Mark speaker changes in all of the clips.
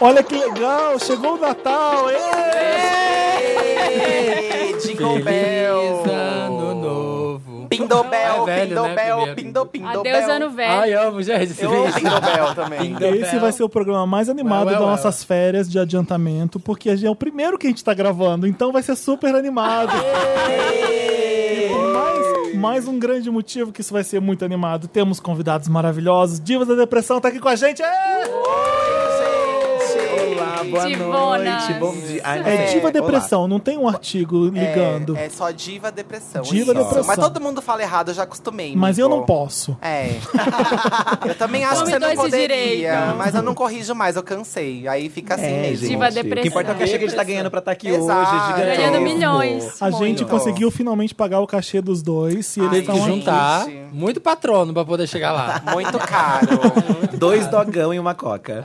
Speaker 1: Olha que legal, chegou o Natal.
Speaker 2: Ei, Jingle Bell.
Speaker 3: Feliz ano novo.
Speaker 2: Pindobel,
Speaker 3: É velho, né,
Speaker 2: Pindobel,
Speaker 3: primeiro.
Speaker 2: Pindobel, Pindobel.
Speaker 4: Adeus, ano velho.
Speaker 3: Ai, amo, gente, esse
Speaker 2: Eu amo
Speaker 3: vídeo.
Speaker 2: Pindobel também.
Speaker 3: Pindobel.
Speaker 1: Esse vai ser o programa mais animado
Speaker 3: Well,
Speaker 1: das
Speaker 3: well, well.
Speaker 1: nossas férias de adiantamento, porque a gente é o primeiro que a gente tá gravando, então vai ser super animado. E por mais, mais um grande motivo que isso vai ser muito animado. Temos convidados maravilhosos. Divas da Depressão tá aqui com a gente. É,
Speaker 2: Olá, boa
Speaker 4: Divonas.
Speaker 2: noite, bom dia. Ai,
Speaker 1: é,
Speaker 2: mas
Speaker 1: Diva
Speaker 2: olá.
Speaker 1: Depressão, não tem um artigo
Speaker 2: É,
Speaker 1: ligando.
Speaker 2: É, só diva depressão.
Speaker 1: Diva
Speaker 2: isso.
Speaker 1: depressão.
Speaker 2: Mas todo mundo fala errado, eu já acostumei.
Speaker 1: Mas eu
Speaker 2: amigo.
Speaker 1: não posso.
Speaker 2: É. eu também acho
Speaker 4: Tome
Speaker 2: que você não
Speaker 4: dois de
Speaker 2: poderia.
Speaker 4: direito.
Speaker 2: Mas eu não corrijo mais, eu cansei. Aí fica assim
Speaker 5: É,
Speaker 2: mesmo.
Speaker 5: gente.
Speaker 4: Diva
Speaker 5: O que
Speaker 4: depressão.
Speaker 5: importa é o cachê que a gente tá ganhando pra estar aqui
Speaker 2: Exato.
Speaker 5: hoje, gigante.
Speaker 4: Ganhando milhões.
Speaker 1: A gente
Speaker 2: Muito.
Speaker 1: conseguiu finalmente pagar o cachê dos dois e eles
Speaker 2: Ai,
Speaker 3: Tem que
Speaker 1: estão aqui.
Speaker 3: juntar
Speaker 2: Gente.
Speaker 3: muito patrono pra poder chegar lá.
Speaker 2: Muito caro.
Speaker 5: Dois dogão e uma coca.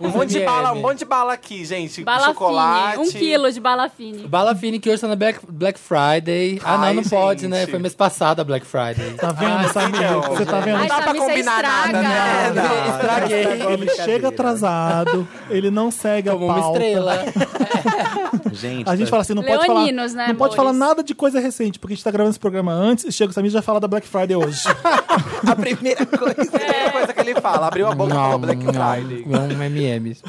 Speaker 2: um monte de
Speaker 3: MM.
Speaker 2: bala, um monte de bala aqui, gente.
Speaker 4: Bala
Speaker 2: Chocolate.
Speaker 4: fine, um quilo de bala fine.
Speaker 3: Bala Fini, que hoje tá na Black, Black Friday. Ah, não,
Speaker 2: Ai,
Speaker 3: não pode, né?
Speaker 2: gente.
Speaker 3: Foi mês passado a Black Friday.
Speaker 1: Tá vendo, Samir?
Speaker 2: filhão,
Speaker 1: Você tá
Speaker 2: gente.
Speaker 1: vendo?
Speaker 4: Ai,
Speaker 2: dá pra
Speaker 4: Samir, você
Speaker 2: combinar
Speaker 4: estraga.
Speaker 2: nada, né?
Speaker 5: Não, não,
Speaker 3: É, Estraguei.
Speaker 5: não, não, não,
Speaker 1: Ele
Speaker 5: brincadeira.
Speaker 1: chega tá atrasado, ele não segue
Speaker 3: Como
Speaker 1: a
Speaker 3: uma
Speaker 1: pauta.
Speaker 3: estrela.
Speaker 5: Gente,
Speaker 1: A gente fala assim, não pode falar,
Speaker 4: Leoninos, né,
Speaker 1: não pode falar
Speaker 4: amores?
Speaker 1: nada de coisa recente, porque a gente tá gravando esse programa antes e chega o Samir e já fala da Black Friday hoje.
Speaker 5: a primeira coisa.
Speaker 2: Primeira
Speaker 3: É.
Speaker 2: coisa que ele fala, abriu a boca e falou Black Friday.
Speaker 3: Um MMs.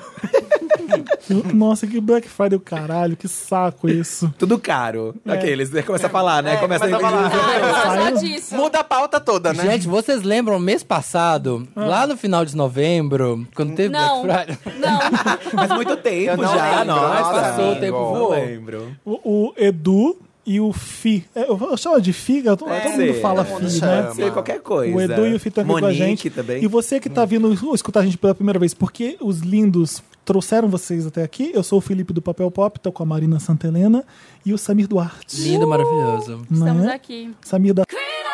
Speaker 1: Nossa, que Black Friday, o caralho, que saco isso.
Speaker 5: Tudo caro. Aqueles, né? Começa a falar,
Speaker 3: É,
Speaker 5: né? começa,
Speaker 2: começa É, a falar.
Speaker 4: Só
Speaker 1: Saiu-
Speaker 4: disso.
Speaker 2: Muda a pauta toda, né?
Speaker 3: Gente, vocês lembram mês passado, lá no final de novembro, quando teve
Speaker 4: Não.
Speaker 3: Black Friday?
Speaker 4: Não,
Speaker 5: Faz muito tempo
Speaker 2: não
Speaker 5: já,
Speaker 2: lembro,
Speaker 5: nós.
Speaker 2: nossa,
Speaker 5: passou
Speaker 2: amigo.
Speaker 5: o tempo
Speaker 3: Não
Speaker 5: voou. lembro.
Speaker 1: O, o Edu e o Fi. é, Eu, eu chamo de Figa, todo, todo mundo
Speaker 5: É, sim.
Speaker 1: fala
Speaker 2: Todo mundo
Speaker 1: Fi,
Speaker 2: chama.
Speaker 1: né?
Speaker 5: Sei qualquer coisa.
Speaker 1: O Edu e o Fito aqui com a
Speaker 5: é. Monique
Speaker 1: gente.
Speaker 5: também.
Speaker 1: E você que tá vindo escutar a gente pela primeira vez, porque os lindos trouxeram vocês até aqui. Eu sou o Felipe do Papel Pop, tô com a Marina Santelena e o Samir Duarte.
Speaker 3: Lindo, maravilhoso.
Speaker 4: estamos
Speaker 1: né?
Speaker 4: aqui.
Speaker 1: Samir da.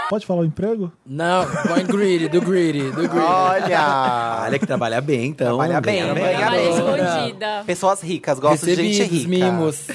Speaker 1: Pode falar o emprego?
Speaker 3: Não, põe greedy, do greedy, do greedy.
Speaker 2: Olha.
Speaker 5: Olha que trabalha bem, então.
Speaker 2: Trabalha bem,
Speaker 5: Ganha
Speaker 2: ganha
Speaker 4: Trabalho
Speaker 2: bem.
Speaker 4: escondida.
Speaker 2: Pessoas ricas, gosto de gente é
Speaker 3: Recebidos,
Speaker 2: rica.
Speaker 3: mimos.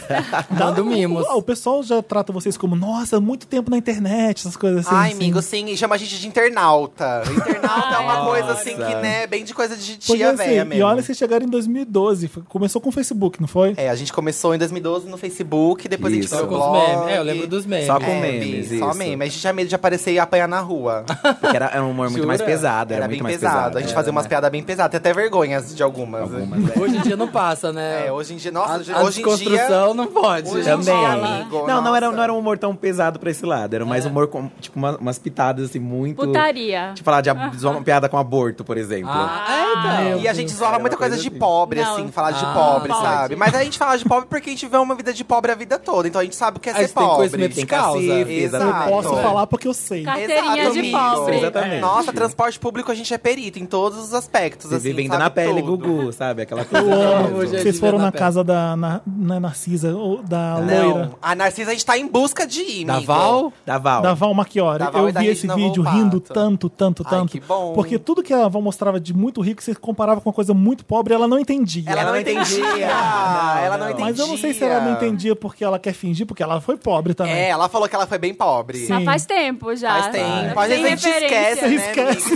Speaker 3: Dando mimos.
Speaker 1: Ah, o pessoal já trata vocês como, nossa, muito tempo na internet, essas coisas assim.
Speaker 2: Ai,
Speaker 1: assim.
Speaker 2: amigo, sim, e chama a gente de internauta. Internauta é uma coisa assim
Speaker 5: Nossa.
Speaker 2: que, né, bem de coisa de
Speaker 1: Pois
Speaker 2: tia
Speaker 1: é, assim,
Speaker 2: velha
Speaker 1: E
Speaker 2: mesmo.
Speaker 1: olha, vocês chegaram em 2012. foi- Começou com o Facebook, não foi?
Speaker 2: É, a gente começou em 2012 no Facebook, depois
Speaker 5: Isso.
Speaker 2: a gente
Speaker 3: Só
Speaker 2: foi
Speaker 3: com
Speaker 2: o
Speaker 3: os
Speaker 2: blog.
Speaker 3: memes. É, eu lembro dos memes.
Speaker 5: Só com
Speaker 2: É,
Speaker 5: memes,
Speaker 2: Bi, Só
Speaker 5: isso.
Speaker 2: memes. A gente tinha medo de aparecer e apanhar na rua.
Speaker 5: Porque era, era um humor muito mais
Speaker 3: Jura?
Speaker 5: pesado. Era,
Speaker 2: Era
Speaker 5: muito
Speaker 2: bem
Speaker 5: mais
Speaker 2: pesado. A gente fazia um umas
Speaker 5: né?
Speaker 2: piadas bem pesadas. Tem até vergonhas de algumas. né?
Speaker 5: Algumas, é.
Speaker 3: Hoje em dia não passa, né?
Speaker 2: É, hoje em dia, nossa,
Speaker 3: a,
Speaker 2: hoje,
Speaker 3: a
Speaker 2: hoje em dia.
Speaker 3: desconstrução é não pode.
Speaker 2: Hoje em
Speaker 5: Também.
Speaker 2: dia, é amigo,
Speaker 5: Não, não era,
Speaker 2: nossa.
Speaker 5: não era um humor tão pesado pra esse lado. Era mais humor, com, tipo, uma- umas pitadas, assim, muito...
Speaker 4: Putaria.
Speaker 5: Tipo, falar de ab- zoar uma piada com aborto, por exemplo.
Speaker 3: Ah, é, então.
Speaker 2: E a gente zoava
Speaker 5: Era
Speaker 2: muita
Speaker 5: uma
Speaker 2: coisa,
Speaker 5: coisa
Speaker 2: de
Speaker 5: assim.
Speaker 2: pobre,
Speaker 4: Não.
Speaker 2: assim, falar de
Speaker 3: Ah,
Speaker 2: pobre,
Speaker 4: pode.
Speaker 2: sabe? Mas a gente fala de pobre porque a gente vê uma vida de pobre a vida toda. Então a gente sabe o que é
Speaker 3: A
Speaker 2: ser
Speaker 3: gente tem
Speaker 2: pobre.
Speaker 3: conhecimento de
Speaker 5: Tem cacifes,
Speaker 3: causa.
Speaker 2: Exato.
Speaker 5: exatamente.
Speaker 1: Posso
Speaker 2: Então,
Speaker 1: falar porque eu sei.
Speaker 4: Ca- Carteirinha
Speaker 2: Exato,
Speaker 4: de
Speaker 2: amigo.
Speaker 4: pobre.
Speaker 5: Exatamente.
Speaker 2: Nossa, transporte público a gente é perito em todos os aspectos.
Speaker 5: Você
Speaker 2: assim,
Speaker 5: vive ainda
Speaker 2: sabe
Speaker 5: na pele,
Speaker 2: tudo.
Speaker 5: Gugu, sabe? Aquela coisa.
Speaker 1: Eu amo.
Speaker 3: Hoje é
Speaker 1: Vocês
Speaker 3: de
Speaker 1: foram
Speaker 3: ver
Speaker 1: na
Speaker 3: na pele.
Speaker 1: casa da na, na Narcisa, ou da loira.
Speaker 2: Não, a Narcisa a gente tá em busca de ir,
Speaker 3: Da
Speaker 2: amigo.
Speaker 3: Val?
Speaker 5: Da Val.
Speaker 1: Da Val Machiori.
Speaker 2: Da Val
Speaker 1: eu
Speaker 2: e da
Speaker 1: vi esse
Speaker 2: Regina
Speaker 1: vídeo
Speaker 2: Volpato.
Speaker 1: rindo tanto, tanto,
Speaker 2: Ai,
Speaker 1: tanto.
Speaker 2: que bom.
Speaker 1: Porque tudo que a Val mostrava de muito rico, você comparava com uma coisa muito pobre, ela não entendia.
Speaker 2: Ela, não
Speaker 5: não
Speaker 2: entendia.
Speaker 5: entendia.
Speaker 2: ela não
Speaker 5: Não,
Speaker 2: entendia.
Speaker 1: Mas eu não sei se ela não entendia porque ela quer fingir, porque ela foi pobre também.
Speaker 2: É, ela falou que ela foi bem pobre.
Speaker 1: Sim.
Speaker 4: Mas faz tempo
Speaker 1: Tá.
Speaker 4: já.
Speaker 2: Faz tempo. Às vezes a gente
Speaker 4: referência.
Speaker 2: esquece, né?
Speaker 1: Esquece.
Speaker 2: amigo? Esquece.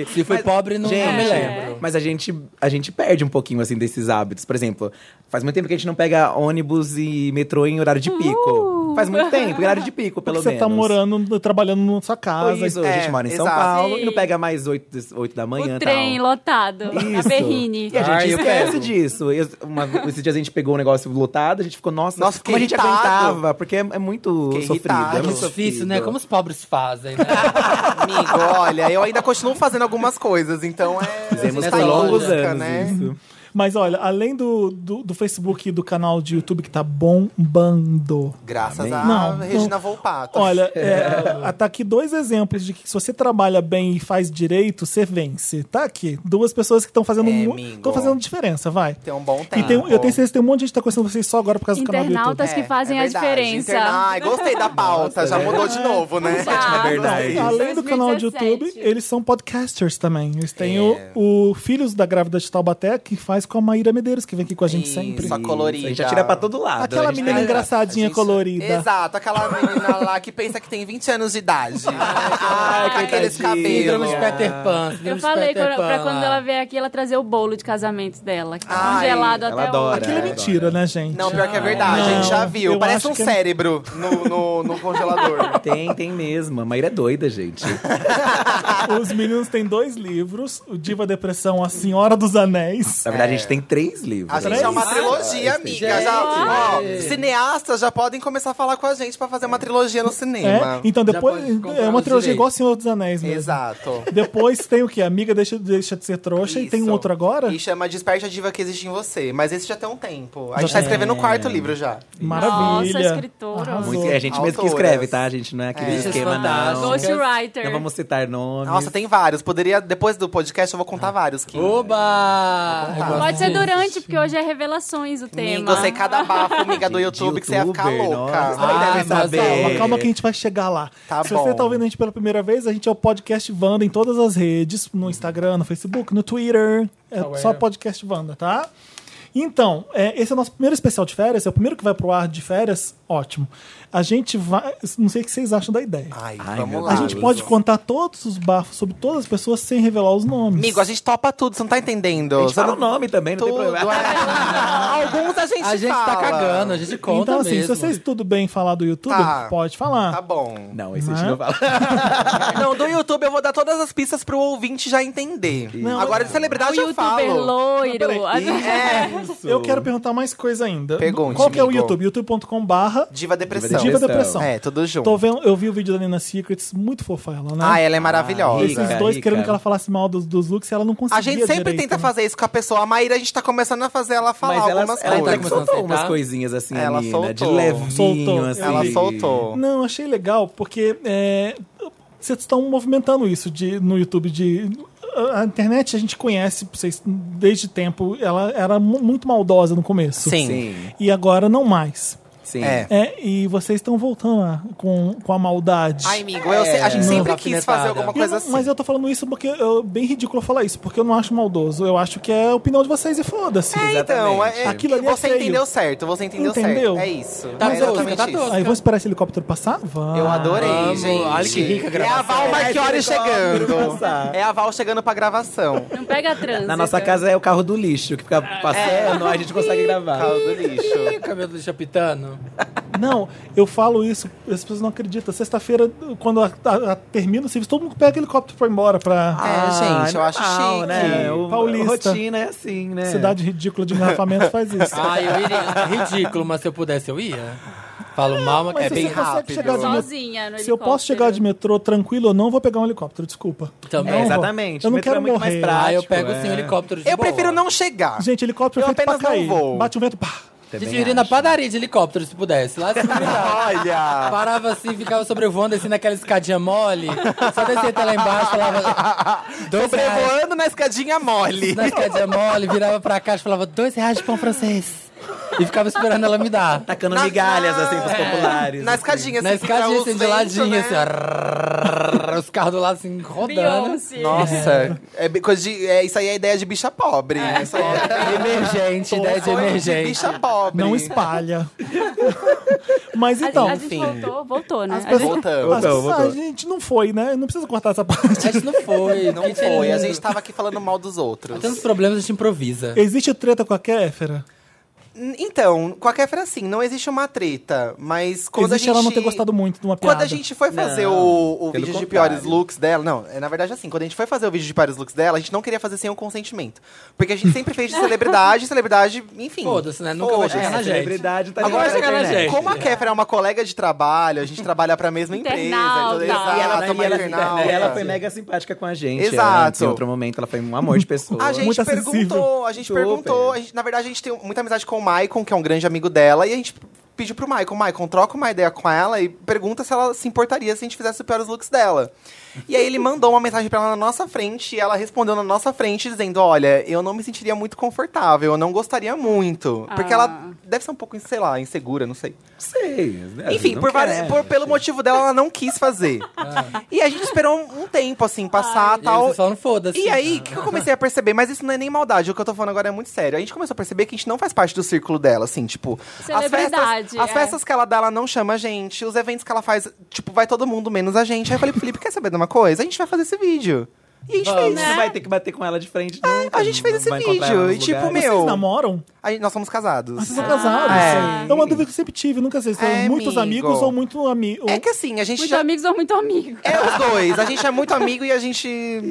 Speaker 5: Esquece.
Speaker 3: Se foi
Speaker 5: Mas-
Speaker 3: pobre, não,
Speaker 5: Gente,
Speaker 3: não me lembro.
Speaker 5: mas a gente, a gente perde um pouquinho, assim, desses hábitos. Por exemplo, faz muito tempo que a gente não pega ônibus e metrô em horário de pico. Faz muito tempo, em horário de pico,
Speaker 1: Porque
Speaker 5: pelo
Speaker 1: você
Speaker 5: menos.
Speaker 1: tá morando, trabalhando na sua
Speaker 5: Ou
Speaker 1: casa.
Speaker 5: isso,
Speaker 2: É,
Speaker 5: a gente mora em São
Speaker 2: exato.
Speaker 5: Paulo
Speaker 4: Sim.
Speaker 5: e não pega mais 8, oito da manhã
Speaker 4: O trem
Speaker 5: tal.
Speaker 4: lotado. A
Speaker 5: Isso.
Speaker 4: berrine.
Speaker 5: E a gente
Speaker 3: Ai, eu
Speaker 5: esquece
Speaker 3: pego.
Speaker 5: disso. Eu- uma- esses dias a gente pegou um negócio lotado, a gente ficou, nossa,
Speaker 2: Nossa,
Speaker 5: como a gente
Speaker 2: fiquei irritado.
Speaker 5: aguentava, porque é, é muito
Speaker 2: Fiquei
Speaker 5: sofrido.
Speaker 2: irritado.
Speaker 5: É
Speaker 3: É
Speaker 5: muito
Speaker 3: difícil,
Speaker 5: sofrido.
Speaker 3: né? Como os pobres fazem, né?
Speaker 2: Amigo, olha, eu ainda continuo fazendo algumas coisas, então é.
Speaker 5: Fizemos
Speaker 2: a gente
Speaker 5: por
Speaker 2: tá em
Speaker 5: longos
Speaker 2: busca,
Speaker 5: anos isso.
Speaker 1: Mas olha, além do, do, do Facebook e do canal de YouTube que tá bombando.
Speaker 2: Graças a
Speaker 1: Não, não.
Speaker 2: Regina Volpato.
Speaker 1: Olha, é, tá aqui dois exemplos de que se você trabalha bem e faz direito, você vence. Tá aqui. Duas pessoas que estão fazendo
Speaker 2: É,
Speaker 1: mu-
Speaker 2: amigo.
Speaker 1: tão fazendo diferença, vai.
Speaker 2: Tem um bom tempo. É,
Speaker 1: E tem, eu tenho certeza que tem um monte de gente que tá conhecendo vocês só agora por causa do canal do YouTube.
Speaker 4: Internautas que fazem a
Speaker 2: verdade.
Speaker 4: diferença.
Speaker 2: Interna- Ai, gostei da pauta, já mudou de novo, né?
Speaker 4: Já.
Speaker 5: verdade.
Speaker 1: Além do canal de
Speaker 4: 2017.
Speaker 1: YouTube, eles são podcasters também. Eles têm o, o Filhos da Grávida de Taubaté, que faz faz com a Maíra Medeiros, que vem aqui com a gente sempre.
Speaker 2: Só colorida.
Speaker 5: A gente atira pra todo lado.
Speaker 1: Aquela
Speaker 5: A gente
Speaker 1: menina
Speaker 5: tá-
Speaker 1: engraçadinha
Speaker 2: A gente-
Speaker 1: colorida.
Speaker 2: Exato, aquela menina lá que pensa que tem 20 anos de idade.
Speaker 5: Ai,
Speaker 2: com aqueles
Speaker 5: coitadinha.
Speaker 2: cabelos.
Speaker 3: Síndrome de Peter Pan. síndrome
Speaker 4: Eu
Speaker 3: de
Speaker 4: falei
Speaker 3: Peter
Speaker 4: pra,
Speaker 3: Pan
Speaker 4: pra
Speaker 3: lá.
Speaker 4: quando ela vier aqui, ela trazer o bolo de casamento dela, que tá
Speaker 2: Ai,
Speaker 4: congelado
Speaker 5: ela
Speaker 4: até
Speaker 5: adora.
Speaker 4: hoje.
Speaker 1: Aquilo é mentira, né, gente?
Speaker 2: Não, pior que é verdade, a gente já
Speaker 1: Não, eu
Speaker 2: viu. Parece
Speaker 1: acho
Speaker 2: um
Speaker 1: que é-
Speaker 2: cérebro no, no, no congelador.
Speaker 5: Tem, tem mesmo. A Maíra é doida, gente.
Speaker 1: Os meninos têm dois livros: O Diva Depressão, A Senhora dos Anéis.
Speaker 5: Na verdade, a gente tem três livros.
Speaker 2: É. A gente
Speaker 1: Três?
Speaker 2: é uma trilogia,
Speaker 5: Ah,
Speaker 2: amiga. Já, ó,
Speaker 3: gente.
Speaker 2: cineastas já podem começar a falar com a gente pra fazer uma trilogia no
Speaker 1: É,
Speaker 2: cinema.
Speaker 1: então depois.
Speaker 3: pode comprar
Speaker 1: É uma
Speaker 3: os
Speaker 1: trilogia
Speaker 3: direitos.
Speaker 1: igual a Senhor dos Anéis mesmo.
Speaker 2: Exato.
Speaker 1: Depois tem o que? Amiga deixa, deixa de ser trouxa e tem um
Speaker 2: Isso.
Speaker 1: outro agora?
Speaker 2: E chama Desperte a Diva que existe em você. Mas esse já tem um tempo. A gente
Speaker 1: Já
Speaker 2: tá
Speaker 1: tem.
Speaker 2: escrevendo o quarto livro já.
Speaker 1: Maravilha.
Speaker 4: Nossa, escritora.
Speaker 1: Arrasou.
Speaker 5: Muito- é a gente mesmo que
Speaker 2: Autoras.
Speaker 5: escreve, tá? A gente não é aquele
Speaker 3: Bichas
Speaker 5: esquema, não.
Speaker 3: fantásticas.
Speaker 4: Ghostwriter.
Speaker 5: Não vamos citar nomes.
Speaker 2: Nossa, tem vários. Poderia, depois do podcast, eu vou contar vários. Kim.
Speaker 3: Oba! Eu gosto
Speaker 4: Pode ser
Speaker 3: disso.
Speaker 4: durante, porque hoje é revelações o tema.
Speaker 2: Amiga, eu sei cada bafo, amiga, do YouTube, que você ia ficar
Speaker 5: youtuber,
Speaker 2: louca.
Speaker 5: nossa. Ah,
Speaker 3: deve
Speaker 5: mas
Speaker 3: saber.
Speaker 1: Calma,
Speaker 5: calma,
Speaker 1: calma que a gente vai chegar lá.
Speaker 2: Tá
Speaker 1: Se
Speaker 2: bom.
Speaker 1: você tá ouvindo a gente pela primeira vez, a gente é o podcast Wanda em todas as redes, no Instagram, no Facebook, no Twitter. É só podcast Wanda, tá? Então, é, esse é o nosso primeiro especial de férias, é o primeiro que vai pro ar de férias, ótimo. A gente vai. Não sei o que vocês acham da ideia.
Speaker 2: Ai,
Speaker 5: Ai, meu
Speaker 2: vamos lá.
Speaker 1: a gente
Speaker 5: Deus.
Speaker 1: pode contar todos os bafos sobre todas as pessoas sem revelar os nomes.
Speaker 2: Amigo, a gente topa tudo, você não tá entendendo.
Speaker 5: A gente
Speaker 2: Você
Speaker 5: fala o
Speaker 2: não
Speaker 5: nome também, não tem
Speaker 2: tudo,
Speaker 5: problema.
Speaker 2: é. Alguns a gente
Speaker 3: A gente tá
Speaker 2: fala.
Speaker 3: cagando, a gente conta
Speaker 1: então, assim,
Speaker 3: mesmo.
Speaker 1: se vocês tudo bem falar do YouTube,
Speaker 2: Tá.
Speaker 1: pode falar.
Speaker 2: Tá bom.
Speaker 5: Não, esse a gente não fala.
Speaker 2: Não, do YouTube eu vou dar todas as pistas pro ouvinte já entender.
Speaker 5: Não,
Speaker 2: Agora de celebridade eu
Speaker 4: Youtuber
Speaker 2: falo.
Speaker 4: loiro.
Speaker 1: Peraí.
Speaker 2: É,
Speaker 1: Eu quero perguntar mais coisa ainda.
Speaker 2: Pergunte,
Speaker 1: Qual que é o
Speaker 2: amigo.
Speaker 1: YouTube? youtube.com/barra
Speaker 2: Diva Depressão.
Speaker 1: Diva Depressão.
Speaker 2: É, tudo junto.
Speaker 1: Tô vendo, eu vi o vídeo da Nina Secrets, muito fofa ela, né?
Speaker 2: Ah, ela é maravilhosa.
Speaker 1: Esses
Speaker 5: Rica,
Speaker 1: dois
Speaker 5: rica.
Speaker 1: querendo que ela falasse mal dos, dos looks, ela não conseguia
Speaker 2: A gente sempre
Speaker 1: direito,
Speaker 2: tenta
Speaker 1: né?
Speaker 2: fazer isso com a pessoa. A Maíra, a gente tá começando a fazer ela falar
Speaker 5: Mas ela,
Speaker 2: algumas
Speaker 5: ela
Speaker 2: coisas.
Speaker 5: até
Speaker 3: começou a
Speaker 5: soltou
Speaker 3: aceitar.
Speaker 5: umas coisinhas assim,
Speaker 2: Ela
Speaker 5: a Nina, de
Speaker 2: soltou.
Speaker 5: levinho,
Speaker 1: Soltou.
Speaker 5: assim.
Speaker 2: Ela soltou.
Speaker 1: Não, achei legal, porque é, vocês estão movimentando isso de, no YouTube de. a- A internet a gente conhece vocês, desde tempo, ela era mu- muito maldosa no começo.
Speaker 2: Sim.
Speaker 5: Sim,
Speaker 1: E agora não mais.
Speaker 5: sim.
Speaker 2: É.
Speaker 1: É, e vocês estão voltando a- com, com a maldade.
Speaker 2: Ai, amigo, eu sei- a gente
Speaker 3: É,
Speaker 2: sempre
Speaker 3: uma
Speaker 2: quis
Speaker 3: alfinetada.
Speaker 2: fazer alguma
Speaker 1: Eu não-
Speaker 2: coisa assim.
Speaker 1: Mas eu tô falando isso porque é bem ridículo eu falar isso, porque eu não acho maldoso. Eu acho que é a opinião de vocês e foda-se.
Speaker 2: É, então, é, é-
Speaker 1: Aquilo ali é
Speaker 2: você
Speaker 1: feio.
Speaker 2: entendeu certo, você entendeu,
Speaker 1: Entendeu?
Speaker 2: certo. É isso.
Speaker 3: Tá
Speaker 2: é
Speaker 3: tosca,
Speaker 2: exatamente
Speaker 3: tá
Speaker 2: isso.
Speaker 3: tosca.
Speaker 1: Aí vou esperar esse helicóptero passar? Vai.
Speaker 2: Eu adorei,
Speaker 3: Amo,
Speaker 2: gente.
Speaker 3: olha que rica
Speaker 2: é a Val Marchiori chegando.
Speaker 5: passar.
Speaker 2: É a Val chegando pra gravação.
Speaker 4: Não pega trânsito.
Speaker 5: Na nossa casa é o carro do lixo, que fica passando, a gente consegue gravar.
Speaker 2: Carro do lixo.
Speaker 3: Ih, cabelo do chapitano.
Speaker 1: Não, eu falo isso, as pessoas não acreditam. Sexta-feira, quando a, a- a- termina o serviço, todo mundo pega helicóptero pra ir embora pra
Speaker 2: É, gente, eu acho
Speaker 5: Ah, normal,
Speaker 2: chique.
Speaker 5: Né? O,
Speaker 1: Paulista.
Speaker 5: Rotina é assim, né?
Speaker 1: cidade ridícula de engarrafamento, faz isso.
Speaker 3: Ah, eu iria. Ridículo, mas se eu pudesse, eu ia. Falo mal, mas
Speaker 1: Mas
Speaker 3: é
Speaker 1: se
Speaker 3: bem
Speaker 1: você
Speaker 3: rápido.
Speaker 1: consegue
Speaker 2: rápido.
Speaker 1: chegar de metrô,
Speaker 4: Sozinha no
Speaker 1: se eu posso chegar de metrô tranquilo, eu não vou pegar um helicóptero, desculpa.
Speaker 3: Também.
Speaker 5: É,
Speaker 1: Não,
Speaker 5: exatamente.
Speaker 1: eu não
Speaker 5: O metrô
Speaker 1: quero
Speaker 5: é muito
Speaker 1: morrer.
Speaker 5: Mais prático,
Speaker 3: Ah, eu pego
Speaker 5: é.
Speaker 3: sim o helicóptero de
Speaker 2: Eu
Speaker 3: boa.
Speaker 2: prefiro não chegar.
Speaker 1: Gente, helicóptero
Speaker 2: Eu
Speaker 1: é feito pra
Speaker 2: apenas
Speaker 1: cair.
Speaker 2: não vou.
Speaker 1: Bate um vento, pá.
Speaker 5: Também
Speaker 3: Gente, eu iria na
Speaker 5: acho.
Speaker 3: padaria de helicóptero se pudesse. Lá se
Speaker 2: Olha!
Speaker 3: Parava assim, ficava sobrevoando assim naquela escadinha mole. Só descia até lá embaixo, falava. Dois reais.
Speaker 2: Sobrevoando na escadinha mole.
Speaker 3: Na escadinha mole, virava pra caixa e falava dois reais de pão francês. E ficava esperando ela me dar.
Speaker 5: Tacando migalhas, assim, pros
Speaker 2: é.
Speaker 5: populares.
Speaker 2: Na escadinha,
Speaker 3: Na
Speaker 2: assim, fica
Speaker 3: escadinha,
Speaker 2: os
Speaker 3: assim, de
Speaker 2: ventos,
Speaker 3: ladinho,
Speaker 2: né?
Speaker 3: assim, ó. rrrr, Os carros do lado, assim, rodando.
Speaker 4: Beyoncé.
Speaker 2: Nossa, é. bi- coisa de, é, isso aí é ideia de bicha pobre. Isso aí é
Speaker 3: Emergente, ideia de
Speaker 2: sonho
Speaker 3: emergente.
Speaker 2: bicha pobre.
Speaker 1: Não espalha. Mas
Speaker 4: A,
Speaker 1: então.
Speaker 4: a gente voltou, voltou, né?
Speaker 1: As
Speaker 4: A gente-
Speaker 1: pessoas-
Speaker 2: Voltamos.
Speaker 1: as pessoas-
Speaker 5: Voltou, voltou.
Speaker 1: A gente não foi, né? Não precisa cortar essa parte.
Speaker 3: A gente não foi.
Speaker 2: Não foi, a gente tava aqui falando mal dos outros.
Speaker 3: Tantos problemas, a gente improvisa.
Speaker 1: Existe treta com a Kéfera?
Speaker 2: N- Então, com a Kéfera, assim, não existe uma treta, mas quando
Speaker 1: Existe
Speaker 2: a gente...
Speaker 1: ela não ter gostado muito de uma piada.
Speaker 2: Quando a gente foi fazer
Speaker 5: Não,
Speaker 2: o, o
Speaker 5: pelo
Speaker 2: vídeo de
Speaker 5: contrário.
Speaker 2: piores looks dela, não, é na verdade assim, quando a gente foi fazer o vídeo de piores looks dela, a gente não queria fazer sem o consentimento. Porque a gente sempre fez de celebridade, celebridade, enfim.
Speaker 3: Foda-se, né? Nunca vai
Speaker 2: Foda-se.
Speaker 3: chegar na
Speaker 5: A
Speaker 3: gente.
Speaker 5: celebridade tá
Speaker 2: É, Agora,
Speaker 5: ligada na
Speaker 3: chegar na
Speaker 5: internet.
Speaker 3: gente.
Speaker 2: como a Kéfera é uma colega de trabalho, a gente trabalha pra mesma empresa. então,
Speaker 4: Internauta.
Speaker 2: Exato, é
Speaker 5: E ela,
Speaker 2: uma
Speaker 5: e ela-
Speaker 2: internauta.
Speaker 5: e ela foi mega simpática com a gente.
Speaker 2: Exato.
Speaker 5: Ela, assim, em outro momento, ela foi um amor de pessoa.
Speaker 2: A gente
Speaker 1: Muito
Speaker 2: perguntou,
Speaker 1: acessível.
Speaker 2: a gente
Speaker 5: Super.
Speaker 2: perguntou. a gente- na verdade, a gente tem muita amizade com o Maicon, que é um grande amigo dela, e a gente pediu pro Michael, Michael, troca uma ideia com ela e pergunta se ela se importaria se a gente fizesse os piores looks dela. E aí ele mandou uma mensagem pra ela na nossa frente e ela respondeu na nossa frente dizendo: Olha, eu não me sentiria muito confortável, eu não gostaria muito. Porque
Speaker 4: Ah.
Speaker 2: ela deve ser um pouco, sei lá, insegura, não sei.
Speaker 5: sei. É, às vezes
Speaker 2: Enfim,
Speaker 5: né? não
Speaker 2: por
Speaker 5: quer.
Speaker 2: várias- por- pelo motivo dela, ela não quis fazer. E a gente esperou um, um tempo, assim, passar
Speaker 3: E aí
Speaker 2: tal.
Speaker 3: você falando, foda-se.
Speaker 1: assim,
Speaker 2: E
Speaker 1: né?
Speaker 2: aí, o que, que eu comecei a perceber? Mas isso não é nem maldade, o que eu tô falando agora é muito sério. A gente começou a perceber que a gente não faz parte do círculo dela, assim, tipo. As festas,
Speaker 4: Celebridade,
Speaker 2: as
Speaker 4: é.
Speaker 2: festas que ela dá, ela não chama a gente. Os eventos que ela faz, tipo, vai todo mundo menos a gente. Aí eu falei, Felipe, quer saber de uma coisa? A gente vai fazer esse vídeo. E a gente
Speaker 5: Vamos,
Speaker 2: fez.
Speaker 4: Né?
Speaker 5: Você vai ter que bater com ela de frente. nunca,
Speaker 2: né? É, a gente fez
Speaker 5: não
Speaker 2: esse
Speaker 5: vai encontrar ela
Speaker 2: vídeo,
Speaker 5: nos
Speaker 2: e tipo,
Speaker 5: lugares.
Speaker 1: Vocês
Speaker 2: meu.
Speaker 1: namoram?
Speaker 2: A gente- nós somos
Speaker 1: Ah,
Speaker 2: casados.
Speaker 1: vocês são casados.
Speaker 2: é.
Speaker 1: É uma dúvida que eu sempre tive, nunca sei se são
Speaker 2: É,
Speaker 1: muitos
Speaker 2: amigo.
Speaker 1: amigos ou muito amigos.
Speaker 2: É que assim, a gente
Speaker 4: Muito
Speaker 2: já.
Speaker 4: amigos ou muito amigo.
Speaker 2: É os dois. A gente é muito amigo e a gente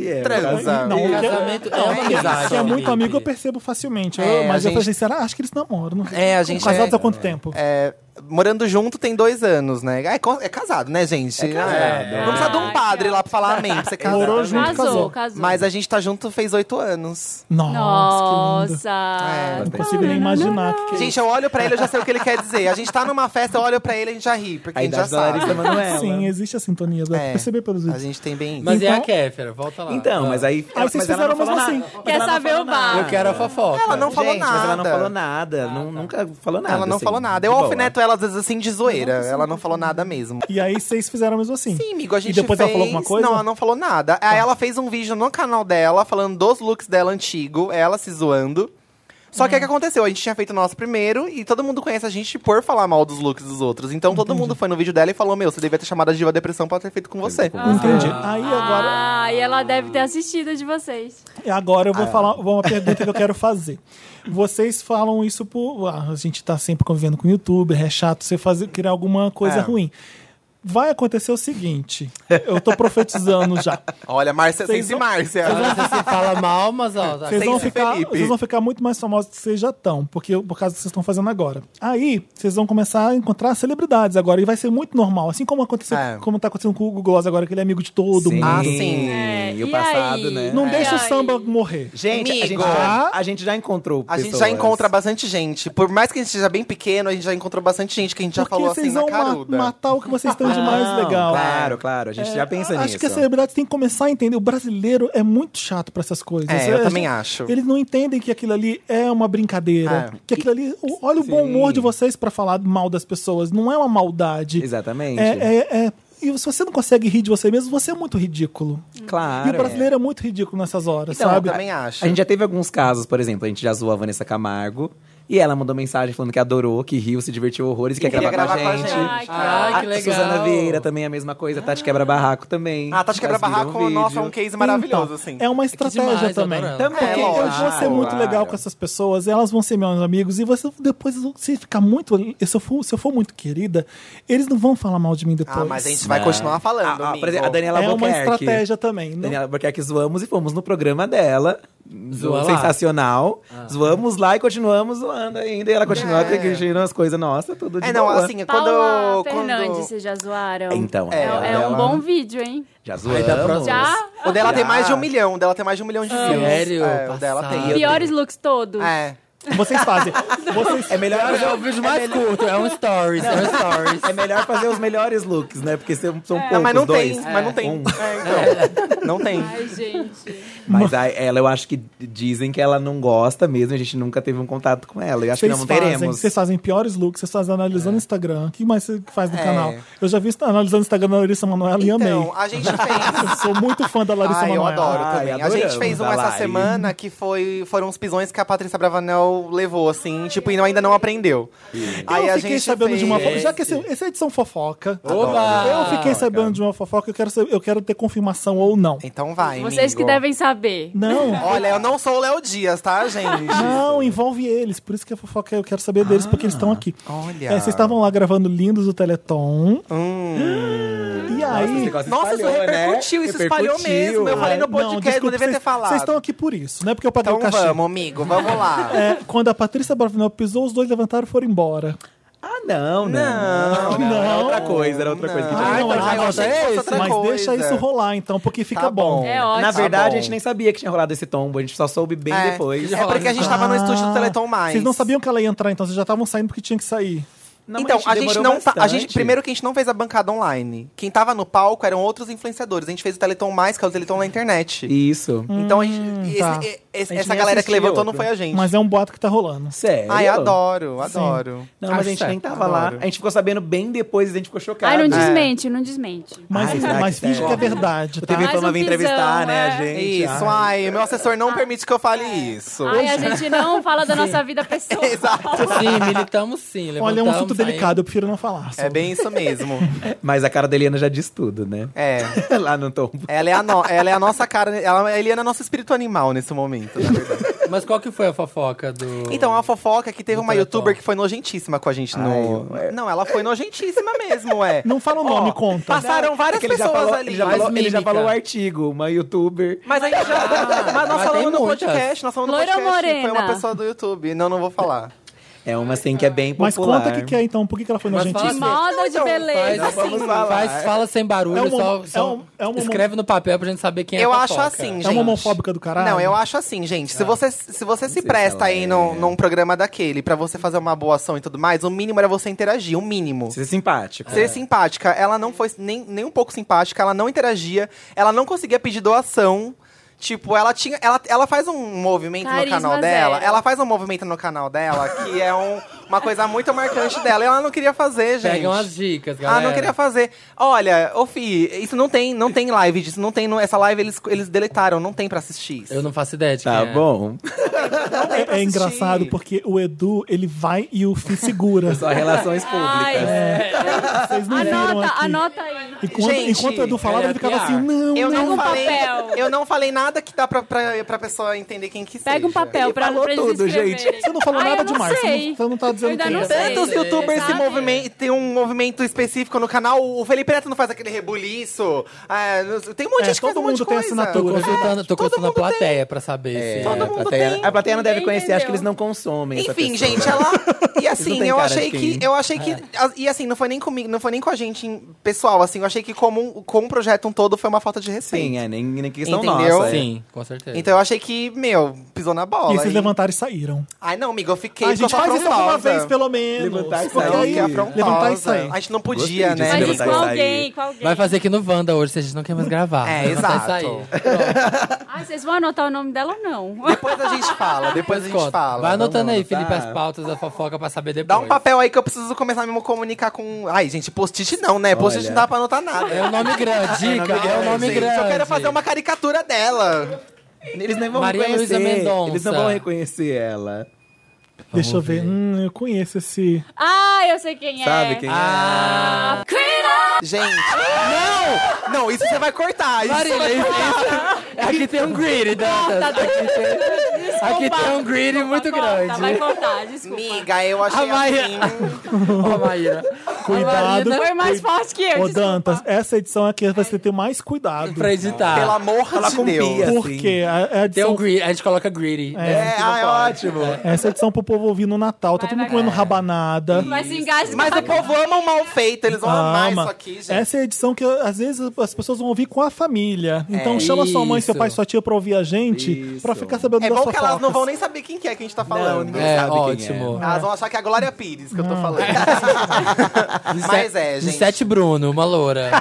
Speaker 5: é,
Speaker 2: transa.
Speaker 1: Não, o que
Speaker 3: Casamento é uma amizade,
Speaker 1: Se é muito
Speaker 3: Felipe.
Speaker 1: amigo, eu percebo facilmente. Eu-
Speaker 2: É, a
Speaker 1: mas eu
Speaker 2: gente-
Speaker 1: pensei, será? Acho que eles namoram. Não...
Speaker 2: É, a gente
Speaker 1: Casados
Speaker 2: é-
Speaker 1: tá há quanto tempo?
Speaker 2: É, morando junto tem dois anos, né? É, co- é casado, né, gente? É
Speaker 5: casado.
Speaker 2: Não precisa de um
Speaker 4: Ah,
Speaker 2: padre lá pra falar amém, pra você casar.
Speaker 1: Morou junto,
Speaker 4: Casou,
Speaker 1: casou.
Speaker 4: casou.
Speaker 2: Mas a gente tá junto fez oito anos.
Speaker 1: Nossa, que lindo.
Speaker 4: Nossa.
Speaker 2: É.
Speaker 1: Não consigo nem imaginar. o que que é
Speaker 2: Gente, eu olho pra ele, eu já sei o que ele quer dizer. A gente tá numa festa, eu olho pra ele, a gente já ri, porque a,
Speaker 5: A
Speaker 2: gente já
Speaker 5: idade da Larissa é
Speaker 2: sabe.
Speaker 5: Manoela.
Speaker 1: isso. Sim, existe a sintonia. Dá pra
Speaker 2: É.
Speaker 1: perceber pelos
Speaker 2: A
Speaker 1: vídeos.
Speaker 2: gente tem bem.
Speaker 3: Mas é a
Speaker 1: Então-
Speaker 3: Kéfera, volta lá.
Speaker 5: Então,
Speaker 3: Ah.
Speaker 5: mas aí.
Speaker 1: Aí vocês
Speaker 5: mas ela
Speaker 1: fizeram
Speaker 5: não falou
Speaker 1: mesmo
Speaker 5: nada.
Speaker 1: assim.
Speaker 5: Mas
Speaker 4: Quer
Speaker 5: ela não
Speaker 4: saber
Speaker 5: falou
Speaker 4: o bar?
Speaker 5: nada.
Speaker 3: Eu quero a fofoca.
Speaker 2: Ela não falou
Speaker 5: Gente,
Speaker 2: nada.
Speaker 5: Mas ela não falou
Speaker 1: Ah,
Speaker 5: nada.
Speaker 1: tá.
Speaker 5: Não- Nunca falou nada.
Speaker 2: Ela não
Speaker 5: assim,
Speaker 2: falou nada. Eu
Speaker 5: de boa.
Speaker 2: alfineto ela, às vezes, assim, de zoeira. Ela não falou nada mesmo.
Speaker 1: E aí vocês fizeram mesmo assim.
Speaker 2: Sim, amigo, a gente
Speaker 1: depois
Speaker 2: fez...
Speaker 1: ela falou alguma coisa?
Speaker 2: Não, ela não falou nada. Aí ela fez um vídeo no canal dela, falando dos looks dela antigo, ela se zoando. Só que o que aconteceu? A gente tinha feito o nosso primeiro e todo mundo conhece a gente por falar mal dos looks dos outros. Então todo mundo foi no vídeo dela e falou: Meu, você devia ter chamado a Diva Depressão pra ter feito com você.
Speaker 1: Entendi. Aí
Speaker 5: É,
Speaker 1: agora,
Speaker 4: Ah, e ela deve ter assistido a de vocês.
Speaker 1: E agora
Speaker 2: Ah,
Speaker 1: eu vou
Speaker 2: é.
Speaker 1: falar uma pergunta que eu quero fazer. Vocês falam isso por. ah, a gente tá sempre convivendo com o YouTube, é chato você fazer, criar alguma coisa
Speaker 2: É.
Speaker 1: ruim. Vai acontecer o seguinte: eu tô profetizando já.
Speaker 2: Olha, Márcia,
Speaker 1: Vocês
Speaker 2: Sense
Speaker 1: vão-
Speaker 2: Márcia.
Speaker 3: Você se fala mal, mas ó. tá
Speaker 1: Vocês vão,
Speaker 2: Sem
Speaker 1: ficar,
Speaker 2: Felipe.
Speaker 1: vocês vão ficar muito mais famosos do que vocês já estão, porque, por causa do que vocês estão fazendo agora. Aí, vocês vão começar a encontrar celebridades agora, e vai ser muito normal. Assim como aconteceu,
Speaker 2: É.
Speaker 1: como tá acontecendo com o Google Gloss agora, que ele é amigo de todo
Speaker 5: Sim.
Speaker 1: mundo.
Speaker 2: Ah, sim.
Speaker 4: É,
Speaker 5: assim, E o
Speaker 4: e
Speaker 5: passado,
Speaker 4: aí?
Speaker 5: né?
Speaker 1: Não
Speaker 4: É.
Speaker 1: deixa o
Speaker 4: Ai.
Speaker 1: samba morrer.
Speaker 5: Gente, a, gente
Speaker 2: Amigo.
Speaker 5: já, a gente já encontrou.
Speaker 2: Ah. A gente já
Speaker 5: pessoas.
Speaker 2: encontra bastante gente. Por mais que a gente seja bem pequeno, a gente já encontrou bastante gente que a gente já
Speaker 1: porque
Speaker 2: falou assim
Speaker 1: vocês
Speaker 2: na
Speaker 1: vão ma-
Speaker 2: caruda. Ah,
Speaker 1: matar o que vocês estão de mais
Speaker 5: Não,
Speaker 1: legal.
Speaker 5: Ah, Claro, claro. A gente já pensa
Speaker 1: É, acho
Speaker 5: nisso.
Speaker 1: que a celebridade tem que começar a entender. O brasileiro é muito chato pra essas coisas.
Speaker 2: É, eu
Speaker 1: A
Speaker 2: também acho.
Speaker 1: Eles não entendem que aquilo ali é uma brincadeira.
Speaker 2: É.
Speaker 1: Que aquilo ali. o- Olha o bom
Speaker 5: Sim.
Speaker 1: humor de vocês pra falar mal das pessoas. Não é uma maldade.
Speaker 5: Exatamente.
Speaker 1: É, é- é- E se você não consegue rir de você mesmo, você é muito ridículo.
Speaker 5: Claro.
Speaker 1: e o brasileiro é. muito ridículo nessas hohoras,
Speaker 2: Então,
Speaker 1: sabe?
Speaker 2: eu também acho.
Speaker 5: A gente já teve alguns casos, por exemplo, a gente já zoou a Vanessa Camargo. E ela mandou mensagem falando que adorou, que riu, se divertiu horrores e quer
Speaker 2: queria
Speaker 5: gravar,
Speaker 2: gravar com a gente.
Speaker 4: Ai, que
Speaker 3: Ah, que
Speaker 5: A
Speaker 3: legal.
Speaker 5: Suzana Vieira também é a mesma coisa, Tati Quebra Barraco também.
Speaker 2: Ah, Tati Quebra
Speaker 5: Elas viram
Speaker 2: Barraco,
Speaker 5: um
Speaker 2: nossa, é
Speaker 5: vídeo.
Speaker 2: um case maravilhoso,
Speaker 1: Então,
Speaker 2: assim. É,
Speaker 1: É uma
Speaker 3: demais,
Speaker 1: estratégia
Speaker 3: eu
Speaker 1: também.
Speaker 3: adoro ela.
Speaker 5: Também,
Speaker 1: Porque eu vou
Speaker 5: claro,
Speaker 1: ser muito
Speaker 5: claro.
Speaker 1: legal com essas pessoas, elas vão ser meus amigos, e você depois, se ficar muito. Se eu for, se eu for muito querida, eles não vão falar mal de mim depois.
Speaker 2: Ah, mas a gente vai continuar falando.
Speaker 5: é. Ah, ah,
Speaker 2: amigo.
Speaker 5: por exemplo, a Daniela
Speaker 1: é uma
Speaker 5: Albuquerque.
Speaker 1: estratégia também. Não,
Speaker 5: Daniela Albuquerque zoamos e fomos no programa dela.
Speaker 3: Zoa lá.
Speaker 5: sensacional. Zoamos lá e continuamos zoando ainda. E ela continua
Speaker 2: É.
Speaker 5: corrigindo as coisas nossas, tudo de
Speaker 2: É, não,
Speaker 5: boa.
Speaker 2: assim, quando.
Speaker 4: Paula Tá Fernandes,
Speaker 2: quando...
Speaker 4: vocês já zoaram?
Speaker 5: Então,
Speaker 4: É,
Speaker 5: ela-
Speaker 4: é um
Speaker 5: ela-
Speaker 4: bom vídeo, hein?
Speaker 5: Já
Speaker 3: da próxima-
Speaker 5: zoamos.
Speaker 4: Já?
Speaker 2: O dela tem
Speaker 5: Já.
Speaker 2: mais de um milhão, o dela tem mais de um milhão de views.
Speaker 3: Sério?
Speaker 2: É, o dela
Speaker 3: Passado.
Speaker 2: tem.
Speaker 4: Piores looks todos.
Speaker 2: É.
Speaker 1: Vocês fazem. Vocês,
Speaker 5: É melhor fazer
Speaker 3: É o vídeo mais curto, é um stories, é um stories.
Speaker 5: É melhor fazer os melhores looks, né? Porque são, são poucos,
Speaker 2: Ah, mas não
Speaker 5: dois.
Speaker 2: tem, mas não tem.
Speaker 5: Um.
Speaker 2: É, então. Não tem.
Speaker 4: Ai, gente.
Speaker 5: Mas a- ela, eu acho que dizem que ela não gosta mesmo. A gente nunca teve um contato com ela. Eu acho
Speaker 1: vocês
Speaker 5: que não
Speaker 1: fazem,
Speaker 5: teremos.
Speaker 1: vocês fazem piores looks, vocês fazem analisando o Instagram. O que mais você faz no
Speaker 2: É.
Speaker 1: canal? Eu já vi isso analisando o Instagram da Larissa Manoela e amei.
Speaker 2: Então, a gente fez.
Speaker 1: Eu sou muito fã da Larissa
Speaker 2: Ai, eu
Speaker 1: Manoela.
Speaker 2: adoro
Speaker 5: Ai,
Speaker 2: também. A
Speaker 5: adoramos
Speaker 2: gente fez um
Speaker 5: a
Speaker 2: essa
Speaker 5: Lari.
Speaker 2: semana que foi, foram os pisões que a Patrícia Bravanel levou, assim, tipo, e não- ainda não aprendeu.
Speaker 1: eu fiquei sabendo de uma fofoca.
Speaker 2: vez.
Speaker 1: Já que esse, essa é edição fofoca,
Speaker 3: Oba!
Speaker 1: eu fiquei sabendo de uma fofoca, eu quero, saber- eu quero ter confirmação ou não.
Speaker 2: Então vai,
Speaker 4: Vocês que
Speaker 2: amigo.
Speaker 4: devem saber.
Speaker 1: Não,
Speaker 2: Olha, eu não sou o Léo Dias, tá, gente?
Speaker 1: não, envolve eles. Por isso que a fofoca eu quero saber deles, porque eles estão aqui.
Speaker 2: Ah, Olha. Hum.
Speaker 1: É, vocês estavam lá gravando Lindos do Teleton. E aí.
Speaker 2: Nossa, isso
Speaker 5: né?
Speaker 2: repercutiu, isso espalhou mesmo. Eu falei no
Speaker 1: Ai,
Speaker 2: podcast, eu
Speaker 1: é, desculpa,
Speaker 2: devia ter
Speaker 1: vocês-
Speaker 2: falado.
Speaker 1: Vocês estão aqui por isso, né? Porque eu paguei
Speaker 2: Então
Speaker 1: o cachê.
Speaker 2: vamos, amigo, vamos lá.
Speaker 1: É, quando a Patrícia Bravinel pisou, os dois levantaram e foram embora.
Speaker 5: Ah, não, não. Não, Era outra coisa, era outra coisa. Que
Speaker 1: Ah,
Speaker 5: já...
Speaker 1: não, mas
Speaker 2: ai, eu
Speaker 1: agora
Speaker 2: achei que
Speaker 3: é
Speaker 2: fosse
Speaker 3: esse,
Speaker 2: então outra
Speaker 1: Mas
Speaker 2: coisa. Tá
Speaker 1: deixa isso rolar, então, porque fica bom.
Speaker 4: É ótimo.
Speaker 5: Na verdade,
Speaker 2: bom.
Speaker 1: Tá
Speaker 5: a gente nem sabia que tinha rolado esse tombo. A gente só soube bem
Speaker 2: É.
Speaker 5: depois.
Speaker 1: Ah.
Speaker 2: É porque a gente tava no estúdio do Teleton Mais.
Speaker 1: Vocês não sabiam que ela ia entrar, então vocês já estavam saindo porque tinha que sair.
Speaker 5: Não,
Speaker 2: então, a gente,
Speaker 5: demorou
Speaker 2: não tá, a
Speaker 5: bastante.
Speaker 2: gente primeiro que a gente não fez a bancada online. Quem tava no palco eram outros influenciadores. A gente fez o Teleton mais, que é o Teleton na internet.
Speaker 5: Isso.
Speaker 2: então a gente, esse-
Speaker 1: tá.
Speaker 2: e- esse-
Speaker 5: A gente
Speaker 2: essa
Speaker 5: nem
Speaker 2: galera que
Speaker 5: assistiu
Speaker 2: levantou não
Speaker 5: outro.
Speaker 2: foi a gente.
Speaker 1: Mas é um boato que tá rolando.
Speaker 5: Sério?
Speaker 2: Ai, adoro,
Speaker 1: Sim.
Speaker 2: adoro.
Speaker 5: Não,
Speaker 1: Ah,
Speaker 5: mas a gente
Speaker 2: Acho
Speaker 5: nem
Speaker 2: certo,
Speaker 5: tava lá.
Speaker 2: adoro.
Speaker 5: A gente ficou sabendo bem depois, a gente ficou chocado.
Speaker 4: Ai, não
Speaker 5: É.
Speaker 4: desmente, não desmente.
Speaker 1: Mas,
Speaker 5: Ai, será
Speaker 1: mas
Speaker 5: que
Speaker 1: finge
Speaker 5: tem?
Speaker 1: que é verdade,
Speaker 5: O
Speaker 1: tá?
Speaker 5: TV
Speaker 4: Mais
Speaker 5: Fama
Speaker 4: um
Speaker 5: vem
Speaker 4: pisão,
Speaker 5: entrevistar, né, a
Speaker 4: é. Ah.
Speaker 5: gente.
Speaker 2: Isso, ai, meu assessor não permite que eu fale isso.
Speaker 4: Ai, é. a gente não fala da nossa vida pessoal.
Speaker 2: Exato.
Speaker 3: Sim, militamos
Speaker 1: Olha,
Speaker 3: sim.
Speaker 1: é um assunto
Speaker 3: levantamos, aí-
Speaker 1: delicado, eu prefiro não falar.
Speaker 2: É
Speaker 1: sobre.
Speaker 2: bem isso mesmo.
Speaker 5: Mas a cara da Eliana já diz tudo, né?
Speaker 2: É.
Speaker 5: lá no tombo.
Speaker 2: Ela é a, no- ela é a nossa cara, ela, a Eliana é nosso espírito animal nesse momento. na verdade.
Speaker 3: Mas qual que foi a fofoca do.
Speaker 2: Então, a fofoca que teve
Speaker 3: Do
Speaker 2: uma
Speaker 3: Teletón.
Speaker 2: youtuber que foi nojentíssima com a gente no.
Speaker 5: Ai, ué.
Speaker 2: Não, ela foi nojentíssima mesmo, é.
Speaker 1: Não fala o nome, conta.
Speaker 2: Passaram várias
Speaker 5: é ele já
Speaker 2: pessoas
Speaker 5: falou,
Speaker 2: ali.
Speaker 5: Ele já,
Speaker 3: Faz
Speaker 5: falou, ele já
Speaker 3: mímica.
Speaker 5: falou o artigo, uma youtuber.
Speaker 2: Mas a gente já. mas nós
Speaker 3: Ah, mas
Speaker 2: falamos
Speaker 3: tem
Speaker 2: no
Speaker 3: muitas.
Speaker 2: podcast, nós falamos no
Speaker 4: Loira
Speaker 2: podcast. Foi uma
Speaker 4: morena.
Speaker 2: pessoa do YouTube. Não, não vou falar.
Speaker 5: É uma assim que é bem popular.
Speaker 1: Mas conta o que, que é, então. Por que, que ela foi
Speaker 3: Mas
Speaker 4: De
Speaker 1: nojentíssima?
Speaker 3: fala-
Speaker 4: moda de
Speaker 2: então,
Speaker 4: beleza.
Speaker 5: faz-
Speaker 4: assim.
Speaker 5: vamos lá.
Speaker 3: Faz, fala sem barulho,
Speaker 1: É um
Speaker 3: só,
Speaker 1: momo-
Speaker 3: só
Speaker 1: é um- é um momo-
Speaker 3: escreve no papel pra gente saber quem é
Speaker 2: eu
Speaker 3: a
Speaker 2: acho
Speaker 3: fofoca.
Speaker 2: assim, gente.
Speaker 1: É uma homofóbica do caralho?
Speaker 2: Não, eu acho assim, gente. Se você se, você se
Speaker 5: sei
Speaker 2: presta
Speaker 5: se ela
Speaker 2: aí
Speaker 5: é.
Speaker 2: num, num programa daquele pra você fazer uma boa ação e tudo mais, o mínimo era você interagir, o mínimo.
Speaker 5: Ser é simpático.
Speaker 3: É.
Speaker 2: Ser simpática. Ela não foi nem, nem um pouco simpática, ela não interagia, ela não conseguia pedir doação. Tipo, ela tinha. Ela, ela faz um movimento
Speaker 4: Carisma
Speaker 2: no canal dela.
Speaker 4: zero.
Speaker 2: Ela faz um movimento no canal dela que é um- uma coisa muito marcante dela. E ela não queria fazer, gente.
Speaker 3: Pegam as dicas, galera.
Speaker 2: Ah, não queria fazer. Olha, ô Fi, isso não tem, não tem live disso, não tem. no- essa live eles, eles deletaram, não tem pra assistir. isso.
Speaker 3: Eu não faço ideia de
Speaker 5: Tá
Speaker 3: quem é.
Speaker 5: bom.
Speaker 1: É- É,
Speaker 2: assistir.
Speaker 1: engraçado porque o Edu, ele vai e o Fih segura.
Speaker 5: Só
Speaker 2: É.
Speaker 5: relações
Speaker 4: Ai,
Speaker 5: públicas.
Speaker 1: Vocês É, não viram
Speaker 4: anota,
Speaker 1: aqui.
Speaker 4: anota aí.
Speaker 1: Enquanto,
Speaker 2: Gente, é
Speaker 1: enquanto o Edu falava, ele
Speaker 3: olha,
Speaker 1: ficava
Speaker 3: PR.
Speaker 1: assim, não,
Speaker 2: Eu
Speaker 4: Pega
Speaker 2: não
Speaker 4: um
Speaker 2: falei,
Speaker 4: papel.
Speaker 2: Eu não falei nada que dá pra, pra, pra pessoa entender quem que
Speaker 4: Pega um
Speaker 2: seja.
Speaker 4: papel pra,
Speaker 5: falou
Speaker 4: pra eles
Speaker 5: tudo,
Speaker 4: escreverem.
Speaker 5: gente.
Speaker 1: Você não falou
Speaker 4: Ai,
Speaker 1: nada
Speaker 4: eu não
Speaker 1: demais, você não-
Speaker 4: sei.
Speaker 1: você não tá dizendo
Speaker 4: Eu ainda
Speaker 1: quem
Speaker 4: não
Speaker 1: é.
Speaker 4: sei.
Speaker 2: Tantos youtubers se
Speaker 4: Sabe?
Speaker 2: movimentam, tem um movimento específico no canal. O Felipe Neto não faz aquele rebuliço. Ah, não- tem um monte de
Speaker 1: É,
Speaker 2: gente que
Speaker 1: todo
Speaker 2: faz um monte de
Speaker 1: mundo tem
Speaker 2: coisa.
Speaker 3: Tô
Speaker 1: assinatura.
Speaker 3: consultando, tô
Speaker 2: Todo
Speaker 3: consultando a
Speaker 2: mundo tem.
Speaker 3: plateia pra saber se.
Speaker 2: Todo
Speaker 5: É, a
Speaker 2: mundo
Speaker 5: plateia,
Speaker 2: tem.
Speaker 5: a plateia não deve
Speaker 4: Ninguém
Speaker 5: conhecer, acho que eles
Speaker 4: entendeu.
Speaker 5: não consomem. essa
Speaker 2: Enfim,
Speaker 5: pessoa.
Speaker 2: gente, ela. E
Speaker 5: Isso
Speaker 2: assim,
Speaker 5: tem
Speaker 2: eu
Speaker 5: cara de
Speaker 2: achei que.
Speaker 5: quem-
Speaker 2: Eu achei que.
Speaker 1: É.
Speaker 2: a- E assim, não foi nem comigo, não foi nem com a gente em- pessoal, assim, eu achei que como um- com o projeto um todo foi uma falta de respeito.
Speaker 5: Sim, é, nem, nem questão
Speaker 2: Entendeu?
Speaker 5: nossa. é.
Speaker 3: Sim, com certeza.
Speaker 2: Então eu achei que, meu, pisou na bola.
Speaker 1: E vocês
Speaker 2: hein?
Speaker 1: levantaram e saíram.
Speaker 2: Ai, não, amigo, eu fiquei.
Speaker 1: a gente
Speaker 2: porque eu
Speaker 1: faz
Speaker 2: sou
Speaker 1: isso alguma
Speaker 2: afrontosa.
Speaker 1: vez, pelo menos.
Speaker 5: Levantar e
Speaker 1: Porque aí-
Speaker 5: sair.
Speaker 2: Eu fiquei afrontosa.
Speaker 1: Levantar e sair.
Speaker 2: A gente não podia,
Speaker 5: Gostei disso,
Speaker 2: né?
Speaker 4: Mas
Speaker 5: Deve
Speaker 4: isso com
Speaker 5: sair.
Speaker 4: alguém, com alguém.
Speaker 3: Vai fazer aqui no Wanda hoje, se a gente não quer mais gravar.
Speaker 2: É,
Speaker 3: Não vai
Speaker 2: exato.
Speaker 3: sair.
Speaker 4: Ai, Ah, vocês vão anotar o nome dela ou não?
Speaker 2: Depois a gente fala, depois a gente
Speaker 3: Conta.
Speaker 2: fala.
Speaker 3: Vai anotando
Speaker 5: vamos
Speaker 3: aí, Felipe,
Speaker 5: anotar.
Speaker 3: as pautas da fofoca pra saber depois.
Speaker 2: Dá um papel aí que eu preciso começar a me comunicar com. Ai, gente, post-it não, né? Post-it não
Speaker 5: Olha.
Speaker 2: dá pra anotar nada.
Speaker 3: É o nome grande, dica. É o nome
Speaker 2: gente,
Speaker 3: grande.
Speaker 2: Eu quero fazer uma caricatura dela.
Speaker 5: Eles nem vão
Speaker 3: Maria
Speaker 5: reconhecer.
Speaker 3: Luísa Mendonça.
Speaker 5: Eles não vão reconhecer ela.
Speaker 1: Deixa eu ver. Hum, eu conheço esse...
Speaker 4: Ah, eu sei quem
Speaker 5: Sabe
Speaker 4: é.
Speaker 5: quem
Speaker 3: Ah,
Speaker 2: Gente. Não! Não, isso você vai cortar. Isso
Speaker 3: Marília,
Speaker 2: vai...
Speaker 3: isso, isso- aqui tem um greedy, Dantas. Aqui tem, aqui tem um greedy muito
Speaker 4: Corta, Vai
Speaker 3: grande.
Speaker 4: cortar, desculpa.
Speaker 2: Amiga, eu achei
Speaker 3: A Maia-
Speaker 2: assim.
Speaker 3: Ô, Maíra.
Speaker 1: Cuidado.
Speaker 3: Marina-
Speaker 4: Foi mais forte que eu,
Speaker 1: Ô,
Speaker 4: É, desculpa.
Speaker 1: Dantas, essa edição é que você ter mais cuidado.
Speaker 3: Pra editar.
Speaker 2: Pelo amor de
Speaker 5: com
Speaker 2: Deus.
Speaker 5: pia.
Speaker 1: Porque a,
Speaker 5: assim.
Speaker 1: a
Speaker 3: Tem um
Speaker 1: edição...
Speaker 3: greedy, a gente coloca greedy.
Speaker 1: É,
Speaker 5: Ah,
Speaker 2: É, ai, ótimo.
Speaker 1: Essa é edição pro povo ouvir no Natal. Tá
Speaker 4: Vai,
Speaker 1: todo mundo
Speaker 4: vai,
Speaker 1: comendo rabanada.
Speaker 4: Vai se engasgar.
Speaker 2: Mas o povo ama o mal feito, eles vão amar isso aqui, gente.
Speaker 1: Essa é a edição que às vezes as pessoas vão ouvir com a família.
Speaker 2: É
Speaker 1: Então chama sua mãe, seu
Speaker 3: Isso.
Speaker 1: pai, sua tia pra ouvir a gente,
Speaker 5: Isso.
Speaker 1: pra ficar sabendo
Speaker 2: É
Speaker 1: das
Speaker 2: bom que elas
Speaker 1: fofocas.
Speaker 2: não vão nem saber quem que é que a gente tá
Speaker 5: Não,
Speaker 2: falando.
Speaker 5: ninguém
Speaker 3: É,
Speaker 5: sabe
Speaker 3: ótimo.
Speaker 5: quem é.
Speaker 2: Elas vão achar que é a Glória Pires que eu tô falando. Mas é, gente.
Speaker 3: Sete Bruno, uma loura.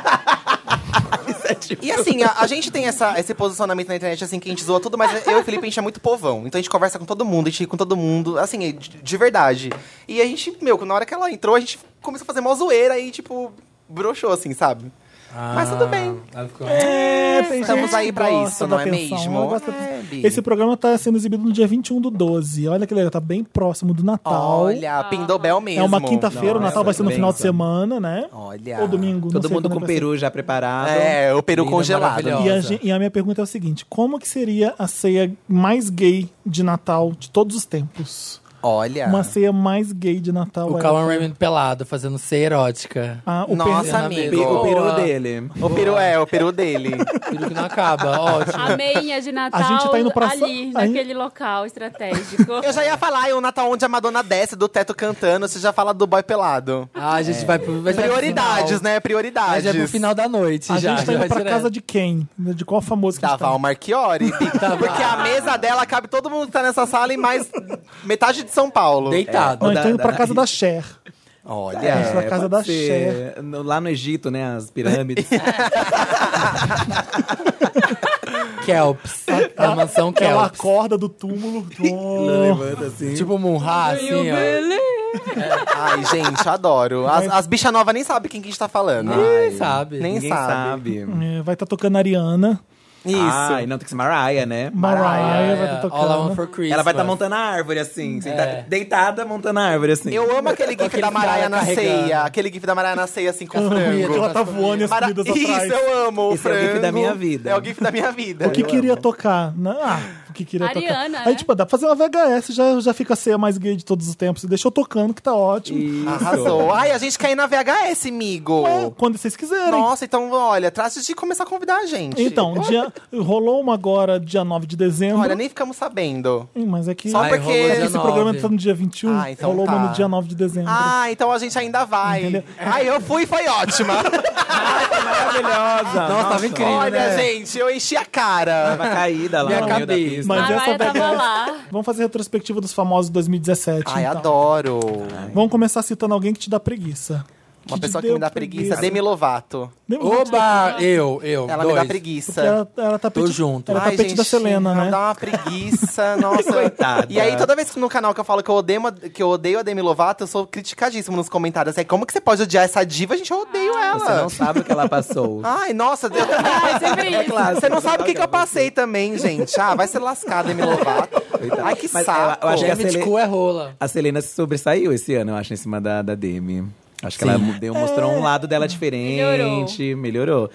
Speaker 2: E assim, a, a gente tem essa, esse posicionamento na internet, assim, que a gente zoa tudo, mas eu e o Felipe, a gente é muito povão. Então a gente conversa com todo mundo, a gente ri com todo mundo, assim, de, de verdade. E a gente, meu, na hora que ela entrou, a gente começou a fazer mó zoeira e, tipo, broxou, assim, sabe? Mas tudo bem.
Speaker 3: Ah, ela ficou-
Speaker 1: É, tem
Speaker 2: Estamos
Speaker 1: gente
Speaker 2: aí
Speaker 1: que
Speaker 2: pra
Speaker 1: gosta
Speaker 2: isso,
Speaker 1: da
Speaker 2: não é
Speaker 1: atenção,
Speaker 2: mesmo?
Speaker 1: ela gosta da
Speaker 2: É,
Speaker 1: atenção.
Speaker 2: Bi.
Speaker 1: Esse programa tá sendo exibido no dia 21 do 12. Olha que legal, tá bem próximo do Natal.
Speaker 2: Olha, pindobel mesmo.
Speaker 1: é uma quinta-feira, o
Speaker 5: Nossa,
Speaker 1: Natal vai ser no
Speaker 5: bem,
Speaker 1: final de
Speaker 5: sabe?
Speaker 1: semana, né?
Speaker 2: Olha.
Speaker 1: Ou domingo, não
Speaker 5: Todo
Speaker 1: sei
Speaker 5: mundo
Speaker 1: quando
Speaker 5: com
Speaker 1: vai ser.
Speaker 5: peru já preparado.
Speaker 2: É, o peru
Speaker 3: Linda,
Speaker 2: congelado.
Speaker 3: maravilhosa.
Speaker 1: E a, gen- e a minha pergunta é o seguinte: como que seria a ceia mais gay de Natal de todos os tempos?
Speaker 2: Olha.
Speaker 1: Uma ceia mais gay de Natal.
Speaker 3: O
Speaker 1: é
Speaker 3: Calum Raymond pelado, fazendo ceia erótica.
Speaker 1: Ah, o
Speaker 2: Nossa,
Speaker 1: per-
Speaker 2: amigo.
Speaker 5: Pe- O peru
Speaker 3: Boa.
Speaker 5: dele.
Speaker 2: O peru é, o peru dele.
Speaker 3: Filho que não acaba, ótimo.
Speaker 4: A meinha de Natal
Speaker 1: A gente tá indo pra-
Speaker 4: ali,
Speaker 1: a gente-
Speaker 4: naquele local estratégico.
Speaker 2: Eu já ia falar, é o Natal onde a Madonna desce do teto cantando, você já fala do boy pelado.
Speaker 3: Ah, a gente vai pro. vai- vai pro
Speaker 2: É. Prioridades,
Speaker 3: final.
Speaker 2: né?
Speaker 3: Mas
Speaker 2: Prioridades.
Speaker 3: é pro final da noite
Speaker 1: A
Speaker 3: já.
Speaker 1: gente tá
Speaker 3: já
Speaker 1: indo
Speaker 3: vai
Speaker 1: pra
Speaker 3: direto.
Speaker 1: casa de quem? De qual famoso que a
Speaker 2: Da
Speaker 1: gente tá?
Speaker 2: Val Marchiori. porque a mesa dela cabe todo mundo que tá nessa sala e mais metade de São Paulo.
Speaker 3: Deitado.
Speaker 1: Não, a gente
Speaker 5: da-
Speaker 1: tá indo pra
Speaker 5: da-
Speaker 1: casa da Cher.
Speaker 2: Olha.
Speaker 1: Isso na casa
Speaker 5: É, pode
Speaker 1: da
Speaker 5: ser. No- Lá no Egito, né? As pirâmides.
Speaker 1: É.
Speaker 3: Kelps.
Speaker 1: Ah,
Speaker 3: A mansão
Speaker 1: Ela
Speaker 3: Kelps.
Speaker 1: acorda do túmulo. Oh.
Speaker 5: Levanta assim.
Speaker 3: Tipo Munha, assim, ó.
Speaker 2: Ai, gente, adoro. As, as bichas novas nem sabem quem que a gente tá falando.
Speaker 3: Ai, sabe?
Speaker 2: Nem
Speaker 5: Ninguém
Speaker 2: sabe.
Speaker 5: sabe.
Speaker 1: É, vai estar tocando Ariana.
Speaker 2: Isso.
Speaker 5: Ai, não, tem que ser Mariah, né?
Speaker 1: Mariah vai estar
Speaker 3: É, All I Want
Speaker 1: tocando.
Speaker 3: for Christmas.
Speaker 5: Ela vai estar montando a árvore, assim. sentada-
Speaker 3: É.
Speaker 5: Deitada, montando a árvore, assim.
Speaker 2: Eu amo aquele gif
Speaker 3: Aquele
Speaker 2: da Mariah na
Speaker 3: cara
Speaker 2: ceia.
Speaker 3: carregando.
Speaker 2: Aquele gif da Mariah na ceia, assim, com
Speaker 3: comida,
Speaker 2: frango.
Speaker 1: Ela tá voando e as
Speaker 2: Mara-
Speaker 1: comidas atrás.
Speaker 2: Isso, eu amo.
Speaker 5: Esse é o gif
Speaker 2: frango.
Speaker 5: da minha vida.
Speaker 2: É o gif da minha vida.
Speaker 1: O que
Speaker 2: Eu
Speaker 1: queria
Speaker 2: amo.
Speaker 1: tocar? né? Ah, o que queria
Speaker 4: Ariana,
Speaker 1: tocar?
Speaker 4: né?
Speaker 1: Aí, tipo, dá pra fazer uma VHS, já, já fica a ceia mais gay de todos os tempos. Deixa eu tocando, que tá ótimo.
Speaker 2: Arrasou. Ai, a gente caiu na VHS, amigo.
Speaker 1: É, quando vocês quiserem.
Speaker 2: Nossa, então, olha, trate de começar a convidar a gente.
Speaker 1: Então, dia, rolou uma agora, dia 9 de dezembro.
Speaker 2: Olha, nem ficamos sabendo.
Speaker 1: Hum, Mas é que
Speaker 2: Só
Speaker 3: Ai,
Speaker 2: porque-
Speaker 3: rolou dia
Speaker 1: esse
Speaker 3: 9.
Speaker 1: programa tá no dia 21,
Speaker 2: Ah, então
Speaker 1: rolou
Speaker 2: tá.
Speaker 1: uma no dia 9 de dezembro.
Speaker 2: Ah, então a gente ainda vai.
Speaker 1: Entendeu?
Speaker 2: Ai, eu fui, foi ótima.
Speaker 5: maravilhosa.
Speaker 3: Nossa, tava incrível,
Speaker 2: olha,
Speaker 3: né?
Speaker 2: gente, eu enchi a cara.
Speaker 5: Tava caída lá
Speaker 3: Minha
Speaker 5: no meio da
Speaker 3: cabeça.
Speaker 5: pista.
Speaker 1: Mas
Speaker 4: a
Speaker 1: essa
Speaker 4: Maia tava
Speaker 1: década-
Speaker 4: lá.
Speaker 1: Vamos fazer a retrospectiva dos famosos 2017.
Speaker 2: Ai,
Speaker 1: então.
Speaker 2: adoro.
Speaker 1: Vamos começar citando alguém que te dá preguiça.
Speaker 2: Uma
Speaker 1: te
Speaker 2: pessoa que
Speaker 1: deu
Speaker 2: me dá preguiça, Demi Lovato.
Speaker 1: Demi Lovato,
Speaker 3: Oba! Eu, eu.
Speaker 2: Ela
Speaker 3: dois.
Speaker 2: me dá
Speaker 1: porque
Speaker 2: preguiça.
Speaker 1: Ela, ela tá
Speaker 3: Tô
Speaker 1: peti-
Speaker 3: junto.
Speaker 1: Ela tá tapete da Selena,
Speaker 2: ela
Speaker 1: né?
Speaker 2: Dá uma preguiça, nossa.
Speaker 5: Coitada.
Speaker 2: E aí, toda vez que no canal que eu falo que eu odeio, uma- que eu odeio a Demi Lovato, eu sou criticadíssimo nos comentários. É como que você pode odiar essa diva? Gente, eu odeio
Speaker 5: Você
Speaker 2: ela.
Speaker 5: não sabe o que ela passou.
Speaker 2: Ai, nossa, Deus.
Speaker 4: Ai, Ah, é sempre isso.
Speaker 2: Você não sabe o que, que eu passei também, gente. Ah, vai se lascar, Demi Lovato.
Speaker 5: Coitada.
Speaker 2: Ai, que
Speaker 5: Mas
Speaker 2: saco.
Speaker 5: eu- eu acho que
Speaker 3: Gêmea de
Speaker 5: Sele-
Speaker 3: cu é rola.
Speaker 5: A Selena se sobressaiu esse ano, eu acho, em cima da, da Demi. Acho que ela deu, mostrou um lado dela diferente, melhorou.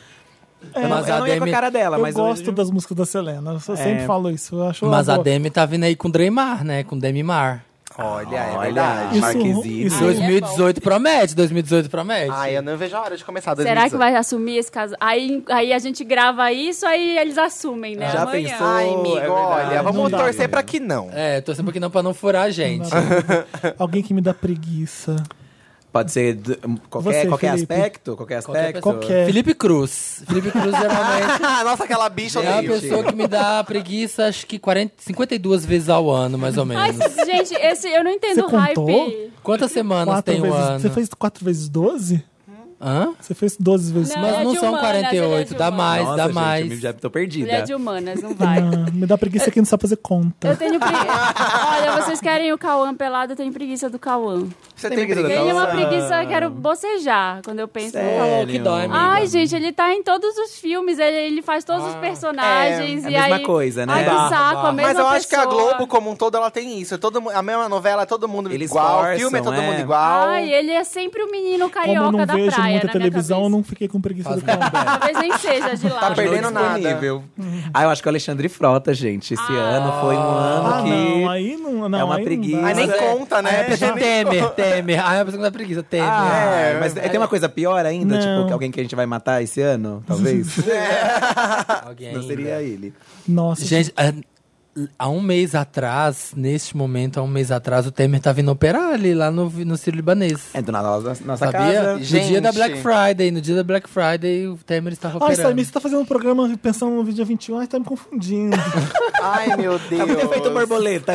Speaker 5: Eu, não,
Speaker 3: Mas
Speaker 5: eu
Speaker 3: a
Speaker 5: não ia com a
Speaker 3: Demi-
Speaker 5: cara dela,
Speaker 1: Eu
Speaker 5: mas
Speaker 1: gosto
Speaker 5: hoje-
Speaker 1: das músicas da Selena. Eu
Speaker 2: É.
Speaker 1: sempre falo isso. Eu acho
Speaker 3: Mas
Speaker 1: uma
Speaker 3: a
Speaker 1: boa.
Speaker 3: Demi tá vindo aí com Dreymar, né? Com Demimar.
Speaker 2: Olha, é
Speaker 5: Olha,
Speaker 2: verdade.
Speaker 5: Marquezine.
Speaker 1: isso-
Speaker 3: 2018 promete, 2018 promete.
Speaker 2: Ai, eu não vejo a hora de começar.
Speaker 4: Será que
Speaker 2: 2018.
Speaker 4: vai assumir esse caso? Aí, aí a gente grava isso, aí eles assumem, né?
Speaker 5: Já
Speaker 4: amanhã.
Speaker 5: pensou?
Speaker 2: Ai, amigo,
Speaker 5: É verdade,
Speaker 2: olha,
Speaker 1: não
Speaker 2: vamos
Speaker 1: dá,
Speaker 2: torcer
Speaker 5: amiga.
Speaker 2: pra que não.
Speaker 3: É, tô sempre aqui não pra não furar a gente.
Speaker 1: Alguém que me dá preguiça.
Speaker 5: Pode ser d- qualquer,
Speaker 1: Você,
Speaker 5: qualquer
Speaker 1: Felipe.
Speaker 5: aspecto, qualquer aspecto.
Speaker 1: Qualquer.
Speaker 3: Felipe Cruz. Felipe Cruz geralmente
Speaker 2: Nossa, aquela bicha
Speaker 3: é a
Speaker 2: odeio.
Speaker 3: pessoa que me dá preguiça, acho que 40, 52 vezes ao ano, mais ou
Speaker 4: Ai,
Speaker 3: menos.
Speaker 4: gente, esse, eu não entendo o
Speaker 1: Você
Speaker 4: hype.
Speaker 1: contou?
Speaker 3: Quantas semanas
Speaker 1: Quatro
Speaker 3: tem um
Speaker 1: vezes,
Speaker 3: ano?
Speaker 1: Você fez 4 vezes 12?
Speaker 3: Hã?
Speaker 1: Você fez 12 vezes
Speaker 4: Não,
Speaker 3: Mas
Speaker 4: ele é
Speaker 3: não
Speaker 4: de
Speaker 3: são
Speaker 4: humanas, ele é
Speaker 3: 48,
Speaker 4: de
Speaker 3: dá
Speaker 4: humanas.
Speaker 3: mais,
Speaker 5: Nossa,
Speaker 3: dá
Speaker 5: gente,
Speaker 3: mais.
Speaker 5: eu já tô
Speaker 4: Mulher
Speaker 5: perdida.
Speaker 4: de humanas, não vai.
Speaker 1: Ah, me dá preguiça que não sabe fazer
Speaker 4: Eu
Speaker 1: conta.
Speaker 4: tenho preguiça. Olha, vocês querem o Cauã pelado, eu tenho preguiça do Cauã.
Speaker 2: Você
Speaker 5: Tem
Speaker 2: tem
Speaker 5: preguiça
Speaker 2: preguiça?
Speaker 4: Tenho uma
Speaker 5: Cauã.
Speaker 4: preguiça, eu quero bocejar quando eu penso no Cauã.
Speaker 5: Sério?
Speaker 3: é que dói, amiga.
Speaker 4: Ai, gente, ele tá em todos os filmes, ele, ele faz todos os personagens.
Speaker 5: É a
Speaker 4: e
Speaker 5: mesma
Speaker 4: aí...
Speaker 5: coisa, né?
Speaker 4: Ai,
Speaker 5: Barra,
Speaker 4: que saco,
Speaker 3: barra.
Speaker 4: a mesma
Speaker 2: Mas eu acho que a
Speaker 4: pessoa.
Speaker 2: Globo, como um todo, ela tem isso. Todo, mu- a mesma novela é todo mundo
Speaker 5: Eles
Speaker 2: igual,
Speaker 5: forçam,
Speaker 2: o filme é todo
Speaker 5: é.
Speaker 2: mundo igual.
Speaker 4: Ai, ele é sempre o menino
Speaker 1: Como
Speaker 4: carioca
Speaker 1: eu não
Speaker 4: da
Speaker 1: vejo
Speaker 4: praia,
Speaker 1: muita
Speaker 4: na
Speaker 1: televisão, eu
Speaker 4: minha
Speaker 1: não fiquei com preguiça
Speaker 3: Faz
Speaker 1: do Cauã.
Speaker 4: cabeça. Talvez nem seja de lá.
Speaker 2: Tá perdendo nada.
Speaker 5: Disponível. Ah, eu acho que o Alexandre Frota, gente. Esse ano foi um ano
Speaker 1: Ah,
Speaker 5: que.
Speaker 1: não, aí não, não
Speaker 5: É uma
Speaker 1: aí não
Speaker 5: preguiça.
Speaker 1: dá.
Speaker 2: Ai, nem
Speaker 5: Mas é-
Speaker 2: conta, né?
Speaker 3: Ai, a pessoa Temer, Temer. Ai, a pessoa que dá preguiça, Temer.
Speaker 5: Ah, mas é- tem uma coisa pior ainda,
Speaker 1: Não.
Speaker 5: tipo, que alguém que a gente vai matar esse ano, talvez.
Speaker 3: Alguém
Speaker 5: não
Speaker 3: ainda.
Speaker 5: seria ele.
Speaker 1: Nossa,
Speaker 3: Gente, há- há um mês atrás, neste momento, há um mês atrás, o Temer tava indo operar ali, lá no, no Ciro Libanês.
Speaker 5: É do nada, nossa, nossa
Speaker 3: Sabia?
Speaker 5: casa.
Speaker 3: No
Speaker 2: Gente.
Speaker 3: dia da Black Friday, no dia da Black Friday, o Temer estava
Speaker 1: Ai,
Speaker 3: operando.
Speaker 1: Samir, você tá fazendo um programa pensando no vídeo 21, ai, tá me confundindo.
Speaker 2: Ai, meu
Speaker 5: Tá muito efeito
Speaker 2: Deus.
Speaker 5: borboleta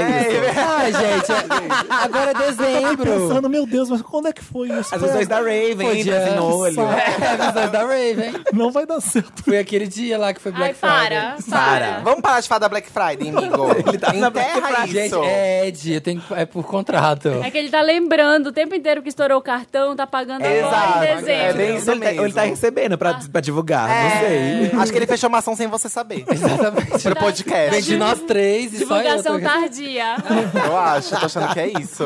Speaker 5: isso.
Speaker 3: Ai, gente, é- agora é dezembro.
Speaker 1: pensando, meu Deus, mas quando é que foi isso?
Speaker 5: As visões
Speaker 1: Foi-
Speaker 5: da Raven,
Speaker 3: Foi dia-
Speaker 5: entra no olho.
Speaker 3: É, visões da Raven.
Speaker 1: Não vai dar certo.
Speaker 3: Foi aquele dia lá que foi
Speaker 4: Ai,
Speaker 3: Black Friday.
Speaker 4: para, para.
Speaker 2: Vamos parar de falar da Black Friday, amigo. Enterra
Speaker 3: Gente,
Speaker 2: isso.
Speaker 3: é Ed, eu tenho que- é por contrato.
Speaker 4: É que ele tá lembrando o tempo inteiro que estourou o cartão, tá pagando
Speaker 2: Exato,
Speaker 4: agora em
Speaker 2: é
Speaker 4: dezembro.
Speaker 2: bem isso
Speaker 5: Ou ele, tá, ou ele
Speaker 2: mesmo.
Speaker 5: tá
Speaker 2: Ah.
Speaker 5: recebendo pra, pra divulgar, não sei.
Speaker 2: É. Acho que ele fechou uma ação sem você saber.
Speaker 3: Exatamente.
Speaker 2: Pro podcast.
Speaker 3: Vem de nós três e só eu.
Speaker 4: Divulgação tá
Speaker 3: tô-
Speaker 4: tardia.
Speaker 2: Eu acho, tô achando que é isso.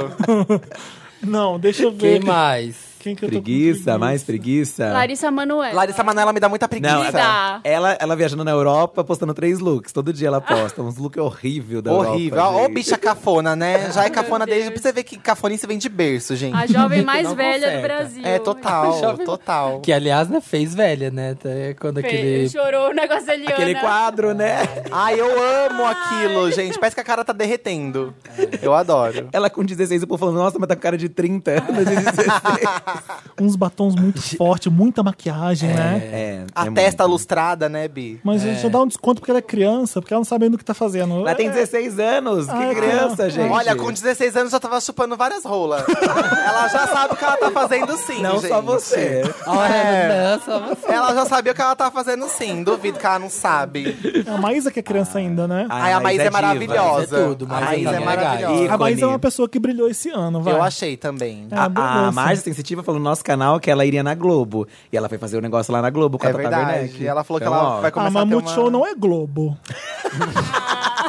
Speaker 1: Não, deixa eu ver.
Speaker 3: Quem mais?
Speaker 1: Quem que eu tô com
Speaker 5: Preguiça, mais preguiça.
Speaker 4: É. Larissa Manoel.
Speaker 2: Larissa Manoela me dá muita
Speaker 5: Não,
Speaker 2: preguiça.
Speaker 4: Preguiça.
Speaker 5: ela, ela, ela viajando na Europa, postando três looks. Todo dia ela posta uns looks horrível da
Speaker 2: Horrível.
Speaker 5: Europa.
Speaker 2: Ó, o
Speaker 5: gente.
Speaker 2: bicha cafona, né? Já é cafona
Speaker 4: Deus.
Speaker 2: desde. Pra você ver que cafonice vem de berço, gente.
Speaker 4: A jovem mais
Speaker 5: Não
Speaker 4: velha
Speaker 5: consegue.
Speaker 4: do Brasil.
Speaker 2: É, total,
Speaker 3: Jovem-
Speaker 2: total.
Speaker 3: Que, aliás, né, fez velha, né? Até quando
Speaker 4: Fe-
Speaker 3: aquele...
Speaker 4: Chorou o negócio ali,
Speaker 5: Aquele quadro, né?
Speaker 2: Ai, eu amo aquilo, gente. Parece que a cara tá derretendo. Eu adoro.
Speaker 5: Ela com 16, o povo falando, nossa, mas tá com cara de 30. Mas ele-
Speaker 1: uns batons muito fortes, muita maquiagem, né?
Speaker 5: É,
Speaker 2: A
Speaker 5: é
Speaker 2: testa
Speaker 5: muito.
Speaker 2: lustrada, né, Bi?
Speaker 1: Mas a gente já dá um desconto porque ela é criança, porque ela não sabe ainda o que tá fazendo.
Speaker 5: Ela tem
Speaker 1: É,
Speaker 5: 16 anos,
Speaker 1: Ah, é
Speaker 5: que criança,
Speaker 1: criança.
Speaker 5: gente.
Speaker 2: Olha, com 16 anos já tava chupando várias rolas. ela já sabe o que ela tá fazendo sim,
Speaker 5: Não
Speaker 2: gente.
Speaker 5: só você.
Speaker 1: Ah,
Speaker 3: Olha,
Speaker 4: É.
Speaker 3: não, só você.
Speaker 2: Ela já sabia o que ela tá fazendo sim, duvido que ela não sabe.
Speaker 1: A Maísa que é criança ainda, né?
Speaker 5: Ah,
Speaker 2: Ai, a Maísa é,
Speaker 5: diva.
Speaker 2: maravilhosa.
Speaker 3: É tudo,
Speaker 2: a
Speaker 3: Maísa
Speaker 2: Maísa é
Speaker 3: também é gaga.
Speaker 2: maravilhosa.
Speaker 1: a Maísa é uma
Speaker 5: ícone.
Speaker 1: pessoa que brilhou esse ano, vai.
Speaker 2: Eu achei também.
Speaker 1: É, boa
Speaker 5: A, a
Speaker 1: moça.
Speaker 5: Marcia Sensitiva falou no nosso canal que ela iria na Globo. E ela foi fazer um negócio lá na Globo com
Speaker 2: É
Speaker 5: a Tata
Speaker 2: verdade.
Speaker 5: Werneck.
Speaker 2: Ela falou que
Speaker 5: Então,
Speaker 2: ela
Speaker 5: ó,
Speaker 2: vai
Speaker 1: Ah,
Speaker 2: começar
Speaker 1: mas
Speaker 2: a ter
Speaker 1: Multishow
Speaker 2: uma...
Speaker 1: não é Globo.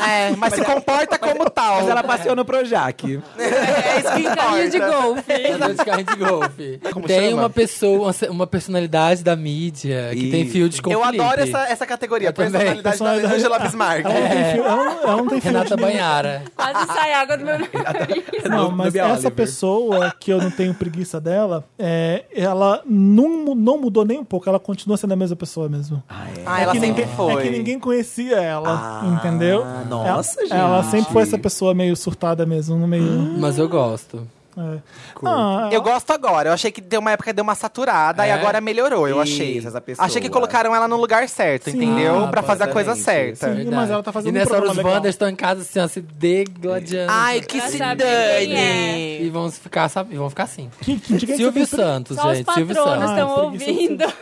Speaker 2: É, mas, se comporta como tal.
Speaker 5: Mas ela passeou no Projac.
Speaker 2: é isso que
Speaker 4: Carrinho de
Speaker 2: importa.
Speaker 4: golfe.
Speaker 3: Andou né, de carrinho de golfe.
Speaker 2: Como
Speaker 3: tem
Speaker 2: chama?
Speaker 3: uma pessoa, uma personalidade da mídia que
Speaker 5: E-
Speaker 3: tem fio de conflito.
Speaker 2: Eu adoro essa, essa categoria,
Speaker 3: Eu também.
Speaker 2: personalidade da
Speaker 1: Personalidade- É.
Speaker 2: Angela Bismarck.
Speaker 1: Ela não tem fio, ela não, ela não tem fio
Speaker 3: Renata
Speaker 1: de ninguém.
Speaker 3: Banhara.
Speaker 4: Quase sai água do meu nariz.
Speaker 1: Não,
Speaker 5: Do- do
Speaker 1: mas
Speaker 5: é Bia
Speaker 1: essa
Speaker 5: Oliver.
Speaker 1: pessoa que eu não tenho preguiça dela, é, ela não, mu- não mudou nem um pouco, ela continua sendo a mesma pessoa mesmo.
Speaker 2: Ah, ela
Speaker 1: que
Speaker 2: sempre
Speaker 1: ninguém,
Speaker 2: foi.
Speaker 1: É que ninguém conhecia ela,
Speaker 5: Ah,
Speaker 1: entendeu?
Speaker 5: nossa,
Speaker 1: ela, Ela
Speaker 5: gente.
Speaker 1: sempre foi essa pessoa meio surtada mesmo, no meio.
Speaker 3: Mas eu gosto.
Speaker 1: é. Ah,
Speaker 2: Eu gosto agora. Eu achei que deu uma época deu uma saturada
Speaker 3: É?
Speaker 2: e agora melhorou, eu
Speaker 5: Isso,
Speaker 2: achei.
Speaker 5: essa pessoa.
Speaker 2: Achei que colocaram ela no lugar certo,
Speaker 1: Sim.
Speaker 2: entendeu?
Speaker 1: Ah,
Speaker 2: pra fazer a coisa
Speaker 5: exatamente.
Speaker 2: certa.
Speaker 1: Sim, mas ela tá fazendo
Speaker 3: E nessa
Speaker 1: um
Speaker 3: hora os
Speaker 1: programa legal.
Speaker 3: Wanders estão em casa assim, ó, se degladiando.
Speaker 2: Ai, que
Speaker 4: Já
Speaker 2: se
Speaker 4: sabe quem é.
Speaker 3: E
Speaker 2: dane!
Speaker 3: vão ficar, sabe, vão ficar assim.
Speaker 1: Que- que- de quem
Speaker 3: Silvio
Speaker 1: você tem-
Speaker 3: Santos,
Speaker 4: Só os
Speaker 3: gente. Silvio Santos.
Speaker 4: patronos estão
Speaker 1: Ah, preguiça
Speaker 4: ouvindo.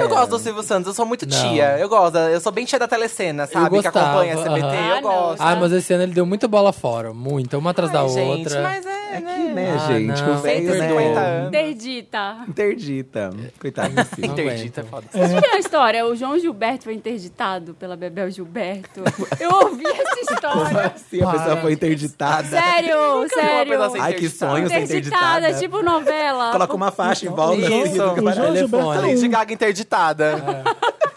Speaker 2: Eu gosto do Silvio Santos, eu sou muito
Speaker 3: Não.
Speaker 2: tia. Eu gosto, eu sou bem tia da telecena, sabe? Que
Speaker 3: gostava,
Speaker 2: acompanha a SBT,
Speaker 3: aham.
Speaker 2: eu
Speaker 4: Ah, não,
Speaker 2: gosto.
Speaker 3: Ah, mas esse ano ele deu muita bola fora. Muita, uma atrás da
Speaker 2: Ai, gente,
Speaker 3: Ah, outra.
Speaker 2: mas é,
Speaker 5: É
Speaker 2: né?
Speaker 5: que, né,
Speaker 3: Ah,
Speaker 5: gente,
Speaker 3: não.
Speaker 5: o velho,
Speaker 2: 150
Speaker 5: né?
Speaker 2: anos.
Speaker 4: Interdita.
Speaker 5: Interdita. Coitado.
Speaker 3: Não
Speaker 5: Assim.
Speaker 2: Interdita, é
Speaker 3: aguento.
Speaker 2: foda.
Speaker 4: Vocês viram a história? O João Gilberto foi interditado pela Bebel Gilberto. Eu ouvi essa história.
Speaker 5: Se a pessoa foi interditada.
Speaker 4: Sério, sério.
Speaker 2: vou pensar
Speaker 5: Ai, que sonho ser interditada.
Speaker 4: Interditada, tipo novela.
Speaker 5: Coloca uma faixa em
Speaker 1: O
Speaker 5: volta.
Speaker 1: João,
Speaker 5: assim, fica
Speaker 1: o João
Speaker 5: parado.
Speaker 1: Gilberto é um-
Speaker 2: Lady Gaga interditada.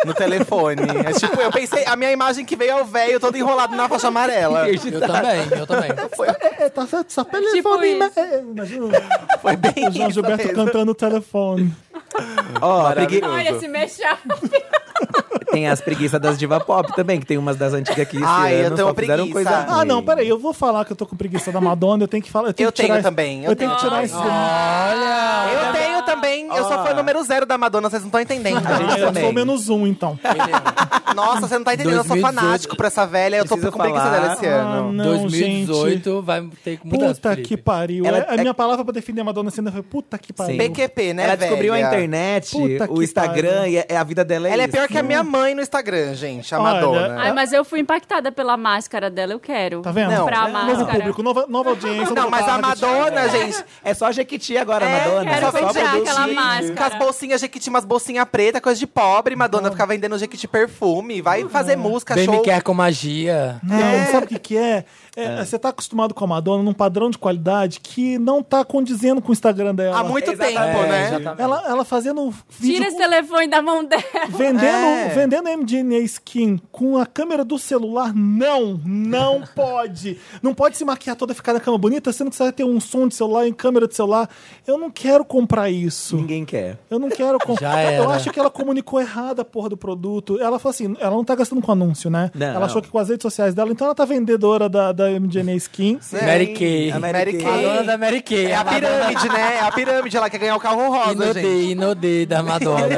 Speaker 2: No telefone. É tipo, eu pensei, a minha imagem que veio é o velho todo enrolado na faixa amarela.
Speaker 3: Eu também, eu também.
Speaker 1: É, tá certo, só telefone.
Speaker 4: tipo isso.
Speaker 1: mas- é, é, imagina
Speaker 2: Foi bem
Speaker 1: o João
Speaker 2: isso
Speaker 1: Gilberto
Speaker 2: mesmo.
Speaker 1: cantando o telefone.
Speaker 5: Ó, pregui...
Speaker 4: Olha, se mexer.
Speaker 5: tem as preguiças das diva pop também, que tem umas das antigas que esse
Speaker 2: Ai, eu
Speaker 5: ano
Speaker 2: tenho
Speaker 5: só fizeram
Speaker 2: preguiça.
Speaker 5: coisa
Speaker 1: Ah,
Speaker 5: ruim.
Speaker 1: não, peraí, eu vou falar que eu tô com preguiça da Madonna, eu tenho que falar. Eu tenho,
Speaker 2: Eu
Speaker 1: que tirar
Speaker 2: tenho Ah,
Speaker 1: esse-
Speaker 2: também, eu
Speaker 1: Eu, tenho que tirar esse.
Speaker 3: Olha!
Speaker 2: Eu tenho também. Eu sou fã número zero da Madonna, vocês não estão entendendo.
Speaker 1: Ah, eu
Speaker 5: também.
Speaker 1: sou menos um, então.
Speaker 2: Nossa, você não tá entendendo. Eu sou
Speaker 3: 2018.
Speaker 2: fanático pra essa velha. Eu tô
Speaker 5: Precisa
Speaker 2: com preguiça
Speaker 5: falar.
Speaker 2: dela esse
Speaker 1: Ah,
Speaker 2: ano.
Speaker 1: não,
Speaker 3: 2018
Speaker 1: gente.
Speaker 3: vai ter mudança,
Speaker 1: Puta
Speaker 3: Felipe.
Speaker 1: que pariu.
Speaker 5: Ela-
Speaker 1: É- a
Speaker 5: é-
Speaker 1: minha palavra pra definir a Madonna Sena foi puta que pariu.
Speaker 5: Sim.
Speaker 2: PQP, né,
Speaker 5: Ela descobriu
Speaker 2: velha?
Speaker 5: a internet,
Speaker 1: Puta
Speaker 5: o
Speaker 1: que
Speaker 5: Instagram,
Speaker 1: pariu.
Speaker 5: e a, a vida dela é
Speaker 2: Ela é
Speaker 5: isso.
Speaker 2: pior que a minha mãe no Instagram, gente, a
Speaker 1: Olha,
Speaker 2: Madonna.
Speaker 4: Ai, mas eu fui impactada pela máscara dela, eu quero.
Speaker 1: Tá vendo?
Speaker 2: Não,
Speaker 4: Pra
Speaker 2: não.
Speaker 1: Novo
Speaker 4: máscara.
Speaker 1: público, nova, nova audiência.
Speaker 2: Não,
Speaker 1: novo
Speaker 2: mas a
Speaker 1: target.
Speaker 2: Madonna, gente,
Speaker 5: É só Jequiti agora,
Speaker 2: É,
Speaker 5: Madonna.
Speaker 4: quero
Speaker 5: só
Speaker 4: comprar
Speaker 5: produz
Speaker 4: aquela
Speaker 5: vídeo.
Speaker 4: máscara.
Speaker 2: Com as bolsinhas Jequiti, umas bolsinhas preta, coisa de pobre.
Speaker 5: Uhum.
Speaker 2: Madonna ficar vendendo Jequiti perfume. Vai fazer música,
Speaker 3: Bem
Speaker 2: show.
Speaker 3: me quer com magia.
Speaker 1: Não, sabe o que, que é? É, Você tá acostumado com a Madonna num padrão de qualidade que não tá condizendo com o Instagram dela.
Speaker 2: Há muito
Speaker 5: Exatamente.
Speaker 2: tempo,
Speaker 5: É,
Speaker 2: né?
Speaker 5: exatamente.
Speaker 1: Ela, ela fazendo vídeo
Speaker 4: Tira esse telefone da mão dela.
Speaker 1: Vendendo,
Speaker 2: É.
Speaker 1: vendendo MDNA skin com a câmera do celular, não, não pode. Não pode se maquiar toda e ficar na cama bonita, sendo que você vai ter um som de celular em câmera de celular. Eu não quero comprar isso.
Speaker 5: Ninguém quer.
Speaker 1: Eu não quero
Speaker 3: Já
Speaker 1: comprar.
Speaker 3: era.
Speaker 1: Eu acho que ela comunicou errada a porra do produto. Ela falou assim: ela não tá gastando com anúncio, né?
Speaker 5: Não.
Speaker 1: Ela achou que com as redes sociais dela, então ela tá vendedora da, da MDNA skin.
Speaker 3: Mary Kay.
Speaker 5: A Mary
Speaker 2: Mary
Speaker 5: Kay.
Speaker 3: A
Speaker 2: Kay.
Speaker 3: dona da Mary Kay.
Speaker 2: É a pirâmide, né? É a pirâmide. Ela quer ganhar o carro rosa, gente.
Speaker 3: Inodei, inodei da Madonna.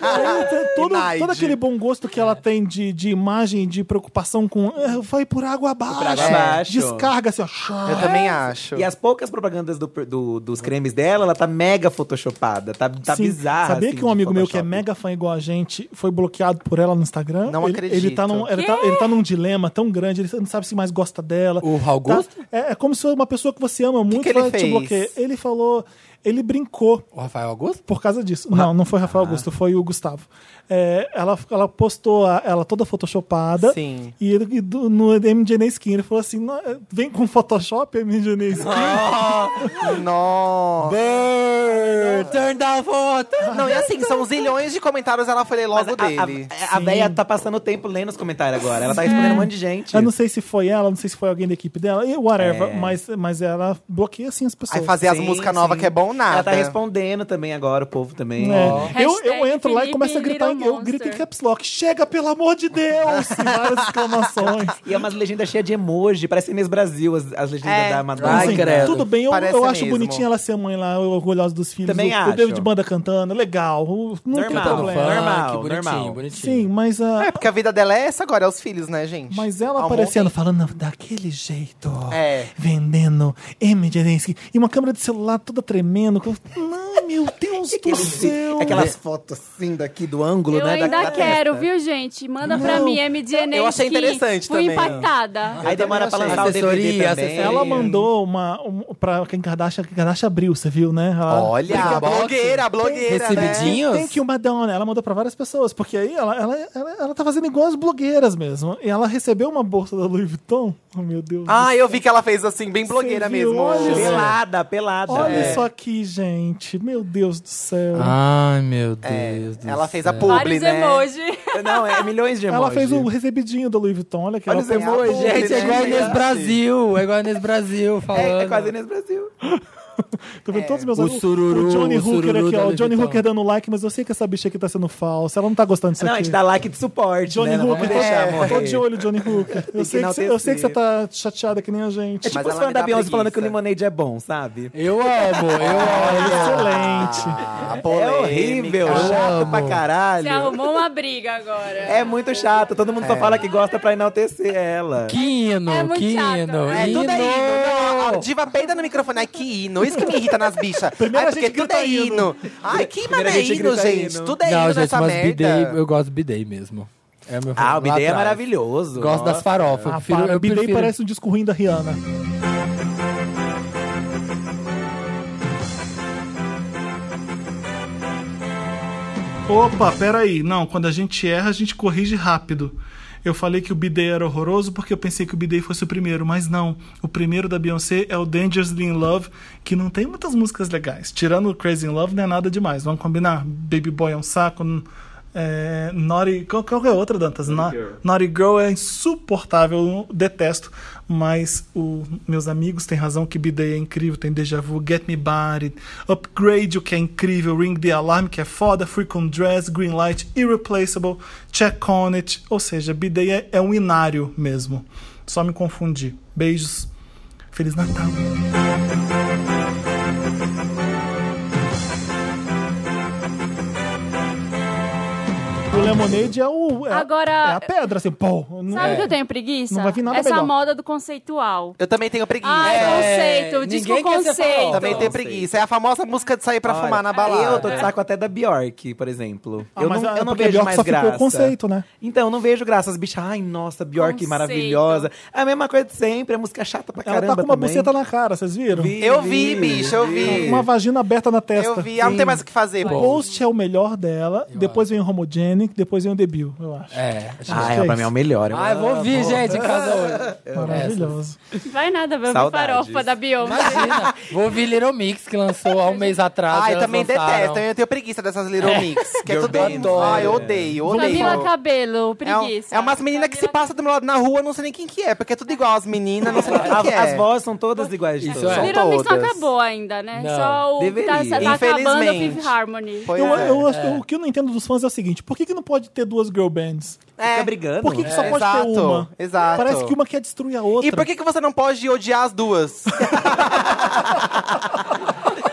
Speaker 1: é, Todo,
Speaker 2: Nide.
Speaker 1: todo aquele bom gosto que ela tem de, de imagem, de preocupação com. "Ah, Vai por água abaixo.
Speaker 5: água abaixo.
Speaker 1: Descarga assim, ó.
Speaker 2: Eu também acho.
Speaker 5: E as poucas propagandas do- do- dos cremes dela, ela tá mega photoshopada. Tá, tá
Speaker 1: Sim.
Speaker 5: bizarra.
Speaker 1: Sabia
Speaker 5: assim,
Speaker 1: que um amigo
Speaker 5: de
Speaker 1: meu que é
Speaker 5: Photoshop.
Speaker 1: mega fã igual a gente foi bloqueado por ela no Instagram?
Speaker 2: Não
Speaker 1: ele,
Speaker 2: acredito.
Speaker 1: Ele tá, num, ele, tá, ele tá num dilema tão grande, ele não sabe se mais gosta dela.
Speaker 3: O Raul
Speaker 1: Tá-
Speaker 3: Augusto?
Speaker 1: é, é como se fosse uma pessoa que você ama muito
Speaker 2: que ele
Speaker 1: ela te
Speaker 2: fez?
Speaker 1: bloqueia. Ele falou, ele brincou
Speaker 3: o Rafael Augusto?
Speaker 1: por causa disso. Não, não foi o Rafael Augusto, foi o Gustavo. É, ela, ela postou a- ela toda photoshopada.
Speaker 2: Sim.
Speaker 1: E, ele- e do- no MDNA Skin ele falou assim: "Não, é, vem com Photoshop, MDNA Skin.
Speaker 2: Nossa.
Speaker 3: Turn down for what?
Speaker 2: Não, e assim, são zilhões de comentários. Ela foi ler
Speaker 5: Mas
Speaker 2: logo
Speaker 5: a- a-
Speaker 2: dele.
Speaker 5: A, a véia tá passando o tempo lendo os comentários agora. Ela tá respondendo um monte de gente.
Speaker 1: É. Eu não sei se foi ela, não sei se foi alguém da equipe dela, e whatever,
Speaker 5: É.
Speaker 1: mas, mas ela bloqueia assim as pessoas.
Speaker 2: Aí fazer as
Speaker 5: Sim,
Speaker 2: músicas novas
Speaker 5: sim.
Speaker 2: que é bom, Não, nada.
Speaker 5: Ela tá respondendo também agora, o povo também.
Speaker 2: assim,
Speaker 1: É.
Speaker 5: Ó.
Speaker 1: Eu, eu
Speaker 4: Hashtag
Speaker 1: entro lá e
Speaker 4: Felipe
Speaker 1: começo a gritar,
Speaker 4: Little
Speaker 1: eu
Speaker 4: Monster.
Speaker 1: grito em caps lock, chega pelo amor de Deus! E várias exclamações.
Speaker 5: E é umas legendas cheias de emoji, parece Inês Brasil, as, as legendas
Speaker 2: É.
Speaker 5: da
Speaker 1: Então,
Speaker 5: Madonna.
Speaker 3: Ai,
Speaker 1: assim,
Speaker 3: credo.
Speaker 1: tudo bem, eu,
Speaker 2: Parece
Speaker 1: eu acho
Speaker 2: mesmo.
Speaker 1: bonitinha ela ser mãe lá, eu orgulhosa dos filhos.
Speaker 5: Também
Speaker 1: o,
Speaker 5: acho.
Speaker 1: O David Banda cantando, legal, o- não
Speaker 5: Normal,
Speaker 1: tem
Speaker 3: Tá Funk,
Speaker 1: problema.
Speaker 5: funk. normal,
Speaker 3: bonitinho,
Speaker 5: normal.
Speaker 3: bonitinho.
Speaker 1: Sim, mas, a,
Speaker 2: É, porque a vida dela é essa agora, é os filhos, né, gente?
Speaker 1: mas ela
Speaker 2: Ao
Speaker 1: aparecendo,
Speaker 2: monte.
Speaker 1: falando daquele jeito,
Speaker 2: É.
Speaker 1: vendendo emergência e uma câmera de celular toda tremendo. que eu- Não, meu Deus do céu!
Speaker 5: Aquelas fotos assim daqui do ângulo,
Speaker 2: é
Speaker 4: Eu
Speaker 5: né? da-
Speaker 4: ainda
Speaker 5: da testa.
Speaker 4: quero, viu, gente? Manda pra
Speaker 1: Não.
Speaker 4: mim, MDNA.
Speaker 2: Eu achei
Speaker 4: que
Speaker 2: interessante
Speaker 4: Fui
Speaker 2: também.
Speaker 4: impactada.
Speaker 5: Aí demora pra
Speaker 3: também
Speaker 5: lançar o
Speaker 3: achei.
Speaker 5: DVD
Speaker 3: Assessoria,
Speaker 5: também.
Speaker 1: Ela
Speaker 3: é.
Speaker 1: mandou uma um, pra quem Kardashian, quem Kardashian abriu, você viu, né? Ela-
Speaker 2: Olha, a
Speaker 3: Box.
Speaker 2: blogueira, a blogueira, né?
Speaker 3: Recebidinhos?
Speaker 1: Thank you, Madonna. Ela mandou pra várias pessoas, porque aí ela, ela, ela, ela tá fazendo igual as blogueiras mesmo. E ela recebeu uma bolsa da Louis Vuitton. Oh, meu Deus.
Speaker 2: Ah, eu vi que ela fez assim, bem blogueira
Speaker 1: Você viu?
Speaker 2: mesmo.
Speaker 1: Olha
Speaker 2: Sei lá.
Speaker 5: Pelada, pelada.
Speaker 1: Olha
Speaker 5: É.
Speaker 1: isso aqui, gente. Meu Deus do céu.
Speaker 3: Ai, meu Deus
Speaker 2: É,
Speaker 3: do
Speaker 2: ela fez a
Speaker 3: céu.
Speaker 2: publi,
Speaker 4: Vários
Speaker 2: né?
Speaker 4: emojis.
Speaker 5: Não, é milhões de emojis.
Speaker 1: ela fez o recebidinho da Louis Vuitton. Olha que
Speaker 2: Olha
Speaker 1: ela
Speaker 2: os
Speaker 1: pegou-
Speaker 2: emojis.
Speaker 3: Ô, Gente, é
Speaker 2: né?
Speaker 3: igual a Inês
Speaker 2: Gente.
Speaker 3: Brasil. É igual a Inês Brasil falando.
Speaker 5: É, é quase Inês Brasil.
Speaker 1: Tô vendo todos os meus
Speaker 3: É. O
Speaker 1: amigos.
Speaker 3: sururu,
Speaker 1: o Johnny
Speaker 3: o
Speaker 1: Hooker
Speaker 3: sururu
Speaker 1: aqui,
Speaker 3: da
Speaker 1: ó. O
Speaker 3: Louis
Speaker 1: Johnny
Speaker 3: Vuitton.
Speaker 1: Hooker dando like, mas eu sei que essa bicha aqui tá sendo falsa. Ela não tá gostando disso
Speaker 5: Não, a
Speaker 1: aqui.
Speaker 5: gente dá like de suporte,
Speaker 1: Johnny
Speaker 5: né? Não
Speaker 1: Hooker,
Speaker 5: vamos deixar
Speaker 1: é, tô
Speaker 5: morrer.
Speaker 1: de olho, Johnny Hooker. Eu
Speaker 5: que
Speaker 1: sei, que você, eu sei que você tá chateada que nem a gente.
Speaker 5: É tipo
Speaker 2: Mas
Speaker 5: os
Speaker 2: ela
Speaker 5: fãs
Speaker 2: me
Speaker 5: da
Speaker 2: dá
Speaker 5: Beyoncé falando
Speaker 2: preguiça.
Speaker 5: que o Lemonade é bom, sabe?
Speaker 3: Eu amo, eu amo.
Speaker 1: Excelente.
Speaker 2: Ah,
Speaker 5: É
Speaker 2: polêmica.
Speaker 5: horrível,
Speaker 3: Eu
Speaker 5: chato
Speaker 3: amo.
Speaker 5: pra
Speaker 4: Você
Speaker 5: caralho.
Speaker 4: arrumou uma briga agora.
Speaker 5: É muito chato, todo
Speaker 2: É.
Speaker 5: mundo só fala que gosta pra enaltecer ela.
Speaker 3: Quino,
Speaker 4: É muito chato.
Speaker 3: Quino,
Speaker 4: É,
Speaker 2: Tudo é hino. A
Speaker 3: Hino.
Speaker 2: diva peida no microfone. Ai, que hino. Isso que me irrita nas bichas.
Speaker 1: Primeiro
Speaker 2: Ai,
Speaker 1: a
Speaker 2: porque
Speaker 1: gente
Speaker 2: tudo
Speaker 1: grita
Speaker 2: é hino. Ai, que
Speaker 5: Primeiro
Speaker 2: mano
Speaker 5: a
Speaker 2: é
Speaker 5: gente
Speaker 2: hino,
Speaker 5: grita
Speaker 2: gente.
Speaker 5: hino.
Speaker 2: Tudo é hino
Speaker 3: Não, gente,
Speaker 2: nessa
Speaker 3: mas
Speaker 2: merda.
Speaker 3: bidei, eu gosto do bidei mesmo. É meu
Speaker 5: Ah, o
Speaker 3: favorito lá
Speaker 5: Bidê é
Speaker 3: atrás.
Speaker 5: maravilhoso.
Speaker 3: Gosto das farofas. eu
Speaker 1: Ah,
Speaker 3: prefiro-
Speaker 1: para.
Speaker 3: eu
Speaker 1: B-Day
Speaker 3: prefiro-
Speaker 1: parece um disco ruim da Rihanna. Opa, peraí. Não, quando a gente erra, a gente corrige rápido. Eu falei que o B-Day era horroroso porque eu pensei que o B-Day fosse o primeiro, mas não. O primeiro da Beyoncé é o Dangerously in Love, que não tem muitas músicas legais. Tirando o Crazy in Love, não é nada demais. Vamos combinar? Baby Boy é um saco. n- É, Naughty. Qual, qual que é a outra, Dantas? Na- Naughty Girl. é insuportável, eu detesto. Mas o- meus amigos têm razão que B-Day é incrível. Tem Deja Vu, Get Me Body, Upgrade, o que é incrível, Ring the Alarm, que é foda, Frequent Dress, Green Light, Irreplaceable, Check On It. Ou seja, B-Day é, é um inário mesmo. Só me confundi. Beijos. Feliz Natal. O Lemonade é o. É,
Speaker 4: Agora-
Speaker 1: é a pedra, assim, pô. não-
Speaker 4: Sabe o
Speaker 1: é.
Speaker 4: que eu tenho preguiça?
Speaker 1: Não vai vir nada
Speaker 4: Essa
Speaker 1: melhor.
Speaker 4: moda do conceitual.
Speaker 2: Eu também tenho preguiça.
Speaker 4: Ai,
Speaker 3: É,
Speaker 4: conceito, disco
Speaker 3: ninguém quer ser
Speaker 4: conceito.
Speaker 3: famosa.
Speaker 2: Também tenho preguiça. É a famosa música de sair pra
Speaker 5: Olha,
Speaker 2: fumar na balada.
Speaker 5: Eu tô de saco até da Bjork, por exemplo.
Speaker 1: Ah,
Speaker 5: eu
Speaker 1: mas
Speaker 5: não,
Speaker 1: a-
Speaker 5: eu não
Speaker 1: porque a
Speaker 5: vejo
Speaker 1: Bjork
Speaker 5: mais
Speaker 1: só
Speaker 5: graça.
Speaker 1: ficou conceito, né?
Speaker 5: Então, eu não vejo graça. As bichas, ai, nossa, Bjork
Speaker 4: Conceito.
Speaker 5: maravilhosa. É a mesma coisa de sempre, é música chata pra
Speaker 1: Ela
Speaker 5: caramba
Speaker 1: tá com uma
Speaker 5: também.
Speaker 1: buceta na cara, vocês viram?
Speaker 5: Vi,
Speaker 2: Eu vi, bicho, eu vi.
Speaker 1: Uma vagina aberta na testa.
Speaker 2: Eu vi. Ah, não tem mais o que fazer,
Speaker 1: O
Speaker 2: pô.
Speaker 1: Post é o melhor dela, depois vem o Homogenic, depois vem o Debil, eu acho.
Speaker 3: É. gente.
Speaker 5: Ah, é, pra mim é o melhor. Eu
Speaker 3: Ai, vou ouvir, gente, em casa
Speaker 2: é,
Speaker 3: hoje.
Speaker 1: Maravilhoso.
Speaker 4: Vai nada, vai ouvir
Speaker 5: Saudades.
Speaker 4: farofa da Beyoncé.
Speaker 3: Imagina, vou ouvir Little Mix, que lançou há um mês atrás.
Speaker 2: Ai,
Speaker 3: elas
Speaker 2: também
Speaker 3: lançaram.
Speaker 2: detesto. Eu tenho preguiça dessas Little Mix. Que é
Speaker 5: Girl
Speaker 2: tudo.
Speaker 5: bands,
Speaker 2: hino. Ai,
Speaker 5: né?
Speaker 2: eu odeio, odeio.
Speaker 4: Camila Cabelo,
Speaker 2: É, um,
Speaker 4: preguiça.
Speaker 2: é umas meninas que se passam do meu lado na rua, eu não sei nem quem que é, porque é tudo igual as meninas, não sei nem quem
Speaker 5: As,
Speaker 2: que é.
Speaker 5: as vozes são todas iguais de
Speaker 3: Isso
Speaker 5: todas.
Speaker 3: é.
Speaker 5: São
Speaker 4: Little Mix não
Speaker 5: todas.
Speaker 4: acabou ainda, né?
Speaker 3: Não,
Speaker 4: Só o que tá,
Speaker 5: deveria.
Speaker 4: tá acabando o
Speaker 2: Infelizmente.
Speaker 4: Fifth Harmony.
Speaker 2: Pois
Speaker 1: Eu-
Speaker 2: é.
Speaker 1: eu acho- O que eu não entendo dos fãs é o seguinte: por que, que não pode ter duas girl bands?
Speaker 2: É.
Speaker 5: Fica brigando.
Speaker 1: Por que, que só
Speaker 2: É,
Speaker 1: pode
Speaker 2: exato,
Speaker 1: ter uma?
Speaker 2: exato.
Speaker 1: Parece que uma quer destruir a outra.
Speaker 2: E por que, que você não pode odiar as duas?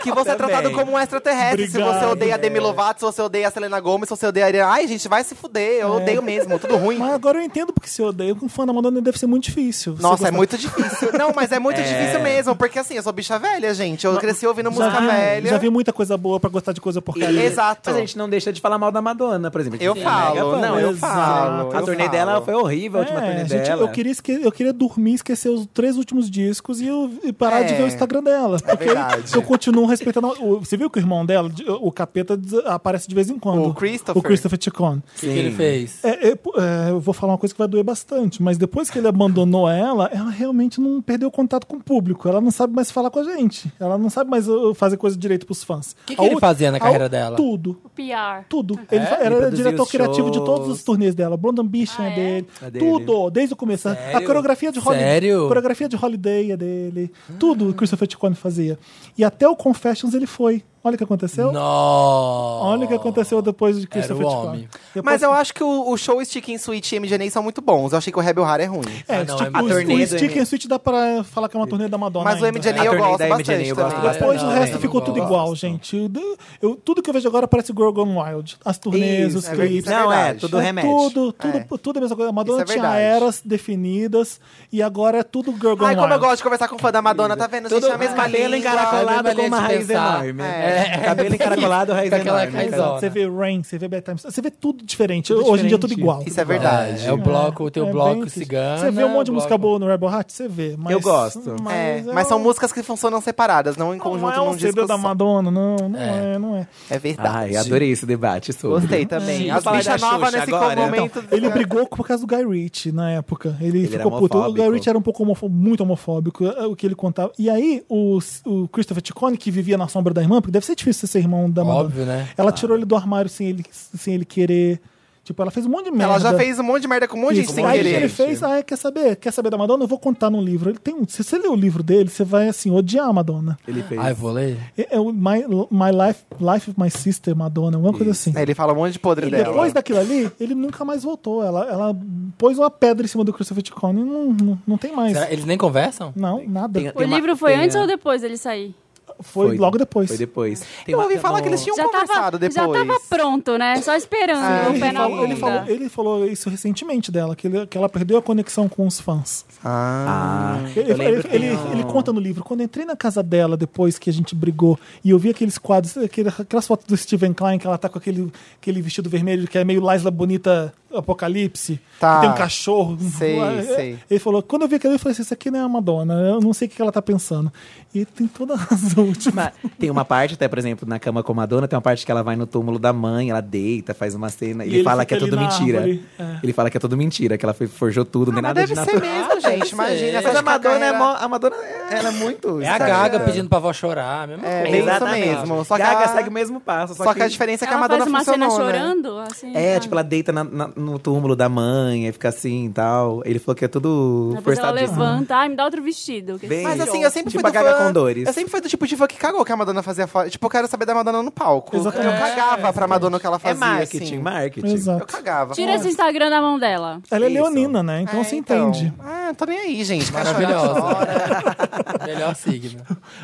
Speaker 2: que você é
Speaker 5: Também.
Speaker 2: tratado como um extraterrestre. Se você
Speaker 1: Obrigado.
Speaker 2: odeia a Demi Lovato, se você odeia a Selena Gomez, se você odeia a Ariana. Ai, gente, vai se fuder.
Speaker 1: É.
Speaker 2: Eu odeio mesmo, tudo ruim.
Speaker 1: Mas agora eu entendo porque se odeia com um fã da Madonna deve ser muito difícil. Você
Speaker 2: Nossa, é
Speaker 1: gostar-
Speaker 2: muito difícil. Não, mas é muito difícil mesmo, porque assim, eu sou bicha velha, gente. Eu cresci ouvindo
Speaker 1: Já
Speaker 2: música
Speaker 1: vi-
Speaker 2: velha.
Speaker 1: Já vi muita coisa boa pra gostar de coisa porcaria.
Speaker 2: Exato.
Speaker 5: Mas a gente não deixa de falar mal da Madonna, por exemplo. A gente
Speaker 2: É. Eu
Speaker 5: tem
Speaker 2: falo,
Speaker 5: mega fã.
Speaker 2: não, eu
Speaker 1: né? Exato.
Speaker 2: falo.
Speaker 5: A
Speaker 2: eu
Speaker 5: turnê
Speaker 2: falo.
Speaker 5: dela foi horrível, a última
Speaker 1: É,
Speaker 5: turnê
Speaker 1: gente,
Speaker 5: dela.
Speaker 1: eu queria, esque- eu queria dormir, esquecer os três últimos discos e, eu- e parar
Speaker 2: É.
Speaker 1: de ver o Instagram dela. Porque
Speaker 2: verdade.
Speaker 1: eu continuo respeitando. o- Você viu que o irmão dela, de- o capeta, des- aparece de vez em quando.
Speaker 2: O Christopher.
Speaker 1: O Christopher Ticon.
Speaker 3: O que, que ele fez?
Speaker 1: É, é, pô, é, eu vou falar uma coisa que vai doer bastante, mas depois que ele abandonou ela, ela realmente não perdeu contato com o público. Ela não sabe mais falar com a gente. Ela não sabe mais uh, fazer coisa direito pros fãs.
Speaker 3: Que que
Speaker 1: A
Speaker 3: ele
Speaker 1: ult-
Speaker 3: fazia na
Speaker 1: a
Speaker 3: carreira
Speaker 1: ult-
Speaker 3: dela?
Speaker 1: Tudo.
Speaker 4: PR.
Speaker 1: Tudo. Ele fa-
Speaker 5: Ele
Speaker 1: era
Speaker 5: produziu
Speaker 1: diretor
Speaker 5: os
Speaker 1: criativo de
Speaker 5: shows.
Speaker 1: todos os turnês dela. Blonde Ambition é,
Speaker 4: é?
Speaker 1: dele.
Speaker 5: É dele.
Speaker 1: Tudo, desde o começo. A- A coreografia de Holiday.
Speaker 3: Sério?
Speaker 1: Coreografia de Holiday é dele. Tudo o Christopher Ticone fazia. E até o, conf- Confessions ele foi. Olha o que aconteceu.
Speaker 3: Nossa.
Speaker 1: Olha o que aconteceu depois de Christopher
Speaker 3: o
Speaker 1: Hitchcock.
Speaker 3: homem.
Speaker 1: Depois-
Speaker 2: Mas eu acho que o, o show Sticking Sweet e MGNA são muito bons. Eu achei que o Rebel Heart é ruim.
Speaker 1: É,
Speaker 3: Ah, não,
Speaker 1: tipo,
Speaker 3: é
Speaker 1: o,
Speaker 3: a
Speaker 1: o
Speaker 5: turnê do
Speaker 1: Stick
Speaker 5: M.
Speaker 1: and Switch dá pra falar que é uma turnê da Madonna
Speaker 2: Mas o
Speaker 1: ainda.
Speaker 2: MGNA
Speaker 5: A
Speaker 2: eu
Speaker 5: turnê
Speaker 2: gosto
Speaker 5: da
Speaker 2: bastante
Speaker 5: MGNA eu gosto
Speaker 2: também.
Speaker 3: bastante.
Speaker 1: Depois
Speaker 3: Não,
Speaker 1: o resto
Speaker 3: não
Speaker 1: ficou tudo
Speaker 3: gosto.
Speaker 1: igual, gente. Eu- eu- tudo que eu vejo agora parece Girl Gone Wild. As turnês,
Speaker 2: Isso,
Speaker 1: os
Speaker 2: é
Speaker 1: clipes.
Speaker 2: verdade. Não, é,
Speaker 5: tudo
Speaker 1: É
Speaker 5: remete.
Speaker 1: Tudo, tudo,
Speaker 2: É.
Speaker 1: tudo a mesma coisa. A Madonna
Speaker 2: Isso é
Speaker 1: tinha
Speaker 2: verdade.
Speaker 1: eras definidas e agora é tudo Girl Gone
Speaker 2: Ai,
Speaker 1: Wild.
Speaker 2: como eu gosto de conversar com fã da Madonna, tá vendo? Gente, é a mesma
Speaker 5: cabelo
Speaker 2: língua.
Speaker 5: encaracolado com uma raiz enorme.
Speaker 3: É.
Speaker 5: Cabelo encaracolado, raiz
Speaker 3: Com aquela
Speaker 5: enorme.
Speaker 3: raizona.
Speaker 5: cara.
Speaker 1: Você vê Rain, você vê Bedtime, você vê tudo diferente.
Speaker 5: Tudo
Speaker 1: Hoje em dia é
Speaker 5: diferente.
Speaker 1: tudo igual.
Speaker 2: Isso é
Speaker 1: Tudo igual.
Speaker 2: verdade.
Speaker 3: É, é o bloco, o teu
Speaker 1: É bem
Speaker 3: bloco
Speaker 1: triste.
Speaker 3: cigano.
Speaker 1: Você vê um monte de música boa
Speaker 3: bloco-
Speaker 1: no Rebel Heart? Você vê. Mas,
Speaker 5: Eu gosto.
Speaker 1: Mas,
Speaker 2: É,
Speaker 1: eu-
Speaker 2: mas são músicas que funcionam separadas, não em
Speaker 1: Não
Speaker 2: conjunto
Speaker 1: é um
Speaker 2: num disco
Speaker 1: CD da
Speaker 2: só.
Speaker 1: Madonna, não. Não é, não é.
Speaker 2: É verdade.
Speaker 5: Ai, adorei esse debate sobre.
Speaker 2: Gostei também.
Speaker 5: Sim.
Speaker 2: As
Speaker 5: Falar
Speaker 2: bichas
Speaker 5: da
Speaker 2: novas
Speaker 5: Xuxa
Speaker 2: nesse
Speaker 5: agora,
Speaker 2: momento.
Speaker 1: Ele brigou por causa do Guy Ritchie na época. Ele,
Speaker 5: Ele era
Speaker 1: ficou puto. O Guy
Speaker 5: homofóbico.
Speaker 1: Ritchie era um pouco homofo- muito homofóbico, é o que ele contava. E aí, o, o Christopher Ticone, que vivia na sombra da irmã, porque deve ser difícil você ser irmão da Madonna.
Speaker 3: Óbvio, né?
Speaker 2: Tá.
Speaker 1: Ela tirou ele do armário sem ele, sem ele querer. Tipo, ela fez um monte de merda.
Speaker 2: Ela já fez um monte de merda com um monte de gente
Speaker 1: Isso.
Speaker 2: sem
Speaker 1: Aí o que
Speaker 2: querer.
Speaker 1: ele fez, ah, é, quer saber? Quer saber da Madonna? Eu vou contar num livro. Ele tem um. Se você ler o livro dele, você vai assim, odiar a Madonna.
Speaker 5: Ele fez.
Speaker 3: Ai, vou ler.
Speaker 1: É, é o My, My Life, Life of My Sister, Madonna, alguma coisa assim.
Speaker 2: É, Ele fala um monte de podre
Speaker 1: E
Speaker 2: dela.
Speaker 1: depois daquilo ali, ele nunca mais voltou. Ela, ela pôs uma pedra em cima do Christopher Ticone e não, não, não tem mais.
Speaker 3: Será- Eles nem conversam?
Speaker 1: Não, nada.
Speaker 5: Tem-
Speaker 4: O
Speaker 5: uma-
Speaker 4: livro foi
Speaker 5: tem
Speaker 4: antes
Speaker 5: a-
Speaker 4: ou depois dele sair?
Speaker 1: Foi, logo depois.
Speaker 5: Foi depois. Tem
Speaker 2: Eu
Speaker 5: uma-
Speaker 2: ouvi
Speaker 5: tem
Speaker 2: falar
Speaker 5: uma-
Speaker 2: que eles tinham
Speaker 4: Já
Speaker 2: conversado
Speaker 4: tava,
Speaker 2: depois. É,
Speaker 4: já tava pronto, né? Só esperando o
Speaker 1: Ele
Speaker 4: pé na
Speaker 1: falou,
Speaker 4: bunda.
Speaker 1: ele, falou, ele falou isso recentemente dela, que, ele- que ela perdeu a conexão com os fãs.
Speaker 5: Ah,
Speaker 1: Ele,
Speaker 5: eu lembro
Speaker 1: ele-
Speaker 5: que tem
Speaker 1: ele-
Speaker 5: um-
Speaker 1: ele conta no livro. Quando eu entrei na casa dela depois que a gente brigou e eu vi aqueles quadros, aquele- aquelas fotos do Steven Klein, que ela tá com aquele, aquele vestido vermelho que é meio Laisla Bonita Apocalipse,
Speaker 2: Tá.
Speaker 1: que tem um cachorro.
Speaker 2: Sei,
Speaker 1: É,
Speaker 2: sei.
Speaker 1: Ele falou, quando eu vi aquilo, eu falei assim, isso aqui não é a Madonna, eu não sei o que ela tá pensando. E tem toda a razão. tipo,
Speaker 5: Mas tem uma parte, até, por exemplo, na cama com a Madonna, tem uma parte que ela vai no túmulo da mãe, ela deita, faz uma cena.
Speaker 1: E
Speaker 5: E
Speaker 1: ele
Speaker 5: ele fala
Speaker 1: fica
Speaker 5: que é
Speaker 1: ali
Speaker 5: tudo
Speaker 1: na
Speaker 5: mentira.
Speaker 1: árvore, é.
Speaker 5: Ele fala que é tudo mentira, que ela foi- forjou tudo, não tem
Speaker 2: Mas
Speaker 5: nada de
Speaker 2: deve ser
Speaker 5: natural.
Speaker 2: mesmo, gente. Imagina.
Speaker 3: ser.
Speaker 2: você
Speaker 5: Mas
Speaker 2: acha
Speaker 5: a
Speaker 2: que a
Speaker 5: Madonna, é
Speaker 2: carreira-
Speaker 5: mó- a Madonna é- ela é muito.
Speaker 3: É a
Speaker 5: sabe?
Speaker 3: Gaga pedindo pra avó chorar, a mesma
Speaker 2: É,
Speaker 3: coisa.
Speaker 2: bem isso
Speaker 5: Exatamente.
Speaker 2: mesmo. Só que
Speaker 5: Gaga
Speaker 2: ela-
Speaker 5: segue o mesmo passo. Só,
Speaker 2: Só que a diferença é que a
Speaker 4: Ela faz
Speaker 2: Madonna
Speaker 4: uma cena
Speaker 2: funcionou, né?
Speaker 4: chorando, assim.
Speaker 5: É,
Speaker 4: sabe?
Speaker 5: tipo, ela deita na- na- no túmulo da mãe, aí fica assim e tal. Ele falou que é tudo
Speaker 4: Depois ela
Speaker 5: forçadíssimo.
Speaker 4: levanta, ai, me dá outro vestido. que
Speaker 5: Bem-
Speaker 4: esse
Speaker 2: Mas
Speaker 5: Sim.
Speaker 2: assim, eu sempre
Speaker 5: Tipo
Speaker 2: fui
Speaker 5: a
Speaker 2: do
Speaker 5: Gaga
Speaker 2: fã-
Speaker 5: com dores.
Speaker 2: Eu sempre fui do tipo de fã que cagou que a Madonna fazia fora. Tipo, eu quero saber da Madonna no palco.
Speaker 1: Exatamente.
Speaker 2: Eu cagava pra Madonna o que ela
Speaker 5: É
Speaker 2: fazia.
Speaker 5: marketing,
Speaker 2: assim.
Speaker 5: marketing.
Speaker 1: Exato.
Speaker 2: Eu cagava.
Speaker 4: Tira esse Instagram da mão dela.
Speaker 1: Ela é
Speaker 5: Isso.
Speaker 1: leonina, né? Então
Speaker 2: É,
Speaker 1: você entende.
Speaker 2: Ah, tô nem aí, gente. Quer chorar, chora.
Speaker 3: Maravilhosa. Melhor signo.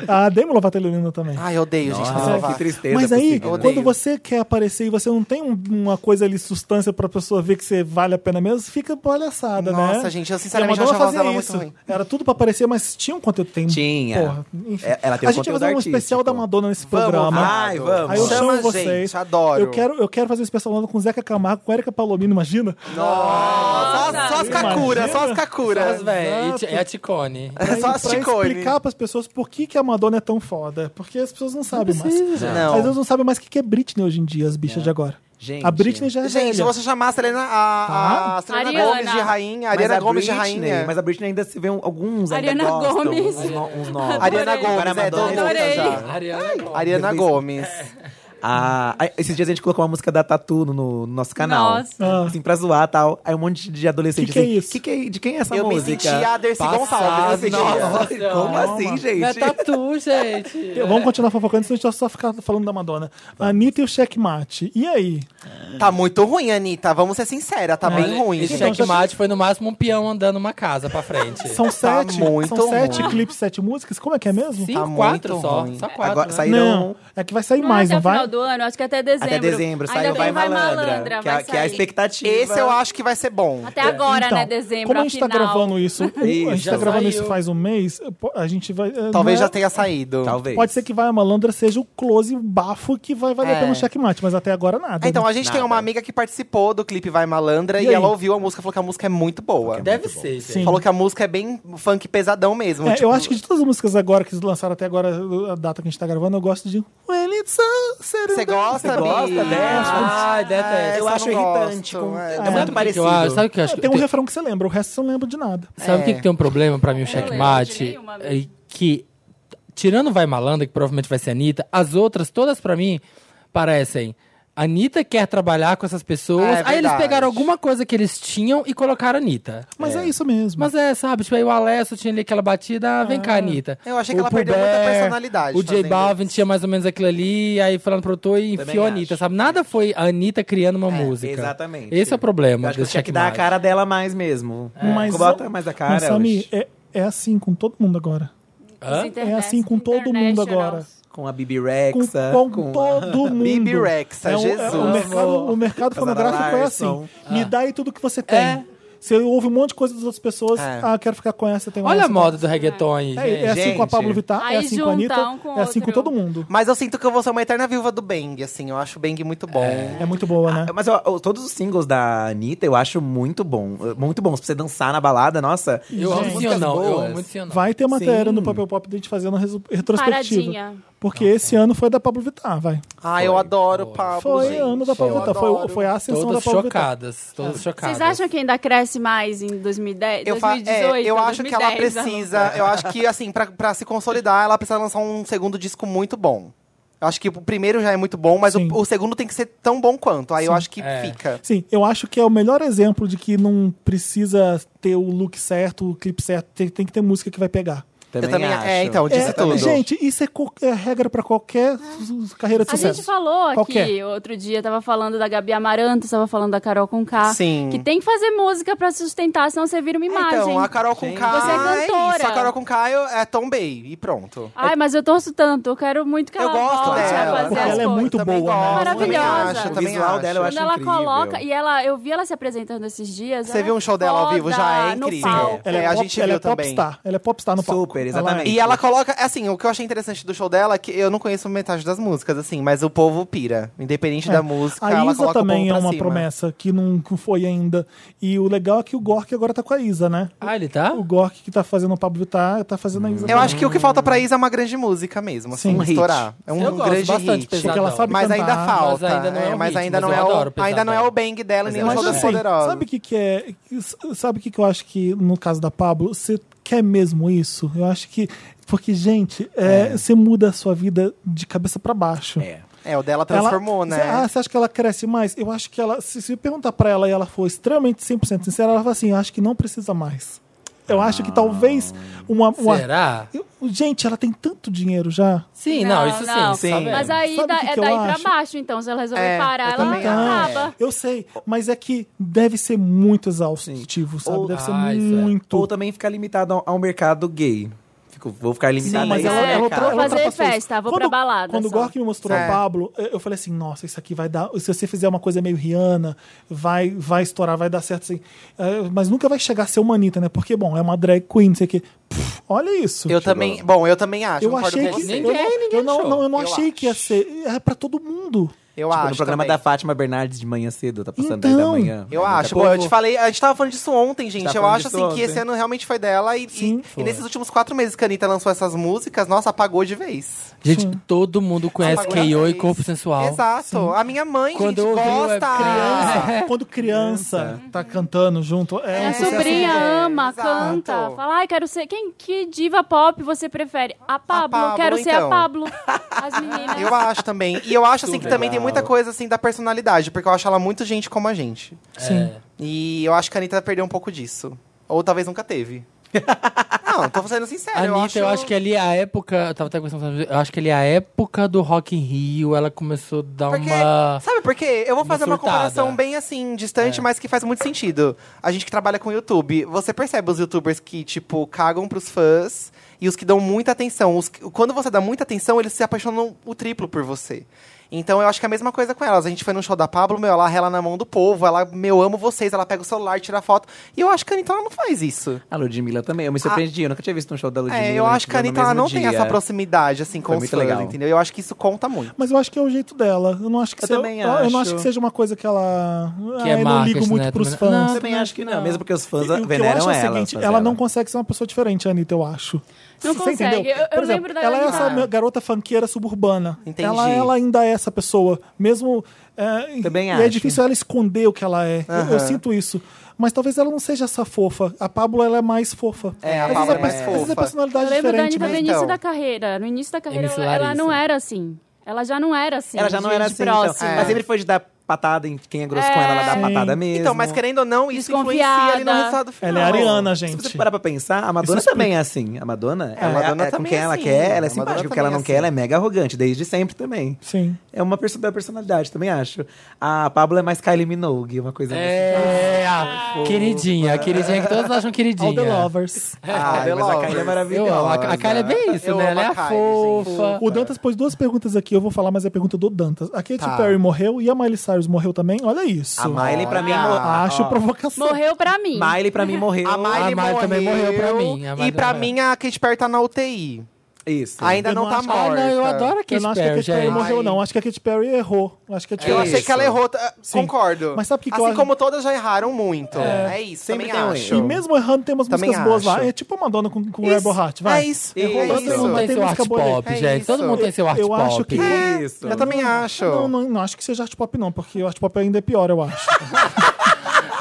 Speaker 1: A Demi Lovato é leonina também.
Speaker 2: Ai, eu odeio, gente.
Speaker 5: Nossa,
Speaker 2: Nossa,
Speaker 5: que tristeza.
Speaker 1: Mas aí,
Speaker 5: possível, né?
Speaker 1: quando
Speaker 2: Odeio.
Speaker 1: você quer aparecer e você não tem um- uma coisa ali, sustância pra pessoa ver que você vale a pena mesmo, fica palhaçada, né?
Speaker 2: Nossa, gente, eu sinceramente
Speaker 1: E a Madonna
Speaker 2: achava a voz
Speaker 1: fazia
Speaker 2: dela
Speaker 1: isso.
Speaker 2: muito ruim.
Speaker 1: Era tudo pra aparecer, mas tinha um conteúdo tempo.
Speaker 5: Tinha.
Speaker 1: Porra, enfim.
Speaker 5: É, ela tem
Speaker 1: a
Speaker 5: um
Speaker 1: gente vai
Speaker 5: conteúdo
Speaker 1: fazer um
Speaker 5: artístico.
Speaker 1: especial da Madonna nesse programa.
Speaker 5: Ai, vamos.
Speaker 1: Aí eu
Speaker 2: Chama
Speaker 1: chamo
Speaker 2: a
Speaker 1: vocês.
Speaker 2: gente, adoro.
Speaker 1: Eu quero, eu quero fazer um especial com o Zeca Camargo, com a Erika Palomino, imagina?
Speaker 2: Nossa, só, só as
Speaker 1: Imagina.
Speaker 2: Kakura, só as Kakura.
Speaker 3: Mas, véi, e ti- é a Ticone.
Speaker 1: Aí,
Speaker 2: Só
Speaker 1: pra
Speaker 2: as Ticone.
Speaker 1: explicar pras pessoas por que, que a Madonna é tão foda. Porque as pessoas não sabem mais.
Speaker 2: Não.
Speaker 1: Às vezes não sabem mais o que que é Britney hoje em dia, as
Speaker 5: É.
Speaker 1: bichas de agora.
Speaker 5: Gente.
Speaker 1: a Britney já é
Speaker 2: Gente, se
Speaker 1: velha.
Speaker 2: você chamar a Selena, a, a Selena
Speaker 4: Ariana.
Speaker 2: Gomes de rainha, a
Speaker 5: Mas
Speaker 2: Ariana Gomes
Speaker 5: Britney,
Speaker 2: de rainha.
Speaker 5: Mas a Britney ainda se vê um- alguns ainda
Speaker 4: Ariana
Speaker 5: gostam,
Speaker 4: Gomes.
Speaker 5: Uns, no- uns novos.
Speaker 2: Ariana
Speaker 4: Adorei.
Speaker 2: Gomes, é, tô louca
Speaker 4: Adorei.
Speaker 2: já.
Speaker 3: né? Ariana Grande.
Speaker 2: Ariana Gomes.
Speaker 5: Ah, aí, esses dias a gente colocou uma música da Tatu no, no nosso canal.
Speaker 4: Nossa.
Speaker 1: Ah.
Speaker 5: Assim, pra zoar e tal. Aí um monte de adolescente
Speaker 1: Que que é
Speaker 5: assim,
Speaker 1: isso?
Speaker 5: Que que é- de quem é essa
Speaker 2: Eu me
Speaker 5: música?
Speaker 2: senti a Dercy Gonçalves nesse dia.
Speaker 5: Nossa, como assim, gente?
Speaker 3: É tatu, gente.
Speaker 1: Vamos continuar fofocando, senão a gente vai só ficar falando da Madonna. Anitta e o checkmate. E aí?
Speaker 2: Tá muito ruim, Anitta. Vamos ser sincera, tá bem ruim.
Speaker 3: Esse
Speaker 1: Então, já-
Speaker 3: checkmate foi no máximo um peão andando uma casa pra frente.
Speaker 1: São sete,
Speaker 2: muito
Speaker 1: são sete
Speaker 2: ruim.
Speaker 1: clipes, sete músicas? Como é que é mesmo?
Speaker 3: Cinco,
Speaker 2: muito
Speaker 3: quatro só.
Speaker 2: ruim. um.
Speaker 3: Só quatro.
Speaker 5: Agora
Speaker 3: né?
Speaker 5: saíram-
Speaker 1: Não, é que vai sair
Speaker 4: Não,
Speaker 1: mais,
Speaker 4: até
Speaker 1: não
Speaker 4: o final
Speaker 1: vai?
Speaker 4: do ano, acho que até dezembro.
Speaker 5: Até dezembro,
Speaker 4: Ainda
Speaker 5: saiu
Speaker 4: tem
Speaker 5: Vai
Speaker 4: o Vai
Speaker 5: Malandra.
Speaker 4: Malandra,
Speaker 5: que, é
Speaker 4: vai
Speaker 5: a, que a
Speaker 4: sair.
Speaker 5: expectativa.
Speaker 2: Esse é eu acho que vai ser bom.
Speaker 4: Até agora,
Speaker 1: Então,
Speaker 4: né? Dezembro,
Speaker 1: como a gente tá
Speaker 4: afinal.
Speaker 1: gravando isso, a gente
Speaker 5: Isso,
Speaker 1: tá
Speaker 5: já
Speaker 1: gravando
Speaker 3: saiu.
Speaker 1: isso faz um mês, a gente vai... é,
Speaker 2: Talvez
Speaker 1: não é-
Speaker 2: já tenha saído.
Speaker 5: Talvez.
Speaker 1: Pode ser que vai a malandra seja o close, o bafo que vai valer
Speaker 2: É.
Speaker 1: pelo checkmate, mas até agora nada.
Speaker 2: Ah, Então,
Speaker 1: né?
Speaker 2: a gente
Speaker 5: Nada.
Speaker 2: tem uma amiga que participou do clipe Vai Malandra
Speaker 1: E
Speaker 2: e,
Speaker 1: aí?
Speaker 2: ela ouviu a música e falou que a música é muito boa.
Speaker 3: Deve ser,
Speaker 1: Sim.
Speaker 3: gente.
Speaker 2: Falou que a música é bem funk pesadão mesmo.
Speaker 1: É,
Speaker 2: tipo,
Speaker 1: Eu acho que de todas as músicas agora que eles lançaram até agora, a data que a gente tá gravando, eu gosto de... When it's all said and
Speaker 2: Você gosta,
Speaker 5: Você gosta É,
Speaker 2: Bia?
Speaker 5: Ah, dessa?
Speaker 3: Ai,
Speaker 2: essa
Speaker 3: detesto.
Speaker 5: Eu
Speaker 2: não
Speaker 5: acho irritante,
Speaker 2: gosto,
Speaker 5: com-
Speaker 2: é. Sabe
Speaker 5: é muito
Speaker 3: Sabe o que
Speaker 5: parecido.
Speaker 3: Que eu acho? Sabe o que eu acho?
Speaker 1: Tem um
Speaker 3: Tem-
Speaker 1: refrão que você lembra, o resto você não lembra de nada.
Speaker 3: Sabe o que, que tem um problema pra mim, o
Speaker 4: lembro de
Speaker 3: checkmate?
Speaker 4: nenhuma
Speaker 3: É que, tirando Vai Malandra, que provavelmente vai ser a Anitta, as outras, todas pra mim, parecem A Anitta quer trabalhar com essas pessoas.
Speaker 2: Ah, é
Speaker 3: aí eles
Speaker 2: verdade.
Speaker 3: pegaram alguma coisa que eles tinham e colocaram a Anitta.
Speaker 1: Mas é. isso mesmo.
Speaker 3: Mas é, sabe? Tipo, aí o Alesso tinha ali aquela batida, ah, vem cá, Anitta.
Speaker 2: Eu achei que
Speaker 3: O
Speaker 2: ela perdeu muita
Speaker 3: Pudé,
Speaker 2: personalidade
Speaker 3: O J
Speaker 2: fazendo
Speaker 3: Balvin
Speaker 2: isso.
Speaker 3: tinha mais ou menos aquilo ali, aí foi lá no produtor e
Speaker 5: Também
Speaker 3: enfiou a
Speaker 5: acho.
Speaker 3: Anitta, sabe? Nada foi a Anitta criando uma música.
Speaker 5: exatamente.
Speaker 3: Esse é o problema
Speaker 5: Eu acho que
Speaker 3: desse
Speaker 5: tinha que dar a
Speaker 3: checkmate.
Speaker 5: cara dela mais mesmo.
Speaker 1: Mas-
Speaker 5: É. Bota tá mais a cara.
Speaker 1: Mas, Samir,
Speaker 5: hoje.
Speaker 1: é, é assim com todo mundo agora.
Speaker 3: Hã?
Speaker 1: É assim com todo
Speaker 4: né,
Speaker 1: mundo agora.
Speaker 5: Com a Bibi
Speaker 1: Com,
Speaker 5: Rexa.
Speaker 1: com
Speaker 5: com a-
Speaker 1: todo mundo.
Speaker 2: Bibi Rexa,
Speaker 1: É um- é-
Speaker 2: Jesus.
Speaker 1: o mercado, o mercado
Speaker 5: Fazenda
Speaker 1: fonográfico é
Speaker 5: Larson.
Speaker 1: assim. Me dá aí tudo que você tem.
Speaker 3: É.
Speaker 1: Você ouve um monte de coisa das outras pessoas.
Speaker 2: É.
Speaker 1: Ah, quero ficar com essa. Tem
Speaker 3: Olha
Speaker 1: essa,
Speaker 3: a moda do reggaeton aí,
Speaker 1: tem- É, é
Speaker 3: gente.
Speaker 1: assim com a
Speaker 5: Gente.
Speaker 1: Pablo Vittar, é
Speaker 4: Aí
Speaker 1: assim com a Anitta,
Speaker 4: junta um com o
Speaker 1: é assim com
Speaker 4: outro.
Speaker 1: todo mundo.
Speaker 2: Mas eu sinto que eu vou ser uma eterna viúva do Bang, assim. Eu acho o Bang muito bom.
Speaker 1: É muito boa, né?
Speaker 5: Ah, Mas eu- eu- todos os singles da Anitta eu acho muito bom. Muito bons pra você dançar na balada, nossa.
Speaker 3: Eu amo sim ou
Speaker 5: músicas
Speaker 3: não, eu
Speaker 5: boas.
Speaker 3: amo muito sim ou não.
Speaker 1: Vai ter matéria
Speaker 5: Sim.
Speaker 1: no Papel Pop da gente fazendo a resu- retrospectiva.
Speaker 4: Paradinha.
Speaker 1: Porque esse ano foi da Pablo Vittar, vai.
Speaker 2: Ah, eu adoro o Pablo,
Speaker 1: Foi
Speaker 2: gente.
Speaker 1: ano da Pablo
Speaker 2: Eu
Speaker 1: Vittar. Foi,
Speaker 2: adoro.
Speaker 1: foi a ascensão
Speaker 3: Todas
Speaker 1: da Pablo Vittar.
Speaker 3: chocadas, todas chocadas.
Speaker 4: Vocês acham que ainda cresce mais em 2010,
Speaker 2: Eu, fa- é,
Speaker 4: 2018?
Speaker 2: eu acho que ela
Speaker 4: 2010,
Speaker 2: precisa. Eu acho que, assim, pra, pra se consolidar, ela precisa lançar um segundo disco muito bom. Eu acho que o primeiro já é muito bom, mas o,
Speaker 1: Sim.
Speaker 2: o segundo tem que ser tão bom quanto. Aí eu acho que
Speaker 3: É.
Speaker 2: fica.
Speaker 1: Sim, eu acho que é o melhor exemplo de que não precisa ter o look certo, o clipe certo. Tem, tem que ter música que vai pegar.
Speaker 5: Também,
Speaker 2: eu também
Speaker 5: acho.
Speaker 2: É, então, disse
Speaker 1: É,
Speaker 2: tudo.
Speaker 1: Gente, isso é, co- é regra pra qualquer su- carreira de
Speaker 4: Ah. A
Speaker 1: sucesso.
Speaker 4: gente falou
Speaker 1: Qual que é?
Speaker 4: aqui outro dia, tava falando da Gabi Amaranto, tava falando da Carol Conká.
Speaker 2: Sim.
Speaker 4: Ah, Que tem que fazer música pra sustentar, senão você vira uma imagem.
Speaker 2: Então, a Carol com K.
Speaker 4: Você é
Speaker 2: isso,
Speaker 4: cantora.
Speaker 2: a Carol com K é tombei. E pronto.
Speaker 4: Ai, mas eu torço tanto, eu quero muito que
Speaker 2: Eu
Speaker 4: ela
Speaker 2: gosto dela.
Speaker 4: volte a fazer
Speaker 1: Porque
Speaker 4: as
Speaker 1: ela é
Speaker 4: coisas.
Speaker 1: muito
Speaker 2: Eu também
Speaker 1: boa, né?
Speaker 2: gosto,
Speaker 4: Maravilhosa.
Speaker 2: também acho,
Speaker 5: O
Speaker 2: também
Speaker 5: visual
Speaker 2: acho.
Speaker 5: dela eu
Speaker 1: é
Speaker 5: acho
Speaker 4: Quando ela
Speaker 5: incrível.
Speaker 4: coloca, e ela, eu vi ela se apresentando esses dias.
Speaker 2: Você
Speaker 4: ela
Speaker 2: viu um
Speaker 4: é
Speaker 2: show dela ao vivo? Já é
Speaker 4: foda no
Speaker 2: incrível.
Speaker 4: palco.
Speaker 2: É, a gente
Speaker 1: ela
Speaker 2: viu
Speaker 1: é popstar.
Speaker 2: também.
Speaker 1: Ela é popstar no palco.
Speaker 5: Super,
Speaker 1: Ela é.
Speaker 5: exatamente.
Speaker 2: E ela coloca, assim, o que eu achei interessante do show dela é que eu não conheço metade das músicas, assim, mas o povo pira. Independente da música,
Speaker 1: É. A
Speaker 2: ela
Speaker 1: Isa
Speaker 2: coloca o
Speaker 1: também
Speaker 2: povo
Speaker 1: é
Speaker 2: pra
Speaker 1: uma
Speaker 2: cima.
Speaker 1: promessa que não foi ainda. E o legal é que o Gork agora tá com a Isa, né?
Speaker 3: Ah, ele tá?
Speaker 1: O Gork que tá fazendo o Pablo Vittar, tá fazendo a Isa.
Speaker 2: Eu
Speaker 1: também.
Speaker 2: acho que o que falta pra Isa é uma grande música mesmo, assim,
Speaker 1: Sim. Um
Speaker 2: um
Speaker 1: hit.
Speaker 2: estourar. É um
Speaker 3: Eu gosto
Speaker 2: grande
Speaker 3: bastante
Speaker 2: hit.
Speaker 3: pesado.
Speaker 1: Porque ela sabe
Speaker 2: Mas
Speaker 1: cantar.
Speaker 2: ainda falta.
Speaker 3: Mas ainda não é
Speaker 2: é,
Speaker 3: o
Speaker 2: mas
Speaker 3: ritmo,
Speaker 2: ainda não
Speaker 3: mas
Speaker 2: é
Speaker 3: eu adoro
Speaker 2: o
Speaker 3: pesadão.
Speaker 2: ainda não é o bang dela, nem
Speaker 5: eu
Speaker 2: o
Speaker 1: Mas
Speaker 2: show
Speaker 5: acho
Speaker 2: das
Speaker 1: assim,
Speaker 2: poderosas.
Speaker 1: sabe o que, que é. Sabe o que, que eu acho que, no caso da Pablo, você quer mesmo isso? Eu acho que. Porque, gente, é, você muda a sua vida de cabeça pra baixo.
Speaker 5: É.
Speaker 2: É, o dela
Speaker 1: Ela-
Speaker 2: transformou,
Speaker 1: Cê-
Speaker 2: né?
Speaker 1: ah, você acha que ela cresce mais? Eu acho que ela. Se, se eu perguntar pra ela e ela for extremamente 100% sincera, ela fala assim: eu acho que não precisa mais. Eu acho que talvez uma. uma-
Speaker 3: Será?
Speaker 1: Eu- gente, ela tem tanto dinheiro já.
Speaker 3: Sim, não, isso tá sim.
Speaker 4: não.
Speaker 5: sim.
Speaker 3: sabe?
Speaker 4: Mas aí
Speaker 1: Sabe
Speaker 4: da-
Speaker 1: o que
Speaker 4: é
Speaker 1: que eu
Speaker 4: daí
Speaker 1: acho?
Speaker 4: pra baixo, então. Se ela resolver
Speaker 2: É,
Speaker 4: parar,
Speaker 2: eu
Speaker 4: ela
Speaker 2: também
Speaker 4: acaba.
Speaker 1: Eu sei, mas é que deve ser muito exaustivo, sabe?
Speaker 5: Ou-
Speaker 1: deve ser
Speaker 3: Ah, isso é.
Speaker 1: muito.
Speaker 5: Ou também ficar limitado ao, ao mercado gay. Fico- vou ficar limitado
Speaker 1: Sim, mas
Speaker 5: a esse
Speaker 1: ela, ela,
Speaker 4: É,
Speaker 1: ela,
Speaker 5: mercado.
Speaker 1: ela
Speaker 4: outra- vou fazer
Speaker 1: ultrapassou isso.
Speaker 4: festa, vou pra balada
Speaker 1: Quando o
Speaker 4: só.
Speaker 1: Gork me mostrou a
Speaker 2: É.
Speaker 1: Pablo, eu eu falei assim: nossa, isso aqui vai dar. Se você fizer uma coisa meio Rihanna, vai, vai estourar, vai dar certo assim. É, Mas nunca vai chegar a ser uma Anitta, né? Porque, bom, é uma drag queen, não sei o quê. Pff, olha isso.
Speaker 2: Eu também, bom, eu também acho,
Speaker 1: tipo, Eu
Speaker 2: concordo
Speaker 1: achei
Speaker 2: com
Speaker 1: que.
Speaker 2: você.
Speaker 1: eu, não, eu não,
Speaker 3: achou.
Speaker 1: não, eu não
Speaker 2: Eu
Speaker 1: achei que ia
Speaker 2: acho.
Speaker 1: ser. É pra todo mundo.
Speaker 2: Eu
Speaker 5: Tipo,
Speaker 2: acho
Speaker 5: no programa
Speaker 2: também.
Speaker 5: da Fátima Bernardes de manhã cedo, tá passando
Speaker 1: Então,
Speaker 5: 10 da manhã.
Speaker 2: Eu
Speaker 5: É muita
Speaker 2: acho, pô, eu
Speaker 5: coisa.
Speaker 2: te falei, a gente tava falando disso ontem, gente.
Speaker 5: Tava
Speaker 2: eu
Speaker 5: falando
Speaker 2: acho assim
Speaker 5: disso
Speaker 2: que
Speaker 5: ontem.
Speaker 2: esse ano realmente foi dela. E,
Speaker 1: Sim,
Speaker 2: e- e nesses últimos quatro meses que a Anitta lançou essas músicas, nossa, apagou de vez.
Speaker 3: Gente, todo mundo conhece
Speaker 2: Apagou de
Speaker 3: K.O. e
Speaker 2: vez.
Speaker 3: Corpo Sensual.
Speaker 2: é Exato. A minha mãe,
Speaker 3: Quando
Speaker 2: gente,
Speaker 3: eu ouvi, eu era
Speaker 2: gosta.
Speaker 3: criança.
Speaker 1: Criança, quando criança tá cantando junto. É, um
Speaker 4: Minha
Speaker 1: sucesso.
Speaker 4: sobrinha
Speaker 2: É,
Speaker 4: ama,
Speaker 2: exato.
Speaker 4: canta. Fala, ai, quero ser. Quem, que diva pop você prefere? A Pablo,
Speaker 2: Pablo,
Speaker 4: quero ser a
Speaker 2: então.
Speaker 4: Pablo. As meninas.
Speaker 2: Eu acho também. E eu acho assim que
Speaker 5: Legal.
Speaker 2: também tem muita coisa assim da personalidade, porque eu acho ela muito gente como a gente.
Speaker 3: É.
Speaker 1: Sim.
Speaker 2: E eu acho que a Anitta perdeu um pouco disso. Ou talvez nunca teve. Não, tô sendo sincero.
Speaker 3: A Anitta,
Speaker 2: eu acho,
Speaker 3: que ali é a época. Eu tava até conversando com- Eu acho que ali é a época do Rock in Rio. Ela começou a dar
Speaker 2: Porque,
Speaker 3: uma.
Speaker 2: sabe por quê? Eu vou
Speaker 3: uma
Speaker 2: fazer uma
Speaker 3: surtada.
Speaker 2: comparação bem assim,
Speaker 5: É.
Speaker 2: distante, mas que faz muito sentido. A gente que trabalha com YouTube, você percebe os youtubers que, tipo, cagam pros fãs e os que dão muita atenção. Os que- quando você dá muita atenção, eles se apaixonam o triplo por você. Então eu acho que é a mesma coisa com elas. A gente foi num show da Pablo, meu, ela rela na mão do povo, ela, meu, amo vocês, ela pega o celular, tira foto. E eu acho que a Anitta ela não faz isso.
Speaker 5: A Ludmilla também. Eu me surpreendi, eu nunca tinha visto um show da Ludmilla.
Speaker 2: Ah. É, eu acho que a
Speaker 5: no
Speaker 2: Anitta ela
Speaker 5: mesmo
Speaker 2: não tem
Speaker 5: dia.
Speaker 2: essa proximidade, assim, com
Speaker 5: Foi
Speaker 2: os
Speaker 5: muito
Speaker 2: fãs,
Speaker 5: legal.
Speaker 2: entendeu? Eu acho que isso conta muito.
Speaker 1: Mas eu acho que é o jeito dela. Eu não acho que,
Speaker 5: Eu
Speaker 1: seja,
Speaker 5: também
Speaker 1: eu, eu não acho
Speaker 5: acho.
Speaker 1: que seja uma coisa que ela.
Speaker 3: Que
Speaker 1: ah,
Speaker 3: é
Speaker 1: eu não ligo
Speaker 3: marketing,
Speaker 1: muito
Speaker 3: né?
Speaker 1: pros
Speaker 3: Também-
Speaker 1: fãs.
Speaker 3: Não,
Speaker 5: Também acho que não, mesmo porque os fãs
Speaker 1: E o que eu
Speaker 5: veneram
Speaker 1: acho é o
Speaker 5: ela.
Speaker 1: seguinte,
Speaker 5: os fãs
Speaker 1: ela,
Speaker 5: dela.
Speaker 1: não consegue ser uma pessoa diferente, a Anitta, eu acho.
Speaker 4: Não
Speaker 1: Você
Speaker 4: consegue.
Speaker 1: entendeu?
Speaker 4: Eu- eu
Speaker 1: Por exemplo,
Speaker 4: lembro da
Speaker 1: Ela é
Speaker 4: Anitta.
Speaker 1: essa minha garota fanqueira suburbana.
Speaker 2: Entendi.
Speaker 1: Ela, ela ainda é essa pessoa. Mesmo. É,
Speaker 5: Também
Speaker 1: e é
Speaker 5: acho.
Speaker 1: difícil ela esconder o que ela é. Eu- Eu,
Speaker 2: Aham.
Speaker 1: sinto isso. Mas talvez ela não seja essa fofa. A Pablo ela é mais fofa.
Speaker 2: É, a
Speaker 1: Às vezes
Speaker 2: Pabllo é mais
Speaker 1: pers- Às vezes a
Speaker 2: fofa.
Speaker 1: personalidade
Speaker 4: Eu
Speaker 1: é
Speaker 4: lembro da
Speaker 1: diferente,
Speaker 4: Anitta
Speaker 1: né?
Speaker 4: no início
Speaker 2: Então.
Speaker 4: da carreira. No início da carreira,
Speaker 3: Início
Speaker 4: ela, ela não
Speaker 3: Larissa.
Speaker 4: era assim. Ela já não era assim.
Speaker 5: ela já não
Speaker 4: de-
Speaker 5: era
Speaker 4: de
Speaker 5: assim, então.
Speaker 4: próxima.
Speaker 5: Mas sempre foi de dar patada em quem é grosso com ela, ela dá
Speaker 1: Sim.
Speaker 5: patada mesmo.
Speaker 2: Então, mas querendo ou não, isso influencia ali no
Speaker 4: Desconfiada.
Speaker 2: resultado final.
Speaker 1: Ela é ariana,
Speaker 5: Se você
Speaker 1: gente.
Speaker 5: parar pra pensar, a Madonna
Speaker 1: explica-
Speaker 5: também é assim. A Madonna, ela,
Speaker 2: Madonna
Speaker 5: é, com
Speaker 2: também
Speaker 5: quem
Speaker 2: é
Speaker 5: ela
Speaker 2: assim.
Speaker 5: quer, ela é
Speaker 2: A Madonna
Speaker 5: simpática. O que ela
Speaker 2: também
Speaker 5: não
Speaker 2: é
Speaker 5: quer,
Speaker 2: assim.
Speaker 5: ela é mega arrogante, desde sempre também.
Speaker 1: Sim.
Speaker 5: É uma perso- da personalidade, também acho. A Pablo é mais Kylie Minogue, uma coisa tipo.
Speaker 3: É, a queridinha, a queridinha que todos acham
Speaker 1: All the
Speaker 3: queridinha.
Speaker 1: lovers.
Speaker 5: assim. Ai,
Speaker 2: The
Speaker 5: mas a
Speaker 2: Lovers.
Speaker 5: Kylie é
Speaker 3: Eu
Speaker 5: maravilhosa.
Speaker 3: amo. A, a Kylie é bem isso,
Speaker 2: Eu
Speaker 3: né?
Speaker 2: amo
Speaker 3: Ela é
Speaker 2: a
Speaker 3: a
Speaker 2: Kylie,
Speaker 3: fofa.
Speaker 1: O Dantas pôs duas perguntas aqui, eu vou falar, mas é a pergunta do Dantas. A Katy
Speaker 2: Tá.
Speaker 1: Perry morreu e a Miley Cyrus morreu também? Olha isso.
Speaker 5: A Miley, pra mim,
Speaker 2: Olha.
Speaker 5: mo-
Speaker 1: Acho provocação.
Speaker 4: Morreu pra mim.
Speaker 5: Miley, pra mim, morreu.
Speaker 2: A Miley,
Speaker 3: A Miley também morreu pra mim. A Miley
Speaker 2: E pra
Speaker 3: morreu.
Speaker 2: mim, a Katy Perry tá na UTI.
Speaker 5: Isso.
Speaker 2: Ainda
Speaker 1: Eu
Speaker 2: não,
Speaker 1: não
Speaker 2: tá
Speaker 1: acho-
Speaker 2: morta.
Speaker 3: Ah, não, eu adoro a
Speaker 1: Eu não
Speaker 3: Katy
Speaker 1: acho que a
Speaker 3: Perry, é
Speaker 1: Katy Perry
Speaker 3: gente.
Speaker 1: morreu,
Speaker 2: Ai.
Speaker 1: não. Acho que a Katy Perry errou. Acho que a Katy
Speaker 2: Eu
Speaker 1: Perry...
Speaker 2: achei
Speaker 5: Isso.
Speaker 2: que ela errou. tá-
Speaker 1: Sim.
Speaker 2: Concordo.
Speaker 1: Mas sabe o que que eu
Speaker 2: Assim
Speaker 1: acho?
Speaker 2: como todas já erraram muito. É, isso,
Speaker 5: sempre
Speaker 2: sempre
Speaker 5: tem um
Speaker 2: acho.
Speaker 1: E
Speaker 5: erro.
Speaker 1: mesmo errando, tem umas
Speaker 2: Também
Speaker 1: músicas boas lá.
Speaker 2: acho.
Speaker 1: É tipo a Madonna com, com
Speaker 2: Isso.
Speaker 1: Rebel Heart, vai.
Speaker 2: É isso.
Speaker 5: Errou,
Speaker 2: é
Speaker 1: todo
Speaker 2: isso.
Speaker 3: Todo mundo tem
Speaker 1: Tem
Speaker 3: seu
Speaker 1: música
Speaker 3: art
Speaker 1: boa dele.
Speaker 3: pop,
Speaker 2: É
Speaker 3: gente. Todo
Speaker 2: isso.
Speaker 3: mundo tem seu art
Speaker 1: Eu
Speaker 3: pop.
Speaker 1: acho que-
Speaker 2: É,
Speaker 5: Isso.
Speaker 2: Eu também acho.
Speaker 1: Não, não, não acho que seja art pop, não, porque o art pop ainda é pior, eu acho.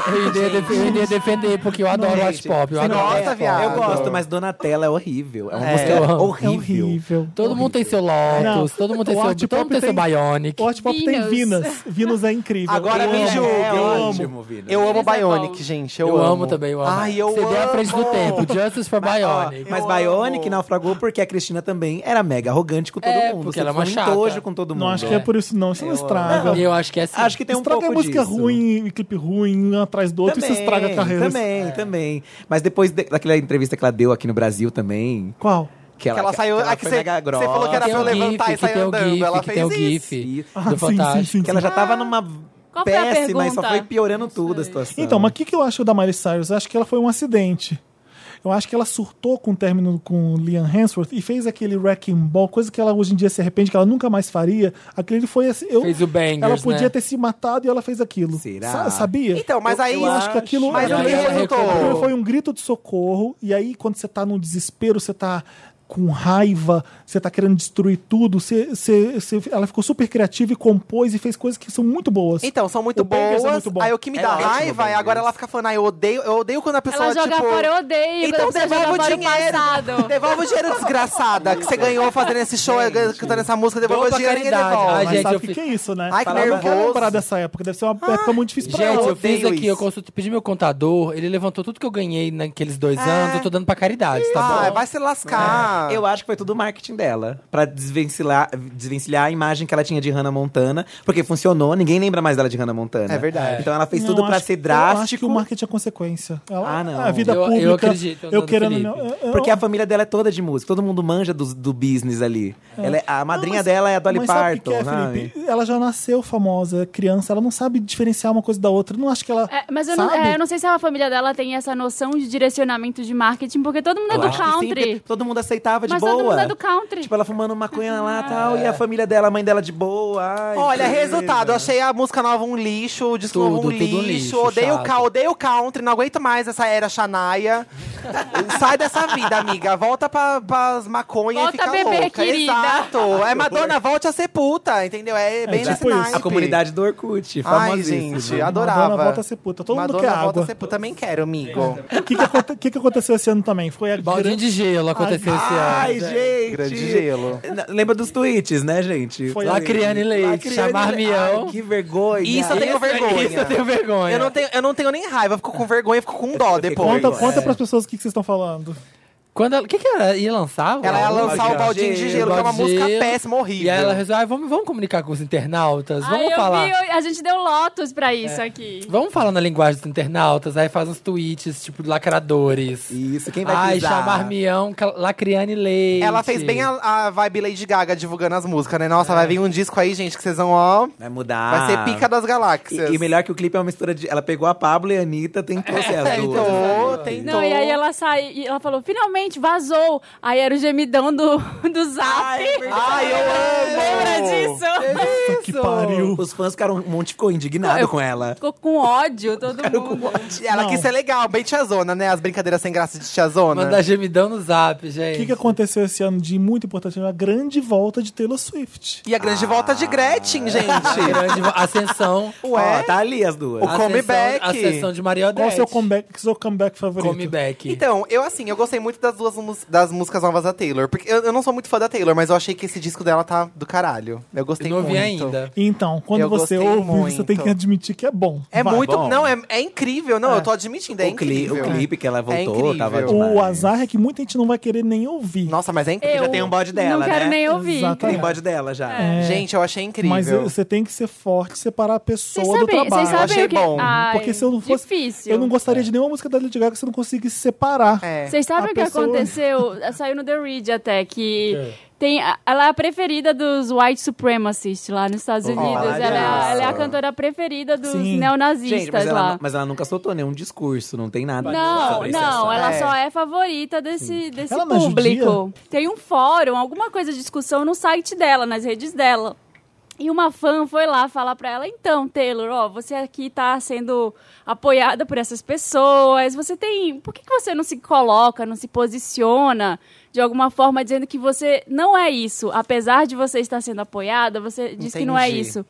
Speaker 3: Eu iria, def- eu iria defender, porque eu adoro art
Speaker 5: gente,
Speaker 3: pop. Eu
Speaker 2: você
Speaker 3: adoro
Speaker 2: gosta,
Speaker 3: art pop.
Speaker 2: viado?
Speaker 5: Eu gosto, mas Donatella é horrível. É uma
Speaker 2: É.
Speaker 5: música
Speaker 3: Eu amo.
Speaker 1: É
Speaker 5: horrível.
Speaker 1: horrível.
Speaker 3: Todo mundo tem seu Lotus,
Speaker 1: Não,
Speaker 3: todo mundo tem
Speaker 1: o
Speaker 3: seu,
Speaker 1: art
Speaker 3: todo
Speaker 1: pop
Speaker 3: mundo tem seu
Speaker 1: tem-
Speaker 3: Bionic.
Speaker 1: O art pop tem
Speaker 4: Venus.
Speaker 1: Vinas. Vinus é incrível.
Speaker 2: Agora
Speaker 1: Eu
Speaker 2: me
Speaker 1: amo.
Speaker 2: julguem.
Speaker 1: Eu
Speaker 5: É
Speaker 1: amo.
Speaker 5: ótimo, Vina.
Speaker 2: Eu amo
Speaker 4: Eles é
Speaker 2: Bionic,
Speaker 4: bom.
Speaker 2: gente. Eu,
Speaker 3: Eu, amo. também, eu amo.
Speaker 2: Ai, eu
Speaker 3: Você deu à frente do
Speaker 2: amo.
Speaker 3: tempo. Justice for Bionic.
Speaker 5: Mas
Speaker 2: Eu
Speaker 5: Bionic
Speaker 2: amo.
Speaker 5: naufragou porque a Cristina também era mega arrogante com todo
Speaker 3: É,
Speaker 5: mundo.
Speaker 3: porque ela é
Speaker 5: sempre
Speaker 3: uma
Speaker 5: foi um
Speaker 3: chata.
Speaker 5: Tojo com todo mundo.
Speaker 1: Não acho que é por isso, não. Isso não estraga.
Speaker 3: Eu acho que é assim.
Speaker 5: Acho que tem um
Speaker 1: estraga
Speaker 5: pouco
Speaker 1: a música
Speaker 5: disso.
Speaker 1: ruim, clipe ruim, um atrás do outro, e isso estraga carreiras.
Speaker 5: Também, também. Mas depois de- daquela entrevista que ela deu aqui no Brasil também,
Speaker 1: Qual?
Speaker 5: que ela,
Speaker 2: Que ela saiu.
Speaker 5: ela
Speaker 2: ah, que
Speaker 5: foi
Speaker 2: você
Speaker 5: mega
Speaker 2: você falou que era
Speaker 3: tem
Speaker 5: grossa.
Speaker 2: pra eu
Speaker 3: o
Speaker 2: levantar e
Speaker 3: GIF, que
Speaker 2: sair
Speaker 3: tem o
Speaker 2: andando. Ela
Speaker 3: GIF, que tem o
Speaker 2: fez isso.
Speaker 3: GIF
Speaker 5: isso.
Speaker 1: Ah,
Speaker 3: do Fantástico.
Speaker 5: Que ela já tava numa
Speaker 4: Qual foi a
Speaker 5: péssima e só
Speaker 4: pergunta?
Speaker 5: foi piorando
Speaker 4: Não
Speaker 5: tudo a
Speaker 4: sei.
Speaker 5: situação.
Speaker 1: Então, mas o que, que eu acho da Miley Cyrus? Eu acho que ela foi um acidente. Eu acho que ela surtou com o término com o Liam Hemsworth e fez aquele wrecking ball, coisa que ela hoje em dia se arrepende, que ela nunca mais faria. Aquele foi assim. Eu,
Speaker 3: Fez o Bangers,
Speaker 1: ela podia
Speaker 3: né?
Speaker 1: ter se matado e ela fez aquilo.
Speaker 5: Será?
Speaker 1: Sa- sabia?
Speaker 2: Então, mas
Speaker 1: Eu-
Speaker 2: aí
Speaker 1: eu,
Speaker 2: isso-
Speaker 1: acho que aquilo. é um
Speaker 2: Mas
Speaker 3: Ela
Speaker 2: o que
Speaker 3: ia
Speaker 1: Aquilo
Speaker 2: resultou?
Speaker 1: foi um grito de socorro, e aí quando você tá num desespero, você tá com raiva, você tá querendo destruir tudo, você, você- você- ela ficou super criativa e compôs e fez coisas que são muito boas.
Speaker 2: Então, são muito
Speaker 1: O Bangers
Speaker 2: boas.
Speaker 1: é muito bom.
Speaker 2: aí o que me
Speaker 5: É
Speaker 2: dá
Speaker 5: ótimo,
Speaker 2: raiva é agora
Speaker 5: Bangers.
Speaker 2: ela fica falando, ah, eu odeio, eu odeio quando a pessoa.
Speaker 4: Ela joga
Speaker 2: tipo,
Speaker 4: fora, eu odeio.
Speaker 2: Então
Speaker 4: quando a pessoa joga
Speaker 2: devolve o
Speaker 4: fora
Speaker 2: dinheiro.
Speaker 4: passado.
Speaker 2: Devolve o dinheiro, desgraçada, que você ganhou fazendo esse show, cantando essa música, devolve
Speaker 3: Doa
Speaker 2: o
Speaker 3: pra
Speaker 2: dinheiro e ninguém
Speaker 3: caridade.
Speaker 2: devolve.
Speaker 3: Ai,
Speaker 1: Mas
Speaker 3: gente,
Speaker 1: sabe o
Speaker 3: eu
Speaker 1: que,
Speaker 3: fi-
Speaker 1: que é isso, né?
Speaker 2: Ai, que
Speaker 1: Ela não quer
Speaker 2: nervoso.
Speaker 1: lembrar dessa época. Deve ser uma época muito difícil pra
Speaker 3: Gente,
Speaker 1: ela.
Speaker 3: eu fiz
Speaker 2: odeio
Speaker 3: aqui, eu
Speaker 2: isso.
Speaker 3: consulto, pedi meu contador, ele levantou tudo que eu ganhei naqueles dois
Speaker 2: É.
Speaker 3: anos, eu tô dando pra caridade, tá bom?
Speaker 2: Ah, vai se lascar.
Speaker 5: É. Eu acho que foi tudo marketing dela. Pra desvencilhar, desvencilhar a imagem que ela tinha de Hannah Montana. Porque funcionou, ninguém lembra mais dela de Hannah Montana.
Speaker 2: É verdade.
Speaker 5: Então ela fez
Speaker 1: Não,
Speaker 5: tudo pra
Speaker 1: acho-
Speaker 5: ser
Speaker 1: Eu acho
Speaker 5: drástico.
Speaker 1: que o marketing é consequência. Ela- é
Speaker 5: Ah, não.
Speaker 1: A vida
Speaker 3: Eu- eu
Speaker 1: pública.
Speaker 3: acredito no
Speaker 1: eu querendo.
Speaker 3: Felipe.
Speaker 1: eu- eu-
Speaker 5: Porque a família dela é toda de música, todo mundo manja do, do business ali. Ela é- a madrinha
Speaker 1: Não, mas-
Speaker 5: dela é a Dolly
Speaker 1: mas sabe o
Speaker 5: Parton.
Speaker 1: que que é,
Speaker 5: sabe?
Speaker 1: Felipe? Ela já nasceu famosa, é criança, ela não sabe diferenciar uma coisa da outra. Eu Não acho que ela.
Speaker 4: É, mas eu não,
Speaker 1: sabe?
Speaker 4: é, eu não sei se a família dela tem essa noção de direcionamento de marketing, porque todo mundo é do
Speaker 5: Acho que sempre
Speaker 4: country.
Speaker 5: todo mundo aceitava de
Speaker 4: Mas
Speaker 5: boa.
Speaker 4: todo mundo é do country. Ah.
Speaker 5: Tipo, ela fumando maconha lá e tal, e a família dela, a mãe dela de boa. ai,
Speaker 2: Olha,
Speaker 5: beleza.
Speaker 2: resultado, eu achei a música nova um lixo, o disco novo um
Speaker 3: Tudo, tudo
Speaker 2: lixo,
Speaker 3: um lixo,
Speaker 2: odeio, o
Speaker 3: chato.
Speaker 2: ca- odeio o country, não aguento mais essa era Shania. Sai dessa vida, amiga, volta pra, pras maconha
Speaker 4: Volta
Speaker 2: e fica
Speaker 4: a beber,
Speaker 2: louca.
Speaker 4: querida.
Speaker 2: Exato, é Madonna, volte a ser puta, entendeu? É bem
Speaker 1: tipo isso.
Speaker 2: nesse naipe.
Speaker 5: A comunidade do Orkut,
Speaker 2: Ai,
Speaker 5: famosíssima.
Speaker 2: gente,
Speaker 1: Madonna
Speaker 2: adorava.
Speaker 1: volta a ser puta. Todo mundo
Speaker 2: Madonna
Speaker 1: quer
Speaker 2: volta
Speaker 1: água. É.
Speaker 2: a ser puta, também quero, amigo.
Speaker 1: O que, que, aconte- o que que aconteceu esse ano também? Foi a
Speaker 3: Baldinho
Speaker 1: grande.
Speaker 3: de gelo aconteceu esse ano.
Speaker 5: Ai, gente.
Speaker 2: Grande gelo.
Speaker 5: Lembra dos tweets, né, gente?
Speaker 1: Foi
Speaker 3: Lacriane Leite, chamar Mião.
Speaker 5: Ai, Que vergonha.
Speaker 2: Isso eu tenho vergonha.
Speaker 3: Isso eu tenho vergonha.
Speaker 2: Eu não tenho, eu não tenho nem raiva, eu fico com vergonha, eu fico com dó depois.
Speaker 1: Conta,
Speaker 5: Pois,
Speaker 1: conta
Speaker 5: é.
Speaker 1: pras pessoas o que, que vocês estão falando.
Speaker 3: Quando ela, o que que ela ia lançar?
Speaker 2: Ela ia
Speaker 3: Laura?
Speaker 2: lançar o Baldinho de Gelo, que é uma
Speaker 3: Baldinho de
Speaker 2: música
Speaker 3: Gelo.
Speaker 2: péssima, horrível.
Speaker 3: E aí ela resolveu, ah, vamos, vamos comunicar com os internautas,
Speaker 4: Ai,
Speaker 3: vamos
Speaker 4: eu
Speaker 3: falar.
Speaker 4: vi, eu- a gente deu lotus pra
Speaker 5: É.
Speaker 4: isso aqui.
Speaker 3: Vamos falar na linguagem dos internautas, aí faz uns tweets, tipo, lacradores.
Speaker 5: Isso, quem vai
Speaker 3: Ai,
Speaker 5: pisar?
Speaker 3: chamar-meão, ca- Lacriane Leite.
Speaker 2: Ela fez bem a, a vibe Lady Gaga divulgando as músicas, né? Nossa,
Speaker 3: É.
Speaker 2: vai vir um disco aí, gente, que vocês vão, ó.
Speaker 5: Vai mudar.
Speaker 2: Vai ser pica das galáxias.
Speaker 5: Ah. E, e melhor que o clipe é uma mistura de. Ela pegou a Pablo e a Anitta, tentou ser as duas.
Speaker 2: Tentou, tentou.
Speaker 4: Não, e aí ela saiu e ela falou, finalmente vazou. Aí era o gemidão do, do zap.
Speaker 2: Ai, eu amo!
Speaker 4: Lembra disso?
Speaker 1: Puta que pariu.
Speaker 5: Os fãs ficaram, um monte ficou indignado com ela.
Speaker 4: Ficou com ódio todo mundo.
Speaker 2: Ela
Speaker 1: Não.
Speaker 2: quis ser legal, bem tiazona, né? As brincadeiras sem graça de tiazona.
Speaker 3: Mandar gemidão no zap,
Speaker 1: O
Speaker 3: gente.
Speaker 1: que, que aconteceu esse ano de muito importante? A grande volta de Taylor Swift.
Speaker 2: E a grande
Speaker 5: Ah.
Speaker 2: volta de Gretchen, gente.
Speaker 3: Grande ascensão.
Speaker 2: Ué?
Speaker 5: Ó, tá ali as duas.
Speaker 2: O- comeback.
Speaker 3: Ascensão de Maria Odete.
Speaker 1: Qual o seu comeback, seu comeback favorito?
Speaker 3: Comeback.
Speaker 2: Então, eu assim, eu gostei muito das das duas mus- das músicas novas da Taylor. Porque eu, eu não sou muito fã da Taylor, mas eu achei que esse disco dela tá do caralho. Eu gostei
Speaker 3: Eu não
Speaker 2: muito.
Speaker 3: ouvi ainda.
Speaker 1: Então, quando
Speaker 2: Eu
Speaker 1: você
Speaker 2: gostei
Speaker 1: ouve, você tem
Speaker 2: muito.
Speaker 1: que admitir que é bom.
Speaker 2: É
Speaker 1: Vai.
Speaker 2: muito.
Speaker 5: bom.
Speaker 2: Não, é, é incrível. Não, eu tô admitindo, é
Speaker 5: o, cli-
Speaker 2: incrível.
Speaker 5: o clipe que ela voltou
Speaker 2: incrível.
Speaker 5: tava
Speaker 2: O
Speaker 5: demais.
Speaker 1: O azar é que muita gente não vai querer nem ouvir.
Speaker 2: Nossa, mas é incrível.
Speaker 4: Eu
Speaker 5: tem um bode dela,
Speaker 4: não quero
Speaker 5: né?
Speaker 4: nem ouvir.
Speaker 1: Exatamente.
Speaker 5: Tem bode dela já.
Speaker 1: É.
Speaker 2: Gente, eu achei incrível.
Speaker 1: Mas eu- você tem que ser forte, separar a pessoa
Speaker 4: Vocês
Speaker 1: do
Speaker 4: sabem,
Speaker 1: trabalho.
Speaker 4: vocês sabem
Speaker 2: Achei
Speaker 4: o que...
Speaker 2: bom.
Speaker 4: Ai,
Speaker 1: Porque se eu não fosse-
Speaker 4: Difícil.
Speaker 1: Eu não gostaria de nenhuma música da Lady Gaga que você não conseguisse separar.
Speaker 2: É.
Speaker 4: Vocês sabem
Speaker 1: A
Speaker 4: o que
Speaker 1: pessoa-
Speaker 4: aconteceu? Saiu no The Read até, que
Speaker 3: É.
Speaker 4: tem, ela é a preferida dos white supremacists lá nos Estados
Speaker 5: Olha
Speaker 4: Unidos. Ela é, a,
Speaker 5: só.
Speaker 4: ela é a cantora preferida dos
Speaker 1: Sim.
Speaker 4: neonazistas
Speaker 5: Gente, mas
Speaker 4: lá.
Speaker 5: ela, mas ela nunca soltou nenhum discurso, não tem nada.
Speaker 4: Não,
Speaker 5: sobre esse
Speaker 4: não,
Speaker 5: assunto.
Speaker 4: ela
Speaker 2: É.
Speaker 4: só é favorita desse, desse
Speaker 1: Ela não é
Speaker 4: público. Tem um fórum, alguma coisa de discussão no site dela, nas redes dela. E uma fã foi lá falar pra ela, então, Taylor, ó, você aqui tá sendo apoiada por essas pessoas, você tem... Por que, que você não se coloca, não se posiciona de alguma forma dizendo que você não é isso? Apesar de você estar sendo apoiada, você diz que não é
Speaker 2: Entendi. Ah.
Speaker 4: isso.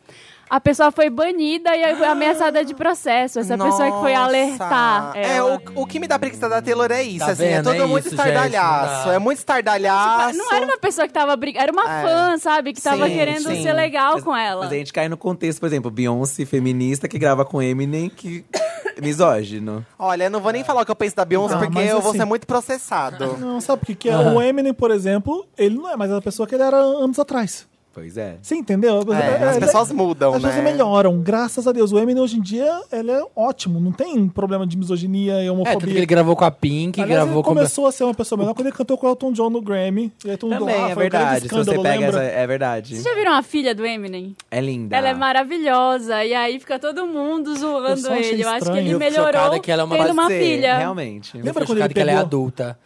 Speaker 4: A pessoa foi banida e foi ameaçada de processo. Essa pessoa que foi
Speaker 2: Nossa.
Speaker 4: alertar.
Speaker 2: É,
Speaker 4: ela.
Speaker 2: o, o que me dá preguiça da Taylor é isso,
Speaker 3: Tá
Speaker 2: assim. É
Speaker 3: vendo?
Speaker 2: todo
Speaker 3: É
Speaker 2: muito
Speaker 3: isso, gente,
Speaker 2: estardalhaço.
Speaker 3: não dá.
Speaker 2: é muito estardalhaço.
Speaker 4: Tipo, Não era uma pessoa que tava brigando, era uma
Speaker 2: É.
Speaker 4: fã, sabe? Que tava
Speaker 2: Sim,
Speaker 4: querendo
Speaker 2: sim.
Speaker 4: ser legal
Speaker 5: Mas-
Speaker 4: com ela.
Speaker 5: Mas a gente cai no contexto, por exemplo, Beyoncé feminista que grava com Eminem que é misógino.
Speaker 2: Olha, eu não vou nem falar o que eu penso da Beyoncé,
Speaker 1: Tá,
Speaker 2: porque
Speaker 1: mas
Speaker 2: eu vou
Speaker 1: assim-
Speaker 2: ser muito processado.
Speaker 1: Não, sabe o que, que é? O Eminem, por exemplo, ele não é mais a pessoa que ele era anos atrás.
Speaker 5: Pois é.
Speaker 1: Você entendeu?
Speaker 2: É, as pessoas mudam,
Speaker 1: As
Speaker 2: né?
Speaker 1: pessoas melhoram, graças a Deus. O Eminem hoje em dia, ele é ótimo. Não tem problema de misoginia e
Speaker 3: É, tanto que
Speaker 1: homofobia.
Speaker 3: ele gravou com a Pink,
Speaker 1: Aliás,
Speaker 3: gravou
Speaker 1: ele
Speaker 3: com...
Speaker 1: começou a ser uma pessoa melhor quando ele cantou com o Elton John no Grammy. E aí todo mundo,
Speaker 5: Também,
Speaker 1: ah,
Speaker 5: é
Speaker 1: foi um grande
Speaker 5: verdade. Se você
Speaker 1: escândalo,
Speaker 5: pega
Speaker 1: lembra?
Speaker 5: essa. É verdade.
Speaker 4: Vocês já viram a filha do Eminem?
Speaker 5: É linda.
Speaker 4: Ela é maravilhosa. E aí fica todo mundo
Speaker 1: Eu
Speaker 4: zoando
Speaker 1: só achei
Speaker 4: ele. Eu acho que
Speaker 1: estranho.
Speaker 4: ele
Speaker 1: Eu
Speaker 3: fico chocada
Speaker 4: melhorou
Speaker 3: que ela é uma
Speaker 4: tendo uma
Speaker 5: Pode ser,
Speaker 4: filha.
Speaker 5: Realmente.
Speaker 1: Lembra
Speaker 3: Eu
Speaker 1: quando
Speaker 3: fico
Speaker 1: ele
Speaker 3: chocado que ela é
Speaker 1: pegou-
Speaker 3: adulta.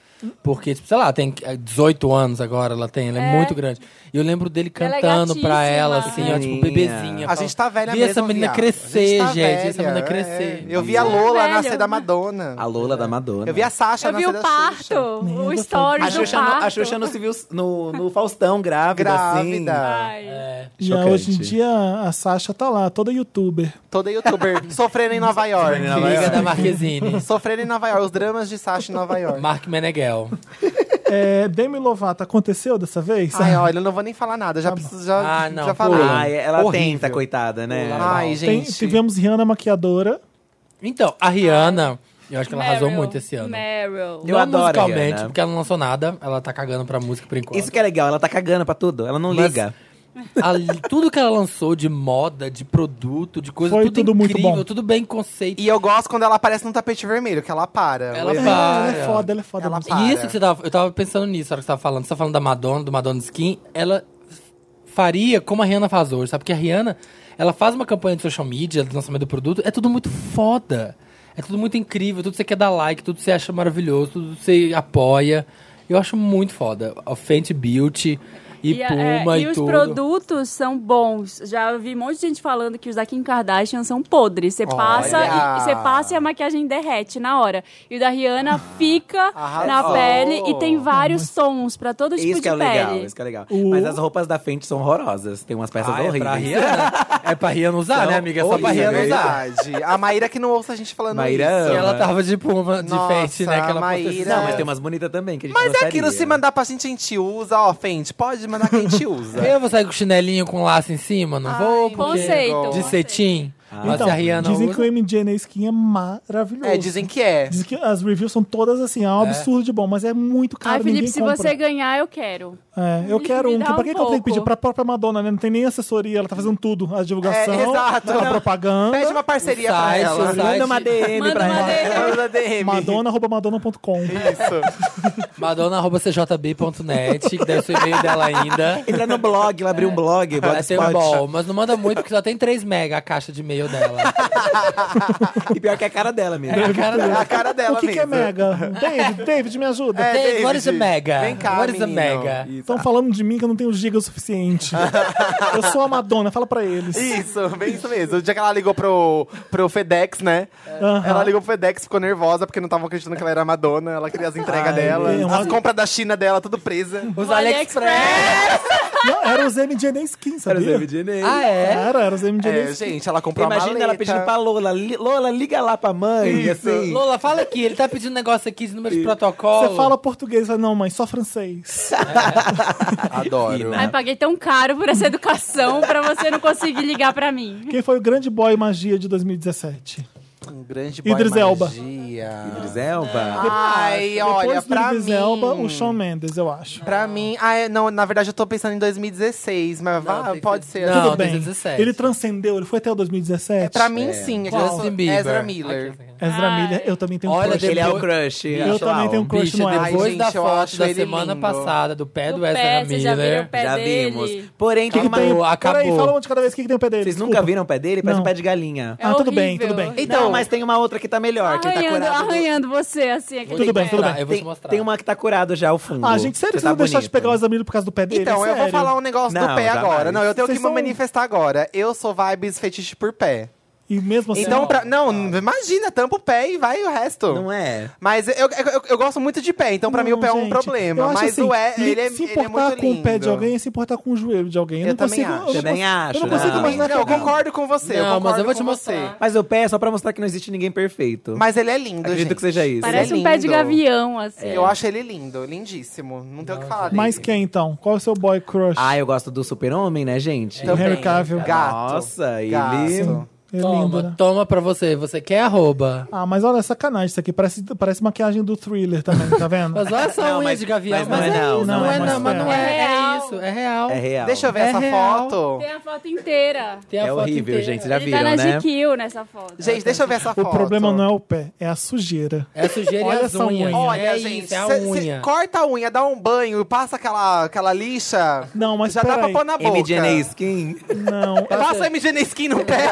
Speaker 3: Porque, tipo, sei lá, tem eh, 18 anos agora, ela tem, ela é,
Speaker 4: É.
Speaker 3: muito grande. E eu lembro dele
Speaker 4: Ela é
Speaker 3: cantando pra ela, assim,
Speaker 4: gatíssima.
Speaker 3: ó,
Speaker 1: é.
Speaker 3: tipo, bebezinha.
Speaker 2: A gente tá velha
Speaker 3: Vi
Speaker 2: mesmo,
Speaker 3: essa menina
Speaker 2: viado.
Speaker 3: crescer,
Speaker 2: A tá
Speaker 3: gente,
Speaker 2: velha,
Speaker 3: essa menina
Speaker 2: é.
Speaker 3: crescer.
Speaker 2: Eu vi a
Speaker 4: Tá
Speaker 2: Lola
Speaker 4: velha.
Speaker 2: nascer da Madonna.
Speaker 5: A Lola da Madonna.
Speaker 2: Eu vi a Sasha
Speaker 4: Eu vi
Speaker 2: nascer
Speaker 4: o
Speaker 2: da
Speaker 4: parto,
Speaker 2: Xuxa.
Speaker 4: o
Speaker 5: A
Speaker 4: story do
Speaker 5: Xuxa, no,
Speaker 4: parto.
Speaker 5: a Xuxa no, civil, no, no Faustão, grávida,
Speaker 2: Grávida.
Speaker 5: assim.
Speaker 4: Ai.
Speaker 3: É.
Speaker 1: E ah,
Speaker 5: Chocante.
Speaker 1: hoje em dia, a Sasha tá lá, toda youtuber.
Speaker 2: Toda youtuber sofrendo em Nova York.
Speaker 5: Sofrendo em Nova
Speaker 3: Liga
Speaker 5: York.
Speaker 3: da Marquezine.
Speaker 2: Sofrendo em Nova York. Os dramas de Sasha em Nova York.
Speaker 3: Mark Meneghel.
Speaker 1: É, Demi Lovato, aconteceu dessa vez?
Speaker 2: Ai, olha, eu não vou nem falar nada. Já preciso, já,
Speaker 3: Ah, não,
Speaker 2: já
Speaker 3: pula.
Speaker 2: falar.
Speaker 5: Ai, ela
Speaker 2: Horrível.
Speaker 5: tenta, coitada, né?
Speaker 3: Pula.
Speaker 2: Ai,
Speaker 1: Tem-
Speaker 2: gente.
Speaker 1: tivemos Rihanna maquiadora.
Speaker 3: Então, a Rihanna, eu acho que ela arrasou
Speaker 4: Meryl,
Speaker 3: muito esse ano.
Speaker 4: Meryl.
Speaker 5: Eu
Speaker 3: não
Speaker 5: adoro a
Speaker 3: musicalmente,
Speaker 5: Rihanna.
Speaker 3: porque ela não lançou nada, ela tá cagando pra música por enquanto.
Speaker 5: Isso que é legal, ela tá cagando pra tudo, ela não
Speaker 3: Mas-
Speaker 5: liga.
Speaker 3: A- tudo que ela lançou de moda, de produto, de coisa,
Speaker 1: Foi
Speaker 3: tudo,
Speaker 1: tudo muito
Speaker 3: incrível,
Speaker 1: bom.
Speaker 3: tudo bem conceito.
Speaker 2: E eu gosto quando ela aparece num tapete vermelho, que ela para.
Speaker 3: Ela
Speaker 2: Eu-
Speaker 1: É,
Speaker 3: Para.
Speaker 1: ela é foda, ela é foda.
Speaker 2: Ela
Speaker 1: mesmo.
Speaker 2: para.
Speaker 3: E isso que você tava, eu tava pensando nisso, na hora que você tava falando, você tava falando da Madonna, do Madonna Skin, ela f- faria como a Rihanna faz hoje, sabe? Porque a Rihanna, ela faz uma campanha de social media, do lançamento do produto, é tudo muito foda. É tudo muito incrível, tudo você quer dar like, tudo você acha maravilhoso, tudo você apoia. Eu acho muito foda. A Fenty Beauty e,
Speaker 4: a-
Speaker 3: Puma
Speaker 4: é,
Speaker 3: e,
Speaker 4: e os
Speaker 3: tudo.
Speaker 4: produtos são bons. Já vi um monte de gente falando que os da Kim Kardashian são podres. Você passa,
Speaker 2: Olha!
Speaker 4: e- você passa e a maquiagem derrete na hora. E o da Rihanna fica na
Speaker 2: Arrasou!
Speaker 4: pele e tem vários tons pra todo tipo
Speaker 5: Isso
Speaker 4: de
Speaker 5: que é legal,
Speaker 4: pele.
Speaker 5: isso que é legal.
Speaker 1: O-
Speaker 5: Mas as roupas da frente são horrorosas, tem umas peças
Speaker 3: Ah, é pra
Speaker 5: horríveis.
Speaker 3: Rihanna? é pra Rihanna usar,
Speaker 5: Então,
Speaker 3: né, amiga? É só pra
Speaker 5: horrível,
Speaker 3: Rihanna
Speaker 5: né?
Speaker 3: usar.
Speaker 2: verdade. A Maíra que não ouça a gente falando
Speaker 5: Maíra
Speaker 2: isso.
Speaker 5: ama.
Speaker 3: E ela tava de Puma, de
Speaker 2: Nossa,
Speaker 3: Fenty, né? Que ela
Speaker 2: Maíra.
Speaker 3: postou-
Speaker 5: Não, mas tem umas bonitas também que a gente
Speaker 2: Mas é
Speaker 5: gostaria.
Speaker 2: aquilo, se mandar pra gente, a gente usa. Ó, Fenty, pode mandar que a gente usa.
Speaker 3: Eu vou sair com chinelinho com laço em cima, não vou? Porque...
Speaker 4: Conceito.
Speaker 3: De cetim.
Speaker 2: Ah.
Speaker 3: Mas
Speaker 1: Então,
Speaker 3: se a Rihanna
Speaker 1: dizem
Speaker 3: usa-
Speaker 1: que o MJ na skin é maravilhoso.
Speaker 2: É, dizem que é.
Speaker 1: Dizem que as reviews são todas assim, é um absurdo de bom, mas é muito caro,
Speaker 4: Ai, Felipe,
Speaker 1: ninguém
Speaker 4: se
Speaker 1: compra.
Speaker 4: você ganhar, eu quero.
Speaker 1: É, eu
Speaker 4: Me-
Speaker 1: quero
Speaker 4: me
Speaker 1: um.
Speaker 4: dá
Speaker 1: Que, pra que,
Speaker 4: um
Speaker 1: que eu tenho que
Speaker 4: pouco.
Speaker 1: pedir? Pra própria Madonna, né? Não tem nem assessoria, ela tá fazendo tudo. A divulgação,
Speaker 2: É, exato.
Speaker 1: a propaganda.
Speaker 2: Pede uma parceria
Speaker 3: O
Speaker 2: pra
Speaker 3: site,
Speaker 2: ela.
Speaker 3: o site.
Speaker 5: Manda uma DM
Speaker 4: Manda
Speaker 5: pra
Speaker 4: uma
Speaker 5: ela.
Speaker 4: DM.
Speaker 2: Manda DM.
Speaker 1: Madonna, arroba madonna.com.
Speaker 2: Isso.
Speaker 3: Madonna arroba cjb.net, que deve ser o e-mail dela ainda.
Speaker 5: Entra no blog, ela abriu um blog,
Speaker 3: Vai ter um
Speaker 5: blogspot.
Speaker 3: bol, mas não manda muito, porque só tem 3 mega a caixa de e-mail dela.
Speaker 5: E pior que é a cara dela mesmo.
Speaker 3: A cara...
Speaker 2: A cara dela
Speaker 1: O que, que é
Speaker 2: mesmo.
Speaker 1: mega? David, David, me ajuda.
Speaker 2: É,
Speaker 3: Dave, what is a
Speaker 2: David,
Speaker 3: mega?
Speaker 2: vem cá,
Speaker 3: what is a
Speaker 2: menino.
Speaker 3: mega?
Speaker 1: Estão falando de mim que eu não tenho giga o suficiente. eu sou a Madonna, fala pra eles.
Speaker 2: Isso, bem isso mesmo. O dia que ela ligou pro, pro FedEx, né?
Speaker 1: Aham.
Speaker 2: Ela ligou pro FedEx, ficou nervosa, porque não tava acreditando que ela era a Madonna. Ela queria as entregas
Speaker 1: Ai,
Speaker 2: dela,
Speaker 1: é uma-
Speaker 2: as compras da China dela, tudo presa.
Speaker 3: Os
Speaker 4: O AliExpress.
Speaker 3: AliExpress.
Speaker 1: Não, era os MDNA Skin,
Speaker 5: Era
Speaker 1: sabia?
Speaker 5: o MDNA.
Speaker 3: Ah, é?
Speaker 1: Era, era os MDNA
Speaker 2: É,
Speaker 1: Skin.
Speaker 2: gente, ela comprou
Speaker 5: Imagina
Speaker 2: uma maleta.
Speaker 5: ela pedindo pra Lola, "Li- Lola, liga lá pra mãe,
Speaker 2: Isso.
Speaker 5: assim.
Speaker 3: Lola, fala aqui, ele tá pedindo negócio aqui de número de protocolo.
Speaker 1: Você
Speaker 2: um
Speaker 1: fala português, fala, não, mãe, só francês.
Speaker 2: Adoro.
Speaker 5: Fina.
Speaker 4: Ai, paguei tão caro por essa educação pra você não conseguir ligar pra mim.
Speaker 1: Quem foi o grande boy magia de 2017?
Speaker 2: Um grande boy
Speaker 1: Idris Elba.
Speaker 2: magia.
Speaker 5: Idris
Speaker 2: Ah,
Speaker 5: Elba.
Speaker 2: Ai, olha,
Speaker 1: Depois do
Speaker 2: pra
Speaker 1: Idris
Speaker 2: mim...
Speaker 1: Elba, o Shawn Mendes, eu acho.
Speaker 2: Pra mim... Ah, é, não, na verdade eu tô pensando em 2016, mas vá,
Speaker 3: tem que
Speaker 2: pode ser.
Speaker 3: ser- Não,
Speaker 1: Tudo bem.
Speaker 3: 2017.
Speaker 1: Ele transcendeu, ele foi até o 2017.
Speaker 2: É, pra mim, sim. É
Speaker 1: Qual?
Speaker 2: Justin Bieber. Ezra Miller.
Speaker 3: assim.
Speaker 1: Ezra
Speaker 4: Ai.
Speaker 1: Miller, eu também tenho um
Speaker 3: Olha,
Speaker 1: crush.
Speaker 3: depois-
Speaker 5: Ele é o crush.
Speaker 1: Eu
Speaker 5: acho
Speaker 1: também
Speaker 5: lá,
Speaker 1: tenho
Speaker 5: ó.
Speaker 1: crush
Speaker 3: Bicha,
Speaker 1: no Ezra.
Speaker 3: depois
Speaker 2: Ai,
Speaker 3: da
Speaker 2: gente, eu
Speaker 3: foto
Speaker 2: acho
Speaker 3: da
Speaker 2: ele
Speaker 3: semana
Speaker 2: lindo.
Speaker 3: passada, do pé do,
Speaker 4: Do
Speaker 3: Ezra
Speaker 4: pé, vocês já viram o
Speaker 3: Miller.
Speaker 4: pé
Speaker 5: Já
Speaker 4: dele?
Speaker 5: vimos. Porém, tem
Speaker 1: Que
Speaker 5: uma...
Speaker 1: tem-
Speaker 3: Acabou,
Speaker 1: Peraí,
Speaker 3: acabou.
Speaker 1: fala um de cada vez o que que tem o pé dele.
Speaker 5: Vocês
Speaker 1: desculpa.
Speaker 5: nunca viram o pé dele? Parece
Speaker 1: Não.
Speaker 5: um pé de galinha.
Speaker 2: É
Speaker 1: Ah, tudo bem,
Speaker 4: horrível.
Speaker 1: tudo bem.
Speaker 4: Horrível.
Speaker 5: Então, mas tem uma outra que tá melhor, que tá
Speaker 4: Arranhando,
Speaker 5: curada. do-
Speaker 4: arranhando você, assim. aquele
Speaker 1: Tudo bem,
Speaker 4: pé.
Speaker 1: tudo bem.
Speaker 3: Eu vou te
Speaker 5: Tem,
Speaker 3: mostrar.
Speaker 5: tem uma que tá curada já, o fundo.
Speaker 1: Ah, gente, sério que vocês
Speaker 5: Você tá
Speaker 1: vão deixar de
Speaker 5: bonito.
Speaker 1: pegar o Ezra Miller por causa do pé dele?
Speaker 2: Então, eu vou
Speaker 1: Sério.
Speaker 2: falar um negócio do
Speaker 5: Não,
Speaker 2: pé
Speaker 5: jamais.
Speaker 2: agora. Não, eu tenho
Speaker 1: Vocês
Speaker 2: que me
Speaker 1: são-
Speaker 2: manifestar agora. Eu sou vibes fetiche por pé.
Speaker 1: E mesmo assim...
Speaker 2: Então, pra- não, imagina, tampa o pé e vai o resto.
Speaker 5: Não é?
Speaker 2: Mas eu, eu, eu- eu gosto muito de pé, então pra mim o
Speaker 1: Não,
Speaker 2: pé é um
Speaker 1: gente,
Speaker 2: problema.
Speaker 1: eu acho
Speaker 2: Mas
Speaker 1: assim,
Speaker 2: o é,
Speaker 1: li-
Speaker 2: ele é,
Speaker 1: Se
Speaker 2: ele é
Speaker 1: importar
Speaker 2: muito
Speaker 1: com
Speaker 2: lindo.
Speaker 1: o pé de alguém é se importar com o joelho de alguém. Eu,
Speaker 2: Eu
Speaker 1: não
Speaker 2: também
Speaker 1: consigo,
Speaker 2: acho.
Speaker 1: Eu, não
Speaker 5: Também
Speaker 1: consigo-
Speaker 5: acho, né?
Speaker 1: Eu não consigo
Speaker 5: não.
Speaker 1: imaginar
Speaker 2: Não, eu
Speaker 1: que alguém-
Speaker 2: concordo com você. eu
Speaker 3: Não,
Speaker 2: concordo
Speaker 3: mas eu vou te
Speaker 2: com você.
Speaker 3: mostrar.
Speaker 5: Mas o pé é só pra mostrar que não existe ninguém perfeito.
Speaker 2: Mas ele é lindo,
Speaker 5: Acredito
Speaker 2: gente.
Speaker 5: que seja isso.
Speaker 4: Parece
Speaker 2: Ele é
Speaker 4: um pé de
Speaker 2: lindo. É.
Speaker 4: gavião, assim.
Speaker 2: Eu acho ele lindo, lindíssimo. Não tem o que falar dele.
Speaker 1: Mas quem, então? Qual é o seu boy crush?
Speaker 5: Ah, eu gosto do super-homem, né, gente?
Speaker 1: o Harry
Speaker 2: também.
Speaker 1: Cavill.
Speaker 2: Gato.
Speaker 5: Nossa, ele...
Speaker 2: Gato.
Speaker 1: É
Speaker 3: Toma,
Speaker 1: lindo, né?
Speaker 3: toma pra você. Você quer arroba?
Speaker 1: Ah, mas olha, sacanagem isso aqui. Parece, parece maquiagem do Thriller também, tá vendo?
Speaker 3: Mas olha essa
Speaker 5: Não,
Speaker 3: unha
Speaker 5: mas-
Speaker 3: de gavião.
Speaker 5: mas não é não,
Speaker 3: isso,
Speaker 1: não
Speaker 3: não
Speaker 1: é
Speaker 3: é não,
Speaker 1: mais
Speaker 3: mas não é.
Speaker 4: É real.
Speaker 3: É isso, é real.
Speaker 5: É real.
Speaker 2: Deixa eu ver
Speaker 3: É
Speaker 2: essa
Speaker 3: real.
Speaker 2: foto.
Speaker 4: Tem a foto inteira.
Speaker 3: Tem a
Speaker 5: É
Speaker 3: foto
Speaker 5: horrível,
Speaker 3: inteira.
Speaker 5: gente. Já
Speaker 4: Ele
Speaker 5: viram,
Speaker 4: tá na
Speaker 5: né?
Speaker 4: GQ nessa foto.
Speaker 2: Gente, deixa eu ver essa
Speaker 1: O
Speaker 2: foto.
Speaker 1: problema não é o pé, é a sujeira.
Speaker 3: É a sujeira
Speaker 1: Olha
Speaker 3: e as
Speaker 1: essa
Speaker 3: unhas.
Speaker 1: unha.
Speaker 2: Olha,
Speaker 3: é
Speaker 2: gente,
Speaker 3: isso, é a
Speaker 2: cê- cê
Speaker 3: unha.
Speaker 2: corta a unha, dá um banho, passa aquela, aquela lixa.
Speaker 1: Não, mas
Speaker 2: já dá pra
Speaker 1: peraí.
Speaker 2: pôr na boca.
Speaker 5: MDNA Skin.
Speaker 1: Não,
Speaker 2: Passa MDNA skin no pé.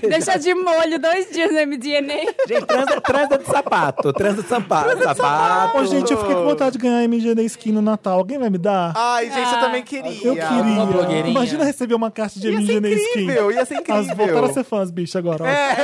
Speaker 4: Deixa de molho dois dias no MDNA.
Speaker 5: Gente, transa, transa de sapato. Transa de sapato. sapato.
Speaker 1: Ô, gente, eu fiquei com vontade de ganhar MGD skin no Natal. Alguém vai me dar?
Speaker 2: Ai, gente, eu também
Speaker 1: eu
Speaker 3: uma
Speaker 1: queria.
Speaker 3: blogueirinha.
Speaker 1: Imagina receber uma caixa de
Speaker 2: Ia ser
Speaker 1: MGD skin.
Speaker 2: incrível, ia ser
Speaker 1: As voltaram a
Speaker 2: incrível.
Speaker 1: ser fãs, bicho, agora. ó.
Speaker 2: É.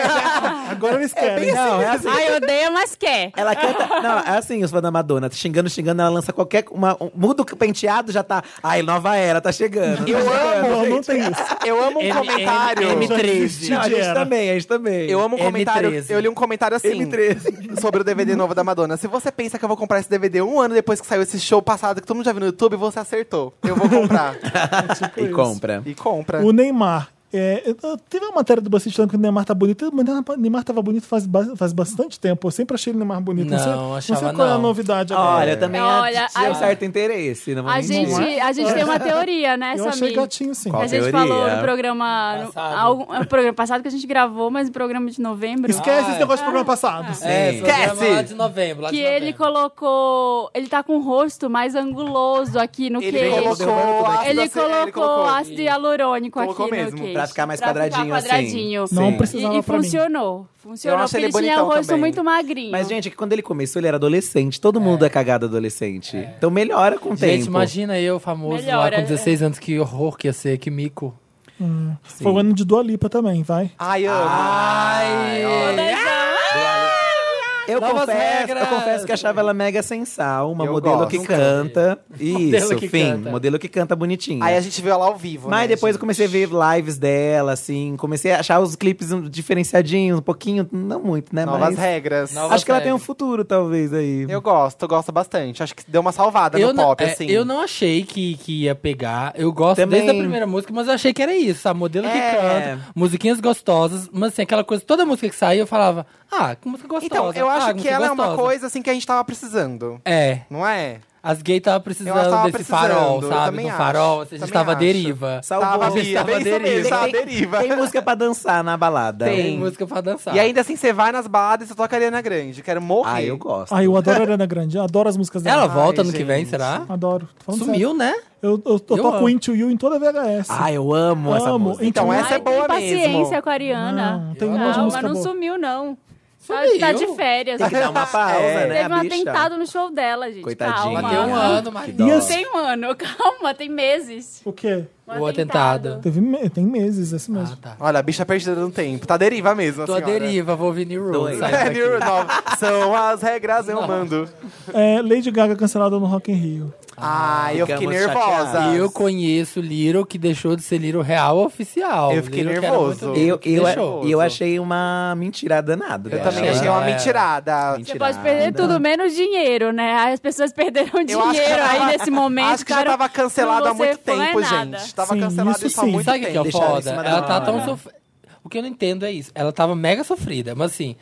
Speaker 1: Agora eles querem.
Speaker 5: Não, é assim.
Speaker 4: Ai, odeia, mas quer.
Speaker 5: Ela canta. Não, é assim, os fãs da Madonna. Xingando, xingando, ela lança qualquer. Uma, um- muda o penteado, já tá. Ai, nova era, tá chegando.
Speaker 2: Eu amo,
Speaker 1: não, não
Speaker 2: gente.
Speaker 1: tem isso.
Speaker 2: Eu amo um
Speaker 3: M-
Speaker 2: comentário.
Speaker 3: M-
Speaker 1: Já desisti
Speaker 5: Não, a
Speaker 1: de
Speaker 5: gente
Speaker 1: era.
Speaker 5: também, a gente também.
Speaker 2: eu amo um comentário.
Speaker 3: M13.
Speaker 2: Eu li um comentário assim
Speaker 5: M13.
Speaker 2: sobre o DVD novo da Madonna. Se você pensa que eu vou comprar esse DVD um ano depois que saiu esse show passado que todo mundo já viu no YouTube, você acertou. Eu vou comprar.
Speaker 5: E compra.
Speaker 2: e compra.
Speaker 1: O Neymar. é, eu- teve uma matéria do BuzzFeed falando que o Neymar tá bonito. O Neymar- o Neymar tava bonito faz, ba- faz bastante tempo. Eu sempre achei o Neymar bonito. Não, sei,
Speaker 3: Não,
Speaker 1: não sei
Speaker 3: achava
Speaker 1: qual é a
Speaker 3: não.
Speaker 1: novidade agora.
Speaker 5: Olha, eu também
Speaker 4: Olha,
Speaker 5: Olha, tinha
Speaker 4: a-
Speaker 5: um certo interesse. Não vou
Speaker 4: A
Speaker 5: mentir.
Speaker 4: gente, a gente tem uma teoria, né,
Speaker 1: eu achei
Speaker 4: Samir?
Speaker 1: gatinho, sim.
Speaker 5: Qual
Speaker 4: a gente
Speaker 5: teoria?
Speaker 4: falou no programa no-
Speaker 3: Passado.
Speaker 4: algum- no programa passado que a gente gravou, mas no programa de novembro.
Speaker 1: Esquece
Speaker 3: Ah,
Speaker 1: esse
Speaker 3: é.
Speaker 1: negócio de programa passado.
Speaker 3: É,
Speaker 5: Sim.
Speaker 3: programa
Speaker 2: Esquece!
Speaker 3: lá de novembro. Lá
Speaker 4: Que
Speaker 3: de
Speaker 4: ele
Speaker 3: novembro.
Speaker 4: colocou. Ele tá com o rosto mais anguloso aqui no
Speaker 2: Ele
Speaker 4: queixo.
Speaker 2: colocou ácido
Speaker 4: Ele
Speaker 2: ace-
Speaker 4: colocou,
Speaker 2: colocou.
Speaker 4: ácido hialurônico
Speaker 2: Colocou
Speaker 4: aqui
Speaker 2: mesmo,
Speaker 4: no queixo.
Speaker 5: pra ficar mais quadradinho, assim.
Speaker 4: quadradinho.
Speaker 5: Sim.
Speaker 1: Não
Speaker 5: Sim.
Speaker 1: precisava
Speaker 4: E, e
Speaker 1: pra mim.
Speaker 4: funcionou.
Speaker 2: Eu
Speaker 4: Funcionou
Speaker 2: acho
Speaker 4: porque
Speaker 2: ele
Speaker 4: ele tinha
Speaker 2: bonitão
Speaker 4: o rosto
Speaker 2: também.
Speaker 4: muito magrinho.
Speaker 5: Mas, gente, é que quando ele começou, ele era adolescente. Todo mundo é cagado adolescente. Então melhora com o
Speaker 3: É. Gente,
Speaker 5: tempo.
Speaker 3: imagina eu, famoso,
Speaker 4: Melhora,
Speaker 3: lá com 16 anos. Que horror que ia ser, que mico.
Speaker 1: Foi o ano de Dua Lipa também, vai.
Speaker 2: Ai, amo.
Speaker 3: Ai,
Speaker 5: Eu
Speaker 3: Novas
Speaker 5: confesso,
Speaker 3: regras.
Speaker 5: eu confesso que achava ela mega sensal, uma
Speaker 2: Eu
Speaker 5: modelo
Speaker 2: gosto.
Speaker 5: que canta. Isso,
Speaker 3: Modelo que
Speaker 5: fim.
Speaker 3: canta.
Speaker 5: Modelo que canta bonitinha.
Speaker 2: Aí a gente viu ela ao vivo.
Speaker 5: Mas
Speaker 2: né,
Speaker 5: depois eu
Speaker 2: gente?
Speaker 5: comecei a ver lives dela, assim, comecei a achar os clipes diferenciadinhos, um pouquinho, não muito, né?
Speaker 2: Novas
Speaker 5: Mas
Speaker 2: regras.
Speaker 3: Novas-
Speaker 5: acho que ela tem um
Speaker 3: regras.
Speaker 5: futuro, talvez, aí.
Speaker 2: Eu gosto, gosto bastante. Acho que deu uma salvada
Speaker 3: Eu
Speaker 2: no
Speaker 3: não,
Speaker 2: pop,
Speaker 3: é,
Speaker 2: assim.
Speaker 3: eu não achei que, que ia pegar. Eu gosto
Speaker 5: Também.
Speaker 3: desde a primeira música, mas eu achei que era isso. A modelo
Speaker 5: É.
Speaker 3: que canta, musiquinhas gostosas. Mas assim, aquela coisa, toda música que saía, eu falava, ah, que música gostosa.
Speaker 2: Então, eu acho
Speaker 3: ah,
Speaker 2: que
Speaker 3: música
Speaker 2: ela é uma
Speaker 3: gostosa."
Speaker 2: coisa assim que a gente tava precisando.
Speaker 3: É,
Speaker 2: Não é?
Speaker 3: as gays tava precisando
Speaker 2: Elas tava
Speaker 3: desse farol,
Speaker 2: precisando, eu
Speaker 3: sabe?
Speaker 2: também
Speaker 3: Do
Speaker 2: acho,
Speaker 3: farol, assim, a gente
Speaker 2: também
Speaker 3: tava à
Speaker 2: acho.
Speaker 3: deriva.
Speaker 5: Salvou.
Speaker 2: Tava,
Speaker 5: Vocês
Speaker 2: Bia,
Speaker 5: estavam
Speaker 2: bem isso mesmo,
Speaker 5: deriva.
Speaker 2: tava à
Speaker 5: Tem-
Speaker 2: deriva.
Speaker 5: Tem música pra dançar na balada.
Speaker 3: Tem música pra dançar.
Speaker 2: E ainda assim, você vai nas baladas e só toca a Ariana Grande. Quero morrer.
Speaker 5: Ah, eu gosto.
Speaker 1: Ai, eu adoro a Ariana Grande, eu adoro as músicas dela.
Speaker 3: Ela volta ano que
Speaker 2: gente.
Speaker 3: vem, será?
Speaker 1: Adoro. Tô falando sério.
Speaker 3: Sumiu, né?
Speaker 1: Eu, eu, eu toco
Speaker 3: amo.
Speaker 1: Into You em toda a VHS.
Speaker 5: Ah, eu amo, essa
Speaker 1: Amo.
Speaker 5: música.
Speaker 1: Então,
Speaker 2: Então,
Speaker 1: Ai,
Speaker 2: essa é boa
Speaker 4: paciência
Speaker 2: mesmo.
Speaker 4: com a Ariana.
Speaker 1: Não, tem um monte de
Speaker 4: Não, mas
Speaker 1: música
Speaker 4: não
Speaker 1: boa.
Speaker 4: sumiu, não. Tá-
Speaker 3: Sumiu.
Speaker 4: Tá de férias.
Speaker 5: Tem que dar uma pausa,
Speaker 2: É.
Speaker 5: né,
Speaker 4: Teve um
Speaker 5: a bicha?
Speaker 4: atentado no show dela, gente.
Speaker 5: Coitadinha.
Speaker 4: Calma.
Speaker 3: Bateu um ano,
Speaker 5: Que
Speaker 3: mas...
Speaker 5: dó.
Speaker 1: E
Speaker 4: Não tem um ano, calma, tem meses.
Speaker 1: O quê?
Speaker 4: Um
Speaker 3: O atentado.
Speaker 1: Teve me- Tem meses, esse mesmo.
Speaker 3: Ah, tá.
Speaker 2: Olha, a bicha perdida no tempo. Tá à deriva mesmo, a
Speaker 3: Tô à
Speaker 2: senhora.
Speaker 3: deriva, vou ouvir New Rules. tá saindo
Speaker 5: Dois.
Speaker 2: É,
Speaker 3: daqui.
Speaker 2: New Rules, não. São as regras, eu mando.
Speaker 1: É, Lady Gaga cancelada no Rock in Rio.
Speaker 2: Ai, eu fiquei
Speaker 5: ficamos
Speaker 2: nervosa.
Speaker 5: chateados.
Speaker 3: Eu conheço Little que deixou de ser Little real oficial.
Speaker 2: Eu fiquei
Speaker 3: Little que era muito
Speaker 2: nervoso.
Speaker 3: Little
Speaker 5: Eu,
Speaker 3: que
Speaker 5: eu,
Speaker 3: deixou.
Speaker 5: eu, achei uma mentira danada.
Speaker 2: Eu
Speaker 1: né?
Speaker 5: dela.
Speaker 2: também achei uma
Speaker 3: Ela é-
Speaker 2: mentirada.
Speaker 5: Mentira.
Speaker 4: Você pode perder tudo menos dinheiro, né? Aí As pessoas perderam
Speaker 2: Eu acho que
Speaker 4: dinheiro
Speaker 2: já
Speaker 4: aí
Speaker 2: tava-
Speaker 4: nesse momento.
Speaker 2: Acho que já
Speaker 4: cara,
Speaker 2: tava cancelado há
Speaker 4: pra você
Speaker 2: muito
Speaker 4: não é
Speaker 2: tempo,
Speaker 4: nada.
Speaker 2: gente. Tava
Speaker 1: Sim,
Speaker 2: cancelado
Speaker 1: isso
Speaker 2: isso há
Speaker 1: sim.
Speaker 2: muito
Speaker 3: Sabe o que, que
Speaker 2: tempo.
Speaker 3: é o
Speaker 5: Deixaram em
Speaker 3: foda?
Speaker 5: cima da
Speaker 3: Ela tá
Speaker 5: hora.
Speaker 3: tão sof... O que eu não entendo é isso. Ela tava mega sofrida, mas assim,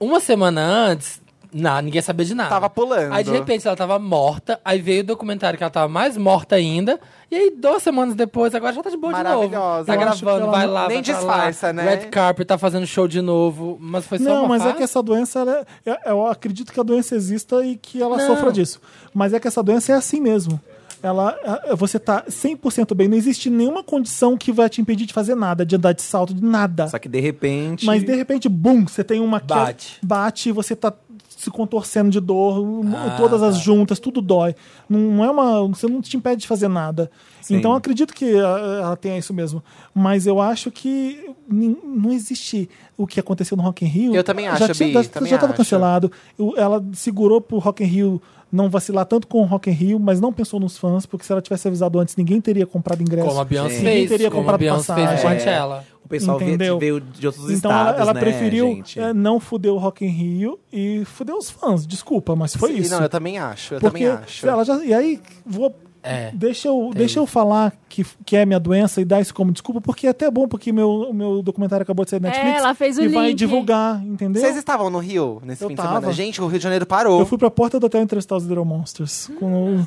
Speaker 3: uma semana antes, na, ninguém sabia de nada.
Speaker 2: Tava pulando.
Speaker 3: Aí de repente ela tava morta, aí veio o documentário que ela tava mais morta ainda, e aí duas semanas depois, agora já tá de boa de novo.
Speaker 2: Maravilhosa.
Speaker 3: Tá
Speaker 2: Eu acho
Speaker 1: que
Speaker 3: gravando,
Speaker 1: ela
Speaker 3: vai
Speaker 1: não-
Speaker 3: lá,
Speaker 2: nem
Speaker 3: vai pra
Speaker 2: disfarça,
Speaker 3: lá.
Speaker 2: né?
Speaker 3: Red Carpet tá fazendo show de novo, mas foi só
Speaker 1: Não,
Speaker 3: uma
Speaker 1: mas é
Speaker 3: fase.
Speaker 1: que essa doença, ela é- eu, eu acredito que a doença exista e que ela sofra disso. Mas é que essa doença é assim mesmo. Ela, a- você tá 100% bem, não existe nenhuma condição que vai te impedir de fazer nada, de andar de salto, de nada.
Speaker 5: Só que de repente.
Speaker 1: Mas de repente, bum, você tem uma queda-
Speaker 3: Bate.
Speaker 1: bate, você tá se contorcendo de dor, um-
Speaker 2: Ah,
Speaker 1: todas
Speaker 2: tá.
Speaker 1: as juntas, tudo dói. Não, não é uma, você não te impede de fazer nada. Então eu acredito que ah, ela tenha isso mesmo, mas eu acho que nin- não existe o que aconteceu no Rock in Rio.
Speaker 2: Eu também
Speaker 1: já
Speaker 2: acho,
Speaker 1: tinha,
Speaker 2: Bi,
Speaker 1: já,
Speaker 2: também
Speaker 1: já tava
Speaker 2: acho.
Speaker 1: cancelado. Eu- ela segurou pro Rock in Rio não vacilar tanto com o Rock in Rio, mas não pensou nos fãs, porque se ela tivesse avisado antes, ninguém teria comprado ingresso.
Speaker 3: Como a Beyoncé
Speaker 1: ninguém
Speaker 3: fez,
Speaker 1: teria
Speaker 3: como a
Speaker 1: comprado
Speaker 3: Beyoncé fez
Speaker 1: passagem.
Speaker 3: com Coachella.
Speaker 5: O pessoal veio,
Speaker 1: Entendeu?
Speaker 5: veio de outros
Speaker 1: Então ela-
Speaker 5: estados.
Speaker 1: ela,
Speaker 5: né,
Speaker 1: preferiu
Speaker 5: gente?
Speaker 1: eh, não fuder o Rock in Rio e fuder os fãs. Desculpa, mas foi
Speaker 2: Sim,
Speaker 1: isso.
Speaker 2: Não, eu também acho. Eu
Speaker 1: Porque
Speaker 2: também acho.
Speaker 1: ela já e aí vou
Speaker 3: É,
Speaker 1: deixa eu deixa eu falar que, que é minha doença e dar isso como desculpa porque é até bom porque meu meu documentário acabou de sair na
Speaker 4: É,
Speaker 1: Netflix
Speaker 4: ela fez o
Speaker 1: e vai
Speaker 4: link.
Speaker 1: divulgar, entendeu?
Speaker 2: Vocês estavam no Rio nesse
Speaker 1: Eu
Speaker 2: fim de
Speaker 1: tava.
Speaker 2: semana? Gente, o Rio de Janeiro parou.
Speaker 1: Eu fui pra porta do hotel entrevistar os Little Monsters. Com,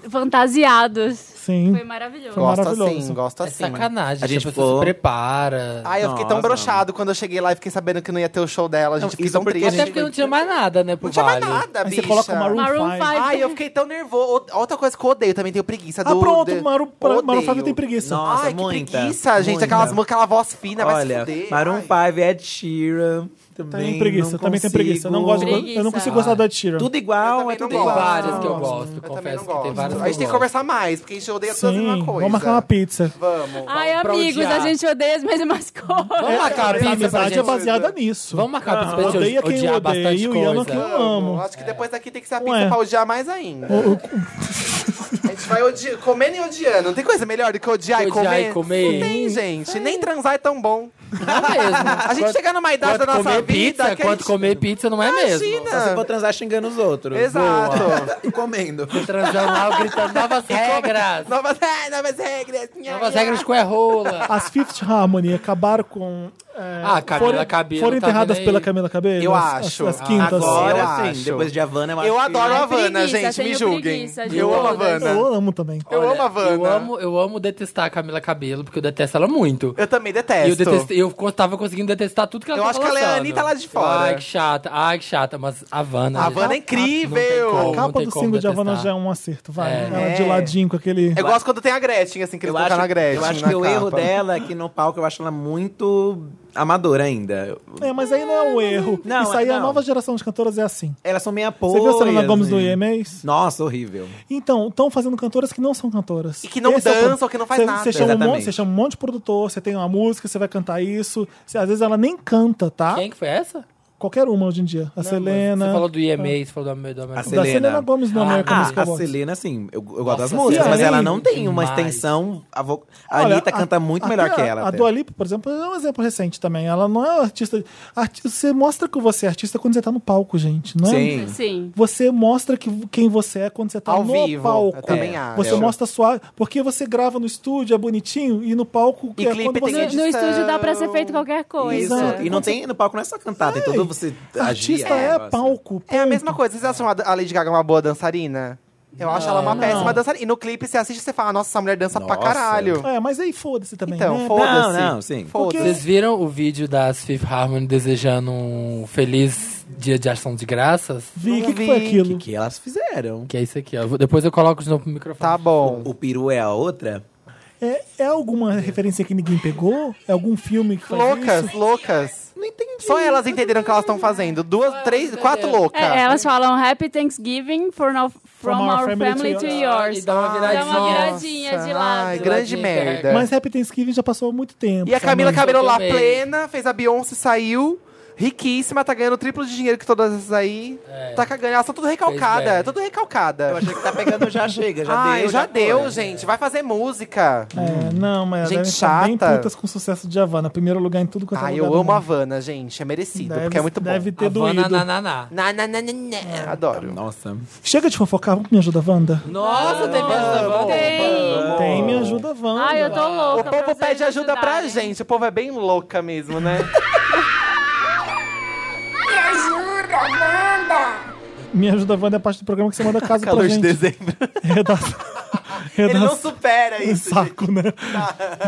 Speaker 4: Fantasiados.
Speaker 1: sim.
Speaker 4: Hum. Foi maravilhoso.
Speaker 1: Foi
Speaker 2: Gosto
Speaker 1: maravilhoso.
Speaker 2: assim, gosto
Speaker 3: é
Speaker 2: assim.
Speaker 3: sacanagem.
Speaker 5: A gente
Speaker 3: gente, a pessoa
Speaker 5: ficou-
Speaker 3: se prepara.
Speaker 2: Ai, eu fiquei tão
Speaker 5: Nossa.
Speaker 2: brochado quando eu cheguei lá e fiquei sabendo que não ia ter o show dela. A gente fiquei
Speaker 1: é
Speaker 5: isso
Speaker 2: tão
Speaker 5: porque a
Speaker 2: triste.
Speaker 3: Até porque não tinha mais nada, né, pro
Speaker 2: Não tinha mais
Speaker 3: Vale.
Speaker 2: nada,
Speaker 1: Aí
Speaker 2: bicha.
Speaker 1: você coloca o Maroon,
Speaker 4: Maroon
Speaker 1: five.
Speaker 4: five.
Speaker 2: Ai, eu fiquei tão nervoso. Outra coisa que eu odeio também, tenho preguiça
Speaker 1: Ah,
Speaker 2: do...
Speaker 1: pronto,
Speaker 2: de-
Speaker 1: o Maroon, Maroon
Speaker 2: Odeio.
Speaker 1: 5 tem preguiça.
Speaker 5: Nossa,
Speaker 2: Ai, que
Speaker 5: muita,
Speaker 2: preguiça, gente.
Speaker 5: muita.
Speaker 2: Aquelas músicas, aquela voz fina, vai se
Speaker 5: Olha,
Speaker 2: fuder.
Speaker 5: Maroon
Speaker 2: ai.
Speaker 5: 5, Ed Sheeran. Também
Speaker 1: Também Tá preguiça,
Speaker 5: não
Speaker 1: também tem
Speaker 5: consigo.
Speaker 1: preguiça. Eu não gosto, eu não
Speaker 4: Preguiça.
Speaker 1: consigo gostar da Tira.
Speaker 5: Tudo
Speaker 2: Eu
Speaker 5: igual,
Speaker 2: também
Speaker 5: é tudo
Speaker 2: não
Speaker 3: Tem
Speaker 5: igual.
Speaker 2: gosto.
Speaker 3: várias que eu
Speaker 2: Não,
Speaker 3: gosto,
Speaker 2: Eu também
Speaker 3: confesso
Speaker 2: não
Speaker 3: que
Speaker 2: gosto.
Speaker 3: tem várias que
Speaker 2: A
Speaker 3: eu
Speaker 2: gente tem que
Speaker 3: gosto.
Speaker 2: conversar mais, porque a gente odeia todas a
Speaker 1: Sim,
Speaker 2: mesma coisa.
Speaker 1: vamos marcar uma pizza.
Speaker 2: Vamos.
Speaker 4: Ai,
Speaker 3: pra
Speaker 4: amigos,
Speaker 3: odiar.
Speaker 4: a gente odeia as mesmas
Speaker 3: Vamos
Speaker 4: coisas.
Speaker 3: marcar a
Speaker 1: É, A
Speaker 3: pizza pra
Speaker 1: amizade é
Speaker 3: gente.
Speaker 1: baseada nisso.
Speaker 3: Vamos marcar a pizza pra gente
Speaker 1: Ah, Odeia quem
Speaker 3: odiar
Speaker 1: eu
Speaker 3: bastante
Speaker 1: odeio e ama
Speaker 3: coisa.
Speaker 1: quem eu amo.
Speaker 2: Acho que depois daqui tem que ser a
Speaker 1: Ué.
Speaker 2: pizza pra odiar mais ainda. A gente vai odi comendo e odiando. Não tem coisa melhor do que odiar,
Speaker 3: Odiar
Speaker 2: e comer?
Speaker 3: e comer.
Speaker 2: Não tem, gente. Nem transar é tão bom.
Speaker 3: Não é mesmo.
Speaker 2: A gente chega numa idade da
Speaker 3: Quanto
Speaker 2: nossa
Speaker 3: comer
Speaker 2: vida.
Speaker 3: pizza,
Speaker 2: que a
Speaker 3: quanto
Speaker 2: gente-
Speaker 3: comer pizza não é mesmo.
Speaker 5: Só se
Speaker 2: Imagina.
Speaker 5: for transar xingando os outros.
Speaker 2: Ah. Exato.
Speaker 5: Boa. e comendo.
Speaker 1: assim,
Speaker 3: Transando lá, gritando novas regras.
Speaker 2: Novas, é, novas regras. Nha,
Speaker 3: Novas
Speaker 2: nha.
Speaker 3: regras é de coerrola.
Speaker 1: As Fifth Harmony acabaram com. é,
Speaker 3: Ah, Camila
Speaker 1: foram,
Speaker 3: Cabello
Speaker 1: foram
Speaker 3: tá
Speaker 1: enterradas
Speaker 3: vindo aí.
Speaker 1: pela Camila Cabello?
Speaker 2: Eu
Speaker 1: as-
Speaker 2: acho.
Speaker 1: As, as quintas.
Speaker 2: Eu
Speaker 5: Agora é sim,
Speaker 2: acho.
Speaker 5: depois de Havana, eu acho
Speaker 2: Eu adoro a
Speaker 4: Ai,
Speaker 2: Havana,
Speaker 4: preguiça,
Speaker 2: gente. Me
Speaker 4: tenho
Speaker 2: julguem.
Speaker 4: preguiça de
Speaker 2: Eu amo a
Speaker 4: todas.
Speaker 2: Havana.
Speaker 1: Eu amo também.
Speaker 2: Eu amo a
Speaker 3: Eu
Speaker 2: Havana.
Speaker 3: amo, eu amo detestar a Camila Cabelo, porque eu detesto ela muito.
Speaker 2: Eu também
Speaker 3: E eu,
Speaker 2: detesto.
Speaker 3: detesto, eu co- tava conseguindo detestar tudo que ela
Speaker 2: Eu
Speaker 3: tava
Speaker 2: acho que ela é a
Speaker 3: lançando.
Speaker 2: Anitta lá de fora.
Speaker 3: Ai, que chata. Ai, que chata. Mas a Havana...
Speaker 2: A
Speaker 3: gente,
Speaker 2: Havana é
Speaker 3: não tem
Speaker 2: incrível.
Speaker 3: como,
Speaker 1: A
Speaker 3: não
Speaker 1: capa
Speaker 3: tem
Speaker 1: do
Speaker 3: como
Speaker 1: single de
Speaker 3: detestar.
Speaker 1: Havana já é um acerto, vai.
Speaker 3: É.
Speaker 1: Ela de
Speaker 2: É.
Speaker 1: ladinho com aquele.
Speaker 2: Eu gosto quando tem a Gretchen, assim, que eles
Speaker 5: Eu
Speaker 2: colocaram
Speaker 5: acho,
Speaker 2: a Gretchen.
Speaker 5: eu acho
Speaker 2: na
Speaker 5: que o erro
Speaker 2: capa.
Speaker 5: dela é que no palco eu acho ela muito amadora ainda.
Speaker 1: É, mas aí não é um erro.
Speaker 5: Não,
Speaker 1: Isso aí,
Speaker 5: não.
Speaker 1: a nova geração de cantoras é assim.
Speaker 5: Elas são meio apoio.
Speaker 1: Você viu a Selena Gomes no EMAs?
Speaker 5: Nossa, horrível.
Speaker 1: Então, estão fazendo cantoras que não são cantoras.
Speaker 2: E que não
Speaker 1: é o pro-
Speaker 2: dançam, que não faz
Speaker 1: Cê-
Speaker 2: nada.
Speaker 1: Você chama, um monte,
Speaker 5: Exatamente.
Speaker 1: você chama um monte de produtor, você tem uma música, você vai cantar isso. Cê- às vezes ela nem canta, tá?
Speaker 3: Quem que foi essa?
Speaker 1: Qualquer uma hoje em dia. A Selena.
Speaker 3: Você falou do IMA, você falou do, do
Speaker 5: A
Speaker 3: American
Speaker 1: Da Selena é
Speaker 5: Selena.
Speaker 1: Gomes no
Speaker 3: Ah,
Speaker 1: American
Speaker 3: ah,
Speaker 1: Music
Speaker 5: A
Speaker 1: Awards.
Speaker 5: Selena, assim, eu, eu gosto
Speaker 3: Nossa,
Speaker 5: das músicas,
Speaker 1: Selena
Speaker 5: mas ela
Speaker 1: é
Speaker 5: não tem uma
Speaker 3: demais.
Speaker 5: extensão. A, vo... a
Speaker 1: Olha,
Speaker 5: Anitta
Speaker 1: a-
Speaker 5: canta muito
Speaker 1: até
Speaker 5: melhor
Speaker 1: a-
Speaker 5: que ela.
Speaker 1: A
Speaker 5: até.
Speaker 1: Dua Lipa, por exemplo, é um exemplo recente também. Ela não é artista. arti- Você mostra que você é artista quando você tá no palco, gente. Não é?
Speaker 5: Sim.
Speaker 4: Sim.
Speaker 1: Você mostra que, quem você é quando você tá
Speaker 2: Ao
Speaker 1: no
Speaker 2: vivo,
Speaker 1: palco.
Speaker 2: eu também
Speaker 1: É.
Speaker 2: acho.
Speaker 1: Você mostra sua. Porque você grava no estúdio, é bonitinho, e no palco
Speaker 2: E
Speaker 1: é
Speaker 2: clipe
Speaker 1: quando
Speaker 2: tem
Speaker 1: você.
Speaker 4: No, no estúdio dá pra ser feito qualquer
Speaker 5: Isso.
Speaker 4: coisa.
Speaker 5: E não tem no palco, não é só cantar, tem todo você agir.
Speaker 1: Artista é,
Speaker 5: negócio.
Speaker 1: palco.
Speaker 2: É a
Speaker 1: ponto.
Speaker 2: mesma coisa. Vocês acham a a Lady Gaga uma boa dançarina? Eu acho ela uma péssima dançarina. E no clipe você assiste e você fala, nossa, essa mulher dança pra
Speaker 5: Nossa.
Speaker 2: caralho.
Speaker 1: É, mas aí foda-se também.
Speaker 2: Então,
Speaker 1: né?
Speaker 2: foda-se.
Speaker 5: Não, não, sim.
Speaker 2: Foda-se.
Speaker 3: Vocês viram o vídeo das Fifth Harmony desejando um feliz dia de ação de graças?
Speaker 1: Vi, o que,
Speaker 2: Não
Speaker 1: que foi
Speaker 2: vi.
Speaker 5: O que,
Speaker 1: aquilo?
Speaker 5: que elas fizeram?
Speaker 3: Que é isso aqui, ó. Vou- Depois eu coloco de novo pro microfone.
Speaker 2: Tá bom.
Speaker 5: O peru é a outra?
Speaker 1: É, é alguma referência que ninguém pegou? É algum filme que faz
Speaker 2: Loucas,
Speaker 1: isso?
Speaker 2: loucas.
Speaker 5: Não entendi.
Speaker 2: Só elas entenderam o que elas estão fazendo. Duas, três, quatro loucas.
Speaker 4: É, elas falam Happy Thanksgiving for now- from, our, family, to yours.
Speaker 3: E dá uma
Speaker 4: Dá uma
Speaker 3: viradinha.
Speaker 4: viradinha de lado.
Speaker 2: Ai, grande
Speaker 3: Viradinha,
Speaker 2: merda.
Speaker 1: Mas Happy Thanksgiving já passou há muito tempo.
Speaker 2: É. E a Camila
Speaker 1: sabe?
Speaker 2: Cabelo lá
Speaker 3: também.
Speaker 2: plena, fez a Beyoncé, saiu. riquíssima, tá ganhando o triplo de dinheiro que todas essas aí.
Speaker 4: É.
Speaker 2: Tá cagando. Elas são tudo recalcada,
Speaker 3: Fez bem.
Speaker 2: é tudo recalcada.
Speaker 5: Eu achei que tá pegando já chega, já
Speaker 2: Ai,
Speaker 5: deu.
Speaker 2: Ah, já, deu,
Speaker 5: foi.
Speaker 2: gente. Vai fazer música.
Speaker 1: É, não, mas
Speaker 2: Gente
Speaker 1: devem estar bem
Speaker 2: chata.
Speaker 1: putas com o sucesso de Havana. Primeiro lugar em tudo quanto é
Speaker 2: Ai,
Speaker 1: lugar
Speaker 2: Ah, eu
Speaker 1: do
Speaker 2: amo a
Speaker 1: mundo.
Speaker 2: Havana, gente. É merecido,
Speaker 1: Deve,
Speaker 2: porque é muito bom.
Speaker 1: Deve É. ter
Speaker 3: Havana,
Speaker 1: doído.
Speaker 3: na, na, na.
Speaker 2: Na, na, na, na, na. Adoro.
Speaker 5: Nossa.
Speaker 1: Chega de fofocar, vamos pro me ajuda, Wanda? Ah,
Speaker 3: Nossa, tem mesmo da Wanda?
Speaker 4: Tem.
Speaker 1: Tem, me ajuda, Wanda.
Speaker 4: Ai, eu tô
Speaker 2: O
Speaker 4: louca. pra
Speaker 2: povo
Speaker 4: vocês
Speaker 2: pede
Speaker 4: me
Speaker 2: ajuda pra
Speaker 4: ajudarem.
Speaker 2: gente. O povo é bem louca mesmo, né?
Speaker 6: Me ajuda, Wanda!
Speaker 1: Me ajuda, Wanda é a parte do programa que você manda caso pra
Speaker 2: Calor de
Speaker 1: gente.
Speaker 2: dezembro.
Speaker 1: Redação.
Speaker 2: Ele não
Speaker 1: Redação.
Speaker 2: supera
Speaker 1: Um
Speaker 2: isso,
Speaker 5: Tá
Speaker 2: gente.
Speaker 1: saco, né?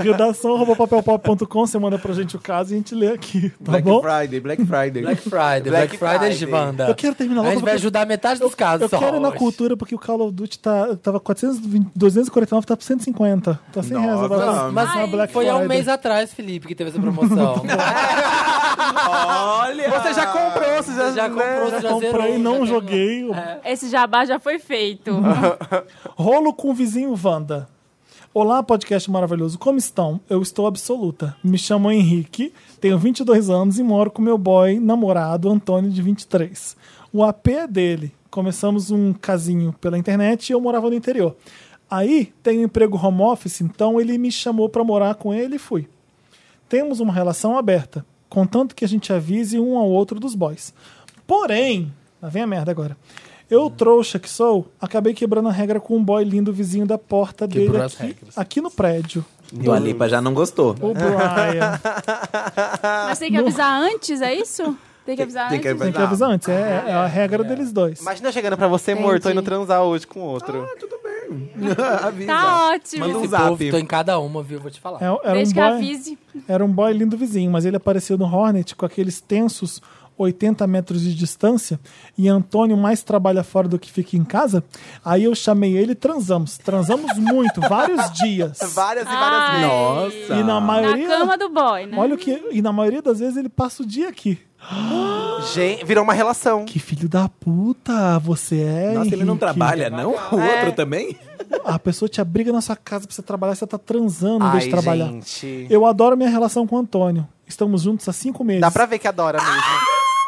Speaker 1: Redação arroba papelpop.com, você manda pra gente o caso e a gente lê aqui, tá
Speaker 5: Black
Speaker 1: bom?
Speaker 5: Friday, Black Friday.
Speaker 3: Black Friday,
Speaker 2: Black
Speaker 3: Black, Friday, de
Speaker 2: Friday.
Speaker 3: Wanda.
Speaker 1: Eu quero terminar logo
Speaker 3: A gente vai
Speaker 1: porque-
Speaker 3: ajudar metade dos casos
Speaker 1: Eu
Speaker 3: só
Speaker 1: quero ir na
Speaker 3: hoje.
Speaker 1: cultura porque o Call of Duty tá, tava 420, 249, tá por 150. Tá 100 reais
Speaker 5: Nossa.
Speaker 1: agora.
Speaker 5: Mas-
Speaker 3: mas
Speaker 1: na Black
Speaker 3: Foi há um
Speaker 1: Friday.
Speaker 3: mês atrás, Felipe, que teve essa promoção.
Speaker 5: Olha!
Speaker 2: Você já comprou, você já,
Speaker 3: Você
Speaker 1: né?
Speaker 3: já comprou, você já
Speaker 1: Comprei,
Speaker 3: zerou, É. já
Speaker 1: não
Speaker 3: tem-
Speaker 1: joguei.
Speaker 4: Esse jabá já foi feito.
Speaker 1: Rolo com o vizinho Wanda. Olá, podcast maravilhoso. Como estão? Eu estou absoluta. Me chamo Henrique, tenho 22 anos e moro com meu boy namorado Antônio, de 23. O AP é dele. Começamos um casinho pela internet e eu morava no interior. Aí tenho um emprego home office, então ele me chamou para morar com ele e fui. Temos uma relação aberta, contanto que a gente avise um ao outro dos boys. Porém, lá vem a merda agora. Eu, trouxa que sou, acabei quebrando a regra com um boy lindo vizinho da porta
Speaker 3: Quebrou
Speaker 1: dele
Speaker 3: as
Speaker 1: aqui,
Speaker 3: regras.
Speaker 1: aqui no prédio.
Speaker 5: Dua Lipa já não gostou.
Speaker 1: O Brian.
Speaker 4: Mas tem que avisar antes, é isso? Tem que avisar
Speaker 5: Tem que
Speaker 4: antes?
Speaker 1: Tem que avisar antes, é, é a regra deles dois.
Speaker 2: Imagina eu chegando pra você
Speaker 4: Entendi.
Speaker 2: morto, indo transar hoje com outro.
Speaker 5: Avisa.
Speaker 4: Tá ótimo.
Speaker 5: Manda um
Speaker 3: Esse
Speaker 5: zap.
Speaker 3: povo, tô em cada uma, viu? Vou te falar.
Speaker 1: É- Era, um
Speaker 4: Desde que
Speaker 1: boy,
Speaker 4: avise.
Speaker 1: era um boy lindo vizinho, mas ele apareceu no Hornet com aqueles tensos 80 metros de distância e Antônio mais trabalha fora do que fica em casa. Aí eu chamei ele e transamos. Transamos muito, vários dias.
Speaker 2: Várias e várias
Speaker 4: Ai.
Speaker 2: vezes.
Speaker 5: Nossa.
Speaker 1: E na
Speaker 4: Na
Speaker 1: maioria.
Speaker 4: cama do boy, né?
Speaker 1: Olha o que. E na maioria das vezes ele passa o dia aqui.
Speaker 4: Ah.
Speaker 2: Gente, virou uma relação.
Speaker 1: Que filho da puta você é.
Speaker 5: Nossa, ele não
Speaker 1: Henrique.
Speaker 5: trabalha, né? não? O outro também?
Speaker 1: A pessoa te abriga na sua casa pra você trabalhar, você tá transando em vez de trabalhar.
Speaker 2: gente.
Speaker 1: Eu adoro minha relação com o Antônio. Estamos juntos há cinco meses.
Speaker 2: Dá pra ver que adora mesmo.
Speaker 4: Ah.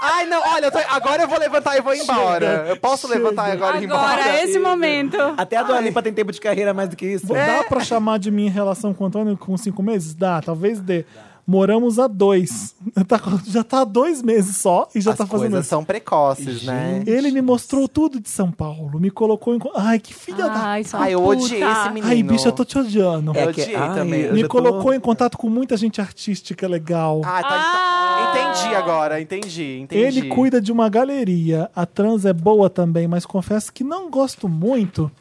Speaker 2: Ai, não, olha, eu tô- agora eu vou levantar e vou embora. eu posso levantar agora e ir embora?
Speaker 4: Agora, é esse momento.
Speaker 5: Até a Dua Lipa tem tempo de carreira mais do que isso.
Speaker 1: Dá
Speaker 2: É.
Speaker 1: pra chamar de minha relação com o Antônio com cinco meses? Dá, talvez dê. Moramos há dois. Tá- já tá há dois meses só e já
Speaker 2: As
Speaker 1: tá fazendo
Speaker 2: coisas
Speaker 1: isso.
Speaker 2: são precoces, né?
Speaker 1: Ele me mostrou tudo de São Paulo. Me colocou em. co- Ai, que filha da.
Speaker 4: Ai, só
Speaker 2: Ai, eu odiei esse menino.
Speaker 1: Ai, bicho, eu tô te odiando.
Speaker 2: Eu
Speaker 5: É que-
Speaker 2: odiei
Speaker 5: ai,
Speaker 2: também. Me
Speaker 5: eu já
Speaker 1: Me
Speaker 5: tô-
Speaker 1: colocou em contato com muita gente artística legal.
Speaker 2: Ah, tá, então- Entendi agora, entendi, entendi.
Speaker 1: Ele cuida de uma galeria. A trans é boa também, mas confesso que não gosto muito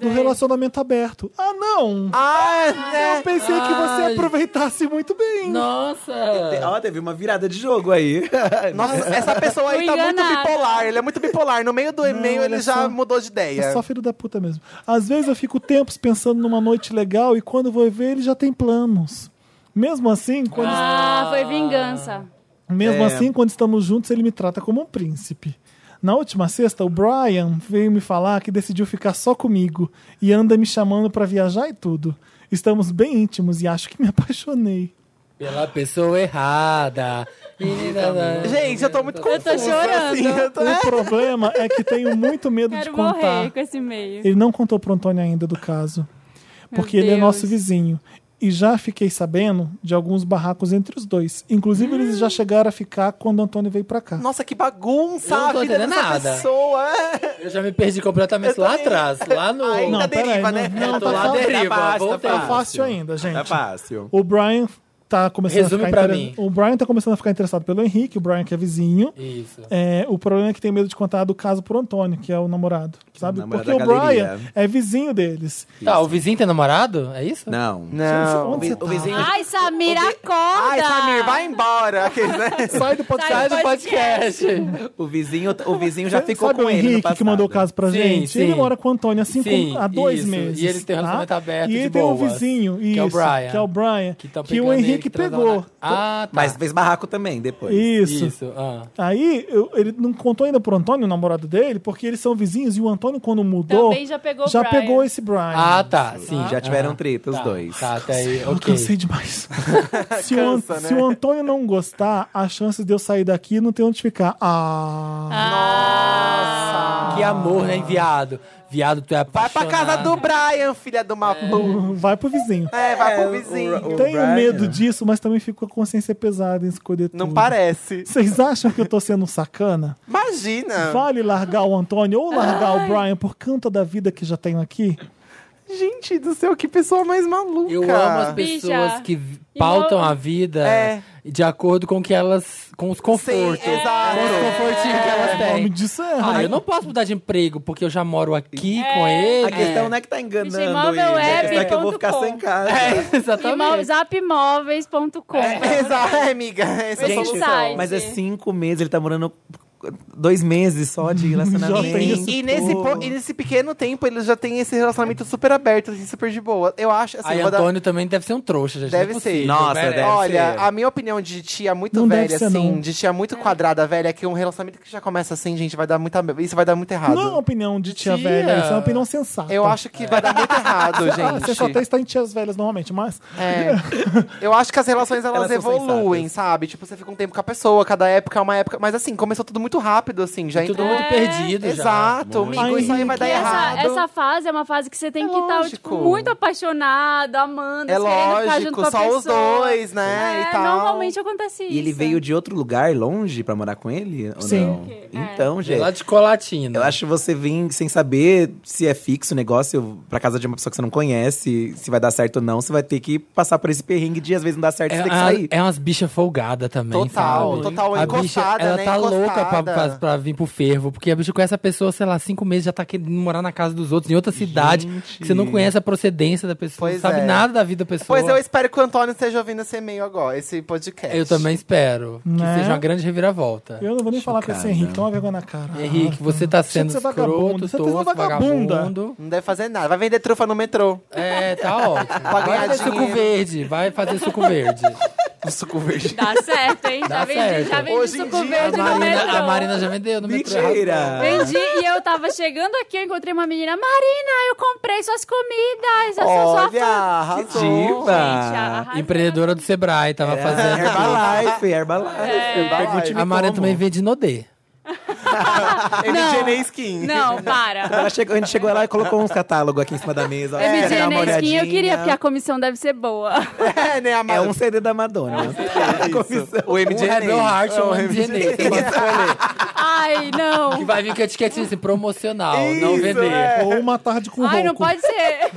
Speaker 1: do relacionamento aberto. Ah, não!
Speaker 2: Ah, né?
Speaker 1: Pensei que você
Speaker 3: Ai.
Speaker 1: aproveitasse muito bem. É,
Speaker 5: Te-
Speaker 3: Nossa!
Speaker 5: Ó, teve uma virada de jogo aí. Tá
Speaker 2: Nossa, essa pessoa aí tá
Speaker 4: Fui
Speaker 2: muito
Speaker 4: enganada.
Speaker 2: bipolar. Ele é muito bipolar. No meio do e-mail
Speaker 1: ele
Speaker 2: ele
Speaker 1: é
Speaker 2: já
Speaker 1: só-
Speaker 2: mudou de ideia.
Speaker 1: É só filho da puta mesmo. Às vezes eu fico tempos pensando numa noite legal e quando vou ver, ele já tem planos. Mesmo assim, quando,
Speaker 4: Ah, foi vingança.
Speaker 1: mesmo assim, quando estamos juntos, ele me trata como um príncipe. Na última sexta, o Brian veio me falar que decidiu ficar só comigo e anda me chamando pra viajar e tudo. Estamos bem íntimos e acho que me apaixonei.
Speaker 3: Pela pessoa errada.
Speaker 2: Gente, eu tô muito
Speaker 4: Eu
Speaker 2: confusa.
Speaker 4: tô chorando.
Speaker 2: assim, eu tô-
Speaker 1: O problema é que tenho muito medo de
Speaker 4: Quero
Speaker 1: contar.
Speaker 4: morrer com esse meio.
Speaker 1: Ele não contou pro Antônio ainda do caso. Porque ele é
Speaker 4: Deus.
Speaker 1: nosso vizinho. E já fiquei sabendo de alguns barracos entre os dois. Inclusive, eles já chegaram a ficar quando o Antônio veio pra cá.
Speaker 2: Nossa, que bagunça
Speaker 3: Eu não
Speaker 2: a
Speaker 3: tô
Speaker 2: vida dessa
Speaker 3: entendendo nada.
Speaker 2: pessoa.
Speaker 3: Eu já me perdi completamente
Speaker 2: Eu
Speaker 3: lá
Speaker 2: também.
Speaker 3: atrás. Lá no.
Speaker 2: Ai,
Speaker 1: Não,
Speaker 2: ainda
Speaker 1: peraí,
Speaker 2: deriva,
Speaker 1: não-
Speaker 2: né?
Speaker 1: não,
Speaker 2: Eu
Speaker 3: tô lá
Speaker 5: fácil,
Speaker 3: deriva.
Speaker 5: tá fácil,
Speaker 2: é
Speaker 3: voltei.
Speaker 1: Tá fácil ainda, gente.
Speaker 5: Tá fácil.
Speaker 1: O Brian tá começando
Speaker 3: Resume
Speaker 1: a ficar
Speaker 3: pra
Speaker 1: intere-
Speaker 3: mim.
Speaker 1: O Brian tá começando a ficar interessado pelo Henrique, o Brian que é vizinho.
Speaker 3: Isso.
Speaker 1: É, o problema é que tem medo de contar do caso pro Antônio, que é o namorado, sabe?
Speaker 5: namorado
Speaker 1: Porque o
Speaker 5: da
Speaker 1: Brian
Speaker 5: galeria.
Speaker 1: é vizinho deles.
Speaker 3: Tá, o vizinho tem namorado? É isso?
Speaker 5: Não.
Speaker 2: Não.
Speaker 1: Onde você tá?
Speaker 4: Ai, Samir, acorda!
Speaker 2: Ai, Samir, vai embora. Aqueles, né?
Speaker 1: Sai do podcast.
Speaker 3: Sai do podcast.
Speaker 4: podcast.
Speaker 5: O vizinho, o vizinho já ficou
Speaker 1: Sabe
Speaker 5: com
Speaker 1: o
Speaker 5: ele no
Speaker 1: Henrique que
Speaker 5: passado.
Speaker 1: mandou o caso pra
Speaker 3: Sim,
Speaker 1: gente?
Speaker 3: sim.
Speaker 1: Ele mora com o Antônio há, cinco,
Speaker 3: Sim,
Speaker 1: há dois
Speaker 3: isso.
Speaker 1: meses.
Speaker 3: E eles têm um
Speaker 1: tá?
Speaker 3: relacionamento aberto
Speaker 1: E
Speaker 3: de
Speaker 1: ele tem um
Speaker 3: boas,
Speaker 1: vizinho, isso,
Speaker 3: que é o Brian.
Speaker 1: que é o Brian,
Speaker 3: Que, tão
Speaker 1: que o
Speaker 3: pegando ele,
Speaker 1: Henrique
Speaker 3: transou na-
Speaker 1: pegou.
Speaker 3: Ah, tá.
Speaker 5: Mas fez barraco também depois.
Speaker 1: Isso.
Speaker 3: isso. ah.
Speaker 1: Aí eu- ele não contou ainda pro Antônio, o namorado dele, porque eles são vizinhos e o Antônio ano, quando mudou,
Speaker 4: Também já pegou o
Speaker 1: já
Speaker 4: Brian.
Speaker 1: pegou esse Brian.
Speaker 3: Ah, tá. Sim.
Speaker 5: Já tiveram
Speaker 3: Aham.
Speaker 5: treta os
Speaker 3: Tá,
Speaker 2: é.
Speaker 5: dois.
Speaker 3: Tá, até aí.
Speaker 1: Eu
Speaker 3: Ok.
Speaker 1: cansei demais. se, o, An-
Speaker 2: Cansa, né?
Speaker 1: se o Antônio não gostar, a chance de eu sair daqui não tem onde ficar. Ah.
Speaker 3: Que amor, né, viado? Viado, tu é
Speaker 2: Vai pra
Speaker 3: apaixonado.
Speaker 2: casa do Brian, filha do Mapu.
Speaker 1: Vai pro vizinho.
Speaker 2: É, vai pro
Speaker 5: o-
Speaker 2: vizinho.
Speaker 5: o-
Speaker 1: Tenho
Speaker 5: Brian.
Speaker 1: medo disso, mas também fico com a consciência pesada em escolher tudo.
Speaker 2: Não parece.
Speaker 1: Vocês acham que eu tô sendo um sacana?
Speaker 2: Imagina.
Speaker 1: Vale largar o Antônio ou largar o Brian por conta da vida que já tenho aqui?
Speaker 2: Gente do céu, que pessoa mais maluca.
Speaker 3: Eu amo as
Speaker 4: Bicha.
Speaker 3: pessoas que v- pautam
Speaker 4: não-
Speaker 3: a vida
Speaker 2: É.
Speaker 3: de acordo com que elas. com os confortos.
Speaker 2: Sim, é. exato.
Speaker 3: Com os confortinhos que elas
Speaker 1: O nome
Speaker 3: têm.
Speaker 1: disso é
Speaker 3: Ah,
Speaker 1: errado.
Speaker 3: eu não posso mudar de emprego porque eu já moro aqui com ele.
Speaker 5: A questão não é que tá enganando,
Speaker 4: Gente, imóvel
Speaker 5: Igor,
Speaker 4: é
Speaker 5: a questão é que eu vou
Speaker 4: ponto
Speaker 5: ficar
Speaker 4: com.
Speaker 5: sem casa.
Speaker 3: É,
Speaker 4: Imó-
Speaker 3: exatamente.
Speaker 4: Zapmóveis.com.
Speaker 2: Exato, é, amiga. Essa é a
Speaker 4: Gente,
Speaker 2: solução.
Speaker 4: sai.
Speaker 5: Mas é cinco meses, ele tá morando dois meses só de relacionamento.
Speaker 1: Já tem isso
Speaker 2: E nesse, po- e nesse pequeno tempo, eles já têm esse relacionamento super aberto, assim, super de boa. Eu acho, assim,
Speaker 3: Aí
Speaker 2: eu vou dar-
Speaker 3: Antônio também deve ser um trouxa, gente.
Speaker 2: Deve
Speaker 3: Não é
Speaker 2: ser.
Speaker 3: possível,
Speaker 5: Nossa,
Speaker 3: merece.
Speaker 5: deve
Speaker 2: Olha,
Speaker 5: ser.
Speaker 2: a minha opinião de tia muito
Speaker 1: Não deve
Speaker 2: velha,
Speaker 1: ser,
Speaker 2: assim,
Speaker 1: não.
Speaker 2: de tia muito quadrada, velha, é que um relacionamento que já começa assim, gente, vai dar muita. Isso vai dar muito errado.
Speaker 1: Não é uma opinião de tia,
Speaker 3: Tia.
Speaker 1: velha, isso é uma opinião sensata.
Speaker 2: Eu acho que vai dar muito errado,
Speaker 1: Ah, Você só
Speaker 2: gente.
Speaker 1: está em tias velhas normalmente, mas.
Speaker 2: É. Eu acho que as relações elas,
Speaker 5: Elas são
Speaker 2: evoluem, sabe? Tipo, você fica um tempo com a pessoa, cada época é uma época. Mas assim, começou tudo muito rápido, assim, já
Speaker 3: Todo
Speaker 2: entrou.
Speaker 3: mundo perdido já.
Speaker 2: Exato,
Speaker 3: Muito.
Speaker 2: amigo, isso aí
Speaker 1: Ai,
Speaker 2: vai dar
Speaker 4: E essa,
Speaker 2: tá errado.
Speaker 4: essa fase é uma fase que você tem
Speaker 2: É
Speaker 4: que estar
Speaker 2: lógico.
Speaker 4: tipo, muito apaixonado, amando,
Speaker 2: É
Speaker 4: querendo ficar junto com
Speaker 2: lógico,
Speaker 4: a
Speaker 2: só os
Speaker 4: pessoa.
Speaker 2: dois, né?
Speaker 4: É,
Speaker 2: e tal.
Speaker 4: normalmente acontece isso.
Speaker 5: E ele veio de outro lugar, longe, pra morar com ele? Ou
Speaker 1: Sim.
Speaker 5: não?
Speaker 4: É.
Speaker 5: Então, gente.
Speaker 3: Lá de colatina.
Speaker 5: Eu acho que você vir sem saber se é fixo o negócio pra casa de uma pessoa que você não conhece, se vai dar certo ou não, você vai ter que passar por esse perrengue de às vezes não dar certo,
Speaker 3: É,
Speaker 5: você tem que
Speaker 3: a-
Speaker 5: sair.
Speaker 3: é umas bichas folgadas também.
Speaker 2: Total,
Speaker 3: sabe?
Speaker 2: total,
Speaker 3: A bicha,
Speaker 2: encostada,
Speaker 3: ela
Speaker 2: né?
Speaker 3: tá
Speaker 2: Encostada.
Speaker 3: louca pra, pra- pra vir pro fervo, porque a bicha conhece a pessoa, sei lá, cinco meses, já tá querendo morar na casa dos outros, em outra cidade, que você não conhece a procedência da pessoa,
Speaker 2: Pois
Speaker 3: não sabe
Speaker 2: é.
Speaker 3: nada da vida da pessoa.
Speaker 2: Pois eu espero que o Antônio esteja ouvindo esse e-mail agora, esse podcast.
Speaker 3: Eu também espero que
Speaker 1: Né?
Speaker 3: seja uma grande reviravolta.
Speaker 1: Eu não vou nem falar com esse
Speaker 5: Chocada.
Speaker 1: Henrique, toma vergonha na cara.
Speaker 3: Henrique, você tá
Speaker 1: Deixa de
Speaker 3: sendo
Speaker 1: ser vagabundo,
Speaker 3: escroto,
Speaker 1: você tá sendo
Speaker 3: tosco,
Speaker 1: vagabunda.
Speaker 3: vagabundo.
Speaker 2: Não deve fazer nada. Vai vender trufa no metrô.
Speaker 3: É, tá ótimo.
Speaker 2: ganhar
Speaker 3: Vai fazer suco
Speaker 2: dinheiro.
Speaker 3: verde, vai fazer suco verde.
Speaker 2: Suco verde.
Speaker 4: Dá certo, hein?
Speaker 3: Dá
Speaker 4: já vendi,
Speaker 3: certo.
Speaker 4: Já vendi
Speaker 2: Hoje em
Speaker 4: suco
Speaker 2: dia,
Speaker 4: verde
Speaker 3: A
Speaker 4: no
Speaker 3: Marina,
Speaker 4: metrô.
Speaker 3: a Marina já vendeu no metrô.
Speaker 5: Mentira!
Speaker 4: Vendi e eu tava chegando aqui, eu encontrei uma menina. Marina, eu comprei suas comidas. Eu sou sua
Speaker 2: Olha,
Speaker 4: fã.
Speaker 2: arrasou.
Speaker 5: diva.
Speaker 4: Gente, arrasou.
Speaker 3: Empreendedora do Sebrae,
Speaker 2: É,
Speaker 3: tava fazendo.
Speaker 5: Herbalife, Herbalife.
Speaker 2: Herbalife.
Speaker 3: A Marina também vende Nodê.
Speaker 2: MDNA Skin.
Speaker 4: Não, para.
Speaker 5: Ela chegou, a gente chegou lá e colocou uns catálogos aqui em cima da mesa. ó, pra você dar uma
Speaker 4: MJ É, né, Skin eu
Speaker 5: olhadinha.
Speaker 4: queria, porque a comissão deve ser boa.
Speaker 2: É, né, a
Speaker 5: É um
Speaker 2: Marina?
Speaker 5: CD da Madonna.
Speaker 2: O
Speaker 3: Um Rebel Heart
Speaker 2: É,
Speaker 3: ou um MDNA. Você pode escolher.
Speaker 4: Ai, não.
Speaker 3: Que vai vir com a etiquetinha assim, promocional, não
Speaker 2: Isso,
Speaker 3: vender.
Speaker 2: é.
Speaker 1: Ou uma tarde com
Speaker 4: Ai, não
Speaker 1: rouco.
Speaker 4: pode ser.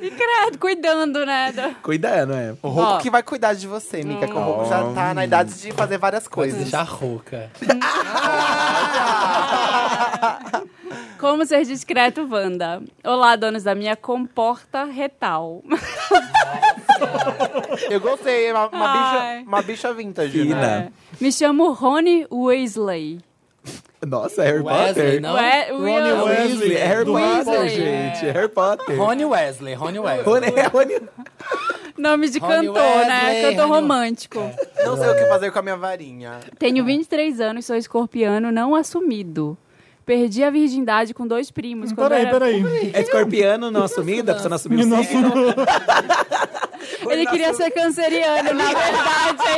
Speaker 4: E credo, cuidando, né? do-
Speaker 5: Cuidando, é.
Speaker 2: O Roku
Speaker 4: Ó.
Speaker 2: que vai cuidar de você, Mica, que o Roku já tá
Speaker 5: Hum.
Speaker 2: na idade de fazer várias coisas.
Speaker 3: Deixar rouca.
Speaker 4: Como ser discreto, Wanda. Olá, donos da minha comporta retal.
Speaker 2: Eu gostei, é uma, uma
Speaker 4: Ai.
Speaker 2: bicha, uma bicha vintage, né?
Speaker 5: Fina.
Speaker 4: Me chamo Rony Weasley. É.
Speaker 5: Nossa, Harry
Speaker 3: Wesley,
Speaker 5: Potter.
Speaker 3: não?
Speaker 4: We-
Speaker 1: Ronnie
Speaker 4: Will-
Speaker 1: Weasley.
Speaker 5: Weasley, é Harry
Speaker 4: Do
Speaker 5: Potter,
Speaker 4: Weasley.
Speaker 5: gente. é Harry Potter.
Speaker 3: Rony Wesley, Rony Wesley.
Speaker 5: Rony, é Rony.
Speaker 4: Nome de
Speaker 3: Rony
Speaker 4: cantor, né?
Speaker 3: Weasley, É.
Speaker 4: Cantor
Speaker 3: Rony-
Speaker 4: romântico.
Speaker 2: Não sei o que fazer com a minha varinha.
Speaker 4: Tenho 23 anos, sou escorpiano não assumido. Perdi a virgindade com dois primos. quando
Speaker 1: Peraí,
Speaker 4: era-
Speaker 1: peraí.
Speaker 5: É escorpiano não assumida? A pessoa não assumiu
Speaker 1: Me não
Speaker 5: o signo?
Speaker 4: Ele queria ser canceriano, na verdade,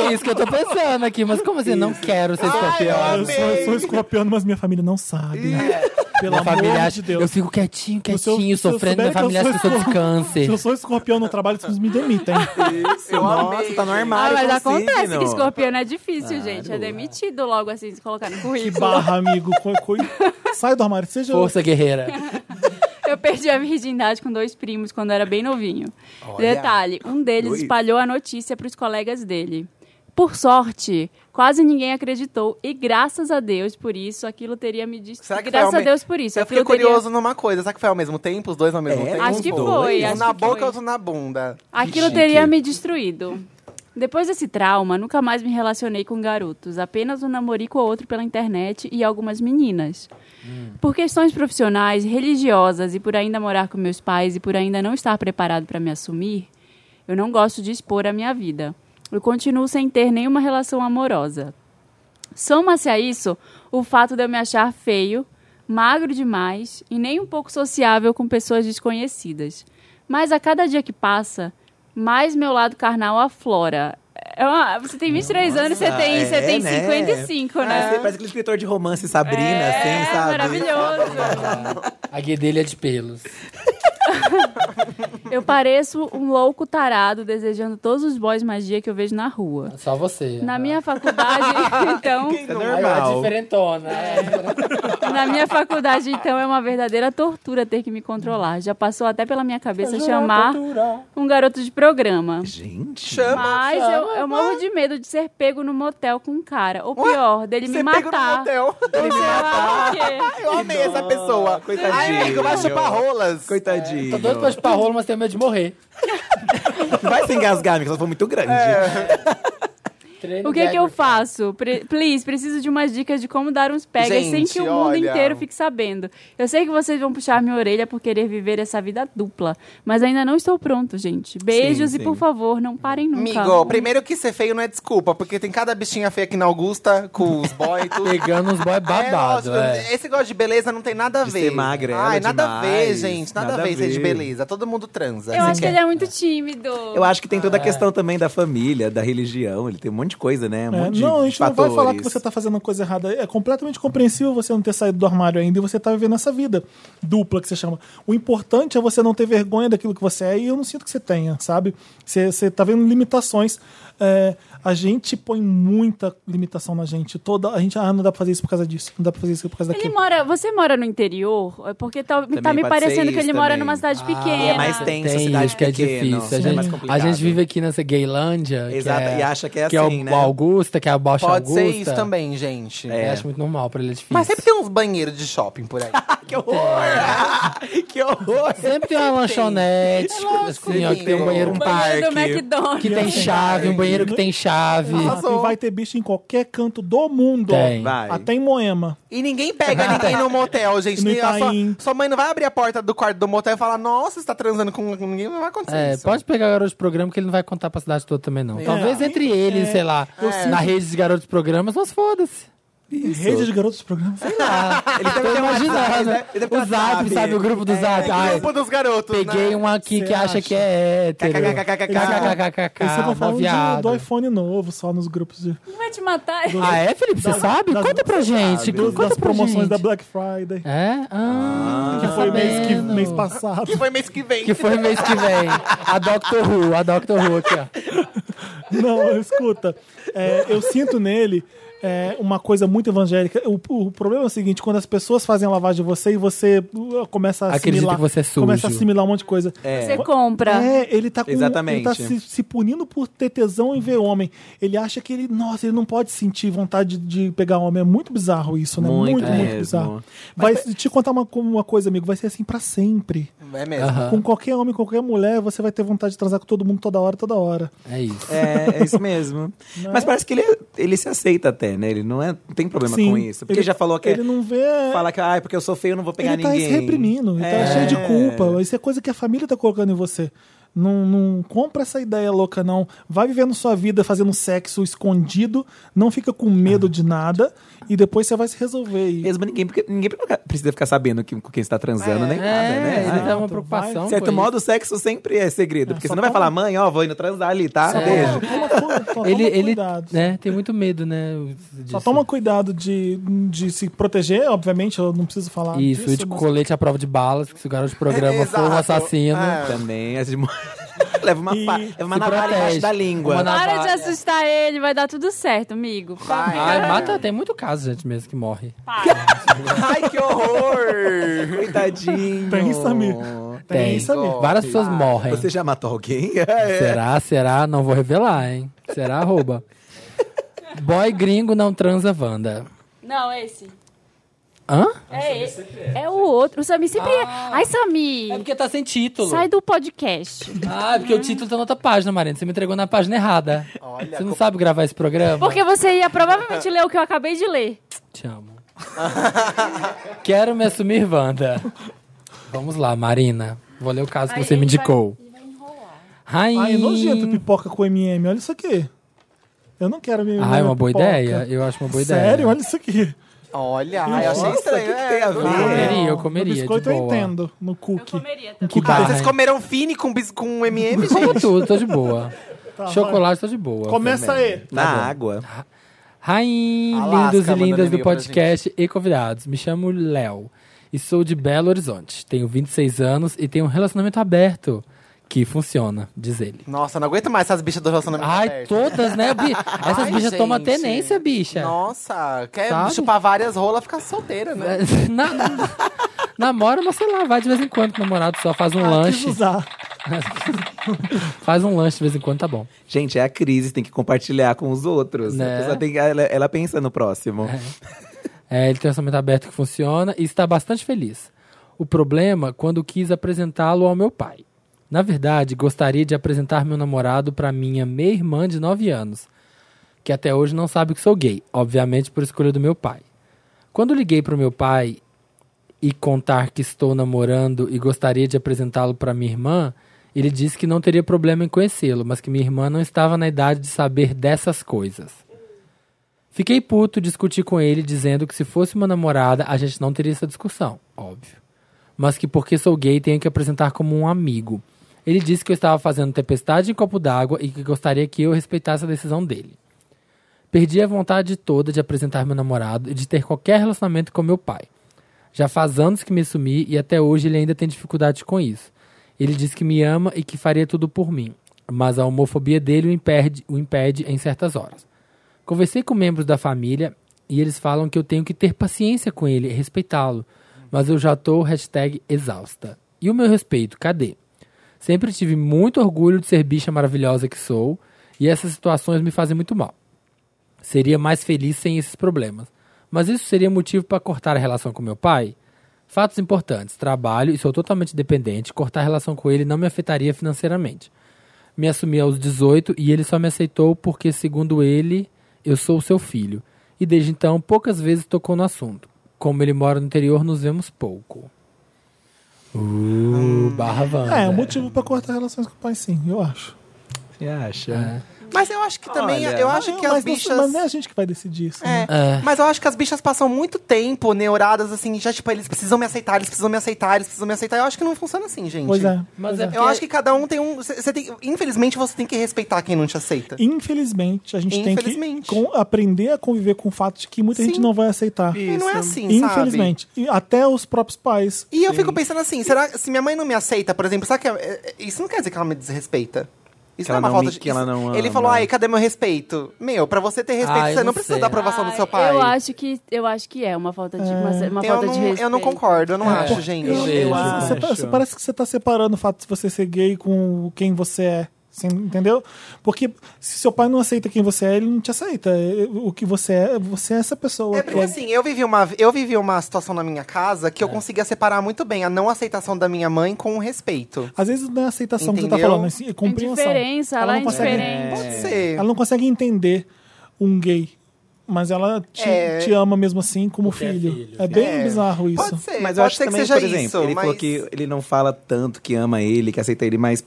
Speaker 4: hein?
Speaker 3: É isso que eu tô pensando aqui, mas como assim? Não quero ser
Speaker 2: eu
Speaker 1: Eu
Speaker 3: escorpião.
Speaker 2: amei.
Speaker 1: sou, eu sou escorpiano, mas minha família não sabe. né? Pelo
Speaker 3: Minha
Speaker 1: amor
Speaker 3: família
Speaker 1: de
Speaker 3: acha.
Speaker 1: Deus.
Speaker 3: Eu fico quietinho,
Speaker 1: Se eu-
Speaker 3: quietinho,
Speaker 1: se eu souber
Speaker 3: sofrendo. Minha
Speaker 1: que eu
Speaker 3: família acha que eu sou de
Speaker 1: escorpião- Se
Speaker 3: câncer.
Speaker 1: eu sou escorpião no trabalho, vocês me demitem.
Speaker 2: Eu
Speaker 5: Nossa,
Speaker 2: amei.
Speaker 5: tá no
Speaker 4: Ah,
Speaker 5: armário.
Speaker 4: mas
Speaker 5: com
Speaker 4: acontece
Speaker 3: assim,
Speaker 5: signo.
Speaker 4: que escorpião é difícil, gente. É demitido logo assim, se colocar no
Speaker 1: Que
Speaker 4: currículo.
Speaker 1: barra, amigo. Co- co- Sai do armário. Seja.
Speaker 3: Força guerreira.
Speaker 4: Eu perdi a virgindade com dois primos quando era bem novinho. Detalhe, um deles
Speaker 5: Dois.
Speaker 4: espalhou a notícia para os colegas dele. Por sorte, quase ninguém acreditou e graças a Deus por isso aquilo teria me dist...
Speaker 2: Será que foi
Speaker 4: graças
Speaker 2: ao
Speaker 4: a
Speaker 2: me-
Speaker 4: Deus por isso. é
Speaker 2: Eu fiquei
Speaker 4: aquilo teria-
Speaker 2: curioso numa coisa. Será que foi ao mesmo tempo? Os dois ao mesmo
Speaker 5: É?
Speaker 2: tempo?
Speaker 4: Acho que
Speaker 5: Dois?
Speaker 4: foi.
Speaker 2: Um
Speaker 4: acho
Speaker 2: na
Speaker 4: que
Speaker 2: boca,
Speaker 4: foi.
Speaker 2: outro na bunda.
Speaker 4: Aquilo
Speaker 5: Chique.
Speaker 4: teria me destruído. Depois desse trauma, nunca mais me relacionei com garotos, apenas um namorico ou outro pela internet e algumas meninas. Por questões profissionais, religiosas e por ainda morar com meus pais e por ainda não estar preparado para me assumir, eu não gosto de expor a minha vida. Eu continuo sem ter nenhuma relação amorosa. Soma-se a isso o fato de eu me achar feio, magro demais e nem um pouco sociável com pessoas desconhecidas. Mas a cada dia que passa, mais meu lado carnal aflora. É uma- você tem 23 anos, você tem, você
Speaker 5: é,
Speaker 4: tem
Speaker 5: né?
Speaker 4: 55, né?
Speaker 5: Ah, você parece aquele escritor de romance Sabrina,
Speaker 4: é,
Speaker 5: assim, sabe?
Speaker 4: maravilhoso.
Speaker 3: A guia dele é de pelos.
Speaker 4: Eu pareço um louco tarado desejando todos os boys magia que eu vejo na rua.
Speaker 3: Só você.
Speaker 4: Na minha faculdade, então,
Speaker 5: É
Speaker 3: Aí ela é
Speaker 5: normal.
Speaker 3: diferentona. é.
Speaker 4: na minha faculdade então é uma verdadeira tortura ter que me controlar. Já passou até pela minha cabeça
Speaker 2: é
Speaker 4: chamar um garoto de programa.
Speaker 5: Gente.
Speaker 2: Chama.
Speaker 4: Mas eu, eu morro de medo de ser pego no motel com um cara. Ou pior, dele me matar.
Speaker 2: Pega no motel.
Speaker 4: Sei lá o quê.
Speaker 2: Eu amei essa
Speaker 4: É.
Speaker 2: pessoa.
Speaker 5: coitadinho.
Speaker 2: Ai, amigo, vai chupar rolas.
Speaker 5: Coitadinho.
Speaker 3: Tô doido pra chupar rolo, mas tenho medo de morrer.
Speaker 5: Vai se engasgar, amiga, ela foi muito grande.
Speaker 3: É. Treino
Speaker 4: O que é que
Speaker 3: Jagger.
Speaker 4: eu faço? Pre- Please, preciso de umas dicas de como dar uns pegas sem
Speaker 2: Gente,
Speaker 4: que o mundo
Speaker 2: olha.
Speaker 4: inteiro fique sabendo. Eu sei que vocês vão puxar minha orelha por querer viver essa vida dupla, mas ainda não estou pronto, gente. Beijos
Speaker 5: Sim,
Speaker 4: e
Speaker 5: sim.
Speaker 4: por favor, não parem nunca.
Speaker 2: Amigo, primeiro que ser feio não é desculpa, porque tem cada bichinha feia aqui na Augusta, com os boy e tudo.
Speaker 3: Pegando uns boy babado,
Speaker 2: lógico,
Speaker 3: é.
Speaker 2: Esse negócio de beleza não tem nada a
Speaker 5: De
Speaker 2: ver.
Speaker 5: ser magrela
Speaker 2: Ai, nada a ver,
Speaker 5: demais,
Speaker 2: gente. Nada,
Speaker 5: nada
Speaker 2: a ver
Speaker 5: a
Speaker 2: isso aí de
Speaker 5: ver.
Speaker 2: beleza. Todo mundo transa.
Speaker 4: Eu
Speaker 2: Você
Speaker 4: acho que
Speaker 2: quer.
Speaker 4: ele é muito tímido.
Speaker 5: Eu acho que tem
Speaker 1: É.
Speaker 5: toda a questão também da família, da religião. Ele tem um monte de coisa, né? Um
Speaker 1: É,
Speaker 5: monte de
Speaker 1: não, a gente não vai
Speaker 5: fatores.
Speaker 1: falar que você tá fazendo coisa errada. É completamente compreensível você não ter saído do armário ainda e você tá vivendo essa vida dupla que você chama. O importante é você não ter vergonha daquilo que você é e eu não sinto que você tenha, sabe? Você, você tá vendo limitações. É, a gente põe muita limitação na gente. Toda, a gente, ah, não dá pra fazer isso por causa disso, não dá pra fazer isso por causa
Speaker 4: Ele
Speaker 1: daquilo.
Speaker 4: mora, você mora no interior? É Porque tá, tá
Speaker 5: Também pode
Speaker 4: me parecendo
Speaker 5: ser
Speaker 4: que ele
Speaker 5: isso
Speaker 4: mora
Speaker 5: também.
Speaker 4: numa cidade
Speaker 3: Ah,
Speaker 4: pequena.
Speaker 5: é mais
Speaker 3: Tem
Speaker 5: tempo. Tem cidade
Speaker 3: isso que é difícil. A
Speaker 5: pequena, é mais
Speaker 3: gente, a
Speaker 5: complicado.
Speaker 3: gente vive aqui nessa gaylândia. que
Speaker 5: Exato,
Speaker 3: é-
Speaker 5: e acha que é
Speaker 3: que
Speaker 5: assim,
Speaker 3: o
Speaker 5: né?
Speaker 3: Augusta, que é a Baixa
Speaker 2: Pode
Speaker 3: Augusta.
Speaker 2: ser isso também, gente.
Speaker 3: É. acho muito normal pra ele, é difícil.
Speaker 2: Mas sempre tem uns banheiros de shopping por aí.
Speaker 5: Que horror! que horror!
Speaker 3: Sempre tem uma lanchonete,
Speaker 4: É
Speaker 3: assim, ó, que tem um
Speaker 2: amigo.
Speaker 3: banheiro
Speaker 5: Um
Speaker 3: com-
Speaker 4: Banheiro do
Speaker 5: parque.
Speaker 4: McDonald's.
Speaker 3: que tem chave, um banheiro
Speaker 1: né?
Speaker 3: que tem chave.
Speaker 1: E vai ter bicho em qualquer canto do mundo.
Speaker 3: Tem.
Speaker 5: Vai.
Speaker 1: Até em Moema.
Speaker 2: E ninguém pega ninguém no motel, gente.
Speaker 1: No
Speaker 2: Tem- a sua,
Speaker 1: Itaim.
Speaker 2: sua mãe não vai abrir a porta do quarto do motel e falar, nossa, você tá transando com com ninguém, não vai acontecer
Speaker 3: É,
Speaker 2: isso.
Speaker 3: pode pegar garoto de programa que ele não vai contar pra cidade toda também, não.
Speaker 1: É.
Speaker 3: Talvez entre eles, sei lá, na rede de garotos de programas, mas foda-se.
Speaker 1: Rede de garotos do programa.
Speaker 3: Ah, ele
Speaker 5: deve
Speaker 3: tô
Speaker 5: ter um WhatsApp,
Speaker 3: imaginando.
Speaker 5: né? Ele deve ter
Speaker 1: um
Speaker 3: O zap,
Speaker 5: WhatsApp.
Speaker 3: sabe? O
Speaker 1: É,
Speaker 3: grupo do zap. Ah,
Speaker 2: Grupo dos garotos,
Speaker 3: peguei
Speaker 2: né?
Speaker 3: um aqui
Speaker 1: Cê
Speaker 3: que acha
Speaker 1: acha?
Speaker 3: que é hétero.
Speaker 1: Eles estavam
Speaker 3: KKKKK, mó
Speaker 1: falando de,
Speaker 3: viado.
Speaker 1: do iPhone novo, só nos grupos de.
Speaker 3: Tipo,
Speaker 4: Não vai te matar.
Speaker 3: Ah, é, Felipe? Você sabe?
Speaker 1: das-
Speaker 3: Conta pra gente.
Speaker 1: do-
Speaker 3: Conta
Speaker 1: das
Speaker 3: pra
Speaker 1: promoções
Speaker 3: gente.
Speaker 1: da Black Friday.
Speaker 3: É? Ah,
Speaker 1: que foi mês, que,
Speaker 3: sabendo.
Speaker 1: mês passado.
Speaker 2: Que foi mês que vem.
Speaker 3: Que foi mês que vem. A Doctor Who, a Doctor Who aqui, ó.
Speaker 1: Não, escuta. é, eu sinto nele é, uma coisa muito evangélica. O, o problema é o seguinte: quando as pessoas fazem a lavagem de você e você uh, começa a
Speaker 3: Acredita
Speaker 1: assimilar.
Speaker 3: que você é sujo. É.
Speaker 1: Começa a assimilar um monte de coisa.
Speaker 4: Você compra.
Speaker 1: É, ele tá com.
Speaker 5: Exatamente.
Speaker 1: Ele tá se, se punindo por ter tesão em ver homem. Ele acha que ele, nossa, ele não pode sentir vontade de, de pegar homem. É muito bizarro isso, né?
Speaker 5: Muito é,
Speaker 1: muito, muito
Speaker 5: mesmo.
Speaker 1: bizarro. Vai te contar uma, uma coisa, amigo, vai ser assim pra sempre.
Speaker 2: É mesmo.
Speaker 5: Ah.
Speaker 1: Com qualquer homem, com qualquer mulher, você vai ter vontade de transar com todo mundo toda hora, toda hora.
Speaker 3: É isso.
Speaker 5: É, é isso mesmo.
Speaker 1: é?
Speaker 5: Mas parece que ele, ele se aceita até, né? Ele não, é, não tem problema
Speaker 1: Sim,
Speaker 5: com isso. Porque
Speaker 1: ele-
Speaker 5: já falou que
Speaker 1: Ele não vê.
Speaker 5: fala que, ai, porque eu sou feio, eu não vou pegar
Speaker 1: ele tá
Speaker 5: ninguém.
Speaker 1: se reprimindo, ele
Speaker 5: É.
Speaker 1: tá cheio de culpa. Isso é coisa que a família tá colocando em você. Não, não compra essa ideia louca, não. Vai vivendo sua vida fazendo sexo escondido, não fica com medo de nada e depois você vai se resolver. E
Speaker 5: Mesmo ninguém, porque ninguém precisa ficar sabendo que, com quem você tá transando, nem nada, né?
Speaker 3: É, ele
Speaker 5: Ah,
Speaker 3: tá uma
Speaker 1: vai.
Speaker 3: preocupação.
Speaker 5: De
Speaker 3: com
Speaker 5: certo
Speaker 3: isso.
Speaker 5: modo, o sexo sempre é segredo. porque
Speaker 1: só
Speaker 5: você não vai
Speaker 1: toma-
Speaker 5: falar, mãe, ó, vou indo transar ali, tá?
Speaker 1: Só
Speaker 5: Beijo.
Speaker 1: toma, toma, toma, toma
Speaker 3: Ele, ele
Speaker 1: cuidado.
Speaker 3: né, tem muito medo, né? disso.
Speaker 1: Só toma cuidado de, de se proteger, obviamente, eu não preciso falar
Speaker 3: Isso,
Speaker 1: disso,
Speaker 3: e de
Speaker 1: mas-
Speaker 3: colete à prova de balas, que se o garoto de programa for um
Speaker 2: Exato.
Speaker 3: assassino.
Speaker 2: É.
Speaker 5: Também. essa de mo- leva uma,
Speaker 1: E-
Speaker 5: fa... leva uma
Speaker 3: se
Speaker 5: navalha
Speaker 3: protege.
Speaker 5: embaixo da língua.
Speaker 3: Uma
Speaker 4: Para de
Speaker 3: navalha.
Speaker 4: assustar ele, vai dar tudo certo, amigo.
Speaker 3: Ai, mata, tem muito caso, gente, mesmo, que morre.
Speaker 2: Ai, que horror!
Speaker 5: Coitadinho.
Speaker 1: Tem isso, amigo. Tem,
Speaker 3: Tem.
Speaker 1: isso, amigo.
Speaker 3: Várias pessoas morrem.
Speaker 5: Você já matou alguém? É.
Speaker 3: Será, será? Não vou revelar, hein? Será, arroba. Boy gringo não transa Wanda.
Speaker 4: Não, é esse.
Speaker 3: Hã?
Speaker 4: É, esse. é o outro. O Sami sempre é. Ai, Sami,
Speaker 3: porque tá sem título.
Speaker 4: sai do podcast.
Speaker 3: Ah, é porque o título tá na outra página, Marina. Você me entregou na página errada.
Speaker 2: Olha,
Speaker 3: Você não sabe gravar esse programa?
Speaker 4: Porque você ia provavelmente ler o que eu acabei de ler.
Speaker 3: Te amo. Quero me assumir Wanda. Vamos lá, Marina. Vou ler o caso que você me indicou. Rainha.
Speaker 1: Ai, é nojento pipoca com MM, olha isso aqui. Eu não quero MM.
Speaker 3: Ah, é uma boa
Speaker 1: pipoca.
Speaker 3: ideia. Eu acho uma boa ideia.
Speaker 1: Sério, olha isso aqui.
Speaker 2: Olha, ai, eu achei
Speaker 5: Nossa,
Speaker 2: estranho.
Speaker 5: que que
Speaker 2: é,
Speaker 5: tem a
Speaker 2: do
Speaker 5: ver?
Speaker 2: nada.
Speaker 3: Eu comeria, eu
Speaker 1: No
Speaker 3: comeria.
Speaker 1: biscoito
Speaker 3: de
Speaker 1: eu
Speaker 3: boa.
Speaker 1: entendo. No
Speaker 4: Eu
Speaker 1: cookie.
Speaker 4: comeria
Speaker 1: Um
Speaker 4: também.
Speaker 1: cookie
Speaker 3: barra,
Speaker 1: desse-
Speaker 2: Vocês
Speaker 3: né?
Speaker 2: comeram fine com, bis- com M&M,
Speaker 3: Como
Speaker 2: gente?
Speaker 3: tudo, tô de boa. Chocolate, tô de boa.
Speaker 1: Tá, Começa aí.
Speaker 5: Na água.
Speaker 3: Raim,
Speaker 2: Alasca,
Speaker 3: lindos e
Speaker 2: mandando
Speaker 3: lindas do
Speaker 2: e-mail pra
Speaker 3: podcast e convidados. Me chamo Léo e sou de Belo Horizonte. Tenho 26 anos e tenho um relacionamento aberto que funciona, diz ele.
Speaker 2: Nossa, eu não aguento mais essas bichas do relacionamento
Speaker 3: Ai,
Speaker 2: aberto.
Speaker 3: todas, né, bi? Essas
Speaker 2: Ai,
Speaker 3: bichas tomam
Speaker 2: gente.
Speaker 3: tenência, bicha.
Speaker 2: Nossa, quer
Speaker 3: Sabe?
Speaker 2: chupar várias rolas, ficar solteira, né?
Speaker 3: Na- na- namora, mas sei lá, vai de vez em quando com o namorado só, faz um
Speaker 1: Ah, quis
Speaker 3: lanche.
Speaker 1: usar.
Speaker 3: Faz um lanche de vez em quando, tá bom.
Speaker 5: Gente, é a crise, tem que compartilhar com os outros.
Speaker 3: Né?
Speaker 5: A pessoa tem- ela, ela pensa no próximo.
Speaker 3: É, ele tem um orçamento aberto que funciona e está bastante feliz. O problema é quando quis apresentá-lo ao meu pai. Na verdade, gostaria de apresentar meu namorado para minha meia-irmã de 9 anos, que até hoje não sabe que sou gay, obviamente por escolha do meu pai. Quando liguei para o meu pai e contar que estou namorando e gostaria de apresentá-lo para minha irmã, ele disse que não teria problema em conhecê-lo, mas que minha irmã não estava na idade de saber dessas coisas. Fiquei puto, discuti com ele, dizendo que se fosse uma namorada, a gente não teria essa discussão, óbvio. Mas que porque sou gay, tenho que apresentar como um amigo. Ele disse que eu estava fazendo tempestade em copo d'água e que gostaria que eu respeitasse a decisão dele. Perdi a vontade toda de apresentar meu namorado e de ter qualquer relacionamento com meu pai. Já faz anos que me sumi e até hoje ele ainda tem dificuldade com isso. Ele diz que me ama e que faria tudo por mim, mas a homofobia dele o impede, o impede em certas horas. Conversei com membros da família e eles falam que eu tenho que ter paciência com ele e respeitá-lo, mas eu já tô hashtag exausta. E o meu respeito, cadê? Sempre tive muito orgulho de ser bicha maravilhosa que sou e essas situações me fazem muito mal. Seria mais feliz sem esses problemas. Mas isso seria motivo para cortar a relação com meu pai? Fatos importantes: trabalho e sou totalmente dependente. Cortar a relação com ele não me afetaria financeiramente. Me assumi aos 18 e ele só me aceitou porque, segundo ele, eu sou seu filho. E desde então, poucas vezes tocou no assunto. Como ele mora no interior, nos vemos pouco. Uh, barra Wanda.
Speaker 1: É, um motivo pra cortar relações com o pai, sim, eu acho.
Speaker 5: Você acha?
Speaker 2: Mas eu acho que também,
Speaker 5: Olha.
Speaker 2: eu acho que
Speaker 1: mas,
Speaker 2: as
Speaker 1: não-
Speaker 2: bichas...
Speaker 1: mas não é a gente que vai decidir isso. né?
Speaker 2: É,
Speaker 3: É.
Speaker 2: Mas eu acho que as bichas passam muito tempo neuradas, assim, já tipo, eles precisam me aceitar, eles precisam me aceitar, eles precisam me aceitar. Eu acho que não funciona assim, gente.
Speaker 1: Pois é.
Speaker 3: Mas é
Speaker 2: Eu acho que cada um tem um. cê- cê tem- infelizmente, você tem que respeitar quem não te aceita.
Speaker 1: Infelizmente, a gente tem que
Speaker 2: Infelizmente.
Speaker 1: com- aprender a conviver com o fato de que muita gente
Speaker 2: Sim.
Speaker 1: não vai aceitar.
Speaker 2: E não é assim, sabe?
Speaker 1: Infelizmente. E até os próprios pais.
Speaker 2: E eu fico pensando assim, será que se minha mãe não me aceita, por exemplo, será que é- é- isso não quer dizer que ela me desrespeita? Isso
Speaker 5: Que ela
Speaker 2: não é uma
Speaker 5: não me-
Speaker 2: falta de.
Speaker 5: que ela não
Speaker 2: Ele
Speaker 5: ama.
Speaker 2: falou, ai, cadê meu respeito? Meu, pra você ter respeito,
Speaker 3: Ah, eu
Speaker 2: você não,
Speaker 3: não
Speaker 2: precisa
Speaker 3: sei.
Speaker 2: da aprovação do seu
Speaker 4: Ai,
Speaker 2: pai.
Speaker 4: Eu acho que, eu acho que é uma falta de, uma, uma
Speaker 2: eu,
Speaker 4: falta
Speaker 2: não,
Speaker 4: de respeito. É.
Speaker 2: eu não concordo, eu não acho, gente.
Speaker 3: eu vejo.
Speaker 1: Você- você tá- você parece que você tá separando o fato de você ser gay com quem você é. Você entendeu? Porque se seu pai não aceita quem você é, ele não te aceita. O que você é, você é essa pessoa.
Speaker 2: É porque assim, eu vivi, uma, eu vivi uma situação na minha casa
Speaker 1: É.
Speaker 2: que eu conseguia separar muito bem a não aceitação da minha mãe com o respeito.
Speaker 1: Às vezes não é aceitação que você tá
Speaker 2: Entendeu?
Speaker 1: falando, é sim- é compreensão.
Speaker 4: Indiferença, ela é
Speaker 1: não consegue-
Speaker 4: indiferente.
Speaker 2: Pode ser.
Speaker 1: Ela não consegue entender um gay, mas ela te,
Speaker 2: É.
Speaker 1: te ama mesmo assim como filho. É, bem
Speaker 2: É.
Speaker 1: bizarro isso.
Speaker 2: Pode ser,
Speaker 5: Mas
Speaker 2: mas
Speaker 5: eu
Speaker 2: pode
Speaker 5: acho
Speaker 2: ser que
Speaker 5: também,
Speaker 2: seja
Speaker 5: por exemplo,
Speaker 2: isso.
Speaker 5: ele
Speaker 2: mas...
Speaker 5: falou que ele não fala tanto que ama ele, que aceita ele, mas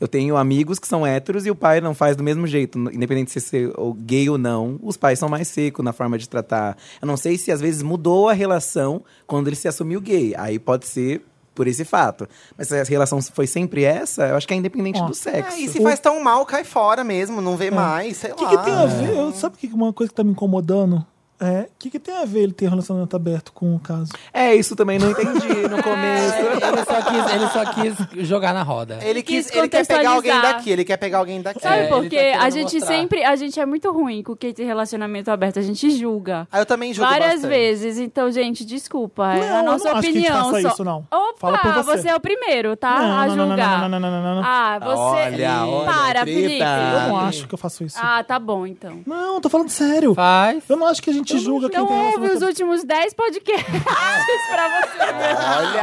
Speaker 5: eu tenho amigos que são héteros e o pai não faz do mesmo jeito. Independente se ser ou gay ou não, os pais são mais secos na forma de tratar. Eu não sei se às vezes mudou a relação quando ele se assumiu gay. Aí pode ser por esse fato. Mas se a relação foi sempre essa, eu acho que é independente
Speaker 1: Ó.
Speaker 5: do sexo.
Speaker 2: É, e se faz tão mal, cai fora mesmo, não vê mais, sei
Speaker 1: É. O que,
Speaker 2: lá.
Speaker 1: que tem a ver? Eu- sabe que uma coisa que tá me incomodando? É, o que, que tem a ver ele ter um relacionamento aberto com o caso?
Speaker 5: É, isso também não entendi
Speaker 2: É.
Speaker 5: no começo.
Speaker 3: Ele só quis, ele só quis jogar na roda.
Speaker 2: É. Ele,
Speaker 4: Quis
Speaker 2: quis, ele quer pegar alguém
Speaker 4: contextualizar.
Speaker 2: daqui, ele quer pegar alguém daqui.
Speaker 4: Sabe
Speaker 3: É,
Speaker 4: por
Speaker 3: ele tá
Speaker 4: quê? a
Speaker 3: querendo
Speaker 4: gente
Speaker 3: mostrar.
Speaker 4: sempre, a gente é muito ruim com quem tem relacionamento aberto, a gente julga.
Speaker 2: Aí eu também julgo
Speaker 4: Várias
Speaker 2: bastante.
Speaker 4: vezes, então, gente, desculpa. é
Speaker 1: Não,
Speaker 4: a
Speaker 1: eu
Speaker 4: nossa
Speaker 1: não acho que a gente
Speaker 4: opinião.
Speaker 1: faça
Speaker 4: só...
Speaker 1: isso, não.
Speaker 4: Opa,
Speaker 1: Fala por você.
Speaker 4: é o primeiro, tá? a
Speaker 1: não, não, não,
Speaker 4: julgar.
Speaker 1: não, não, não, não, não, não.
Speaker 4: Ah, você.
Speaker 5: Olha, olha,
Speaker 4: Para,
Speaker 5: treta.
Speaker 4: Felipe.
Speaker 1: Eu não
Speaker 5: Ah,
Speaker 1: acho que eu faço isso.
Speaker 4: Ah, tá bom, então.
Speaker 1: Não, tô falando sério.
Speaker 3: Faz.
Speaker 1: Eu não acho que a gente julga quem
Speaker 4: Então
Speaker 1: tem
Speaker 4: ouve os
Speaker 1: relacionamento
Speaker 4: últimos 10 podcasts pra
Speaker 5: É
Speaker 4: você ver.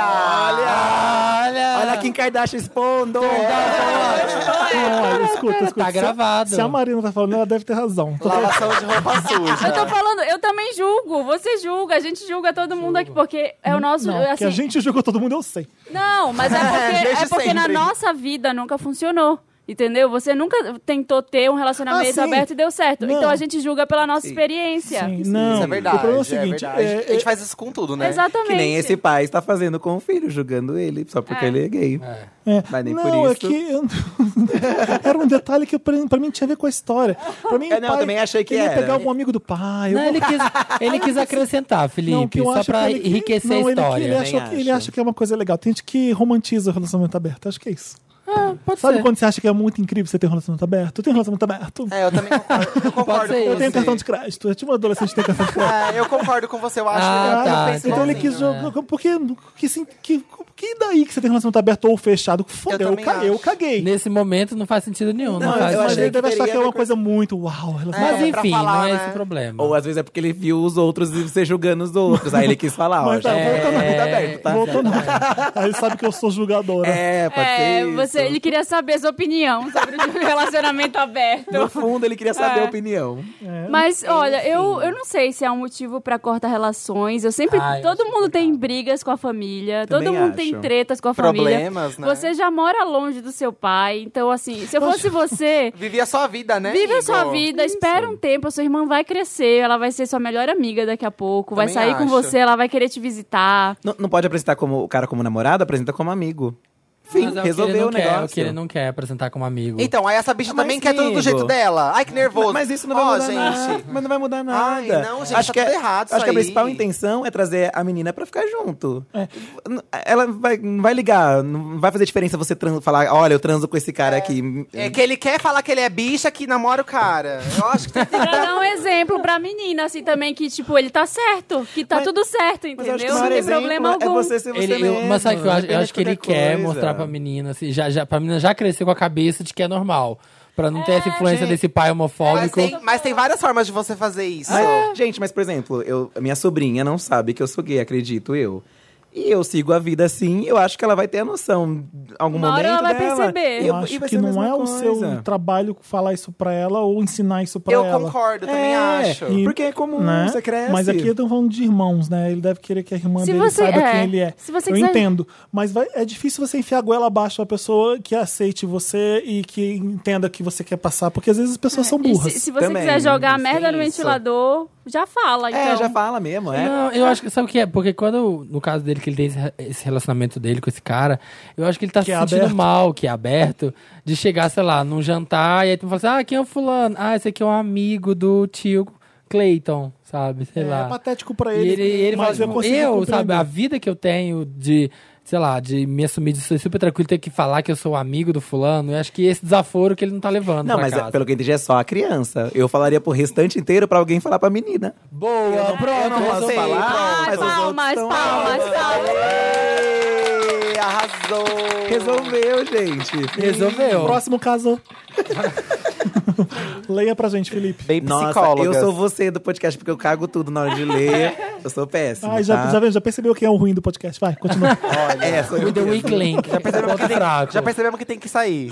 Speaker 3: Olha!
Speaker 5: Olha Kim Kardashian expondo!
Speaker 1: Não, olha, escuta, escuta.
Speaker 3: Tá
Speaker 1: Se a-
Speaker 3: gravado.
Speaker 1: Se a Marina tá falando, ela deve ter razão.
Speaker 2: Lavação de roupa
Speaker 4: Eu tô
Speaker 2: suja.
Speaker 4: falando, eu também julgo, você julga, a gente julga todo mundo aqui, porque é o nosso.
Speaker 1: Não,
Speaker 4: assim,
Speaker 1: que a gente julgou todo mundo, eu sei.
Speaker 4: não mas é porque, é
Speaker 2: Desde
Speaker 4: porque na
Speaker 2: sempre.
Speaker 4: nossa vida nunca funcionou. Entendeu? Você nunca tentou ter um
Speaker 1: Ah,
Speaker 4: relacionamento
Speaker 1: sim.
Speaker 4: aberto e deu certo.
Speaker 1: Não.
Speaker 4: Então a gente julga pela nossa experiência.
Speaker 1: Sim, não.
Speaker 2: Isso é verdade.
Speaker 1: O problema é o
Speaker 2: é
Speaker 1: seguinte:
Speaker 2: verdade.
Speaker 1: é-
Speaker 2: a gente faz isso com tudo, né?
Speaker 4: Exatamente.
Speaker 5: Que nem esse pai está fazendo com o filho, julgando ele, só porque
Speaker 4: É.
Speaker 5: ele é gay.
Speaker 3: É.
Speaker 1: É.
Speaker 5: Mas nem
Speaker 1: não,
Speaker 5: por
Speaker 1: é
Speaker 5: isso.
Speaker 1: que eu- era um detalhe que pra pra mim tinha a ver com a história. Pra mim,
Speaker 5: É,
Speaker 1: o
Speaker 5: não,
Speaker 1: pai-
Speaker 5: também achei que
Speaker 1: ele ia
Speaker 5: era.
Speaker 1: pegar um amigo do pai.
Speaker 3: Não,
Speaker 1: alguma
Speaker 3: ele quis, ele quis acrescentar,
Speaker 1: Não,
Speaker 3: Felipe,
Speaker 1: que eu
Speaker 3: só
Speaker 1: acho
Speaker 3: pra
Speaker 1: que ele-
Speaker 3: enriquecer
Speaker 1: não,
Speaker 3: a
Speaker 1: ele é que-
Speaker 3: história. né,
Speaker 1: Ele,
Speaker 5: Nem
Speaker 1: acha, que, ele
Speaker 5: acho.
Speaker 1: acha que é uma coisa legal. Tem gente que romantiza o relacionamento aberto. Acho que é isso.
Speaker 3: Pode
Speaker 1: Sabe
Speaker 3: ser.
Speaker 1: quando você acha que é muito incrível você ter um relacionamento aberto? Eu tenho um relacionamento aberto.
Speaker 2: É, eu também concordo, eu concordo
Speaker 3: ser
Speaker 2: com
Speaker 1: eu
Speaker 2: você.
Speaker 1: tenho cartão de crédito. É tipo um adolescente que tem cartão de crédito.
Speaker 2: É, eu concordo com você, eu acho
Speaker 3: Ah,
Speaker 2: legal.
Speaker 3: tá,
Speaker 2: Eu penso assim.
Speaker 1: então ele
Speaker 2: igualzinho.
Speaker 1: quis jogar. Porque. Que, sim- que, que daí que você tem um relacionamento aberto ou fechado? Foda,
Speaker 2: Eu
Speaker 1: eu,
Speaker 2: também
Speaker 1: ca-
Speaker 2: acho.
Speaker 1: eu caguei.
Speaker 3: Nesse momento não faz sentido nenhum. Não,
Speaker 5: Não,
Speaker 3: faz
Speaker 5: eu
Speaker 1: Mas
Speaker 5: achei
Speaker 1: ele
Speaker 3: sentido.
Speaker 5: que
Speaker 1: deve achar que
Speaker 5: teria
Speaker 1: é uma
Speaker 5: alguma
Speaker 1: coisa muito uau. relacionamento
Speaker 3: Mas
Speaker 2: É, pra
Speaker 3: enfim,
Speaker 2: falar,
Speaker 3: não é
Speaker 2: né?
Speaker 3: esse o problema.
Speaker 5: Ou às vezes é porque ele viu os outros e você julgando os outros. Aí ele quis falar, ó,
Speaker 1: Mas tá,
Speaker 5: gente,
Speaker 1: volta
Speaker 5: tá
Speaker 1: lá.
Speaker 5: muito aberto, tá?
Speaker 1: Voltou não. Aí sabe que eu sou julgadora.
Speaker 5: É, pode
Speaker 4: É,
Speaker 5: ser
Speaker 4: você,
Speaker 5: isso.
Speaker 4: ele queria saber a sua opinião sobre o relacionamento aberto.
Speaker 5: No fundo, ele queria saber
Speaker 4: É.
Speaker 5: a opinião.
Speaker 4: Mas, olha,
Speaker 5: assim.
Speaker 4: eu, eu não sei se é um motivo pra cortar relações. Eu sempre.
Speaker 3: Ah, eu
Speaker 4: todo
Speaker 3: acho
Speaker 4: mundo tem brigas com a família,
Speaker 5: Também
Speaker 4: todo mundo tem
Speaker 5: acho.
Speaker 4: tretas com a família.
Speaker 2: Problemas, né?
Speaker 4: Você já mora longe do seu pai, então, assim, se eu fosse você.
Speaker 2: Vive a sua vida, né?
Speaker 4: Vive a sua
Speaker 2: Igor?
Speaker 4: vida, espera um tempo, a sua irmã vai crescer, ela vai ser sua melhor amiga daqui a pouco, vai
Speaker 2: Também
Speaker 4: sair com
Speaker 2: acho.
Speaker 4: você, ela vai querer te visitar.
Speaker 5: Não, não pode apresentar como o cara como namorado, apresenta como amigo.
Speaker 3: Mas
Speaker 5: Fim,
Speaker 3: é o que ele
Speaker 5: resolveu
Speaker 3: não
Speaker 5: o
Speaker 3: quer, é
Speaker 5: negócio.
Speaker 3: o que ele não quer apresentar como amigo.
Speaker 2: Então, aí essa bicha
Speaker 5: Mas,
Speaker 2: também quer tudo do
Speaker 5: amigo.
Speaker 2: jeito dela. Ai, que nervoso.
Speaker 5: Mas isso não vai
Speaker 2: Ó,
Speaker 5: mudar nada.
Speaker 2: gente.
Speaker 5: Mas não vai mudar nada.
Speaker 2: Ai, não, gente, tá tudo errado isso
Speaker 5: Acho que a
Speaker 2: aí.
Speaker 5: principal intenção é trazer a menina pra ficar junto.
Speaker 4: É.
Speaker 5: N- Ela vai, não vai ligar, não vai fazer diferença você tran- falar, olha, eu transo com esse cara aqui.
Speaker 2: É que ele quer falar que ele é bicha que namora o cara. Eu acho que tem que
Speaker 4: Pra dar um exemplo pra menina, assim, também, que, tipo, ele tá certo, que tá
Speaker 5: Mas-
Speaker 4: tudo certo,
Speaker 5: Mas eu
Speaker 4: entendeu?
Speaker 5: acho que o
Speaker 4: não
Speaker 5: maior
Speaker 4: tem
Speaker 5: exemplo
Speaker 4: problema
Speaker 5: é
Speaker 4: algum.
Speaker 5: você ser você
Speaker 3: Ele, eu-
Speaker 5: mesmo.
Speaker 3: mas sabe que eu, acho- eu
Speaker 5: Independente
Speaker 3: acho que ele
Speaker 5: de qualquer
Speaker 3: quer
Speaker 5: coisa.
Speaker 3: mostrar pra menina, assim, já, já, pra menina já crescer com a cabeça de que é normal. Pra não ter essa influência desse pai
Speaker 2: mas,
Speaker 3: homofóbico.
Speaker 2: tem, mas tem várias formas de você fazer isso.
Speaker 5: Mas, Gente, mas por exemplo, eu, a minha sobrinha não sabe que eu sou gay, acredito eu. E eu sigo a vida assim, eu acho que ela vai ter a noção. em Algum
Speaker 4: Uma hora
Speaker 5: momento
Speaker 4: ela vai
Speaker 5: dela.
Speaker 4: perceber.
Speaker 5: E
Speaker 1: Eu
Speaker 5: e
Speaker 1: acho
Speaker 5: vai
Speaker 1: que
Speaker 5: ser a
Speaker 1: não
Speaker 5: mesma
Speaker 1: é o
Speaker 5: coisa.
Speaker 1: seu trabalho falar isso pra ela ou ensinar isso pra
Speaker 2: eu
Speaker 1: ela.
Speaker 2: concordo, eu também
Speaker 5: É,
Speaker 2: acho.
Speaker 1: E-
Speaker 5: Porque é comum,
Speaker 1: né?
Speaker 5: você cresce.
Speaker 1: Mas aqui estão falando de irmãos, né? Ele deve querer que a irmã
Speaker 4: Se
Speaker 1: dele
Speaker 4: você-
Speaker 1: saiba
Speaker 4: é,
Speaker 1: quem ele é.
Speaker 4: se você
Speaker 1: Eu
Speaker 4: quiser-
Speaker 1: entendo. Mas vai- é difícil você enfiar a goela abaixo da pessoa que aceite você e que entenda que você quer passar, porque às vezes as pessoas são
Speaker 4: E
Speaker 1: burras.
Speaker 4: se, se você
Speaker 5: Também,
Speaker 4: quiser jogar a
Speaker 5: tem
Speaker 4: merda no
Speaker 5: isso.
Speaker 4: ventilador, já fala, então.
Speaker 5: É, já fala mesmo, é.
Speaker 3: Não, eu acho que sabe o que é? Porque quando, no caso dele, que ele tem esse- esse relacionamento dele com esse cara, eu acho que ele tá
Speaker 1: Que
Speaker 3: se
Speaker 1: é
Speaker 3: sentindo
Speaker 1: aberto.
Speaker 3: mal, que é aberto, de chegar, sei lá, num jantar e aí tu fala assim: ah, quem é o fulano? Ah, esse aqui é um amigo do tio Clayton, sabe? Sei
Speaker 1: é
Speaker 3: lá.
Speaker 1: patético pra
Speaker 3: E
Speaker 1: ele.
Speaker 3: ele, ele fala,
Speaker 1: mas eu
Speaker 3: tipo,
Speaker 1: consigo
Speaker 3: eu,
Speaker 1: compreender.
Speaker 3: sabe, a vida que eu tenho de, sei lá, de me assumir de ser super tranquilo, ter que falar que eu sou amigo do fulano, eu acho que esse desaforo que ele não tá levando
Speaker 5: Não,
Speaker 3: pra
Speaker 5: mas é-
Speaker 3: casa.
Speaker 5: pelo que eu entendi é só a criança. Eu falaria pro restante inteiro pra alguém falar pra menina.
Speaker 3: Boa,
Speaker 5: eu
Speaker 3: pronto,
Speaker 5: não posso
Speaker 3: resolvi.
Speaker 5: falar,
Speaker 4: Ai,
Speaker 5: Ah, mas os outros
Speaker 4: palmas,
Speaker 5: estão-
Speaker 4: palmas, palmas.
Speaker 2: Ê, arrasou.
Speaker 5: Resolveu, gente.
Speaker 3: Resolveu.
Speaker 1: Próximo caso. Leia pra gente, Felipe.
Speaker 2: Bem
Speaker 5: Nossa,
Speaker 2: psicóloga.
Speaker 5: eu sou você do podcast, porque eu cago tudo na hora de ler. Eu sou péssimo,
Speaker 1: Ai, já,
Speaker 5: tá?
Speaker 1: já, já percebeu quem é o ruim do podcast? Vai, continua.
Speaker 5: Olha, é, sou eu
Speaker 3: With the
Speaker 5: mesmo.
Speaker 3: weak link. Já
Speaker 2: percebemos que tem-
Speaker 3: fraco.
Speaker 2: Já percebemos que tem que sair.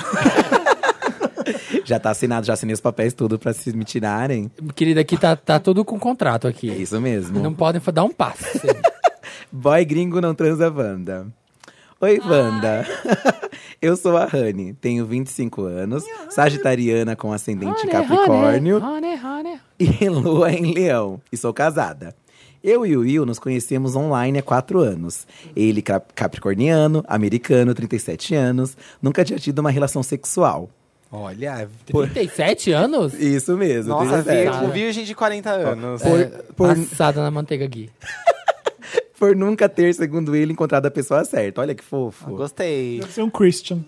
Speaker 5: Já tá assinado, já assinei os papéis tudo pra se me tirarem.
Speaker 3: Querida, aqui tá, tá tudo com contrato aqui.
Speaker 5: É isso mesmo.
Speaker 3: Não podem fa- dar um passo.
Speaker 5: Boy gringo não transa Wanda. Oi, Wanda. Eu sou a Rani, tenho 25 anos, sagitariana com ascendente em Capricórnio e lua em Leão. E sou casada. Eu e o Will nos conhecemos online há quatro anos. Ele, cap- capricorniano, americano, 37 anos, nunca tinha tido uma relação sexual.
Speaker 2: Olha,
Speaker 3: 37 anos?
Speaker 5: Isso mesmo,
Speaker 2: Nossa,
Speaker 5: 37.
Speaker 2: vir- virgem de 40 anos. É.
Speaker 5: Por-
Speaker 7: É,
Speaker 5: por-
Speaker 3: Passada na manteiga Gui.
Speaker 5: por nunca ter, segundo ele, encontrado a pessoa certa. Olha que fofo.
Speaker 2: Gostei.
Speaker 1: Deve ser um Christian.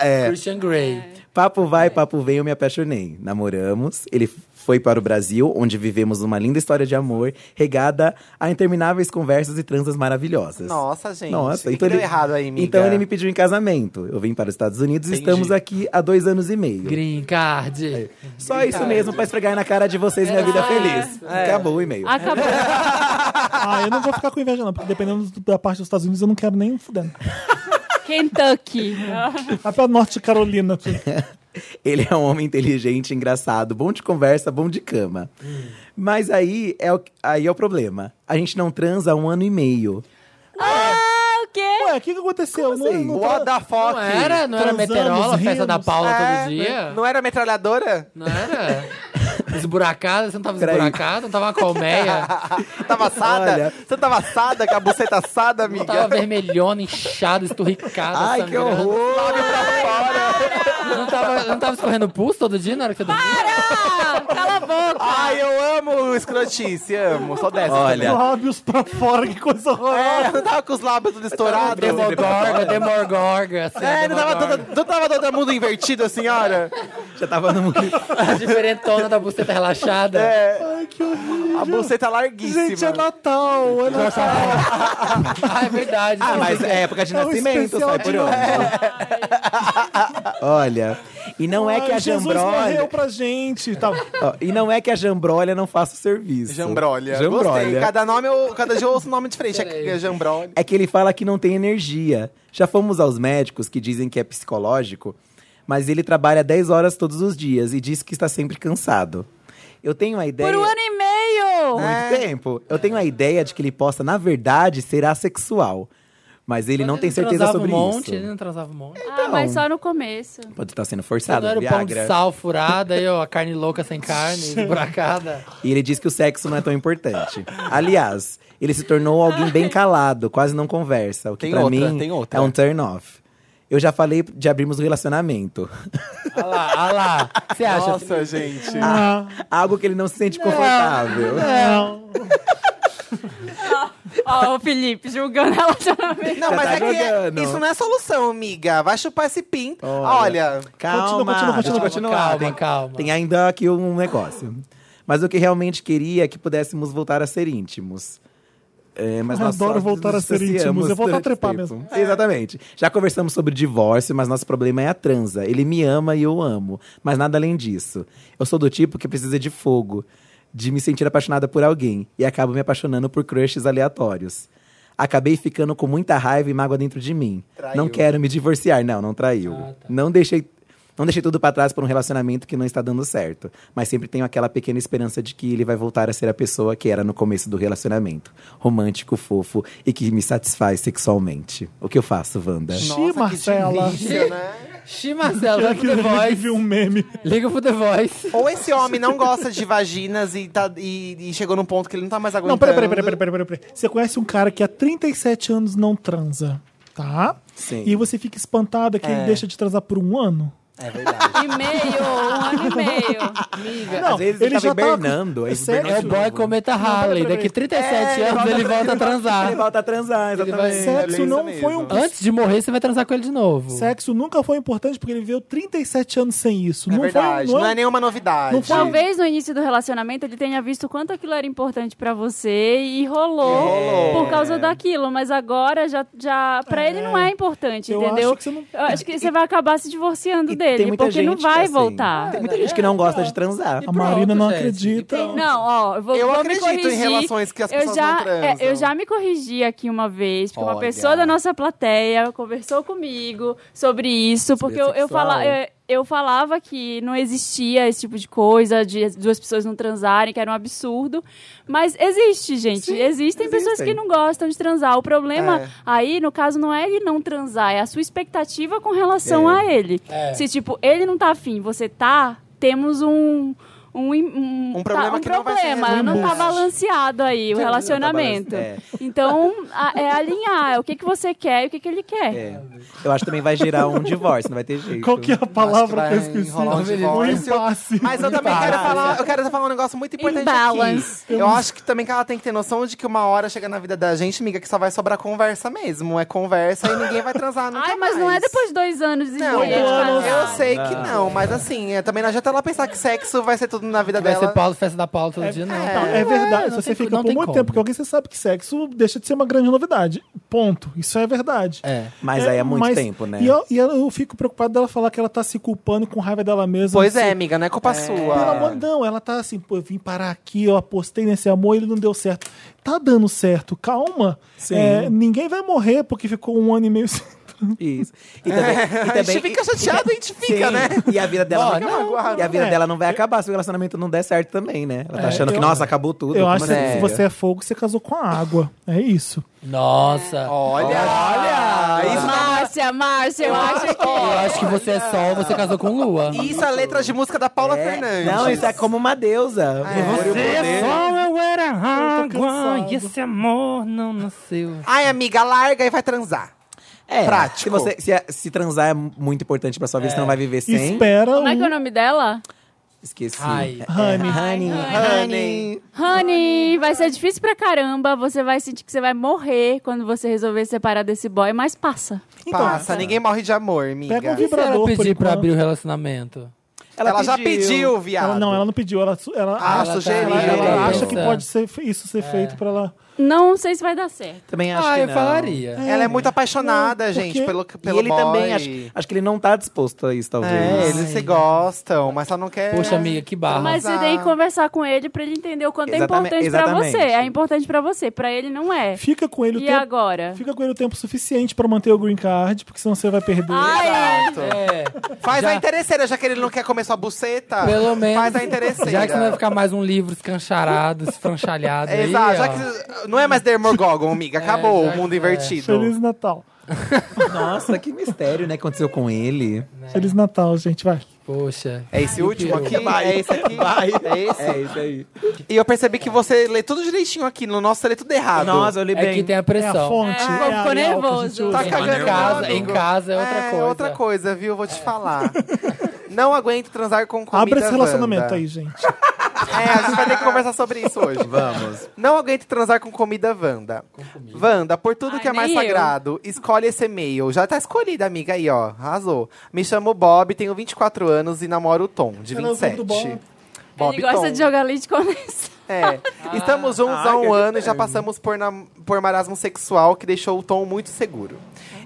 Speaker 5: É.
Speaker 3: Christian Grey.
Speaker 5: Papo vai, papo vem, eu me apaixonei. Namoramos, ele foi para o Brasil, onde vivemos uma linda história de amor, regada a intermináveis conversas e transas maravilhosas.
Speaker 2: Nossa, gente.
Speaker 5: Nossa,
Speaker 2: que
Speaker 5: então
Speaker 2: deu
Speaker 5: ele-
Speaker 2: errado aí, amiga?
Speaker 5: Então ele me pediu em casamento. Eu vim para os Estados Unidos e
Speaker 2: Entendi.
Speaker 5: estamos aqui há dois anos e meio.
Speaker 3: Green Card.
Speaker 5: É. Só isso mesmo, pra esfregar na cara de vocês minha
Speaker 2: Ah,
Speaker 5: vida feliz.
Speaker 2: é.
Speaker 5: Acabou o e-mail.
Speaker 4: Acabou.
Speaker 1: Ah, eu não vou ficar com inveja, não, porque dependendo do- da parte dos Estados Unidos, eu não quero nem fudendo.
Speaker 4: Kentucky. Ah,
Speaker 1: Vai pra Norte Carolina.
Speaker 5: Ele é um homem inteligente, engraçado, bom de conversa, bom de cama. Mas aí é, o, aí é o problema. A gente não transa há um ano e meio.
Speaker 4: ah, o quê?
Speaker 1: Ué, o que, que aconteceu?
Speaker 5: Como assim?
Speaker 1: Não, não tá-
Speaker 2: What the fuck?
Speaker 7: Não era, não era
Speaker 1: Transamos,
Speaker 7: meterola, festa
Speaker 1: rimos.
Speaker 7: da Paula
Speaker 2: É,
Speaker 7: todo
Speaker 5: né?
Speaker 7: dia.
Speaker 2: Não era metralhadora?
Speaker 7: Não era? Esburacada, você não tava
Speaker 5: Peraí.
Speaker 7: esburacada, não tava uma colmeia,
Speaker 2: Tava assada?
Speaker 5: Olha.
Speaker 2: Você tava assada com a buceta assada,
Speaker 7: não
Speaker 2: amiga?
Speaker 7: tava vermelhona, inchada, esturricada,
Speaker 5: Ai, que
Speaker 7: sangrando.
Speaker 5: horror!
Speaker 2: Olha pra fora.
Speaker 7: Não tava, não tava escorrendo pulso todo dia na hora que você dormia?
Speaker 4: Cala a boca!
Speaker 2: Ai, eu amo escrotice, amo. Só dessa.
Speaker 5: Olha.
Speaker 1: Lábios pra fora, que coisa
Speaker 2: também.
Speaker 1: horrorosa.
Speaker 2: É, não tava com os lábios tudo estourado.
Speaker 7: Demogorga, demorgorga, assim,
Speaker 2: É, não tava,
Speaker 7: demogorga.
Speaker 2: todo, não tava todo mundo invertido, assim, senhora?
Speaker 5: Já tava no.
Speaker 7: Diferentona da buceta relaxada.
Speaker 2: É,
Speaker 1: Ai, que horrível.
Speaker 2: a buceta larguíssima.
Speaker 1: Gente, é Natal. É Natal.
Speaker 7: Ah, é verdade.
Speaker 5: Ah, mas é época de
Speaker 1: É um
Speaker 5: nascimento,
Speaker 1: especial
Speaker 5: sai
Speaker 1: de
Speaker 5: por onde? Olha, e não é que a
Speaker 1: Ai, Ah, Jesus
Speaker 5: jambrolha.
Speaker 1: morreu pra gente. Tá.
Speaker 5: Ó, e não é que a jambrolha não faça o serviço.
Speaker 2: Jambrolha. Gostei.
Speaker 5: Jambrolha.
Speaker 2: Cada nome, eu, cada dia eu ouço um nome diferente. É, é Jambrolha.
Speaker 5: É que ele fala que não tem energia. Já fomos aos médicos que dizem que é psicológico, mas ele trabalha 10 horas todos os dias e diz que está sempre cansado. Eu tenho a ideia.
Speaker 4: Por um ano e meio!
Speaker 5: Muito
Speaker 2: É.
Speaker 5: tempo. Eu tenho a ideia de que ele possa, na verdade, ser assexual. Mas ele não tem certeza
Speaker 7: transava
Speaker 5: sobre
Speaker 7: um monte, Ele
Speaker 5: isso. Então,
Speaker 7: não transava um monte.
Speaker 4: Ah, mas só no começo.
Speaker 5: Pode estar sendo
Speaker 7: Não
Speaker 5: forçado,
Speaker 7: era o pão de
Speaker 5: Viagra.
Speaker 7: sal furado, aí, ó, a carne louca sem carne, esburacada.
Speaker 5: E ele diz que o sexo não é tão importante. Aliás, ele se tornou alguém bem calado, quase não conversa. O que
Speaker 2: Tem
Speaker 5: pra
Speaker 2: outra,
Speaker 5: mim
Speaker 2: tem outra.
Speaker 5: é um turn off. Eu já falei de abrirmos o relacionamento.
Speaker 7: Olha lá, olha lá.
Speaker 5: É
Speaker 7: Você acha?
Speaker 5: assim?
Speaker 2: Nossa, gente.
Speaker 5: Ah,
Speaker 1: Ah,
Speaker 5: Algo que ele não se sente confortável.
Speaker 4: Ó, o Felipe julgando relacionamento.
Speaker 2: Não,
Speaker 5: Já
Speaker 2: mas
Speaker 5: tá
Speaker 2: é que é-
Speaker 5: jogando.
Speaker 2: isso não é solução, amiga. Vai chupar esse pinto. Olha.
Speaker 5: Olha.
Speaker 1: Continua, continua,
Speaker 5: deixa eu
Speaker 1: continua.
Speaker 5: continuar.
Speaker 7: Calma,
Speaker 5: tem,
Speaker 7: calma.
Speaker 5: Tem ainda aqui um negócio. Mas o que realmente queria é que pudéssemos voltar a ser íntimos. É, mas
Speaker 1: Eu
Speaker 5: nós só
Speaker 1: adoro
Speaker 5: nos
Speaker 1: voltar a ser
Speaker 5: distanciamos
Speaker 1: íntimos, eu vou voltar a
Speaker 5: durante
Speaker 1: trepar
Speaker 5: tempo.
Speaker 1: mesmo.
Speaker 5: É, Exatamente. Já conversamos sobre divórcio, mas nosso problema é a transa. Ele me ama e eu amo, mas nada além disso. Eu sou do tipo que precisa de fogo, de me sentir apaixonada por alguém, e acabo me apaixonando por crushes aleatórios. Acabei ficando com muita raiva e mágoa dentro de mim.
Speaker 2: Traiu.
Speaker 5: Não quero me divorciar, não, não traiu. Não deixei não deixei tudo pra trás por um relacionamento que não está dando certo, mas sempre tenho aquela pequena esperança de que ele vai voltar a ser a pessoa que era no começo do relacionamento, romântico, fofo e que me satisfaz sexualmente. O que eu faço, Wanda?
Speaker 1: Xi, Marcela.
Speaker 2: Isso, né?
Speaker 7: Xi, Marcelo, liga
Speaker 1: Aqui
Speaker 7: pro The
Speaker 1: eu
Speaker 7: Voice.
Speaker 1: vi um meme.
Speaker 7: Liga pro The Voice.
Speaker 2: Ou esse homem não gosta de vaginas e, tá, e, e chegou num ponto que ele não tá mais
Speaker 1: Não,
Speaker 2: aguentando.
Speaker 1: peraí, peraí, peraí, peraí, peraí, peraí, peraí. Você conhece um cara que há 37 anos não transa, tá?
Speaker 5: Sim. É.
Speaker 1: E você fica espantada que ele deixa de transar por um ano?
Speaker 2: É verdade.
Speaker 4: E meio, um ano e meio.
Speaker 1: Não,
Speaker 5: Às vezes ele, tava
Speaker 1: tá-
Speaker 5: hibernando. aí
Speaker 1: É sério?
Speaker 7: É o boy
Speaker 5: hibernou de novo.
Speaker 7: cometa Harley. Daqui 37 anos ele volta a transar.
Speaker 5: Ele volta a transar,
Speaker 7: Ele vai-
Speaker 5: exatamente.
Speaker 1: Sexo
Speaker 2: isso
Speaker 1: não
Speaker 2: mesmo.
Speaker 1: foi um...
Speaker 7: Antes de morrer, você vai transar com ele de novo.
Speaker 1: Sexo nunca foi importante porque ele viveu 37 anos sem isso.
Speaker 2: É
Speaker 1: não
Speaker 2: verdade.
Speaker 1: Foi,
Speaker 2: Não é nenhuma novidade.
Speaker 1: Não foi-
Speaker 4: Talvez no início do relacionamento ele tenha visto quanto aquilo era importante pra você e rolou
Speaker 2: É.
Speaker 4: por causa daquilo, mas agora já, já para ele não é importante,
Speaker 1: Eu
Speaker 4: entendeu?
Speaker 1: acho que você não-
Speaker 4: Eu acho que você vai acabar se divorciando
Speaker 5: E
Speaker 4: dele,
Speaker 5: tem muita
Speaker 4: porque não
Speaker 5: gente
Speaker 4: vai
Speaker 5: que, assim,
Speaker 4: voltar.
Speaker 5: Tem muita gente que não gosta de transar.
Speaker 1: A Marina não
Speaker 7: Pronto, gente.
Speaker 1: acredita.
Speaker 7: Pronto.
Speaker 4: Não, ó, eu vou,
Speaker 2: Eu
Speaker 4: vou
Speaker 2: acredito
Speaker 4: me
Speaker 2: em
Speaker 4: corrigir.
Speaker 2: relações que as pessoas
Speaker 4: eu já,
Speaker 2: não transam.
Speaker 4: é, eu já me corrigi aqui uma vez, porque uma
Speaker 2: Olha.
Speaker 4: pessoa da nossa plateia conversou comigo sobre isso, porque eu,
Speaker 5: sexual.
Speaker 4: eu, fala, eu, eu falava que não existia esse tipo de coisa, de as duas pessoas não transarem, que era um absurdo. Mas existe, gente. existem, pessoas que
Speaker 5: existem.
Speaker 4: não gostam de transar. O problema
Speaker 2: É.
Speaker 4: aí, no caso, não é ele não transar, é a sua expectativa com relação a ele.
Speaker 7: É.
Speaker 4: Se, tipo, ele não tá afim, você tá, temos um. Um, im- um,
Speaker 2: Um problema
Speaker 4: tá, um
Speaker 2: que não vai ser
Speaker 4: problema. não tá balanceado aí o relacionamento.
Speaker 5: É.
Speaker 4: Então, a- é alinhar. É o que, que você quer e o que, que ele quer.
Speaker 5: É. Eu acho que também vai gerar um divórcio, não vai ter jeito.
Speaker 1: Qual que é a palavra que,
Speaker 2: vai
Speaker 1: eu esqueci?
Speaker 2: enrolar um
Speaker 1: o
Speaker 2: divórcio.
Speaker 1: impasse.
Speaker 2: Mas eu também quero falar, eu quero falar um negócio muito importante
Speaker 4: Imbalance.
Speaker 2: aqui. Eu acho que também que ela tem que ter noção de que uma hora chega na vida da gente, amiga, que só vai sobrar conversa mesmo. É conversa e ninguém vai transar nunca
Speaker 4: Ai, mas não é
Speaker 2: mais.
Speaker 4: depois de dois anos de
Speaker 2: Não, é
Speaker 4: ideia de
Speaker 1: anos.
Speaker 4: casar.
Speaker 2: eu sei que não, mas assim, é, também não adianta ela pensar que sexo vai ser tudo na vida
Speaker 7: Vai
Speaker 2: dela.
Speaker 7: ser Paulo, festa da Paula todo dia, não.
Speaker 1: Tá, é verdade. Se
Speaker 7: tem-
Speaker 1: você fica
Speaker 7: não
Speaker 1: por
Speaker 7: tem
Speaker 1: muito
Speaker 7: como.
Speaker 1: tempo com alguém, você sabe que sexo deixa de ser uma grande novidade. Ponto. Isso é verdade.
Speaker 7: É.
Speaker 5: Mas aí é muito
Speaker 1: mas-
Speaker 5: tempo, né?
Speaker 1: E, eu, e eu fico preocupado dela falar que ela tá se culpando com raiva dela mesma.
Speaker 2: Pois
Speaker 1: Não sei.
Speaker 2: é, amiga, não é culpa sua.
Speaker 1: Pelo amor não, ela tá assim, pô, eu vim parar aqui, eu apostei nesse amor, ele não deu certo. Tá dando certo, calma.
Speaker 5: Sim.
Speaker 1: É, ninguém vai morrer porque ficou um ano e meio sem.
Speaker 5: Isso. E também, e
Speaker 2: a gente
Speaker 5: também-
Speaker 2: fica chateado, a gente fica,
Speaker 5: Sim.
Speaker 2: né?
Speaker 5: E a vida dela
Speaker 7: Ó,
Speaker 5: não,
Speaker 7: não,
Speaker 5: e a vida
Speaker 1: é.
Speaker 5: dela não vai acabar se o relacionamento não der certo também, né? Ela tá achando que,
Speaker 1: eu-
Speaker 5: nossa, acabou tudo.
Speaker 1: Eu
Speaker 5: como é
Speaker 1: acho que
Speaker 5: assim?
Speaker 1: se você é fogo, você casou com a água. É isso.
Speaker 7: Nossa.
Speaker 2: Olha, olha, Aí isso-
Speaker 4: Márcia, Márcia, eu acho que.
Speaker 3: Eu acho que você é sol, você casou com lua.
Speaker 2: Isso é letras de música da Paula Fernandes.
Speaker 5: Não, isso é como uma deusa.
Speaker 2: É.
Speaker 5: Louvor e o poder.
Speaker 7: sol, eu era água, e esse amor não nasceu.
Speaker 2: Ai, amiga, larga e vai transar.
Speaker 5: É,
Speaker 2: Prático.
Speaker 5: Se, você, se, se transar é muito importante pra sua vida, você não vai viver sem.
Speaker 1: Espera
Speaker 4: Como é que é o
Speaker 1: um...
Speaker 4: nome dela?
Speaker 5: Esqueci.
Speaker 3: Ai.
Speaker 5: É,
Speaker 1: Honey.
Speaker 5: honey.
Speaker 2: Honey.
Speaker 4: Honey, vai ser difícil pra caramba. Você vai sentir que você vai morrer quando você resolver separar desse boy, mas passa.
Speaker 2: Passa, ninguém morre de amor, amiga.
Speaker 1: Pega um
Speaker 3: E se ela
Speaker 1: vibrador por
Speaker 3: pedir
Speaker 1: enquanto.
Speaker 3: pra abrir o relacionamento?
Speaker 2: Ela, já pediu, viado.
Speaker 1: Ela, não, ela não pediu. Ela, su- ela,
Speaker 2: Ah,
Speaker 3: tá
Speaker 1: ela-
Speaker 2: sugeriu.
Speaker 1: ela- ela
Speaker 2: Sugeriu.
Speaker 1: acha que pode ser, fe- isso ser feito pra ela...
Speaker 4: Não sei se vai dar certo.
Speaker 5: Também acho
Speaker 3: Ah,
Speaker 5: que
Speaker 3: eu
Speaker 5: não.
Speaker 3: falaria.
Speaker 2: Ela é muito apaixonada,
Speaker 1: Não,
Speaker 2: gente,
Speaker 1: porque-
Speaker 2: pelo
Speaker 5: E
Speaker 2: pelo
Speaker 5: ele
Speaker 2: boy.
Speaker 5: também, acho, acho que ele não tá disposto a isso, talvez.
Speaker 2: É, eles se gostam, mas ela não quer...
Speaker 3: Poxa, amiga, que barra.
Speaker 4: É. Mas você tem que conversar com ele pra ele entender o quanto
Speaker 5: Exatamente-
Speaker 4: é importante pra
Speaker 5: exatamente.
Speaker 4: você. É importante pra você, pra ele não é.
Speaker 1: Fica com ele o
Speaker 4: E
Speaker 1: tempo...
Speaker 4: agora?
Speaker 1: Fica com ele o tempo suficiente pra manter o green card, porque senão você vai perder.
Speaker 4: Ah, Ai,
Speaker 3: É,
Speaker 2: Faz a interesseira, já que ele não quer comer sua buceta.
Speaker 3: pelo menos.
Speaker 2: Faz a interesseira.
Speaker 3: Já que não vai ficar mais um livro escancharado, esfranchalhado.
Speaker 2: É,
Speaker 3: aí,
Speaker 2: Exato, já
Speaker 3: ó.
Speaker 2: que não é mais Dermogogon, amiga. Acabou
Speaker 3: já
Speaker 2: o
Speaker 3: que-
Speaker 2: mundo
Speaker 3: é.
Speaker 2: invertido.
Speaker 1: Feliz Natal.
Speaker 5: Nossa, que mistério, né? que Aconteceu com ele.
Speaker 1: Feliz Natal, gente. Vai.
Speaker 3: Poxa.
Speaker 2: É esse último aqui?
Speaker 5: Vai.
Speaker 2: É esse aqui? É esse?
Speaker 5: É isso aí.
Speaker 2: E eu percebi que você lê tudo direitinho aqui. No nosso você lê tudo errado.
Speaker 5: Nossa, eu li
Speaker 3: É que
Speaker 5: bem.
Speaker 3: tem a
Speaker 1: É a
Speaker 3: pressão.
Speaker 1: fonte.
Speaker 4: É,
Speaker 1: é a
Speaker 4: ficou
Speaker 1: Arial que a gente
Speaker 4: nervoso.
Speaker 1: usa.
Speaker 2: Tá cagando
Speaker 3: em casa,
Speaker 2: tudo.
Speaker 3: em casa é outra coisa.
Speaker 2: outra coisa, viu? Vou te falar. Não aguento transar com comida
Speaker 1: Abre esse relacionamento
Speaker 2: Wanda.
Speaker 1: aí, gente.
Speaker 2: É, a gente vai ter que conversar sobre isso hoje.
Speaker 5: Vamos.
Speaker 2: Não aguento transar com comida Wanda. Wanda, por tudo
Speaker 4: Ai,
Speaker 2: que é mais
Speaker 4: nem eu.
Speaker 2: sagrado, escolhe esse e-mail. Já tá escolhida, amiga, aí, ó. Arrasou. Me chamo Bob, tenho 24 anos e namoro o Tom, de
Speaker 1: Ela é o filho
Speaker 2: 27.
Speaker 1: do Bob.
Speaker 2: Bob
Speaker 4: ele gosta
Speaker 2: Tom.
Speaker 4: de jogar leite condensado.
Speaker 2: É. Estamos juntos há um ano e já passamos por, nam- por marasmo sexual que deixou o Tom muito seguro.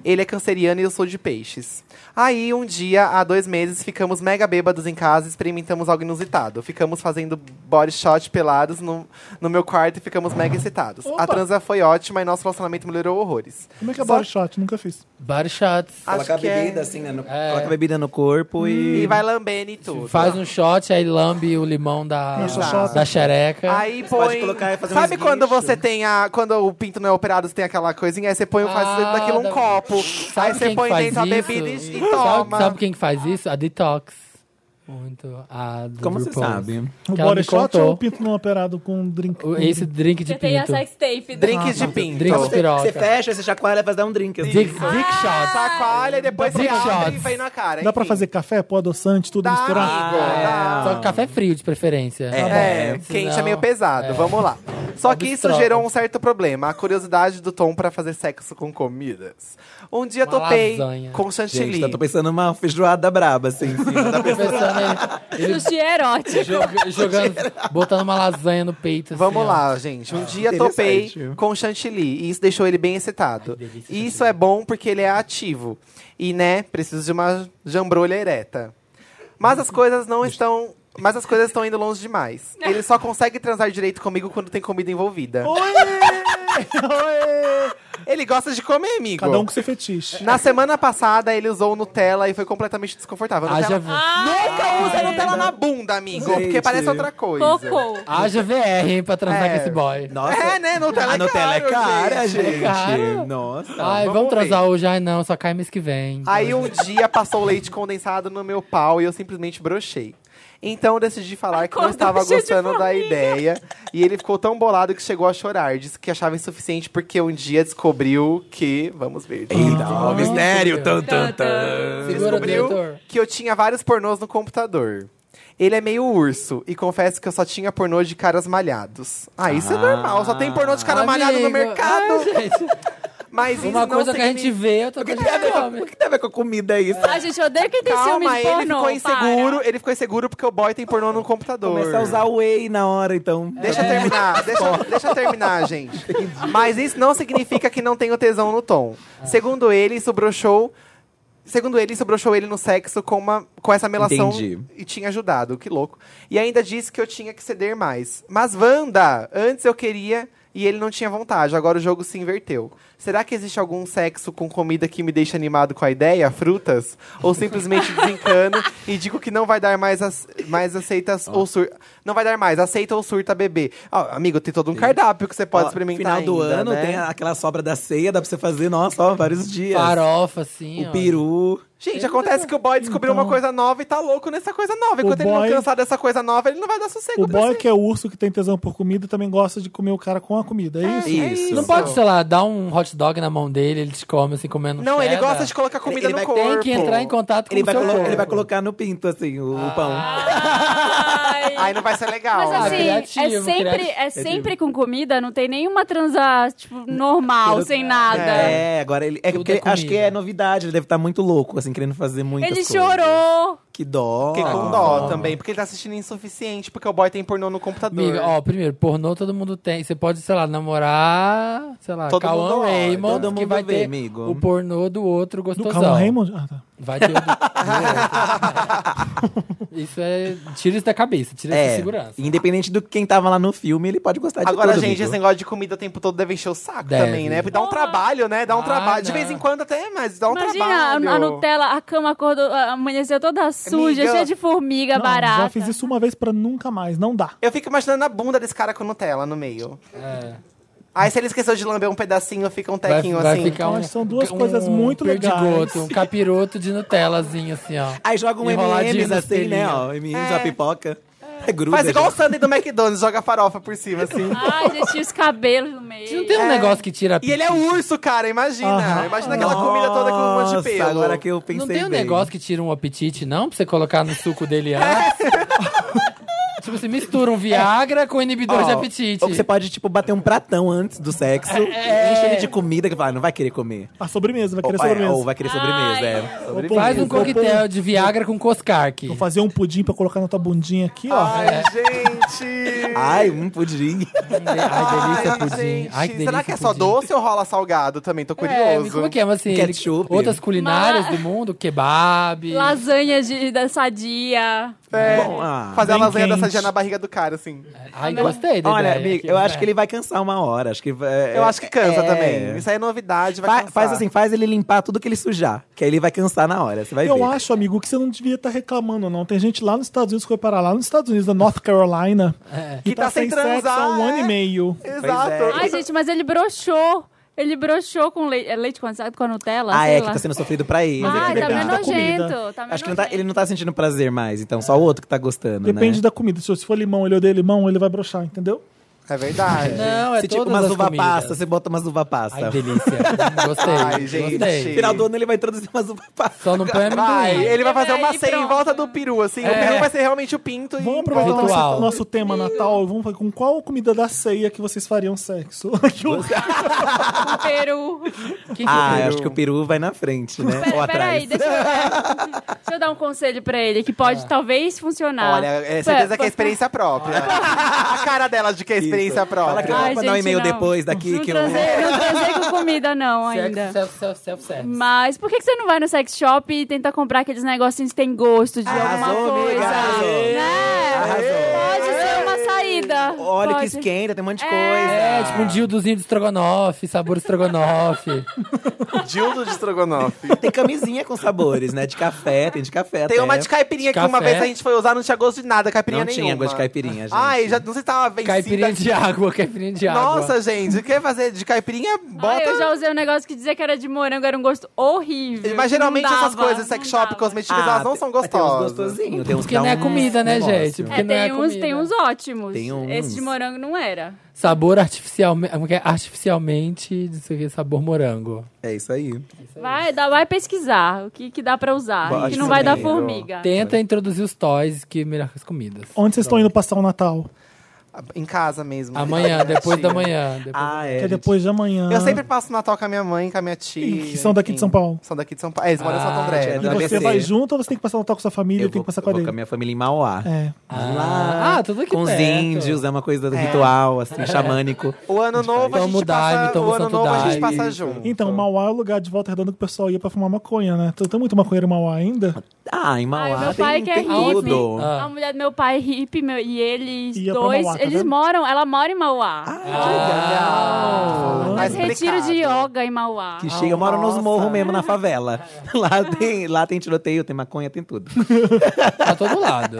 Speaker 2: Ele é canceriano e eu sou de peixes. Aí, um dia, há dois meses, ficamos mega bêbados em casa e experimentamos algo inusitado. Ficamos fazendo body shot pelados no, no meu quarto e ficamos mega excitados. A transa foi ótima e nosso relacionamento melhorou horrores.
Speaker 1: Como é que é
Speaker 2: Só-
Speaker 1: body shot? Nunca fiz.
Speaker 3: Body shots.
Speaker 2: Acho
Speaker 5: Coloca a
Speaker 2: que é- Hum.
Speaker 5: bebida, assim, né? No,
Speaker 3: É.
Speaker 5: Coloca a bebida no corpo e.
Speaker 2: E vai lambendo e tudo.
Speaker 3: Faz um shot, aí lambe o limão da,
Speaker 1: Exato.
Speaker 3: da xereca.
Speaker 2: um Aí põe.
Speaker 5: pode colocar e fazer um
Speaker 2: Sabe
Speaker 5: esguicho?
Speaker 2: quando você tem a. Quando o pinto não é operado, você tem aquela coisinha, aí você põe faz
Speaker 3: Ah,
Speaker 2: daquilo um
Speaker 3: da-
Speaker 2: copo.
Speaker 3: Sabe
Speaker 2: aí você
Speaker 3: quem
Speaker 2: põe
Speaker 3: faz
Speaker 2: dentro a
Speaker 3: isso?
Speaker 2: bebida e, e
Speaker 3: Sabe-
Speaker 2: toma.
Speaker 3: Sabe, quem que faz isso? A Detox. Muito. A do
Speaker 5: Como você
Speaker 3: RuPaul.
Speaker 5: sabe?
Speaker 1: O
Speaker 3: Que ela
Speaker 1: body
Speaker 3: me
Speaker 1: shot
Speaker 3: contou.
Speaker 1: ou o pinto não operado com um drink?
Speaker 3: O- Esse drink de
Speaker 4: Você tem a
Speaker 3: pinto.
Speaker 4: sex tape. do-
Speaker 2: Drinks de pinto.
Speaker 3: Drinks de
Speaker 5: Você,
Speaker 3: Piroca.
Speaker 5: você fecha, você chacoalha, faz dar um drink. assim.
Speaker 3: Dick, dick
Speaker 4: Ah!
Speaker 3: shot.
Speaker 2: Sacoalha e depois você
Speaker 3: Dick
Speaker 2: abre e
Speaker 3: shots.
Speaker 2: vem na cara.
Speaker 1: Dá pra
Speaker 2: enfim.
Speaker 1: fazer café, pó, adoçante, tudo
Speaker 2: Dá,
Speaker 1: misturar?
Speaker 2: amigo,
Speaker 5: Ah, tá.
Speaker 2: dá.
Speaker 3: Só que café frio, de preferência.
Speaker 2: É,
Speaker 3: Tá bom.
Speaker 2: quente é
Speaker 3: Senão-
Speaker 2: meio pesado, vamos lá. Só que isso
Speaker 3: Obstroca.
Speaker 2: gerou um certo problema, a curiosidade do Tom pra fazer sexo com comidas. Um dia
Speaker 3: Uma
Speaker 2: topei
Speaker 3: lasanha.
Speaker 2: com chantilly.
Speaker 5: Gente, tá eu tô pensando numa feijoada braba, assim. em cima da pessoa.
Speaker 3: Pensando né, ele,
Speaker 4: Sushi erótico.
Speaker 3: ele joga- jogando, botando uma lasanha no peito. assim,
Speaker 2: Vamos
Speaker 3: ó.
Speaker 2: lá, gente.
Speaker 1: Ah.
Speaker 2: Um dia topei
Speaker 5: Interessante.
Speaker 2: com chantilly e isso deixou ele bem excitado. E isso é bom porque ele é ativo. E, né, preciso de uma jambrolha ereta. Mas as coisas não estão. Mas as coisas estão indo longe demais. Ele só consegue transar direito comigo quando tem comida envolvida.
Speaker 1: Oi!
Speaker 2: Ele gosta de comer, amigo.
Speaker 1: Cada um com seu fetiche.
Speaker 2: Na semana passada, ele usou Nutella e foi completamente desconfortável.
Speaker 1: Ah,
Speaker 3: Haja,
Speaker 2: Nutella...
Speaker 3: V-
Speaker 4: Ah!
Speaker 2: Nunca usa Nutella na bunda, amigo. Porque
Speaker 5: Gente.
Speaker 2: parece outra coisa.
Speaker 4: Cocô.
Speaker 3: haja VR, hein, pra transar
Speaker 2: É.
Speaker 3: com esse boy.
Speaker 5: Nossa.
Speaker 2: É, né? Nutella
Speaker 5: a Nutella é cara, gente.
Speaker 3: cara.
Speaker 5: Nossa.
Speaker 3: Ai, vamos,
Speaker 2: vamos ver.
Speaker 3: transar hoje. Ai, não, só cai mês que vem.
Speaker 2: Aí um dia passou leite condensado no meu pau e eu simplesmente brochei. Então eu decidi falar que não
Speaker 4: Acordou
Speaker 2: estava
Speaker 4: cheio de
Speaker 2: gostando da
Speaker 4: formiga.
Speaker 2: ideia. E ele ficou tão bolado que chegou a chorar. Disse que achava insuficiente porque um dia descobriu que. Vamos ver.
Speaker 5: Eita, ó, mistério. Tan, tan, tan.
Speaker 3: Segura,
Speaker 2: descobriu
Speaker 3: diretor.
Speaker 2: que eu tinha vários pornôs no computador. Ele é meio urso e confesso que eu só tinha pornô de caras malhados. Ah, isso é
Speaker 5: Ah.
Speaker 2: normal, só tem pornô de cara malhado no
Speaker 3: Amigo,
Speaker 2: mercado.
Speaker 3: ai, gente,
Speaker 2: Mas isso
Speaker 3: uma
Speaker 2: não
Speaker 3: coisa que a
Speaker 2: significa...
Speaker 3: gente vê, eu tô
Speaker 5: O que
Speaker 3: com
Speaker 2: é
Speaker 5: tem a ver com-
Speaker 3: fome.
Speaker 5: o que tem a ver com comida isso?
Speaker 4: A Ah, gente odeia quem tem ciúme
Speaker 2: Calma,
Speaker 4: de
Speaker 2: ele
Speaker 4: pornô.
Speaker 2: ficou inseguro. Ele ficou inseguro porque o boy tem pornô no computador.
Speaker 5: Começa a usar o whey na hora, então.
Speaker 2: Deixa eu terminar, deixa, deixa eu terminar, gente. Mas isso não significa que não tenho tesão no tom. Segundo ele, isso broxou. Segundo ele, isso broxou ele no sexo com, uma, com essa melação
Speaker 5: Entendi.
Speaker 2: e tinha ajudado. Que louco. E ainda disse que eu tinha que ceder mais. Mas, Wanda, antes eu queria. e ele não tinha vontade. Agora o jogo se inverteu. Será que existe algum sexo com comida que me deixa animado com a ideia? Frutas? Ou simplesmente desencano e digo que não vai dar mais, as, mais aceitas ou surta. Não vai dar mais, aceita ou surta bebê. Ah, amigo, tem todo um cardápio que você pode
Speaker 5: Ó,
Speaker 2: experimentar.
Speaker 5: Final do
Speaker 2: ainda,
Speaker 5: ano
Speaker 2: né?
Speaker 5: tem aquela sobra da ceia, dá pra você fazer, nossa, ó, vários
Speaker 2: é.
Speaker 5: dias.
Speaker 3: Farofa, assim. ó.
Speaker 5: O peru.
Speaker 2: Gente, acontece que o boy descobriu
Speaker 1: Então-
Speaker 2: uma coisa nova e tá louco nessa coisa nova. Enquanto ele
Speaker 1: boy-
Speaker 2: não cansar dessa coisa nova, ele não vai dar sossego.
Speaker 1: O
Speaker 2: pra
Speaker 1: boy
Speaker 2: você.
Speaker 1: que é urso que tem tesão por comida também gosta de comer o cara com a comida, é isso?
Speaker 2: É
Speaker 5: Isso.
Speaker 3: Não pode, sei lá, dar um hot dog na mão dele, ele te come, assim, comendo
Speaker 2: Não, ele
Speaker 3: cheddar.
Speaker 2: gosta de colocar comida
Speaker 5: ele
Speaker 2: no
Speaker 5: vai-
Speaker 2: corpo.
Speaker 3: Tem que entrar em contato com
Speaker 5: Ele
Speaker 3: o
Speaker 5: vai,
Speaker 3: seu
Speaker 5: colo-
Speaker 3: corpo.
Speaker 5: ele vai colocar no pinto, assim, o,
Speaker 3: Ah,
Speaker 5: o pão.
Speaker 4: Ai.
Speaker 2: Aí não vai ser legal.
Speaker 4: Mas assim, é
Speaker 3: criativo,
Speaker 4: sempre,
Speaker 3: criativo.
Speaker 4: é sempre com comida, não tem nenhuma transa, tipo, normal, sem nada.
Speaker 5: É, agora ele. É
Speaker 3: tá. Tudo
Speaker 5: porque
Speaker 3: é
Speaker 5: ele- acho
Speaker 3: comida.
Speaker 5: que é novidade, ele deve estar muito louco, assim, querendo fazer muitas
Speaker 4: Ele
Speaker 5: coisas.
Speaker 4: chorou.
Speaker 5: Que dó.
Speaker 2: Fiquei com dó também, porque ele tá assistindo insuficiente, porque o boy tem pornô no computador.
Speaker 3: Amiga, ó, primeiro, pornô todo mundo tem. Você pode, sei lá, namorar, sei lá,
Speaker 2: Todo mundo
Speaker 3: Cauã
Speaker 2: olha,
Speaker 3: Raymond,
Speaker 5: todo
Speaker 3: que
Speaker 5: mundo
Speaker 3: vai
Speaker 5: vê,
Speaker 3: ter
Speaker 5: amigo.
Speaker 3: o pornô do outro
Speaker 1: Do
Speaker 3: gostosão.
Speaker 1: Calma Raymond? Ah, tá.
Speaker 3: Vai ter o do, do outro. Isso é... Tira isso da cabeça, tira isso de
Speaker 5: É,
Speaker 3: segurança.
Speaker 5: independente do quem tava lá no filme, ele pode
Speaker 3: é
Speaker 5: gostar de
Speaker 2: Agora,
Speaker 5: tudo,
Speaker 2: gente,
Speaker 5: amigo.
Speaker 2: esse negócio de comida o tempo todo deve encher o saco
Speaker 3: Deve.
Speaker 2: também, né? Porque dá um trabalho, né? Dá um
Speaker 3: Ah,
Speaker 2: trabalho. De
Speaker 3: não.
Speaker 2: vez em quando até, mas dá um
Speaker 4: Imagina
Speaker 2: trabalho.
Speaker 4: a, a Nutella, a cama acordou, a- amanheceu toda suja,
Speaker 2: Amiga.
Speaker 4: cheia de formiga
Speaker 1: Não,
Speaker 4: barata.
Speaker 1: Já fiz isso uma vez pra nunca mais, não dá.
Speaker 2: Eu fico imaginando a bunda desse cara com Nutella no meio. Aí se ele esqueceu de lamber um pedacinho, fica um
Speaker 3: É. Vai,
Speaker 2: tequinho
Speaker 3: vai
Speaker 2: assim.
Speaker 3: ficar um,
Speaker 1: Então, são duas coisas muito legais.
Speaker 3: perdigoto, Um capiroto de Nutelazinho, assim, ó.
Speaker 5: Aí joga um
Speaker 3: Enroladinho
Speaker 5: M&M's
Speaker 3: nas
Speaker 5: assim, né,
Speaker 3: pelinhas.
Speaker 5: ó. M&M's,
Speaker 2: É.
Speaker 5: uma pipoca. É gruda.
Speaker 2: Faz igual o
Speaker 5: gente.
Speaker 2: Sandy do McDonald's, joga farofa por cima, assim.
Speaker 4: Ai, gente, tinha os cabelos no
Speaker 3: Não
Speaker 4: meio. É.
Speaker 3: tem um negócio que tira...
Speaker 2: E ele é urso, cara, imagina.
Speaker 1: Aham.
Speaker 2: Imagina aquela comida toda com um monte de
Speaker 5: Nossa,
Speaker 2: pelo.
Speaker 5: agora que eu pensei
Speaker 3: Não tem um
Speaker 5: bem.
Speaker 3: negócio que tira um apetite, não? Pra você colocar no suco dele antes? tipo, você mistura um Viagra com inibidor
Speaker 5: Ó,
Speaker 3: de apetite. É,
Speaker 5: Ou você pode, tipo, bater um pratão antes do sexo. Enche ele de comida que fala, ah, não vai querer comer.
Speaker 1: A sobremesa, vai
Speaker 5: Ou,
Speaker 1: querer
Speaker 5: é,
Speaker 1: sobremesa.
Speaker 5: ou vai querer sobremesa, é.
Speaker 1: Vou
Speaker 5: Sobremesa.
Speaker 1: pôr
Speaker 3: Faz um
Speaker 1: vou pôr
Speaker 3: coquetel de Viagra com Coscarque. É,
Speaker 1: Vou fazer um pudim pra colocar na tua bundinha aqui, ó.
Speaker 2: Ai, gente.
Speaker 5: Ai, um pudim.
Speaker 3: Ai, delícia,
Speaker 2: Ai,
Speaker 3: pudim.
Speaker 2: gente.
Speaker 3: Ai, que delícia,
Speaker 2: Será que é só
Speaker 3: pudim.
Speaker 2: doce ou rola salgado também? Tô
Speaker 3: É,
Speaker 2: curioso.
Speaker 3: como é que é? Mas, assim, ele-
Speaker 5: Ketchup.
Speaker 3: outras culinárias
Speaker 4: Mas-
Speaker 3: do mundo, kebab.
Speaker 4: Lasanha de, da sadia.
Speaker 2: É.
Speaker 5: Bom, ah.
Speaker 2: Fazer a
Speaker 1: Bem
Speaker 2: lasanha
Speaker 1: quente.
Speaker 2: dessa dia na barriga do cara, assim.
Speaker 3: Ai, gostei da
Speaker 5: Olha,
Speaker 3: ideia,
Speaker 5: amigo,
Speaker 3: que
Speaker 5: eu acho
Speaker 3: é.
Speaker 5: que ele vai cansar uma hora. Acho que vai-
Speaker 2: Eu acho que cansa
Speaker 5: é.
Speaker 2: também. Isso aí é novidade, vai
Speaker 5: Fa-
Speaker 2: cansar.
Speaker 5: faz assim, faz ele limpar tudo que ele sujar. Que aí ele vai cansar na hora, você vai ver.
Speaker 1: Eu acho, amigo, que você não devia estar reclamando, não. Tem gente lá nos Estados Unidos que foi parar lá nos Estados Unidos, da North Carolina,
Speaker 2: Que tá sem transar,
Speaker 1: há um ano
Speaker 2: é.
Speaker 1: e meio.
Speaker 2: Exato.
Speaker 5: Pois
Speaker 4: Ai, gente, mas ele broxou. Ele broxou com leite, é leite condensado com a Nutella,
Speaker 5: Ah,
Speaker 4: sei
Speaker 5: é,
Speaker 4: lá.
Speaker 5: que tá sendo sofrido pra ele.
Speaker 4: Ai,
Speaker 5: né,
Speaker 4: tá meio
Speaker 5: coitado.
Speaker 1: da comida.
Speaker 4: nojento. Tá meio
Speaker 5: Acho que não tá-
Speaker 4: nojento.
Speaker 5: ele não tá sentindo prazer mais, então só o outro que tá gostando,
Speaker 1: Depende
Speaker 5: né?
Speaker 1: da comida. Se for limão, ele odeia limão, ele vai broxar, entendeu?
Speaker 2: É verdade.
Speaker 3: Não, é
Speaker 5: Se tipo
Speaker 3: todas
Speaker 5: umas
Speaker 3: as
Speaker 5: uva
Speaker 3: comidas.
Speaker 5: pasta, você tá- bota umas uva pasta.
Speaker 3: Ai, delícia. Gostei,
Speaker 2: Ai, gente.
Speaker 5: No
Speaker 3: gostei.
Speaker 5: final do ano ele vai introduzir umas uva pasta.
Speaker 3: Só não põe
Speaker 2: Vai,
Speaker 3: amendoim.
Speaker 2: ele vai fazer uma
Speaker 4: Aí,
Speaker 2: ceia em
Speaker 4: pronto.
Speaker 2: volta do peru, assim. O
Speaker 3: É.
Speaker 2: peru vai ser realmente o pinto e
Speaker 1: Vamos aproveitar
Speaker 2: volta-
Speaker 1: nosso,
Speaker 3: Ritual.
Speaker 1: nosso tema Natal e vamos falar com qual comida da ceia que vocês fariam sexo. Que horror.
Speaker 5: tá
Speaker 4: Com peru.
Speaker 3: Quem que
Speaker 5: Ah,
Speaker 3: é
Speaker 5: eu
Speaker 3: o
Speaker 5: acho que o peru vai na frente, né? Ou
Speaker 4: Pera-
Speaker 5: atrás.
Speaker 4: Peraí, deixa eu, deixa eu dar um conselho pra ele que pode
Speaker 5: Ah.
Speaker 4: talvez funcionar.
Speaker 2: Olha, é certeza
Speaker 4: Pera-
Speaker 2: que é experiência própria. a cara dela de que é experiência
Speaker 5: Fala que eu
Speaker 2: própria.
Speaker 4: Ai,
Speaker 5: vou mandar um
Speaker 4: gente,
Speaker 5: e-mail
Speaker 4: não.
Speaker 5: depois daqui
Speaker 4: Não
Speaker 5: que eu...
Speaker 4: transei, não transei com comida, não,
Speaker 3: Self-
Speaker 4: ainda.
Speaker 3: self- self- Self-service.
Speaker 4: Mas por que que você não vai no sex shop e tenta comprar aqueles negocinhos que tem gosto de
Speaker 5: Arrasou,
Speaker 4: alguma
Speaker 5: amiga,
Speaker 4: coisa?
Speaker 5: arrasou.
Speaker 4: Né?
Speaker 5: Arrasou.
Speaker 4: Pode ser uma saída.
Speaker 5: Olha que
Speaker 4: Pode.
Speaker 5: esquenta, tem um monte de
Speaker 4: É.
Speaker 5: coisa.
Speaker 3: É, tipo um dildozinho de estrogonofe, sabor estrogonofe.
Speaker 2: é Dildo de estrogonofe.
Speaker 5: Tem camisinha com sabores, né? De café, tem de café
Speaker 2: Tem
Speaker 5: até.
Speaker 2: uma de caipirinha que
Speaker 3: Café.
Speaker 2: uma vez a gente foi usar, não tinha gosto de nada, caipirinha
Speaker 5: É. Não
Speaker 2: nenhuma.
Speaker 5: tinha gosto de caipirinha, gente.
Speaker 2: Ai, já, não sei se tava vencida.
Speaker 3: caipirinha de água, caipirinha de água.
Speaker 2: tá Nossa, gente, quer fazer de caipirinha,
Speaker 4: Ah,
Speaker 2: bota...
Speaker 4: eu já usei um negócio que dizia que era de morango, era um gosto horrível.
Speaker 2: Mas geralmente
Speaker 4: Não
Speaker 2: essas
Speaker 4: dava,
Speaker 2: coisas, sex
Speaker 4: não
Speaker 2: shop,
Speaker 4: dava.
Speaker 2: cosméticas, elas não
Speaker 5: tem-
Speaker 2: são
Speaker 5: Tem Ah, uns
Speaker 2: gostosas.
Speaker 5: gostosinhos. Tem uns
Speaker 3: Porque
Speaker 5: que dá
Speaker 3: não é
Speaker 5: um
Speaker 3: comida, né,
Speaker 5: negócio.
Speaker 3: gente? Porque
Speaker 4: É,
Speaker 3: não é
Speaker 4: tem, uns,
Speaker 3: comida.
Speaker 4: tem uns ótimos.
Speaker 5: Tem uns.
Speaker 4: Esse de morango não era.
Speaker 3: Sabor artificialmente. Como que é? Artificialmente, não sei o que, sabor morango.
Speaker 5: É isso aí.
Speaker 4: Vai, dá, vai pesquisar o que, que dá pra usar.
Speaker 5: Bom,
Speaker 4: e que
Speaker 5: acho
Speaker 4: não
Speaker 5: que
Speaker 4: vai dar
Speaker 5: tem,
Speaker 4: formiga.
Speaker 3: Tenta introduzir os toys que é melhor que as comidas.
Speaker 1: Onde vocês estão indo passar o Natal? é
Speaker 2: Em casa mesmo.
Speaker 3: Amanhã, depois da manhã. depois-
Speaker 5: Ah, é.
Speaker 1: Que é depois de amanhã.
Speaker 2: Eu sempre passo Natal com a minha mãe, com a minha tia.
Speaker 1: E que são daqui de
Speaker 2: enfim.
Speaker 1: São Paulo?
Speaker 2: São daqui de São Paulo. É, eles moram em Santo
Speaker 3: Ah,
Speaker 2: André.
Speaker 5: é
Speaker 1: E
Speaker 5: da-
Speaker 1: você
Speaker 5: ABC.
Speaker 1: vai junto ou você tem que passar o Natal com sua família
Speaker 5: eu
Speaker 1: tem
Speaker 5: vou,
Speaker 1: que passar
Speaker 5: eu
Speaker 1: com a
Speaker 5: vou
Speaker 1: dele?
Speaker 5: com a minha família em Mauá.
Speaker 1: É.
Speaker 5: Lá,
Speaker 3: Ah, tudo aqui
Speaker 5: com os
Speaker 3: perto. É.
Speaker 5: índios, é uma coisa ritual, assim, xamânico.
Speaker 2: O ano novo a
Speaker 3: Tamo
Speaker 2: gente
Speaker 3: Daime,
Speaker 2: passa...
Speaker 3: tamo
Speaker 2: O ano
Speaker 3: Santo
Speaker 2: novo a gente
Speaker 3: Daime.
Speaker 2: passa junto.
Speaker 1: Então, Mauá é o lugar de volta redonda que o pessoal ia pra fumar maconha, né? Então, tem muito maconheiro em Mauá ainda?
Speaker 5: Ah, em Mauá
Speaker 4: Ai, meu
Speaker 5: tem,
Speaker 4: pai que é
Speaker 5: tem
Speaker 4: hippie.
Speaker 5: tudo.
Speaker 3: Ah.
Speaker 4: A mulher do meu pai é hippie meu, e eles
Speaker 1: Ia pra
Speaker 4: dois,
Speaker 1: Mauá, tá
Speaker 4: eles
Speaker 1: vendo?
Speaker 4: moram, ela mora em Mauá.
Speaker 5: Ah,
Speaker 2: Tá
Speaker 4: Faz retiro de
Speaker 2: explicado.
Speaker 4: yoga em Mauá.
Speaker 3: Ah,
Speaker 5: Que chega, mora nos
Speaker 2: nossa.
Speaker 5: morros mesmo, na favela. Lá tem, lá tem tiroteio, tem maconha, tem tudo.
Speaker 3: Pra todo lado.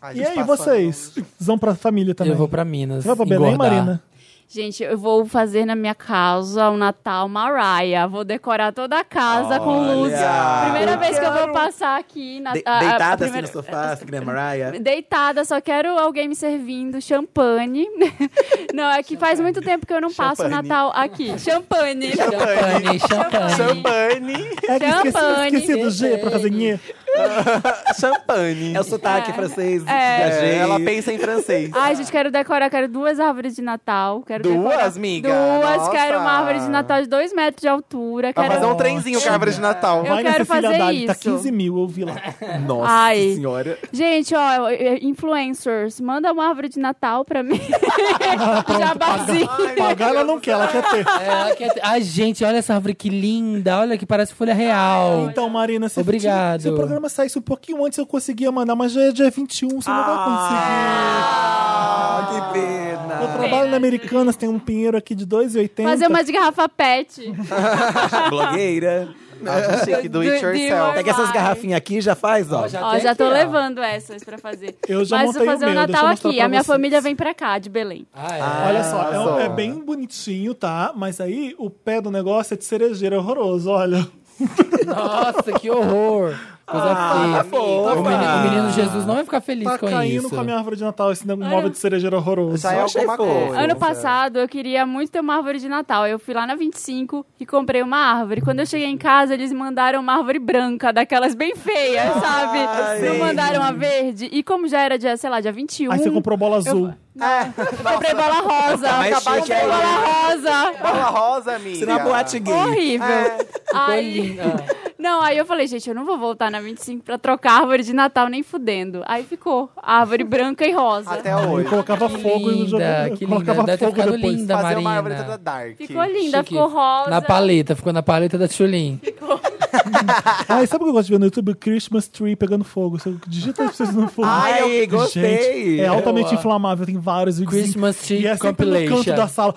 Speaker 2: Ai,
Speaker 1: E
Speaker 2: gente,
Speaker 1: aí,
Speaker 2: passando.
Speaker 1: vocês? Vão pra família também?
Speaker 3: Eu vou pra Minas.
Speaker 1: Você vai pra Belém,
Speaker 3: engordar.
Speaker 1: Marina?
Speaker 4: Gente, eu vou fazer na minha casa um Natal Mariah. Vou decorar toda a casa com luz.
Speaker 5: Olha!
Speaker 4: Primeira vez que eu vou passar aqui. Na,
Speaker 5: De-
Speaker 4: a- a-
Speaker 5: deitada assim
Speaker 4: primeira-
Speaker 5: no sofá, assim, que nem a Mariah.
Speaker 4: Deitada, só quero alguém me servindo champanhe. não, é que faz muito tempo que eu não passo o
Speaker 2: Champanhe.
Speaker 4: Natal aqui. Champanhe.
Speaker 3: Champanhe, champanhe.
Speaker 2: um Champagne.
Speaker 1: É que esqueci,
Speaker 4: Champagne.
Speaker 1: esqueci do G pra fazer Nhe.
Speaker 2: Champagne.
Speaker 5: É o sotaque
Speaker 4: É.
Speaker 5: francês. Ah,
Speaker 4: É.
Speaker 5: viajei.
Speaker 2: Ela pensa em francês.
Speaker 4: Ai, gente, quero decorar, quero duas árvores de Natal. Quero
Speaker 2: Duas,
Speaker 4: decorar-
Speaker 2: miga?
Speaker 4: Duas,
Speaker 2: Nossa.
Speaker 4: quero uma árvore de Natal de dois metros de altura.
Speaker 2: Vai
Speaker 4: quero...
Speaker 2: fazer um trenzinho com a árvore de Natal.
Speaker 4: Eu
Speaker 1: Vai
Speaker 4: quero
Speaker 1: na Cecília
Speaker 4: fazer
Speaker 1: Haddad, tá
Speaker 4: isso.
Speaker 1: 15 mil, eu vi lá.
Speaker 5: Nossa
Speaker 4: Ai.
Speaker 5: senhora.
Speaker 4: Gente, ó, eh, influencers, manda uma árvore de Natal pra mim. Jabazinho.
Speaker 1: Pagar ela não quer, ela quer ter.
Speaker 3: É, ela quer ter- Ai, gente, olha essa árvore que linda. Olha que parece folha real.
Speaker 1: Então, Marina, se,
Speaker 3: Obrigado.
Speaker 1: se o programa saísse um pouquinho antes, eu conseguia mandar, mas já é dia 21, você não vai conseguir.
Speaker 5: Ah, que pena.
Speaker 4: é
Speaker 1: Eu trabalho na Americanas, tem um pinheiro aqui de 2,80.
Speaker 4: Fazer uma de garrafa pet.
Speaker 5: Blogueira.
Speaker 2: Acho chique do it
Speaker 4: Do- do-
Speaker 2: yourself.
Speaker 5: Pega essas
Speaker 4: Vai.
Speaker 5: garrafinhas aqui e já faz, ó.
Speaker 4: Ó, já tô levando essas pra fazer.
Speaker 1: Eu já
Speaker 4: Mas
Speaker 1: montei
Speaker 4: vou
Speaker 1: o
Speaker 4: fazer
Speaker 1: meu,
Speaker 4: um
Speaker 1: deixa eu
Speaker 4: Natal
Speaker 1: mostrar
Speaker 4: aqui.
Speaker 1: pra
Speaker 4: A minha
Speaker 1: vocês.
Speaker 4: família vem pra cá, de Belém.
Speaker 3: Ah, é.
Speaker 1: Olha só, é, um-
Speaker 2: só.
Speaker 1: é bem bonitinho, tá? Mas aí o pé do negócio é de cerejeira, é horroroso, olha.
Speaker 3: Nossa, que horror. Coisa
Speaker 1: Ah,
Speaker 3: feia.
Speaker 2: fofa.
Speaker 3: o, menino, o menino Jesus não vai ficar feliz
Speaker 1: Tá
Speaker 3: com
Speaker 1: caindo
Speaker 3: isso.
Speaker 1: com a minha árvore de Natal, esse móvel de cerejeira horroroso.
Speaker 2: Já é
Speaker 5: achei
Speaker 2: alguma
Speaker 5: fofo.
Speaker 2: coisa.
Speaker 4: Ano passado eu queria muito ter uma árvore de Natal. Eu fui lá na 25 e comprei uma árvore. Quando eu cheguei em casa, eles mandaram uma árvore branca, daquelas bem feias, sabe? Não
Speaker 5: sim.
Speaker 4: mandaram a verde. E como já era dia, sei lá, dia 21.
Speaker 1: Aí você comprou bola azul.
Speaker 2: É,
Speaker 4: Comprei bola rosa.
Speaker 5: mais
Speaker 4: Comprei
Speaker 5: chique aí.
Speaker 4: bola rosa.
Speaker 2: Bola rosa, amiga.
Speaker 5: Se na boate gay.
Speaker 4: Horrível.
Speaker 2: É.
Speaker 3: Ficou
Speaker 4: Aí,
Speaker 3: linda.
Speaker 4: não, aí eu falei, gente, eu não vou voltar na 25 pra trocar árvore de Natal nem fudendo. Aí ficou árvore branca e rosa.
Speaker 2: Até
Speaker 1: Eu
Speaker 2: hoje.
Speaker 1: colocava
Speaker 3: Que
Speaker 1: fogo e
Speaker 3: linda,
Speaker 1: jogava,
Speaker 3: que
Speaker 1: colocava
Speaker 3: linda. Deve ter
Speaker 1: fogo
Speaker 3: ficado
Speaker 1: depois.
Speaker 3: linda,
Speaker 2: Fazer uma árvore
Speaker 3: Marina.
Speaker 2: toda dark.
Speaker 4: Ficou linda, ficou rosa.
Speaker 3: Na paleta, ficou na paleta da Tchulin. Tá.
Speaker 1: Ah, e sabe o que eu gosto de ver no YouTube? Christmas Tree pegando fogo. Você digita aí pra vocês no fogo.
Speaker 5: Ai, gostei.
Speaker 1: Gente, é altamente
Speaker 3: Boa.
Speaker 1: inflamável, tem vários vídeos.
Speaker 3: Christmas
Speaker 1: assim,
Speaker 3: Tree
Speaker 1: E é sempre no canto
Speaker 3: Compilation.
Speaker 1: da sala.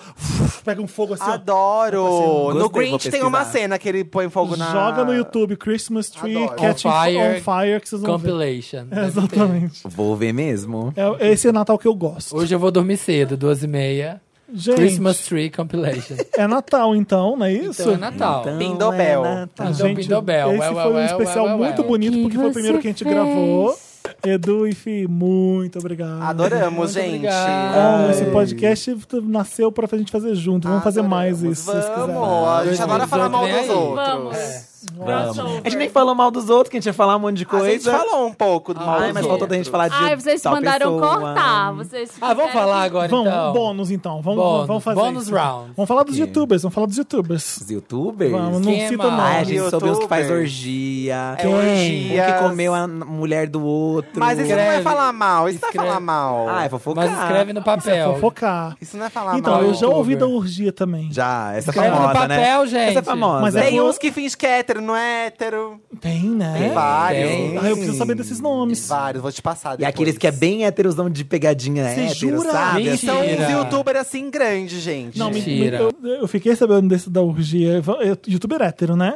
Speaker 1: Pega um fogo assim, ó.
Speaker 2: Adoro!
Speaker 5: um Gostei,
Speaker 2: no
Speaker 5: vou
Speaker 2: Grinch tem
Speaker 5: pesquisar.
Speaker 2: uma cena que ele põe fogo na...
Speaker 1: Joga no YouTube Christmas Tree
Speaker 2: Adoro.
Speaker 1: Catching
Speaker 3: On Fire,
Speaker 1: on Fire que vocês vão ver.
Speaker 3: Compilation.
Speaker 1: É, Exatamente.
Speaker 5: Vou ver mesmo.
Speaker 1: É, esse é Natal que eu gosto.
Speaker 3: Hoje eu vou dormir cedo, duas e meia.
Speaker 1: Gente,
Speaker 3: Christmas Tree Compilation.
Speaker 1: é Natal então, não é isso?
Speaker 3: Então é Natal.
Speaker 2: Pindobel.
Speaker 5: é Natal.
Speaker 3: Então, Pindobel.
Speaker 1: Esse
Speaker 3: Ué, ué,
Speaker 1: foi um
Speaker 3: ué,
Speaker 1: especial
Speaker 3: ué, ué,
Speaker 1: muito
Speaker 3: ué.
Speaker 1: bonito,
Speaker 4: Que
Speaker 1: porque foi o primeiro
Speaker 4: você
Speaker 1: que a gente
Speaker 4: fez?
Speaker 1: gravou. Edu e Fih, muito obrigado.
Speaker 2: Adoramos,
Speaker 3: Muito
Speaker 2: gente.
Speaker 3: obrigado.
Speaker 1: Amo,
Speaker 5: Ai.
Speaker 1: esse podcast nasceu pra gente fazer junto. Vamos fazer mais
Speaker 2: Adoramos.
Speaker 1: isso, se vocês quiserem.
Speaker 2: Vamos! A gente
Speaker 3: Dois
Speaker 2: adora
Speaker 3: mil
Speaker 2: falar
Speaker 3: e
Speaker 2: mal
Speaker 3: dezoito
Speaker 2: dos
Speaker 3: vem aí.
Speaker 2: outros.
Speaker 4: Vamos.
Speaker 5: Vamos. A gente nem falou mal dos outros, que a gente ia falar um monte de
Speaker 2: A
Speaker 5: coisa.
Speaker 2: gente falou um pouco do mal
Speaker 5: Ai,
Speaker 2: dos
Speaker 5: mas faltou da
Speaker 2: outros.
Speaker 5: gente falar de
Speaker 4: Ai, vocês
Speaker 5: tal
Speaker 4: mandaram
Speaker 5: pessoa.
Speaker 4: cortar. Vocês
Speaker 3: Ah, vamos falar agora
Speaker 1: Vamos,
Speaker 3: então.
Speaker 1: bônus então. Vamos,
Speaker 3: Bônus,
Speaker 1: vamos fazer.
Speaker 3: bônus
Speaker 1: isso.
Speaker 3: round.
Speaker 1: Vamos falar dos youtubers, vamos falar dos youtubers.
Speaker 5: Os youtubers?
Speaker 1: Vamos, não
Speaker 3: Quem é
Speaker 1: cita
Speaker 3: mais?
Speaker 5: Ai, a
Speaker 1: nome.
Speaker 5: gente soube os que faz
Speaker 2: Youtubers.
Speaker 5: orgia.
Speaker 2: É
Speaker 5: Quem?
Speaker 2: orgias.
Speaker 5: Um que comeu a n- mulher do outro.
Speaker 2: Mas isso não é
Speaker 3: Escreve.
Speaker 2: falar mal, isso não é
Speaker 3: Escreve.
Speaker 2: falar mal.
Speaker 5: Ah, é fofocar.
Speaker 3: Mas escreve no
Speaker 1: é
Speaker 3: papel.
Speaker 1: Fofocar.
Speaker 2: Isso não é falar
Speaker 1: Então,
Speaker 2: mal.
Speaker 1: eu já
Speaker 3: youtuber.
Speaker 1: ouvi da orgia também.
Speaker 5: Já, essa é
Speaker 3: Escreve no
Speaker 5: famosa,
Speaker 3: papel,
Speaker 5: né?
Speaker 3: gente.
Speaker 5: Essa é famosa.
Speaker 1: Mas é-
Speaker 2: Tem uns que finge que é hétero, não é hétero.
Speaker 1: Tem, né?
Speaker 2: Tem vários.
Speaker 3: Tem.
Speaker 1: Ah, eu preciso saber desses nomes.
Speaker 2: Vários, vou te passar
Speaker 5: E
Speaker 2: depois.
Speaker 5: aqueles que é bem heterosão de pegadinha
Speaker 1: Cê
Speaker 5: hétero,
Speaker 1: jura?
Speaker 5: sabe?
Speaker 3: Gente,
Speaker 5: Assim,
Speaker 2: São uns
Speaker 3: Mentira.
Speaker 2: youtubers assim grandes, gente.
Speaker 1: Não, me, me,
Speaker 3: Mentira.
Speaker 1: eu, eu fiquei sabendo desse da orgia. É Youtuber hétero, né?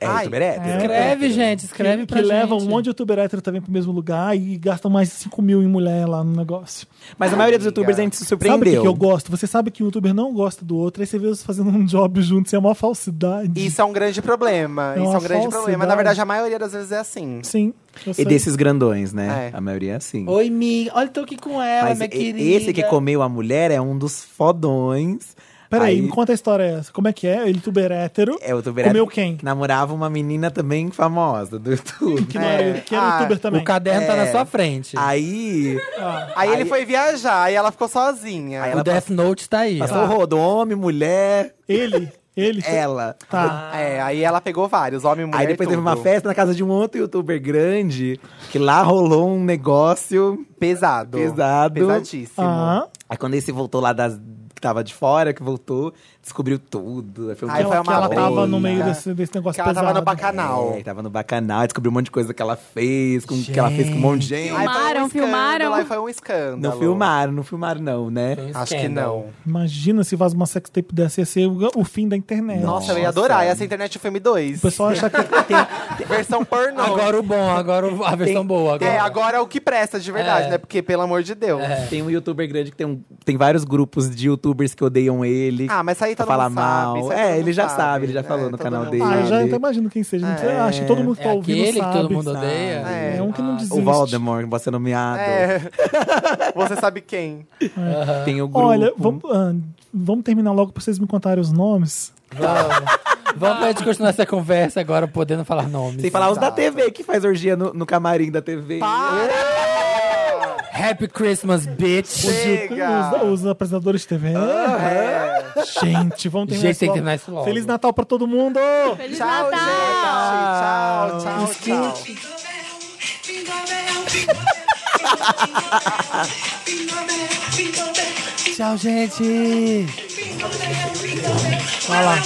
Speaker 5: É,
Speaker 2: Ai.
Speaker 5: youtuber hétero.
Speaker 3: Escreve, gente, escreve
Speaker 1: que
Speaker 3: pra
Speaker 1: que
Speaker 3: gente.
Speaker 1: leva um monte de youtuber hétero também pro mesmo lugar e gastam mais de 5 mil em mulher lá no negócio.
Speaker 5: Mas a maioria dos youtubers a gente se
Speaker 1: Sabe o que,
Speaker 5: surpreendeu.
Speaker 1: que eu gosto? Você sabe que um youtuber não gosta do outro, aí você vê eles fazendo um job juntos, é uma falsidade.
Speaker 2: Isso é um grande problema.
Speaker 1: É
Speaker 2: Isso é
Speaker 1: uma
Speaker 2: um grande problema.
Speaker 1: falsidade.
Speaker 2: Na verdade, a maioria das vezes é assim.
Speaker 1: Sim. eu
Speaker 5: E
Speaker 1: sei.
Speaker 5: desses grandões, né?
Speaker 2: É.
Speaker 5: A maioria é assim.
Speaker 3: Oi, Mi. Olha, tô aqui com ela,
Speaker 5: Mas
Speaker 3: minha
Speaker 5: e-
Speaker 3: querida.
Speaker 5: esse que comeu a mulher é um dos fodões.
Speaker 1: Peraí,
Speaker 5: Aí-
Speaker 1: me conta a história essa. Como é que é? Ele youtuber hétero.
Speaker 5: É o youtuber
Speaker 1: Comeu
Speaker 5: hétero
Speaker 1: quem?
Speaker 5: que namorava uma menina também famosa do YouTube.
Speaker 1: Que, não era,
Speaker 2: É.
Speaker 1: que era
Speaker 2: Ah,
Speaker 1: youtuber também.
Speaker 3: O caderno tá
Speaker 5: É.
Speaker 3: na sua frente.
Speaker 5: Ah, Aí,
Speaker 2: Aí, ele foi viajar e ela ficou sozinha.
Speaker 3: o Death Note tá aí. ó.
Speaker 5: passou o rodo, homem, mulher,
Speaker 1: Ele? Ele?
Speaker 5: ela.
Speaker 1: Tá.
Speaker 2: É, aí ela pegou vários, homem e mulher.
Speaker 5: Aí depois
Speaker 2: e
Speaker 5: teve uma
Speaker 2: tudo.
Speaker 5: festa na casa de um outro youtuber grande, que lá rolou um negócio
Speaker 2: Pesado.
Speaker 5: Pesado.
Speaker 2: Pesadíssimo.
Speaker 1: Ah,
Speaker 5: Aí quando esse voltou lá das que tava de fora, que voltou, descobriu tudo. Aí foi né? um
Speaker 2: Ai,
Speaker 5: dia
Speaker 2: foi
Speaker 1: que ela
Speaker 2: uma
Speaker 1: tava no
Speaker 2: boina.
Speaker 1: meio desse, desse negócio
Speaker 2: Porque ela tava
Speaker 1: pesado.
Speaker 2: no bacanal.
Speaker 5: É, tava no bacanal, descobriu um monte de coisa que ela fez, com, que ela fez com um monte de gente.
Speaker 2: Aí foi um
Speaker 4: Filmaram,
Speaker 2: escândalo,
Speaker 4: filmaram.
Speaker 2: Aí foi um escândalo.
Speaker 5: Não filmaram, não filmaram, não, né?
Speaker 3: Tem um
Speaker 2: Acho que
Speaker 3: scandal.
Speaker 2: não.
Speaker 1: Imagina se faz uma sextape dessa, ia ser o, o fim da internet.
Speaker 2: Nossa, eu ia adorar. Ia ser internet filme 2.
Speaker 1: O pessoal acha que Ah, tem,
Speaker 2: Versão pornô.
Speaker 3: Agora o bom, agora o- a versão boa. Agora.
Speaker 2: É, agora é o que presta de verdade,
Speaker 3: É.
Speaker 2: né? Porque, pelo amor de Deus.
Speaker 1: É.
Speaker 5: Tem um youtuber grande que tem, um, tem vários grupos de youtubers que odeiam ele.
Speaker 2: Ah, mas isso aí todo
Speaker 5: Fala
Speaker 2: mundo sabe.
Speaker 5: mal.
Speaker 2: isso aí
Speaker 5: É,
Speaker 2: todo mundo
Speaker 5: ele já sabe, ele já falou no
Speaker 2: todo
Speaker 5: canal
Speaker 2: mundo
Speaker 5: dele.
Speaker 1: ah, eu já
Speaker 5: Ele-
Speaker 1: até imagino quem seja. Gente,
Speaker 2: É.
Speaker 1: acho que todo mundo que
Speaker 3: É
Speaker 1: tá ouvindo
Speaker 3: aquele
Speaker 1: sabe.
Speaker 3: que todo mundo
Speaker 1: sabe.
Speaker 3: odeia.
Speaker 1: É um que não desiste.
Speaker 5: O Voldemort, você nomeado.
Speaker 2: É. Você sabe quem?
Speaker 5: Tem o grupo.
Speaker 1: Olha, vamos, ah, vamos terminar logo pra vocês me contarem os nomes.
Speaker 3: Vamos. Vamos pra gente continuar essa conversa agora, podendo falar nomes.
Speaker 5: Sem falar os da TV, que faz orgia no, no camarim da TV.
Speaker 3: Happy Christmas, bitch!
Speaker 2: Chega!
Speaker 1: Os, os apresentadores de TV.
Speaker 2: É.
Speaker 1: Gente, vamos terminar,
Speaker 3: Gente,
Speaker 1: isso
Speaker 3: tem que
Speaker 1: logo.
Speaker 3: terminar isso logo.
Speaker 1: Feliz Natal pra todo mundo!
Speaker 4: Feliz
Speaker 2: Tchau,
Speaker 4: Natal!
Speaker 2: gente. Tchau, tchau, tchau.
Speaker 3: Tchau, gente!
Speaker 6: Vai lá.